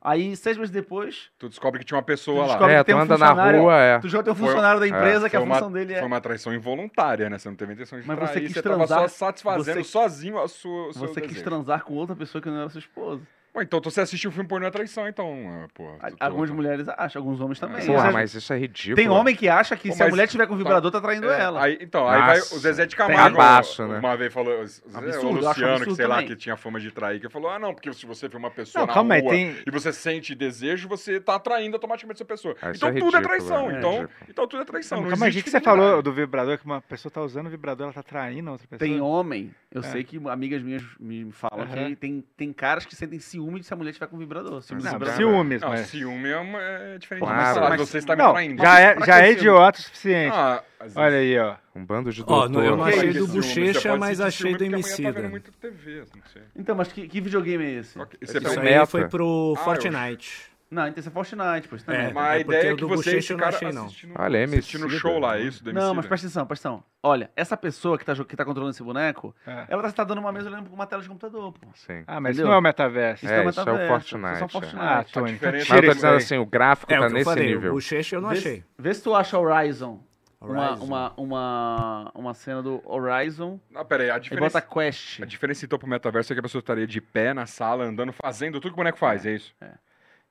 S8: Aí seis meses depois,
S7: Tu descobre que tinha uma pessoa lá.
S8: Tu descobre
S4: É,
S8: que tem
S4: tu
S8: um
S4: anda na
S8: funcionário-
S4: rua, é.
S8: tu já tem um
S7: Foi-
S8: funcionário da empresa que a
S7: foi uma-
S8: função dele é.
S7: Foi uma traição involuntária, né? Você não teve intenção de
S8: Mas
S7: trair,
S8: você quis
S7: você tava
S8: transar,
S7: só satisfazendo
S8: você-
S7: sozinho a sua, o seu
S8: Você quis
S7: desejo.
S8: transar com outra pessoa que não era sua esposa.
S7: Pô, então você assistiu o filme pornô é traição, então, ah, porra.
S8: A-
S7: tu- tu-
S8: Algumas
S7: tu-
S8: mulheres acham, alguns homens também.
S7: Porra, tipo-
S4: Porra,
S8: Você-
S4: mas isso é ridículo.
S8: tem homem que acha que
S7: Pô,
S8: se a
S7: mas-
S8: mulher tiver com vibrador, tá traindo
S7: É,
S8: ela.
S7: Aí, então, aí vai o
S4: Nossa,
S7: Zezé de Camargo.
S4: abaço, né?
S7: Uma vez falou. o Zezé- o
S8: Absurdo, eu acho
S7: Luciano, que
S8: absurdo
S7: sei lá,
S8: também.
S7: que tinha fama de trair, que falou: ah, não, porque se você vê uma pessoa
S9: Não,
S7: na
S9: calma aí,
S7: rua
S9: tem.
S7: e você sente desejo, você tá atraindo automaticamente essa pessoa.
S4: Ah, isso
S7: então
S4: é
S7: tudo é
S4: ridículo,
S7: traição.
S4: é.
S7: então,
S4: Ridículo.
S7: então tudo é traição. Não
S9: Calma aí, o que
S7: existe
S9: que você
S7: intimidade.
S9: falou do vibrador? Que uma pessoa tá usando o vibrador, ela tá traindo a outra pessoa?
S8: Tem homem, eu
S9: É.
S8: sei que amigas minhas me falam
S9: Aham.
S8: que tem, tem caras que sentem ciúme ciúme se a mulher tiver com vibrador. é- Ciúme
S4: Não,
S8: do
S4: Brava.
S9: Ciúmes,
S7: Não,
S9: mas...
S7: ciúme é, uma, é diferente.
S4: Claro.
S7: Mas, sei lá,
S8: Mas-
S7: você está tá me
S3: Não,
S7: traindo.
S3: já é,
S7: Pra
S3: já
S7: que
S3: é
S7: ciúme?
S3: idiota o suficiente.
S7: Ah, às
S3: Olha
S7: vezes-
S3: aí, ó.
S4: Um bando de
S5: Ó,
S4: doutor.
S5: não, eu não
S7: Pra que
S5: achei do
S7: ciúme? Você
S5: Bochecha,
S7: pode
S5: mas
S7: sentir
S5: achei
S7: ciúme
S5: do
S7: porque a mulher tá
S5: Emicida.
S7: vendo muito TV, não sei.
S8: Então, mas que, que videogame é esse?
S7: Ok, Você
S5: Isso
S7: pega um
S5: aí
S4: meta?
S5: foi pro
S7: Ah, eu-
S5: Fortnite.
S8: Não, então isso é Fortnite, pô. Isso não
S5: É.
S8: é. merda.
S7: Mas a
S5: porque
S7: ideia é
S5: o
S7: que
S5: do
S7: vocês
S5: Bochecha eu não
S7: ficaram
S5: achei, não.
S7: assistindo,
S4: Olha, MC.
S7: assistindo o show lá, é isso? Do
S8: Não,
S7: Emicida?
S8: mas presta atenção, presta atenção. Olha, essa pessoa que tá, jo- que tá controlando esse boneco,
S9: É.
S8: ela tá se tá dando uma mesa olhando pra uma tela de computador, pô.
S4: Sim.
S9: Ah, mas isso
S8: Entendeu?
S9: não é o metaverso.
S8: Isso
S4: É,
S8: uma
S4: isso é o
S8: metaversa, isso
S4: Fortnite,
S8: só
S4: é.
S8: Fortnite.
S9: Ah, Tony, então
S7: diferença-
S4: Mas eu
S9: tira
S4: tô
S9: isso
S4: dizendo
S9: aí.
S4: assim, o gráfico
S5: É,
S4: tá
S5: o que eu
S4: nesse
S5: falei, o
S4: nível.
S5: Bochecha eu não
S8: Vê-
S5: achei.
S8: Vê se tu acha Horizon. Uma, ah,
S5: Horizon.
S8: uma, uma, uma cena do Horizon
S7: Não, pera aí, Ah, a
S8: e
S7: diferença...
S8: bota Quest.
S7: A diferença então pro metaverso é que a pessoa estaria de pé na sala, andando, fazendo tudo que o boneco faz, é isso?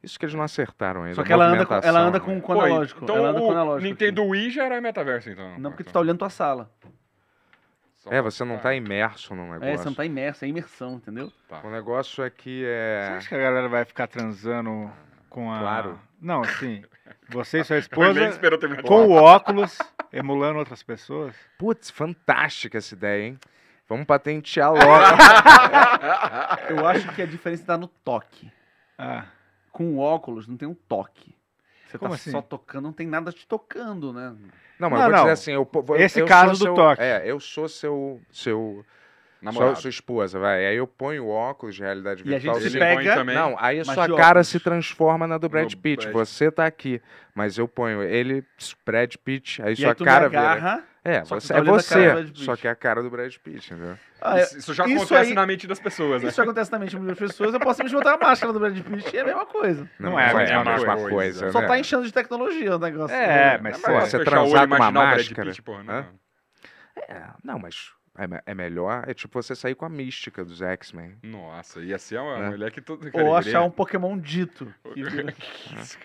S4: Isso que eles não acertaram ainda.
S8: Só que ela anda, com, ela
S4: movimentação,
S8: anda com
S4: né?
S8: com analógico.
S7: então
S8: é ela anda com
S7: o
S8: analógico.
S7: Nintendo Wii já era metaverso, então.
S8: Assim. Não, porque tu tá olhando tua sala.
S7: Só
S4: É, você não
S7: pra-
S4: tá imerso no negócio.
S8: É, você não tá imerso, é imersão, entendeu?
S4: O negócio é que
S9: Você
S4: é.
S9: acha que a galera vai ficar transando com a.
S4: Claro.
S9: Não,
S4: *laughs*
S9: sim. Você e sua
S7: O Helene
S9: esposa
S7: esperou terminar de
S9: com
S7: falar.
S9: o óculos, emulando outras pessoas.
S4: Putz, fantástica essa ideia, hein? Vamos patentear
S8: *laughs*
S4: logo.
S8: Eu acho que a diferença tá no toque.
S9: Ah,
S8: Com o óculos, não tem um toque. Você
S9: Como
S8: tá
S9: assim?
S8: só tocando, não tem nada te tocando, né?
S4: Não,
S9: Não,
S4: mas eu vou dizer
S9: não.
S4: assim, eu, po- vou-
S9: Esse
S4: eu sou
S9: caso do
S4: seu-
S9: toque.
S4: É, eu sou seu. seu sua,
S7: Namorado.
S4: sua esposa, vai. Aí eu ponho o óculos de realidade
S8: E a
S4: virtual.
S8: gente se
S4: você-
S7: Ele
S8: pega-
S7: põe também.
S4: Não, aí a
S8: Mas
S4: sua
S8: de
S4: cara
S8: óculos.
S4: se transforma na do Brad
S7: No
S4: Pitt.
S7: Brad.
S4: Você tá aqui, mas eu ponho ele, Brad Pitt, aí
S8: E
S4: sua
S8: aí tu me
S4: cara vira.
S8: agarra.
S4: É,
S8: só que
S4: você,
S8: tu tá
S4: é
S8: olhando a cara do
S4: você,
S8: Brad Pitt.
S4: só que é a cara do Brad Pitt, entendeu?
S8: Ah, é-
S7: Isso, isso já
S8: isso
S7: acontece
S8: aí-
S7: na mente das pessoas, né?
S8: Isso acontece na mente de muitas pessoas, eu posso simplesmente botar a máscara do Brad Pitt e é a mesma coisa.
S9: Não é a mesma
S7: coisa.
S8: Só
S4: né?
S8: tá enchendo de tecnologia o negócio.
S9: É,
S8: né?
S9: mas
S7: Mas
S9: pô,
S4: você
S7: fechar
S4: transar
S7: o olho e
S4: com uma
S7: imaginar o Brad
S4: máscara,
S7: Pitt, tipo, né? porra, não.
S4: hã? É, não, mas é, me- é melhor. É tipo você sair com a mística dos X-Men.
S7: Nossa, ia ser uma
S4: Né?
S7: mulher que todo
S8: Ou
S7: cara,
S8: achar um Pokémon dito
S4: *laughs*
S8: que vira,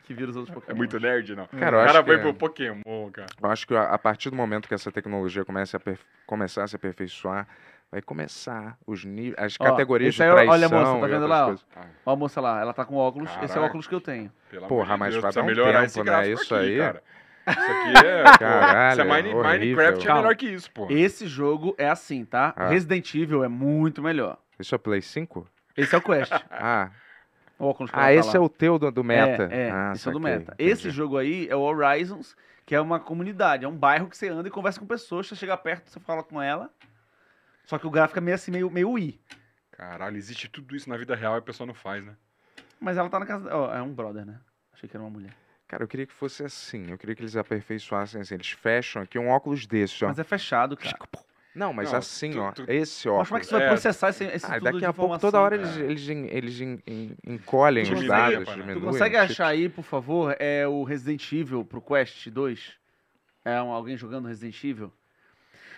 S8: que vira os outros Pokémon.
S7: É muito nerd, não.
S4: Cara, eu
S7: o
S4: acho
S7: cara
S4: que
S7: foi
S4: é.
S7: pro Pokémon, cara.
S4: Eu acho que a, a partir do momento que essa tecnologia comece a per- começar a se aperfeiçoar, vai começar os níveis, as
S8: Ó,
S4: categorias de
S8: esse aí, olha,
S4: traição
S8: moça, tá
S4: e
S8: vendo
S4: outras
S8: lá, ó?
S4: coisas.
S7: Ah,
S8: Ó a moça lá, ela tá com óculos, esse é o
S7: Caraca.
S8: óculos que eu tenho.
S7: pelo
S4: Porra,
S7: amor
S4: mas
S7: de Deus,
S4: vai
S7: precisa
S4: dar um
S7: melhorar esse
S4: tempo, né?
S7: gráfico
S4: Isso
S7: aqui,
S4: aí.
S7: cara. Isso
S4: *laughs*
S7: aqui é. pô,
S4: Caralho,
S7: isso é Mine-
S4: horrível.
S7: Minecraft é
S8: Calma.
S7: melhor que isso, pô.
S8: Esse jogo é assim, tá?
S4: Ah.
S8: Resident Evil é muito melhor.
S4: Isso é Play 5?
S8: Esse é o Quest.
S4: *laughs* Ah,
S8: o óculos que
S4: ah
S8: ela tá
S4: esse é
S8: lá.
S4: o teu do, do Meta.
S8: É, é,
S4: ah,
S8: esse é o do
S4: saquei,
S8: Meta.
S4: entendi.
S8: Esse jogo aí é o Horizons, que é uma comunidade, é um bairro que você anda e conversa com pessoas, você chega perto, você fala com ela. Só que o gráfico é meio assim, meio, meio Wii.
S7: Caralho, existe tudo isso na vida real e a pessoa não faz, né?
S8: Mas ela tá na casa. Ó, é um brother, né? Achei que era uma mulher.
S4: Cara, eu queria que fosse assim. Eu queria que eles aperfeiçoassem assim. Eles fecham aqui um óculos desse, ó.
S8: Mas é fechado, cara.
S4: Não, mas
S7: Não,
S4: assim,
S7: tu-
S4: ó.
S7: tu-
S4: Esse
S8: Mas como é
S4: óculos.
S8: que você vai
S7: É.
S8: processar esse, esse
S4: Ah,
S8: tudo
S4: daqui
S8: de
S4: a pouco,
S8: informação,
S4: toda hora
S8: cara? Tipo
S4: eles, eles, en- eles en- en- encolhem os
S7: Diminui,
S4: dados,
S7: cara. Tu
S4: diminuem.
S8: né? Tu consegue
S4: não sei.
S8: achar aí, por favor, é o Resident Evil pro Quest 2? É um- alguém jogando Resident Evil?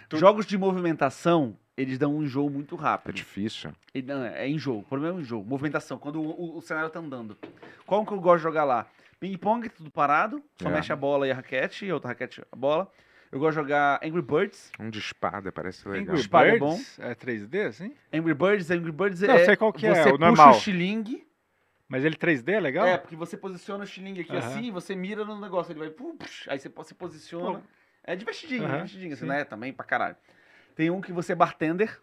S7: Tu-
S8: Jogos de movimentação, eles dão um enjoo muito
S4: É
S8: rápido.
S4: difícil.
S8: E não, é enjoo. O problema é o enjoo. Movimentação, quando o, o- o cenário tá andando. Qual que eu gosto de jogar lá? Ping-pong, tudo parado. Só
S4: É.
S8: mexe a bola e a raquete, e a outra raquete a bola. Eu gosto de jogar Angry Birds.
S4: Um de espada, parece legal.
S9: Angry
S8: Espada é
S9: Birds é 3D, assim?
S8: Angry Birds, Angry Birds
S9: Não,
S8: é.
S9: sei qual que é,
S8: você
S9: o
S8: puxa
S9: normal.
S8: o estilingue.
S9: Mas ele 3D é legal?
S8: É, porque você posiciona o estilingue aqui
S9: Aham.
S8: assim, você mira no negócio, ele vai. pum, psh, aí você po- se posiciona. É divertidinho,
S9: Aham,
S8: divertidinho, assim,
S9: sim.
S8: né? Também pra caralho. Tem um que você é bartender.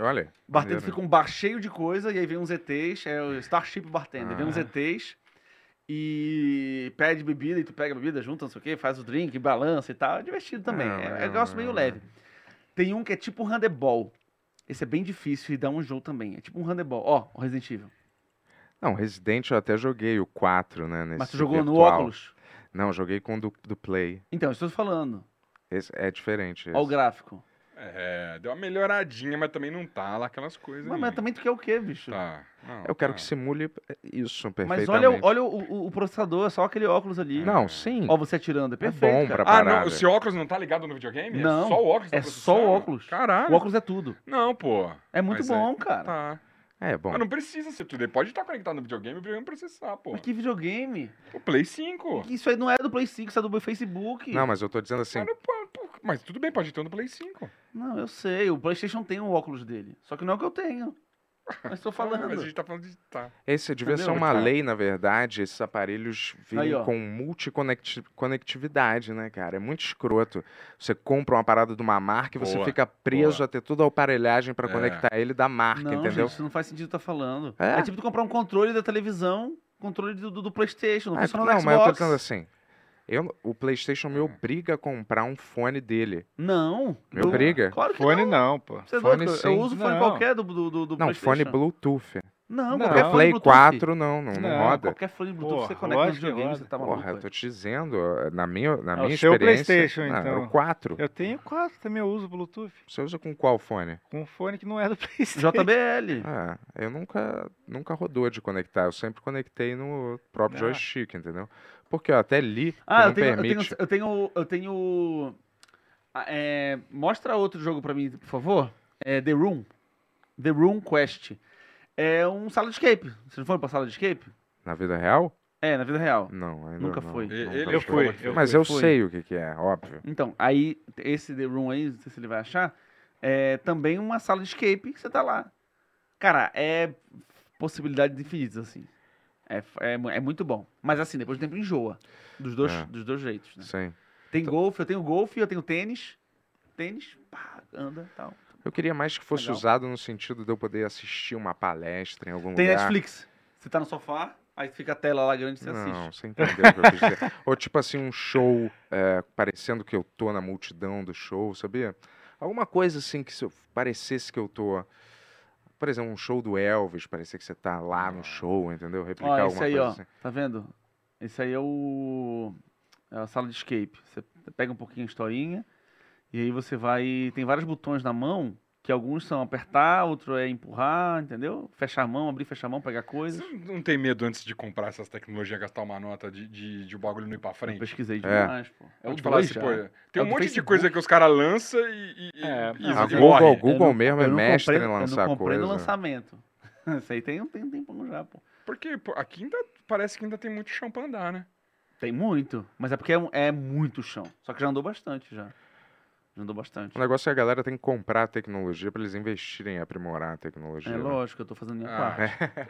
S4: Olha.
S8: Bartender
S4: maneiro.
S8: fica um bar cheio de coisa, e aí vem uns ETs, é o Starship Bartender. Vem uns
S4: Ah.
S8: ETs e pede bebida, e tu pega a bebida, junta, não sei o quê, faz o drink, balança e tal. É divertido também.
S4: Ah,
S8: é um
S4: legal,
S8: negócio meio
S4: legal.
S8: leve. Tem um que é tipo um handebol. Esse é bem difícil e dá um jogo também. É tipo um handebol. Ó, o Resident Evil.
S4: Não, Resident eu até joguei o 4, né? Nesse
S8: Mas tu jogou no
S4: virtual.
S8: óculos.
S4: Não, joguei com o do, do Play.
S8: Então, estou falando.
S4: Esse é diferente.
S8: Ó o
S4: esse.
S8: gráfico.
S7: É, deu uma melhoradinha, mas também não tá lá aquelas coisas.
S8: Mas, mas
S7: ainda.
S8: também tu quer o quê, bicho?
S7: Tá. Não,
S4: Eu quero
S7: tá.
S4: que simule isso perfeitamente.
S8: Mas olha, o, olha o, o- o processador, é só aquele óculos ali.
S4: Não, sim.
S8: Ó, você atirando,
S4: É
S8: é perfeito.
S4: bom
S8: cara.
S4: pra-
S7: Ah, não,
S4: parada.
S7: o seu óculos não tá ligado no videogame?
S8: Não,
S7: É só o óculos que
S8: é
S7: tá
S8: só o
S7: processando?
S8: óculos.
S7: Caralho.
S8: O óculos é tudo.
S7: Não, pô.
S8: É muito
S7: Mas
S8: bom, cara.
S7: Tá.
S4: É bom.
S7: Mas não precisa ser tudo. Ele pode estar conectado no videogame e o videogame processar, pô.
S8: Mas que videogame?
S7: O Play 5.
S8: Que Isso aí não é do Play 5, isso é do Facebook.
S4: Não, mas eu tô dizendo assim.
S7: Mas, não po- po- mas tudo bem, pode ter no Play 5.
S8: Não, eu sei. O PlayStation tem o óculos dele. Só que não é o que eu tenho. Mas tô
S7: Ah,
S8: falando.
S7: mas a gente tá falando de. Tá.
S4: Esse devia ser
S8: Entendeu,
S4: uma
S8: cara?
S4: lei, na verdade, esses aparelhos virem
S8: ó.
S4: com multiconectividade, né, cara? É muito escroto. Você compra uma parada de uma marca e você
S7: Boa,
S4: fica preso
S7: boa.
S4: a ter toda a aparelhagem pra
S7: É.
S4: conectar ele da marca,
S8: não,
S4: entendeu?
S8: gente, isso não faz sentido tá falando.
S4: É?
S8: É? tipo tu comprar um controle da televisão, controle do, do, do Playstation, não
S4: Ah,
S8: funciona
S4: não,
S8: no
S4: mas eu tô
S8: Xbox. É.
S4: dizendo assim. eu- o PlayStation me obriga a comprar um fone dele.
S8: Não.
S4: Me
S8: do-
S4: obriga?
S8: Claro que
S9: Fone
S8: não.
S9: não, pô.
S8: Você é
S4: Fone
S8: louco?
S4: sim.
S8: Eu uso fone
S9: Não.
S8: qualquer do, do, do, do
S4: Não,
S8: PlayStation.
S4: fone Bluetooth.
S8: Não,
S9: Não.
S8: qualquer
S4: Porque
S8: fone
S4: Play
S8: Bluetooth.
S4: 4 não, não, não
S9: Não,
S4: roda.
S8: Qualquer fone Bluetooth
S9: Porra,
S8: você conecta no
S9: lógico que
S8: videogame,
S9: roda.
S8: você tá maluco.
S4: Porra, eu tô
S8: é.
S4: te dizendo, na minha, na
S9: É, o
S4: minha
S9: seu
S4: experiência.
S9: PlayStation,
S4: não, era o
S9: então.
S4: 4.
S9: Eu tenho quatro também, eu uso Bluetooth.
S4: Você usa com qual fone?
S9: Com um fone que não é do *laughs* Playstation.
S8: *laughs* JBL.
S4: Ah, eu nunca, nunca rodou de conectar. Eu sempre conectei no próprio
S9: Ah.
S4: joystick, entendeu? Porque eu até li que
S8: Ah,
S4: não
S8: eu tenho, eu tenho.
S4: permite.
S8: Eu tenho. Eu tenho. ah, é, mostra outro jogo pra mim, por favor. É The Room. The Room Quest. É um sala de escape. Vocês não foram pra sala de escape?
S4: Na vida real?
S8: É, na vida real.
S4: Não, ainda
S8: Nunca
S4: não,
S8: foi.
S4: nunca
S7: Ele-
S9: Eu fui, eu
S4: Mas
S9: fui.
S4: eu
S8: fui.
S4: sei o que, que é, óbvio.
S8: Então, aí, esse The Room aí, não sei se ele vai achar, é também uma sala de escape que você tá lá. Cara, é possibilidades infinitas, assim. É, f- é, mu- é muito bom. Mas assim, depois do tempo enjoa. Dos dois,
S4: É.
S8: dos dois jeitos, né?
S4: Sim.
S8: Tem golfe, eu tenho golfe, eu tenho tênis. Tênis, pá, anda tal.
S4: Eu queria mais que fosse
S8: Legal.
S4: usado no sentido de eu poder assistir uma palestra em algum
S8: Tem
S4: Um lugar.
S8: Netflix. Você tá no sofá, aí fica a tela lá grande e você
S4: Não,
S8: assiste.
S4: você entendeu o que eu quis
S7: *laughs*
S4: dizer. Ou tipo assim, um show é, parecendo que eu tô na multidão do show, sabia? Alguma coisa assim que se eu- parecesse que eu tô. Por exemplo, um show do Elvis, parecer que você tá lá
S7: Ah.
S4: no show, entendeu? Replicar
S8: Ó, esse
S4: alguma
S8: aí,
S4: coisa
S8: ó.
S4: assim.
S8: Tá vendo? Esse aí é o. É a sala de escape. Você pega um pouquinho a historinha. E aí você vai. Tem vários botões na mão. Que alguns são apertar, outro é empurrar, entendeu? Fechar a mão, abrir, fechar a mão, pegar
S7: Você
S8: coisas.
S7: não tem medo antes de comprar essas tecnologias, gastar uma nota de, de, de o bagulho não ir pra
S8: Eu
S7: frente?
S8: pesquisei
S4: É.
S8: demais, pô. É o
S7: Vou te falar
S8: dois
S7: assim,
S8: já.
S7: pô,
S8: É
S7: tem
S8: o
S7: um
S8: do
S7: monte de
S8: Facebook. Ah,
S7: coisa que os caras lançam e,
S9: É,
S7: e, e,
S8: não,
S4: A
S8: eu
S7: e
S8: não-
S4: Google,
S7: morre.
S4: Google
S8: Eu não-
S4: mesmo é
S8: eu não
S4: mestre
S8: comprei-
S4: em
S8: Eu
S4: lançar
S8: não comprei
S4: coisa.
S8: no lançamento. *laughs* Isso aí tem, tem um tempão já, pô.
S7: Porque pô, aqui ainda parece que ainda tem muito chão pra andar, né?
S8: Tem muito. Mas é porque é, um- é muito chão. Só que já andou bastante já. Já andou bastante.
S4: O negócio é a galera tem que comprar a tecnologia pra eles investirem em aprimorar a tecnologia.
S8: É
S4: né?
S8: lógico, eu tô fazendo minha
S7: Ah,
S8: parte.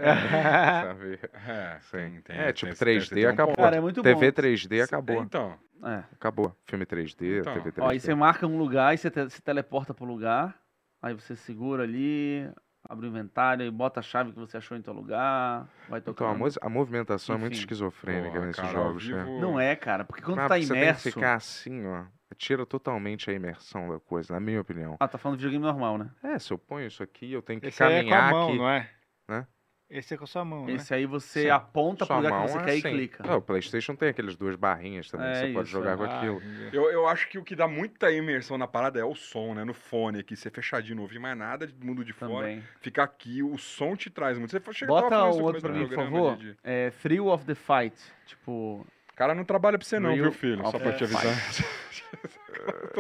S4: É Sabe?
S7: É,
S4: Sim.
S7: tem-
S4: é,
S7: tem-
S4: tipo
S7: tem-
S4: 3D
S7: tem um
S4: acabou.
S7: ponto.
S8: Cara, é muito
S4: TV
S8: bom.
S4: 3D acabou.
S7: Então,
S8: É.
S4: Acabou. Filme 3D,
S7: Então.
S4: TV 3D.
S8: Ó, aí você marca um lugar e você te- se teleporta pro lugar. Aí você segura ali, abre o inventário e bota a chave que você achou em teu lugar. Vai
S4: Então, a,
S8: tocando.
S4: mus- a movimentação é muito
S8: Enfim.
S4: esquizofrênica
S7: porra,
S4: nesses
S7: cara, ao
S4: jogos, né?
S7: vivo-
S8: Não é, cara, porque quando
S4: Ah,
S8: tu tá
S4: porque Você tem
S8: imerso.
S4: que ficar assim, ó. Tira totalmente a imersão da coisa, na minha opinião.
S8: Ah, tá falando de videogame normal, né?
S4: É, se eu ponho isso aqui, eu tenho que
S9: Esse aí é com
S4: caminhar
S9: a mão,
S4: aqui.
S9: não é?
S4: né?
S9: Esse é com a sua mão, né?
S8: Esse aí você
S4: Sim.
S8: aponta pro
S4: Sua
S8: lugar que
S4: mão
S8: tá você
S4: é
S8: quer e
S4: assim.
S8: clica.
S4: Não, o Playstation tem aquelas duas barrinhas também, que
S8: É
S4: você pode
S8: isso,
S9: né?
S4: jogar
S8: é.
S3: ah,
S9: Ah,
S4: com aquilo.
S7: Eu, eu acho que o que dá muita imersão na parada é o som, né? No fone aqui, você fechadinho, não ouvir mais nada, de mundo de fora,
S8: Também.
S7: ficar aqui, o som te traz muito. Você chega tava
S8: Bota
S7: falando isso
S8: o
S7: no
S8: outro pra mim,
S7: começo
S8: por
S7: do programa,
S8: favor.
S7: Didi.
S8: É Thrill of the Fight. Tipo.
S7: Cara, não trabalha pra você não,
S8: Real
S7: viu, filho? Só pra
S8: of
S7: te avisar.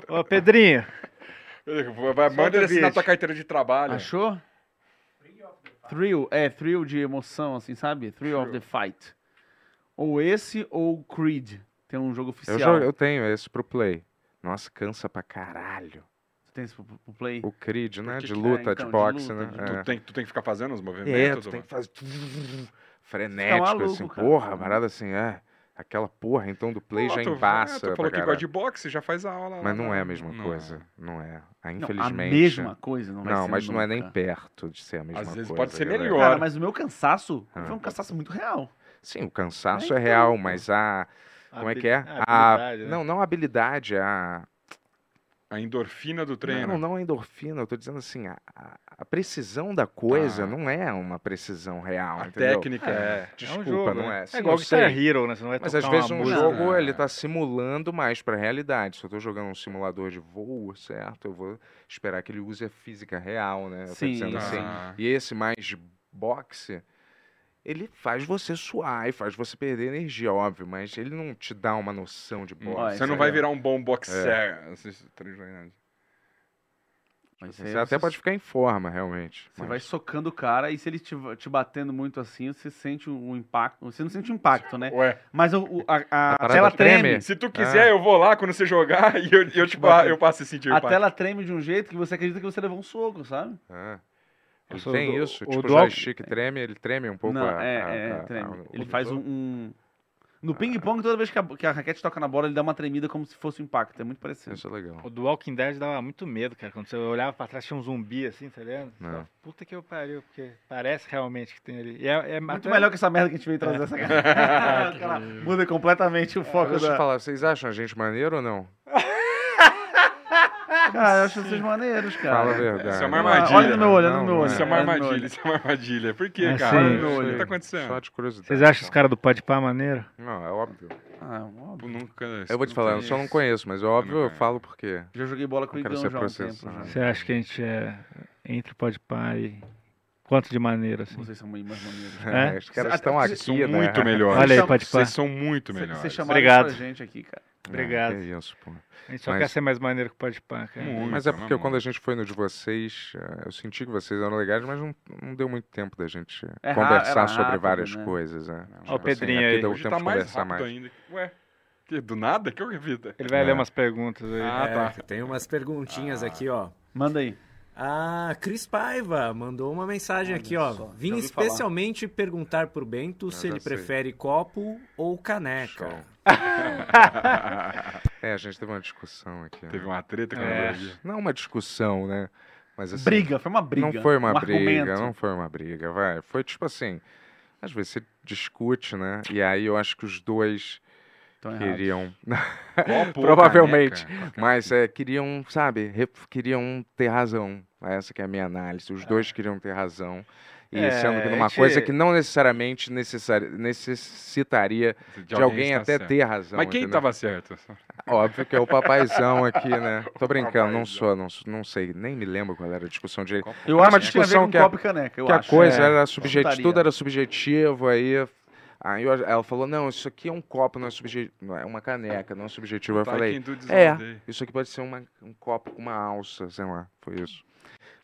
S9: Ô, Pedrinho,
S7: *laughs* Vai, manda ele
S9: outra
S7: assinar
S9: vez.
S7: tua carteira de trabalho.
S8: Achou? Thrill, é, thrill de emoção, assim, sabe? Thrill of the Fight. Ou esse ou Creed. Tem um
S4: Eu,
S8: jogo oficial.
S4: jogo, eu tenho esse pro Play. Nossa, cansa pra caralho.
S8: Tu tem esse pro, pro play?
S4: O Creed, né?
S7: que
S4: De
S7: que-
S8: é,
S4: luta,
S8: então,
S4: de
S8: de
S4: boxe,
S8: luta, de
S4: né?
S7: Tu, tem, tu tem que ficar fazendo os
S4: É,
S7: movimentos?
S4: é tu
S7: mano?
S4: tem que fazer... Frenético,
S8: maluco,
S4: assim.
S8: cara.
S4: Porra, parada assim, é. Aquela porra, então, do Play
S7: Pô,
S4: já
S7: tu-
S4: embaça
S7: é, Tu
S4: pra
S7: falou que gosta
S4: caralho.
S7: de boxe, já faz a aula lá.
S4: Mas não
S7: na-
S4: é a mesma
S7: Não
S4: coisa. Não é. Ah,
S8: Não,
S4: infelizmente.
S8: a mesma coisa, né? não vai
S4: Não,
S8: ser
S4: mas não é nem
S8: nunca.
S4: perto de ser a mesma coisa.
S7: vezes pode ser
S4: galera.
S7: melhor.
S8: Cara, mas o meu cansaço
S4: Ah.
S8: foi um cansaço muito real.
S4: Sim, o cansaço
S8: É,
S4: é,
S8: então,
S4: real,
S8: pô.
S4: mas
S7: né?
S4: a. Como é
S9: Habi-
S4: que é?
S9: a
S4: A.
S9: Ah, habilidade, né?
S4: Não, não a habilidade, a.
S7: A endorfina do treino.
S4: Não, não a endorfina, eu tô dizendo assim, a, a- a precisão da coisa
S7: Tá.
S4: não é uma precisão real.
S7: A
S4: entendeu?
S7: técnica é.
S4: Desculpa,
S9: é um jogo,
S4: não
S9: né?
S4: é.
S9: É
S4: Sim,
S9: igual
S4: eu
S9: Guitar
S4: sei.
S9: Hero, né? Você não
S3: É
S9: vai
S4: Mas
S9: tocar
S4: às vezes
S9: uma
S4: um
S9: música.
S4: jogo
S7: né?
S4: ele tá simulando mais pra realidade. Se eu tô jogando um simulador de voo, certo? Eu vou esperar que ele use a física real, né? Eu tô
S8: Sim,
S4: dizendo assim.
S7: Ah,
S4: E esse mais de boxe, ele faz você suar e faz você perder energia, óbvio, mas ele não te dá uma noção de
S7: hum,
S8: Ó,
S4: boxe.
S7: Você
S8: isso
S7: não
S8: aí,
S7: vai
S8: ó.
S7: virar um bom boxer. esses três jogadores.
S8: Mas
S4: Você
S8: aí
S4: até pode ficar em forma, realmente.
S8: Você
S4: mas-
S8: vai socando o cara e se ele te, te batendo muito assim, você sente um impacto. Você não sente um impacto, né?
S7: *laughs* Ué,
S8: Mas o, o- a, a
S4: parada
S8: tela
S4: treme?
S8: treme.
S7: se tu quiser, eu vou lá quando você jogar *laughs* e eu, eu, te pa- eu passo esse tipo
S8: A tela treme de um jeito que você acredita que você levou um soco, sabe?
S4: Ah, Ele
S3: Nossa, o
S4: tem
S3: do-
S4: isso?
S3: o
S4: tipo, o
S3: do
S4: joystick treme, ele treme um pouco
S8: Não,
S4: a,
S8: é,
S4: a-
S8: é,
S4: a-
S8: treme.
S4: a- o
S8: ele faz um,
S4: motor?
S8: um-
S4: Ah.
S8: No ping-pong, toda vez que a, que a raquete toca na bola, ele dá uma tremida como se fosse um impacto. É muito parecido.
S4: Isso é legal.
S3: O do Walking Dead dava muito medo, cara. Quando você olhava pra trás, tinha um zumbi assim, tá ligado? Você
S4: É.
S3: fala, Puta que eu pariu, porque parece realmente que tem ali. E é, é
S8: Muito
S3: até-
S8: melhor que essa merda que a gente veio
S4: É.
S8: trazer
S4: *laughs*
S8: essa cara. O *laughs* cara muda completamente o foco
S4: Deixa eu
S8: da.
S4: falar, vocês acham a gente maneiro ou não?
S8: Cara, eu acho vocês maneiros, cara.
S4: Fala a verdade.
S7: Isso é uma
S8: Não,
S7: armadilha.
S8: Olha no meu olho, olha
S4: né?
S8: no
S4: Não,
S8: meu
S4: não
S8: olho.
S7: Isso é uma
S8: olha no meu
S7: armadilha,
S8: olho.
S7: isso é uma armadilha. Por quê,
S3: É,
S7: cara?
S3: sim.
S7: Olha no olho. O que tá
S4: é Só
S7: acontecendo?
S4: de curiosidade.
S3: Vocês acham os
S4: então.
S3: caras do Pode Pá maneiro?
S4: Não, é óbvio.
S8: Ah, é um óbvio.
S7: Tipo, Nunca,
S4: Eu vou te falar, eu só não conheço, mas é óbvio, eu
S7: conheço.
S4: falo porque.
S8: Já joguei bola com o
S4: Não quero
S8: Igão
S4: ser
S8: já há um tempo.
S4: processado.
S8: já.
S3: Você acha que a gente é entre o Pode Pá e. Quanto de maneiro, assim?
S8: Vocês são muito mais maneiros.
S3: É?
S4: Os caras
S8: Ah,
S4: estão
S8: vocês
S4: aqui, né?
S7: São muito *laughs* melhores.
S3: Olha aí,
S8: chama-
S3: Pode Pá.
S7: Vocês são muito melhores.
S8: Vocês chamaram
S3: Obrigado.
S8: isso pra gente aqui, cara.
S4: Ah,
S3: Obrigado.
S4: que isso, pô.
S3: A gente só
S4: Mas-
S3: quer ser mais maneiro que o Pode Pá, cara.
S7: Muito,
S4: Mas é
S7: na
S4: porque
S7: mão.
S4: quando a gente foi no de vocês, eh, eu senti que vocês eram legais, mas não, não deu muito tempo da gente
S8: É ra-
S4: conversar
S8: era
S4: sobre
S8: rápido,
S4: várias
S8: né?
S4: coisas. Né?
S7: Ó, o
S3: Pedrinho
S4: aqui
S3: aí.
S4: deu
S7: Hoje
S4: tempo
S7: tá
S4: de
S7: mais
S4: conversar
S7: rápido
S4: mais.
S7: ainda. Ué, que, do nada? Que é a vida?
S3: Ele vai
S4: É.
S3: ler umas perguntas aí.
S7: Ah,
S5: É,
S7: tá.
S5: Tem umas perguntinhas
S8: Ah.
S5: aqui, ó.
S8: Manda aí.
S5: A Cris Paiva mandou uma mensagem aqui, ó.
S8: só, já
S5: Vim
S8: ouvi falar.
S5: especialmente perguntar pro Bento
S4: já
S5: se ele
S4: sei.
S5: prefere copo ou caneca.
S4: Show.
S7: tá.
S4: É, a gente teve uma discussão aqui. né?
S7: *laughs* Teve uma treta com
S3: É.
S7: a Brasil.
S4: Não uma discussão, né? Mas assim,
S8: Briga, foi uma briga.
S4: Não foi uma
S8: um
S4: briga,
S8: argumento.
S4: não foi uma briga, vai. Foi tipo assim, às vezes você discute, né? E aí eu acho que os dois
S8: Tão errado.
S4: queriam, *laughs*
S7: Copo ou
S4: Provavelmente.
S7: caneca?
S4: mas é, queriam, sabe, ref- queriam ter razão. Essa que é a minha análise. Os dois queriam ter razão. E
S3: É,
S4: sendo que
S3: a
S4: numa
S3: gente-
S4: coisa que não necessariamente necessari- necessitaria de, alguém,
S7: está
S4: até
S7: certo.
S4: ter razão.
S7: Mas quem
S4: entendeu?
S7: tava certo?
S4: Óbvio que é o papaizão aqui, né? Tô brincando,
S7: papaizão.
S4: não sou, não, sou- não sei, nem me lembro qual era a discussão direito.
S8: Eu
S4: Era
S8: acho
S4: uma
S8: que tinha a ver
S4: discussão
S8: com
S4: que a-
S8: copo e caneca. Eu
S4: que a
S8: acho.
S4: coisa
S8: É.
S4: era subjetiva,
S8: putaria.
S4: tudo era subjetivo, aí, aí eu- ela falou, não, isso aqui é um copo, não é subjetivo, não é uma caneca, não é subjetivo. Eu falei, é. isso aqui pode ser uma- um copo com uma alça, sei lá, foi isso.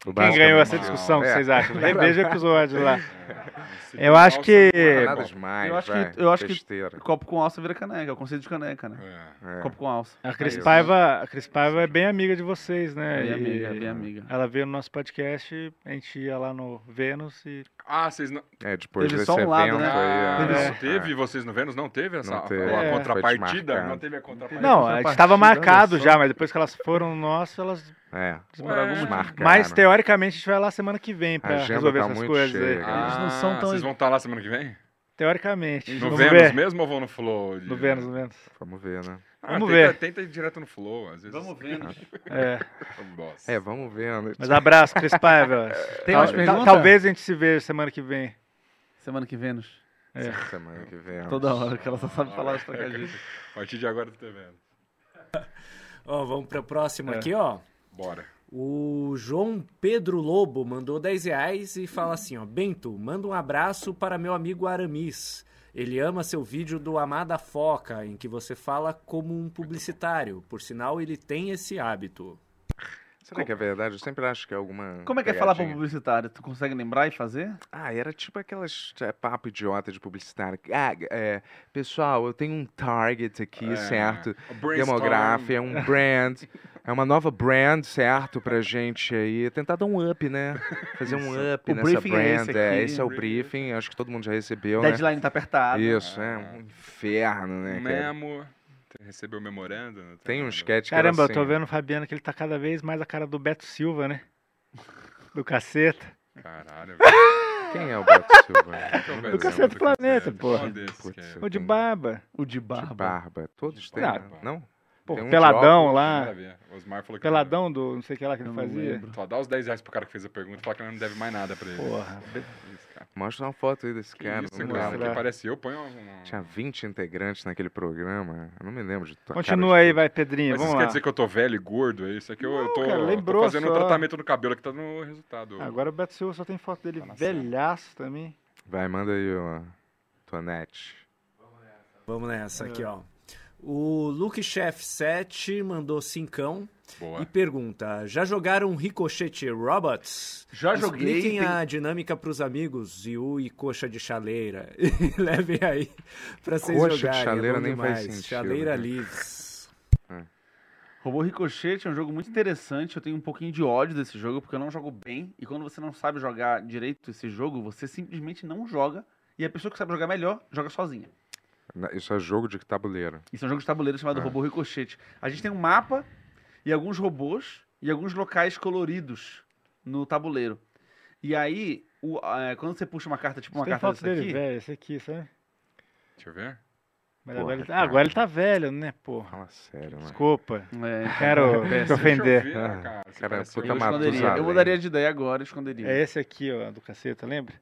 S4: Foi
S3: Quem
S4: basicamente
S3: ganhou essa
S4: isso.
S3: discussão,
S4: É.
S3: vocês *laughs* acham? Vem,
S4: Lembra?
S3: veja o episódio lá. Eu acho que-
S4: Não é
S3: Bom,
S4: Nada demais,
S8: eu acho que-
S4: vai,
S8: eu acho que-
S4: besteira.
S8: Copo com alça vira caneca, é o conceito de caneca, né?
S4: É.
S8: Copo com alça.
S3: A Cris
S4: isso.
S3: Paiva, a Cris Paiva é bem amiga de vocês, né?
S8: Bem
S3: E
S8: É amiga, bem amiga.
S3: Ela veio no nosso podcast, a gente ia lá no Vênus e
S7: Ah, vocês não.
S4: É, depois
S8: Teve
S4: desse
S8: só um
S4: evento
S8: lado, né?
S4: aí...
S7: Ah,
S4: é,
S7: não teve vocês no Vênus? Não teve essa
S4: Não teve.
S7: a
S3: É,
S4: foi
S7: contrapartida?
S4: desmarcado.
S7: Não teve a contrapartida.
S3: Não,
S10: Essa
S3: a gente
S10: partida,
S3: estava marcado
S10: olha só.
S3: já, mas depois que elas foram nossas, elas
S4: É,
S3: desmoronaram muito.
S4: desmarcaram.
S3: Mas teoricamente a gente vai lá semana que vem
S4: A
S3: pra
S4: agenda
S3: resolver
S4: tá
S3: essas
S4: muito
S3: coisas aí.
S4: cheia.
S8: Eles não são
S7: Ah,
S8: tão-
S7: Vocês vão estar lá semana que vem?
S3: Teoricamente.
S7: No
S3: Vamos
S7: Vênus
S3: ver.
S7: mesmo ou vão no Flow?
S3: No Vênus, no Vênus.
S4: Vamos ver, né?
S7: Ah,
S3: Vamos
S7: tenta-
S3: ver.
S7: Tenta ir direto no Flow, às vezes.
S8: Vamos ver. né?
S3: É.
S7: Nossa.
S4: É, vamos ver, né?
S3: Mas abraço, Cris Paiva.
S8: *laughs* Tem
S3: Tal-
S8: mais
S3: tal-
S8: pergunta?
S3: talvez a gente se veja semana que vem.
S8: *laughs* Semana que vem, nos-
S4: Essa semana que vem.
S8: é. toda hora, que ela só sabe falar as trocadilhos.
S7: A partir de agora tá vendo.
S5: Ó, vamos pra próxima aqui, ó.
S7: Bora.
S5: O João Pedro Lobo mandou 10 reais e fala assim, ó. Bento, manda um abraço para meu amigo Aramis. Ele ama seu vídeo do Amada Foca, em que você fala como um publicitário. Por sinal, ele tem esse hábito.
S4: Será que é verdade? Eu sempre acho que é alguma.
S8: Como é que é falar pra
S4: pegadinha.
S8: publicitário? Tu consegue lembrar e fazer?
S4: Ah, era tipo aquelas é, papo idiota de publicitário. Ah, é, pessoal, eu tenho um target aqui,
S7: É,
S4: certo?
S7: brainstorm.
S4: Demográfico, é um brand. É uma nova brand, certo, pra gente aí. Tentar dar um up, né? Fazer um up
S8: O
S4: nessa
S8: briefing é
S4: brand.
S8: esse
S4: é,
S8: aqui.
S4: esse é o briefing, acho que todo mundo já recebeu, né?
S8: Deadline tá apertado.
S4: Isso, é um inferno, né,
S7: Um
S4: cara?
S7: memo. Recebeu o memorando. né? Tá não
S4: Tem um
S7: nada.
S4: sketch que era
S3: Caramba, eu tô
S4: assim,
S3: vendo o Fabiano que ele tá cada vez mais a cara do Beto Silva, né? Do caceta.
S7: Caralho, velho.
S4: Quem é o Beto Silva? Eu não
S7: Então,
S4: lembro
S7: velho,
S3: Cacete do
S7: do
S3: Planeta,
S7: Cacete.
S3: porra.
S7: Qual desses
S4: Putz,
S7: que é?
S3: O de
S4: tenho-
S3: barba.
S8: O de
S4: de
S8: barba.
S4: barba. Todos têm,
S7: barba.
S4: né? não?
S3: Pô,
S4: Tem um de
S3: peladão
S4: óculos,
S3: lá.
S7: Nada a ver. O Osmar falou que.
S3: Peladão do não sei o que lá que ele
S8: Eu não
S3: fazia.
S8: lembro.
S7: Só dá os 10 reais pro cara que fez a pergunta e fala que não deve mais nada pra ele.
S3: Porra.
S7: Isso, cara.
S4: Mostra uma foto aí desse
S7: Que
S4: cara.
S7: isso,
S4: não
S7: cara.
S4: lembro.
S7: Isso aqui parece eu, põe um.
S4: Tinha 20 integrantes naquele programa. Eu não me lembro de tua cara
S3: Continua
S4: de-
S3: aí, vai, Pedrinho.
S7: Mas isso
S3: Vamos
S7: quer
S3: lá.
S7: dizer que eu tô velho e gordo? É isso aqui? Eu, eu
S3: Não,
S7: tô,
S3: cara,
S7: eu tô
S3: lembrou
S7: fazendo um
S3: só.
S7: tratamento no cabelo que tá no resultado.
S3: Agora o Beto Silva só tem foto dele
S7: Tá na
S3: velhaço também.
S4: Vai, manda aí, ó. Tonete.
S5: Vamos nessa aqui, ó. O Luke Chef 7 mandou cincão
S7: Boa.
S5: e pergunta: Já jogaram Ricochete Robots?
S8: Já joguei.
S5: Expliquem
S8: tem-
S5: a dinâmica pros amigos, Ziu e Coxa de Chaleira. *laughs* Levem aí pra vocês
S4: Coxa de
S5: jogarem. é
S4: chaleira
S5: bom
S4: nem faz né?
S5: demais.
S4: sentido,
S5: Chaleira
S4: né?
S5: Leaves.
S8: Robô Ricochete é um jogo muito interessante. Eu tenho um pouquinho de ódio desse jogo, porque eu não jogo bem. E quando você não sabe jogar direito esse jogo, você simplesmente não joga. E a pessoa que sabe jogar melhor, joga sozinha.
S4: Na- Isso é jogo de tabuleiro.
S8: Isso é um jogo de tabuleiro chamado
S4: Ah.
S8: Robô Ricochete. A gente tem um mapa e alguns robôs e alguns locais coloridos no tabuleiro. E aí, o- ah, quando você puxa uma carta, tipo uma
S9: tem
S8: carta
S9: foto
S8: dessa
S9: dele
S8: aqui.
S9: velho, esse aqui, sabe?
S7: Deixa eu ver.
S9: Mas
S4: Porra,
S9: agora, ele tá,
S4: cara.
S9: agora ele tá velho, né, porra?
S4: Fala sério, mano.
S9: Desculpa,
S8: É,
S9: não
S4: *laughs*
S9: quero te ofender.
S7: Deixa eu ver, cara. Você
S4: Ah, Cara,
S7: parece
S4: puta
S8: eu
S7: um-
S4: Matuzada,
S8: esconderia. Eu
S4: hein?
S8: mudaria de ideia agora, eu esconderia.
S9: É esse aqui, ó, do caceta, lembra?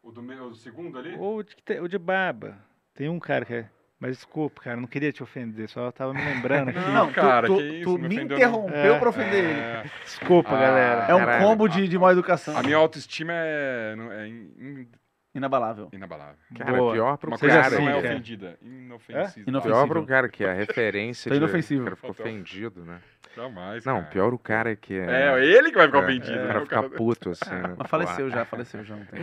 S7: O do meu, o segundo ali?
S9: Ou o de, que tem- o de barba. Tem um cara que é. Mas desculpa, cara, não queria te ofender, só tava me
S4: *laughs*
S9: lembrando aqui.
S7: Não,
S8: tu-
S7: cara,
S8: tu,
S7: que isso,
S8: tu
S7: não
S8: me
S7: ofendeu,
S8: interrompeu
S9: não.
S8: pra ofender ele.
S7: É,
S9: Desculpa,
S4: Ah,
S9: galera.
S8: É um
S4: Caralho.
S8: combo de, de má educação.
S7: a minha autoestima é, não- é in- in-
S8: Inabalável.
S7: inabalável.
S4: Ah, Cara,
S9: Boa.
S4: pior pro
S7: Uma
S9: Seja
S7: coisa
S4: cara.
S7: que não é
S9: assim, cara.
S7: ofendida. Inofensiva.
S8: Inofensiva.
S4: Pior pro cara que é a referência
S8: Tô
S4: de...
S8: inofensivo.
S4: O cara ficou
S7: Total.
S4: ofendido, né?
S7: Jamais,
S4: Não,
S7: cara.
S4: pior o cara que é...
S7: É, ele que vai ficar
S4: É,
S7: ofendido.
S4: O
S7: né,
S4: cara
S7: o
S4: fica puto, assim. né?
S8: Mas faleceu já, faleceu já. não tem.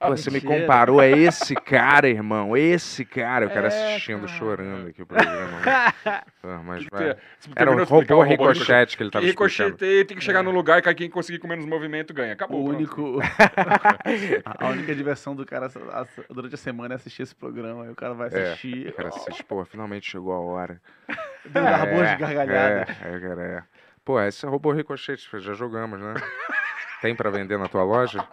S4: Pô, você me
S8: Mentira.
S4: comparou a esse cara, irmão. Esse cara. O cara
S7: É,
S4: assistindo,
S7: cara.
S4: chorando aqui o programa. né? Pô, mas vai.
S7: Você
S4: Era
S7: é? terminou de
S4: um
S7: explicar
S4: robô
S7: o robô
S4: ricochete que ele tava É. explicando.
S7: Ricocheteio, tem que chegar no lugar que quem conseguir com menos movimento ganha. Acabou.
S8: O
S7: pronto. *laughs*
S8: único. a única diversão do cara a- a- durante a semana é assistir esse programa. Aí o cara vai
S4: É.
S8: assistir.
S4: O cara assiste, pô, finalmente chegou a
S7: *laughs*
S4: hora.
S8: Deu
S7: É,
S8: um arboço de gargalhada.
S4: É, é, cara, é. Pô, esse é robô ricochete, já jogamos,
S7: *laughs*
S4: né? Tem pra vender na tua loja?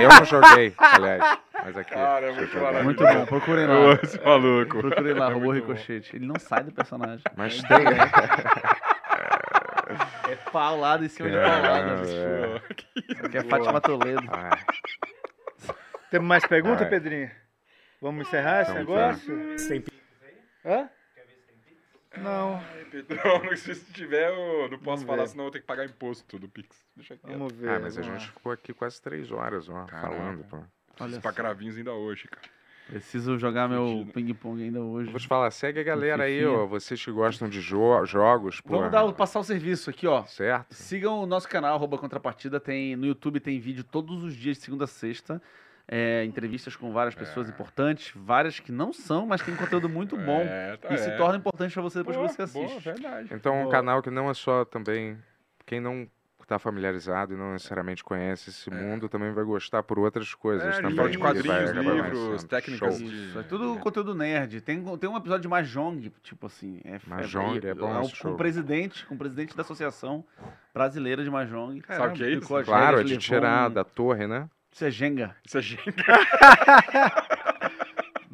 S4: Eu não joguei, aliás. Mas aqui.
S7: Cara, é
S4: deixa eu
S7: muito
S4: jogar.
S7: maravilhoso.
S8: Muito bom,
S4: Ah,
S8: procurem
S7: Eu
S8: lá.
S7: amo esse maluco.
S8: Procurem lá,
S7: É
S8: robô
S7: muito bom.
S8: ricochete. Ele não sai do personagem.
S4: Mas tem, né?
S8: É paulado em cima de
S4: Caramba,
S8: paulado.
S4: velho.
S8: Isso aqui é Fátima Toledo.
S4: Ah,
S9: Temos mais pergunta,
S4: Vai.
S9: Pedrinho? Vamos encerrar esse
S4: Vamos
S9: negócio?
S5: Sem pi-
S9: Hã? Não,
S7: Ai, Pedrão, se tiver, eu não posso
S9: Vamos
S7: falar,
S9: ver.
S7: senão eu vou ter que pagar imposto do Pix. Deixa quieto.
S9: vamos ver.
S4: ah, mas a
S9: vamos
S8: É.
S4: gente ficou aqui quase três horas, ó,
S7: Caramba.
S4: falando, pô.
S8: Olha
S7: Preciso pra
S8: só.
S7: cravinhos ainda hoje, cara.
S8: Preciso jogar meu
S7: Fudido.
S8: ping-pong ainda
S4: Eu
S8: hoje.
S4: Vou te falar, segue a galera aí,
S8: Fifinha.
S4: ó. Vocês que gostam de jo- jogos, pô.
S8: Vamos dar, o- passar o serviço aqui, ó.
S4: Certo?
S8: Sigam o nosso canal, arroba Contrapartida. Tem, no YouTube tem vídeo todos os dias, de segunda a sexta. É, entrevistas com várias pessoas importantes, várias que não são, mas tem conteúdo muito bom.
S7: É, tá,
S8: e se
S7: é.
S8: torna importante pra você depois
S7: Boa,
S8: que você
S7: boa, é
S8: assiste.
S7: verdade.
S4: Então, um
S7: Boa.
S4: canal que não é só também. Quem não tá familiarizado e não necessariamente conhece esse mundo também vai gostar por outras coisas.
S7: É,
S4: também,
S7: fala de
S4: que vai
S7: quadrinhos,
S4: acabar mais
S7: livros,
S4: sendo.
S7: técnicas
S4: Show.
S7: de-
S8: Isso, é tudo conteúdo nerd. Tem, tem um episódio de Mahjong, tipo assim. É,
S4: Mahjong, é bom
S8: o-
S4: esse
S8: com o
S4: jogo.
S8: presidente, com o presidente da Associação Brasileira de Mahjong.
S7: Sabe o que é isso?
S8: explicou as
S4: Claro, é
S8: regras,
S4: de
S8: levou
S4: tirar
S8: um-
S4: da torre, né?
S8: Isso é Jenga.
S7: Isso é gente.
S9: ver.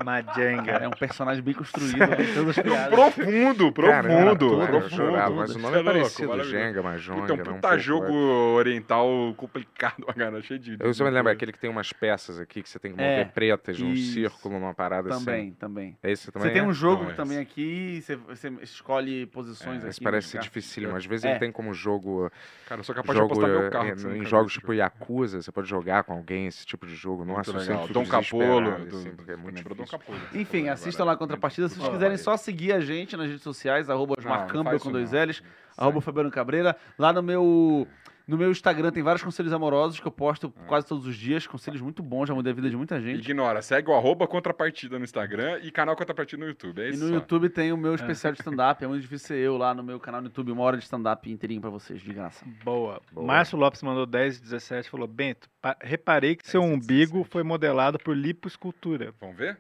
S9: Majenga.
S8: É um personagem bem construído. com todas as piadas.
S7: é um Profundo,
S4: Cara, era
S7: profundo.
S4: torre, eu
S8: profundo.
S4: jurava, mas o nome é,
S7: Você é louco,
S4: parecido,
S7: maravilhoso.
S4: Jenga, Mahjong.
S7: Puta, é um
S4: era um
S7: puta
S4: pouco-
S7: jogo oriental complicado, *laughs* cara. Cheio de.
S4: Eu só me lembro, é aquele que tem umas peças aqui que você tem que
S8: É,
S4: mover pretas num
S8: isso.
S4: círculo, numa parada assim.
S8: Também, também.
S4: É esse também?
S8: Você tem
S4: é?
S8: um jogo
S7: Não, é
S8: também aqui, você, você escolhe posições
S4: Esse
S8: aqui.
S4: parece ser
S8: fica-
S4: dificílimo. Às vezes ele
S8: É.
S4: tem como jogo,
S7: Cara, eu sou capaz
S4: jogo
S7: de apostar meu
S4: eh,
S7: carro.
S4: em,
S7: que você
S4: em
S7: nunca
S4: jogos
S7: viu.
S4: tipo Yakuza, você pode jogar com alguém esse tipo de jogo. Nossa, eu sempre
S7: legal.
S4: fui
S7: Dom
S4: desesperado,
S7: Capolo. do-
S4: assim, porque é
S7: eu
S4: muito
S7: lembro do Dom
S4: difícil.
S7: Capolo. tipo,
S8: Enfim, assistam lá a contrapartida. Se vocês
S7: Ah,
S8: quiserem
S7: aí.
S8: só seguir a gente nas redes sociais, arroba Osmar
S7: não
S8: Campbell
S7: faz
S8: com
S7: isso
S8: dois
S7: não.
S8: L's, arroba Fabiano Cabreira. Lá no meu, no meu Instagram tem vários conselhos amorosos que eu posto quase todos os dias. Conselhos muito bons, já mudei a vida de muita gente.
S7: Ignora, segue o arroba contrapartida no Instagram e canal contrapartida no YouTube. É
S8: E
S7: isso.
S8: no
S7: só.
S8: YouTube tem o meu especial de stand-up. É muito difícil ser eu lá no meu canal no YouTube. Uma hora de stand-up inteirinho pra vocês, de graça.
S9: Boa.
S4: Boa.
S9: Márcio Lopes mandou 10 e 17 falou: Bento, pa- reparei que seu
S7: 10 e
S9: umbigo
S7: 17.
S9: foi modelado por lipoescultura.
S7: Vamos ver?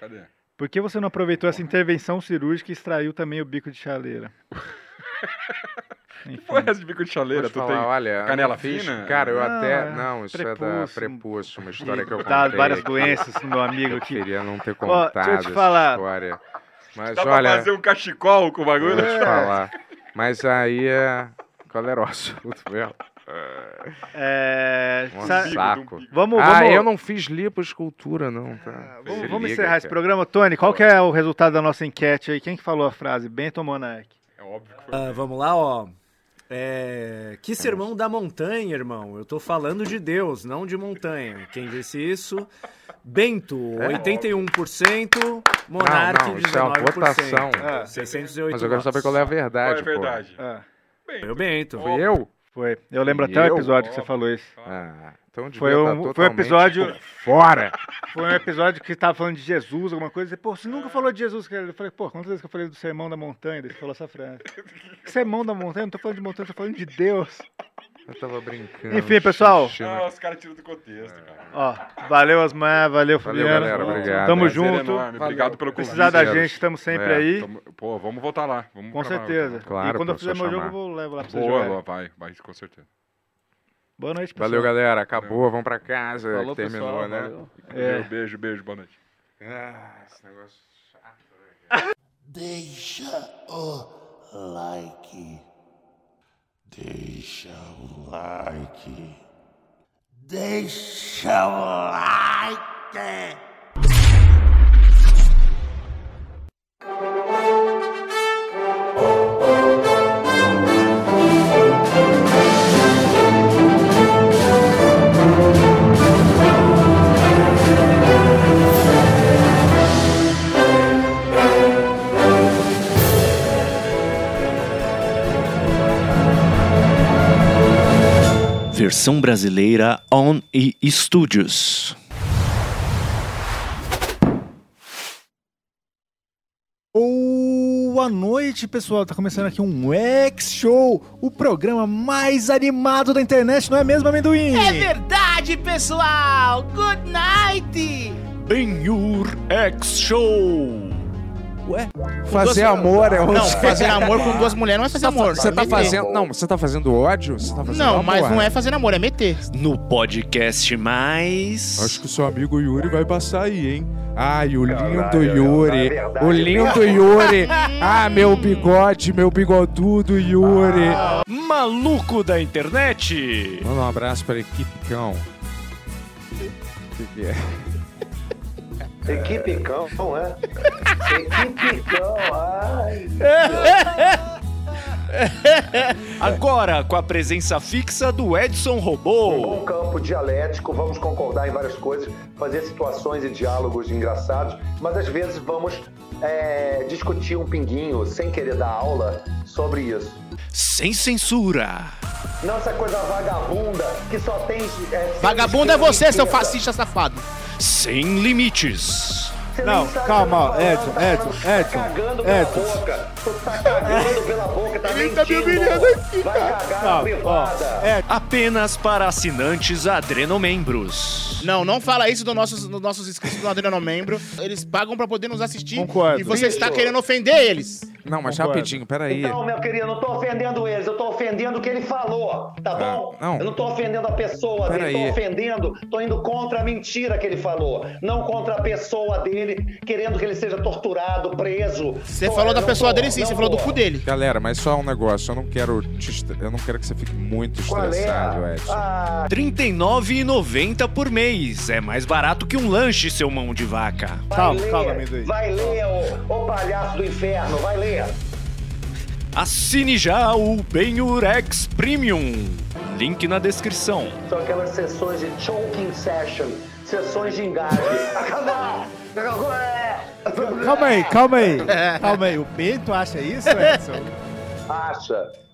S7: Cadê?
S9: Por que você não aproveitou essa intervenção cirúrgica e extraiu também o bico de chaleira? Enfim.
S7: Pô, essa de bico de chaleira,
S4: Pode
S7: tu
S4: falar,
S7: tem.
S4: olha, eu não
S7: canela
S4: fiz-
S7: fina?
S4: Cara, eu
S9: Não,
S4: até.
S9: é
S4: Não, isso é da
S9: prepúcio. *laughs*
S4: prepúcio, uma história que eu contei.
S9: Dá Tá, várias
S4: aqui.
S9: doenças no meu amigo aqui.
S4: Queria não ter
S9: Ó,
S4: contado
S9: deixa eu te
S4: essa
S9: falar.
S4: história. Mas
S7: Dá pra
S4: olha,
S7: fazer um cachecol com o
S4: vou
S7: bagulho?
S4: te falar. Mas aí é. Qual era o *laughs* assunto mesmo?
S9: É,
S4: Um
S9: sa-
S7: umbigo.
S4: saco.
S9: Vamos,
S4: Ah,
S9: vamos,
S4: eu não fiz lipoescultura, não. Tá.
S9: vamos-
S4: Se
S9: vamos
S4: liga,
S9: encerrar esse
S4: cara.
S9: programa. Tony, qual que é o resultado da nossa enquete aí? Quem que falou a frase? Bento ou Monark?
S7: É óbvio que foi.
S5: Ah, vamos lá, ó. É, Que sermão da montanha, irmão. Eu tô falando de Deus, não de montanha. Quem disse isso? Bento, 81%. Monark,
S4: É. Não, não,
S5: 19%.
S4: isso é uma votação.
S9: Ah,
S5: 608
S9: então.
S4: Mas eu quero saber qual é a verdade.
S7: Qual é a
S4: pô.
S7: verdade?
S9: ah,
S5: Eu, Bento.
S4: Fui eu?
S3: Foi. Eu lembro
S4: E
S3: até o
S4: eu?
S3: episódio que você falou isso.
S4: Ah, então devia
S3: Foi
S4: tá
S3: um, foi um
S4: totalmente
S3: episódio.
S4: *laughs* fora.
S3: Foi um episódio que tava falando de Jesus, alguma coisa. E, pô, você nunca falou de Jesus, cara. Eu falei, pô, quantas vezes que eu falei do sermão da montanha? Daí você falou essa frase. Sermão da montanha? Eu não tô falando de montanha, eu tô falando de Deus.
S4: Eu tava brincando.
S3: Enfim, pessoal.
S4: xixi, né?
S7: Ah, os caras tiram do contexto, cara.
S3: Ó, valeu, Asmar, valeu,
S4: Valeu,
S3: Fabiano.
S4: galera, obrigado.
S3: Tamo
S4: Prazer
S3: junto.
S7: Enorme. Obrigado pelo convite.
S3: Precisar da
S4: Prazer.
S3: gente, estamos sempre
S4: É,
S3: aí.
S7: Tamo- Pô, vamos voltar lá. Vamos
S3: Com
S7: gravar.
S3: certeza.
S4: Claro,
S3: e quando eu
S4: professor,
S3: fizer meu jogo,
S4: chamar.
S3: eu vou levar lá pra vocês
S7: Boa,
S3: jogarem.
S7: Lua, vai, vai, com certeza.
S3: Boa noite, pessoal.
S4: Valeu, galera. Acabou, vamos pra casa.
S11: Falou,
S4: que terminou,
S11: pessoal.
S4: né?
S11: valeu.
S3: É.
S7: Beijo, beijo, boa noite.
S4: Ah, esse negócio chato.
S12: Deixa o like. Deixa o like. Deixa o like.
S5: Versão brasileira On e Studios.
S13: Boa noite, pessoal. Tá começando aqui um X-Show, o programa mais animado da internet, não é mesmo, amendoim?
S14: É verdade, pessoal! Good night!
S5: Benhur X-Show.
S14: Fazer
S4: amor é
S14: Não,
S12: *laughs*
S14: fazer amor com duas mulheres não é fazer amor.
S4: Você
S14: é
S4: tá
S14: meter.
S4: fazendo. Não, você tá fazendo ódio? Você tá fazendo
S14: Não,
S4: amor.
S14: mas não é fazer amor, é meter.
S5: No podcast mais...
S12: Acho que o seu amigo Yuri vai passar aí, hein? Ai, o lindo Yuri. O lindo Yuri. Ah, meu bigode, meu bigodudo Yuri.
S4: Ah,
S5: Maluco da internet.
S4: Manda um abraço pra equipe cão. é?
S8: Equipe cão, não é? Equipe cão, ai.
S5: Agora, com a presença fixa do Edson Robô.
S8: Um campo dialético, vamos concordar em várias coisas, fazer situações e diálogos engraçados, mas às vezes vamos é, discutir um pinguinho, sem querer dar aula, sobre isso.
S5: Sem censura.
S8: Não essa coisa vagabunda que só tem. é,
S14: Vagabundo é
S8: esquerda,
S14: você, seu
S8: esquerda.
S14: fascista safado.
S5: Sem limites.
S8: Você nem
S13: Não,
S8: sabe o que
S13: calma,
S8: eu tô
S13: ó,
S8: falando,
S13: Edson,
S8: tá falando,
S13: Edson,
S8: tá
S13: Edson,
S8: cagando pela
S13: Edson.
S8: boca. Tu tá cagando pela boca, tá
S14: Ele
S8: mentindo.
S14: tá me humilhando aqui,
S8: Vai cagar na
S13: Não, ó,
S8: privada.
S13: é,
S5: Apenas para assinantes adrenomembros.
S14: Não, não fala isso dos nossos, dos nossos inscritos do Adriano Membro. Eles pagam pra poder nos assistir.
S13: Concordo.
S14: E você está querendo ofender eles.
S4: Não, mas
S13: Concordo.
S4: rapidinho, peraí.
S8: Não, meu querido, eu não tô ofendendo eles, eu tô ofendendo o que ele falou, tá bom?
S4: não.
S8: Eu não tô ofendendo a pessoa
S4: Pera
S8: dele,
S4: aí.
S8: tô ofendendo, tô indo contra a mentira que ele falou, não contra a pessoa dele, querendo que ele seja torturado, preso.
S14: Você
S8: Tô-
S14: falou da
S8: não
S14: pessoa
S8: tô,
S14: dele sim,
S8: não
S14: você falou do
S8: tô.
S14: cu dele.
S4: Galera, mas só um negócio, eu não quero te estre- eu não quero que você fique muito
S8: Qual é?
S4: estressado, Edson.
S8: Ah,
S5: R$ 39,90 por mês. É mais barato que um lanche, seu mão de vaca.
S8: vai
S13: Calma,
S8: ler,
S13: calma, amendoim.
S8: Vai ler, ô, ô palhaço do inferno, vai ler.
S5: Assine já o Benurex Premium. Link na descrição.
S8: São aquelas sessões de choking session, sessões de engasgo. Acabou! Acabou!
S13: Calma aí, calma aí. Calma aí. O Bento acha isso, Edson?
S8: Acha?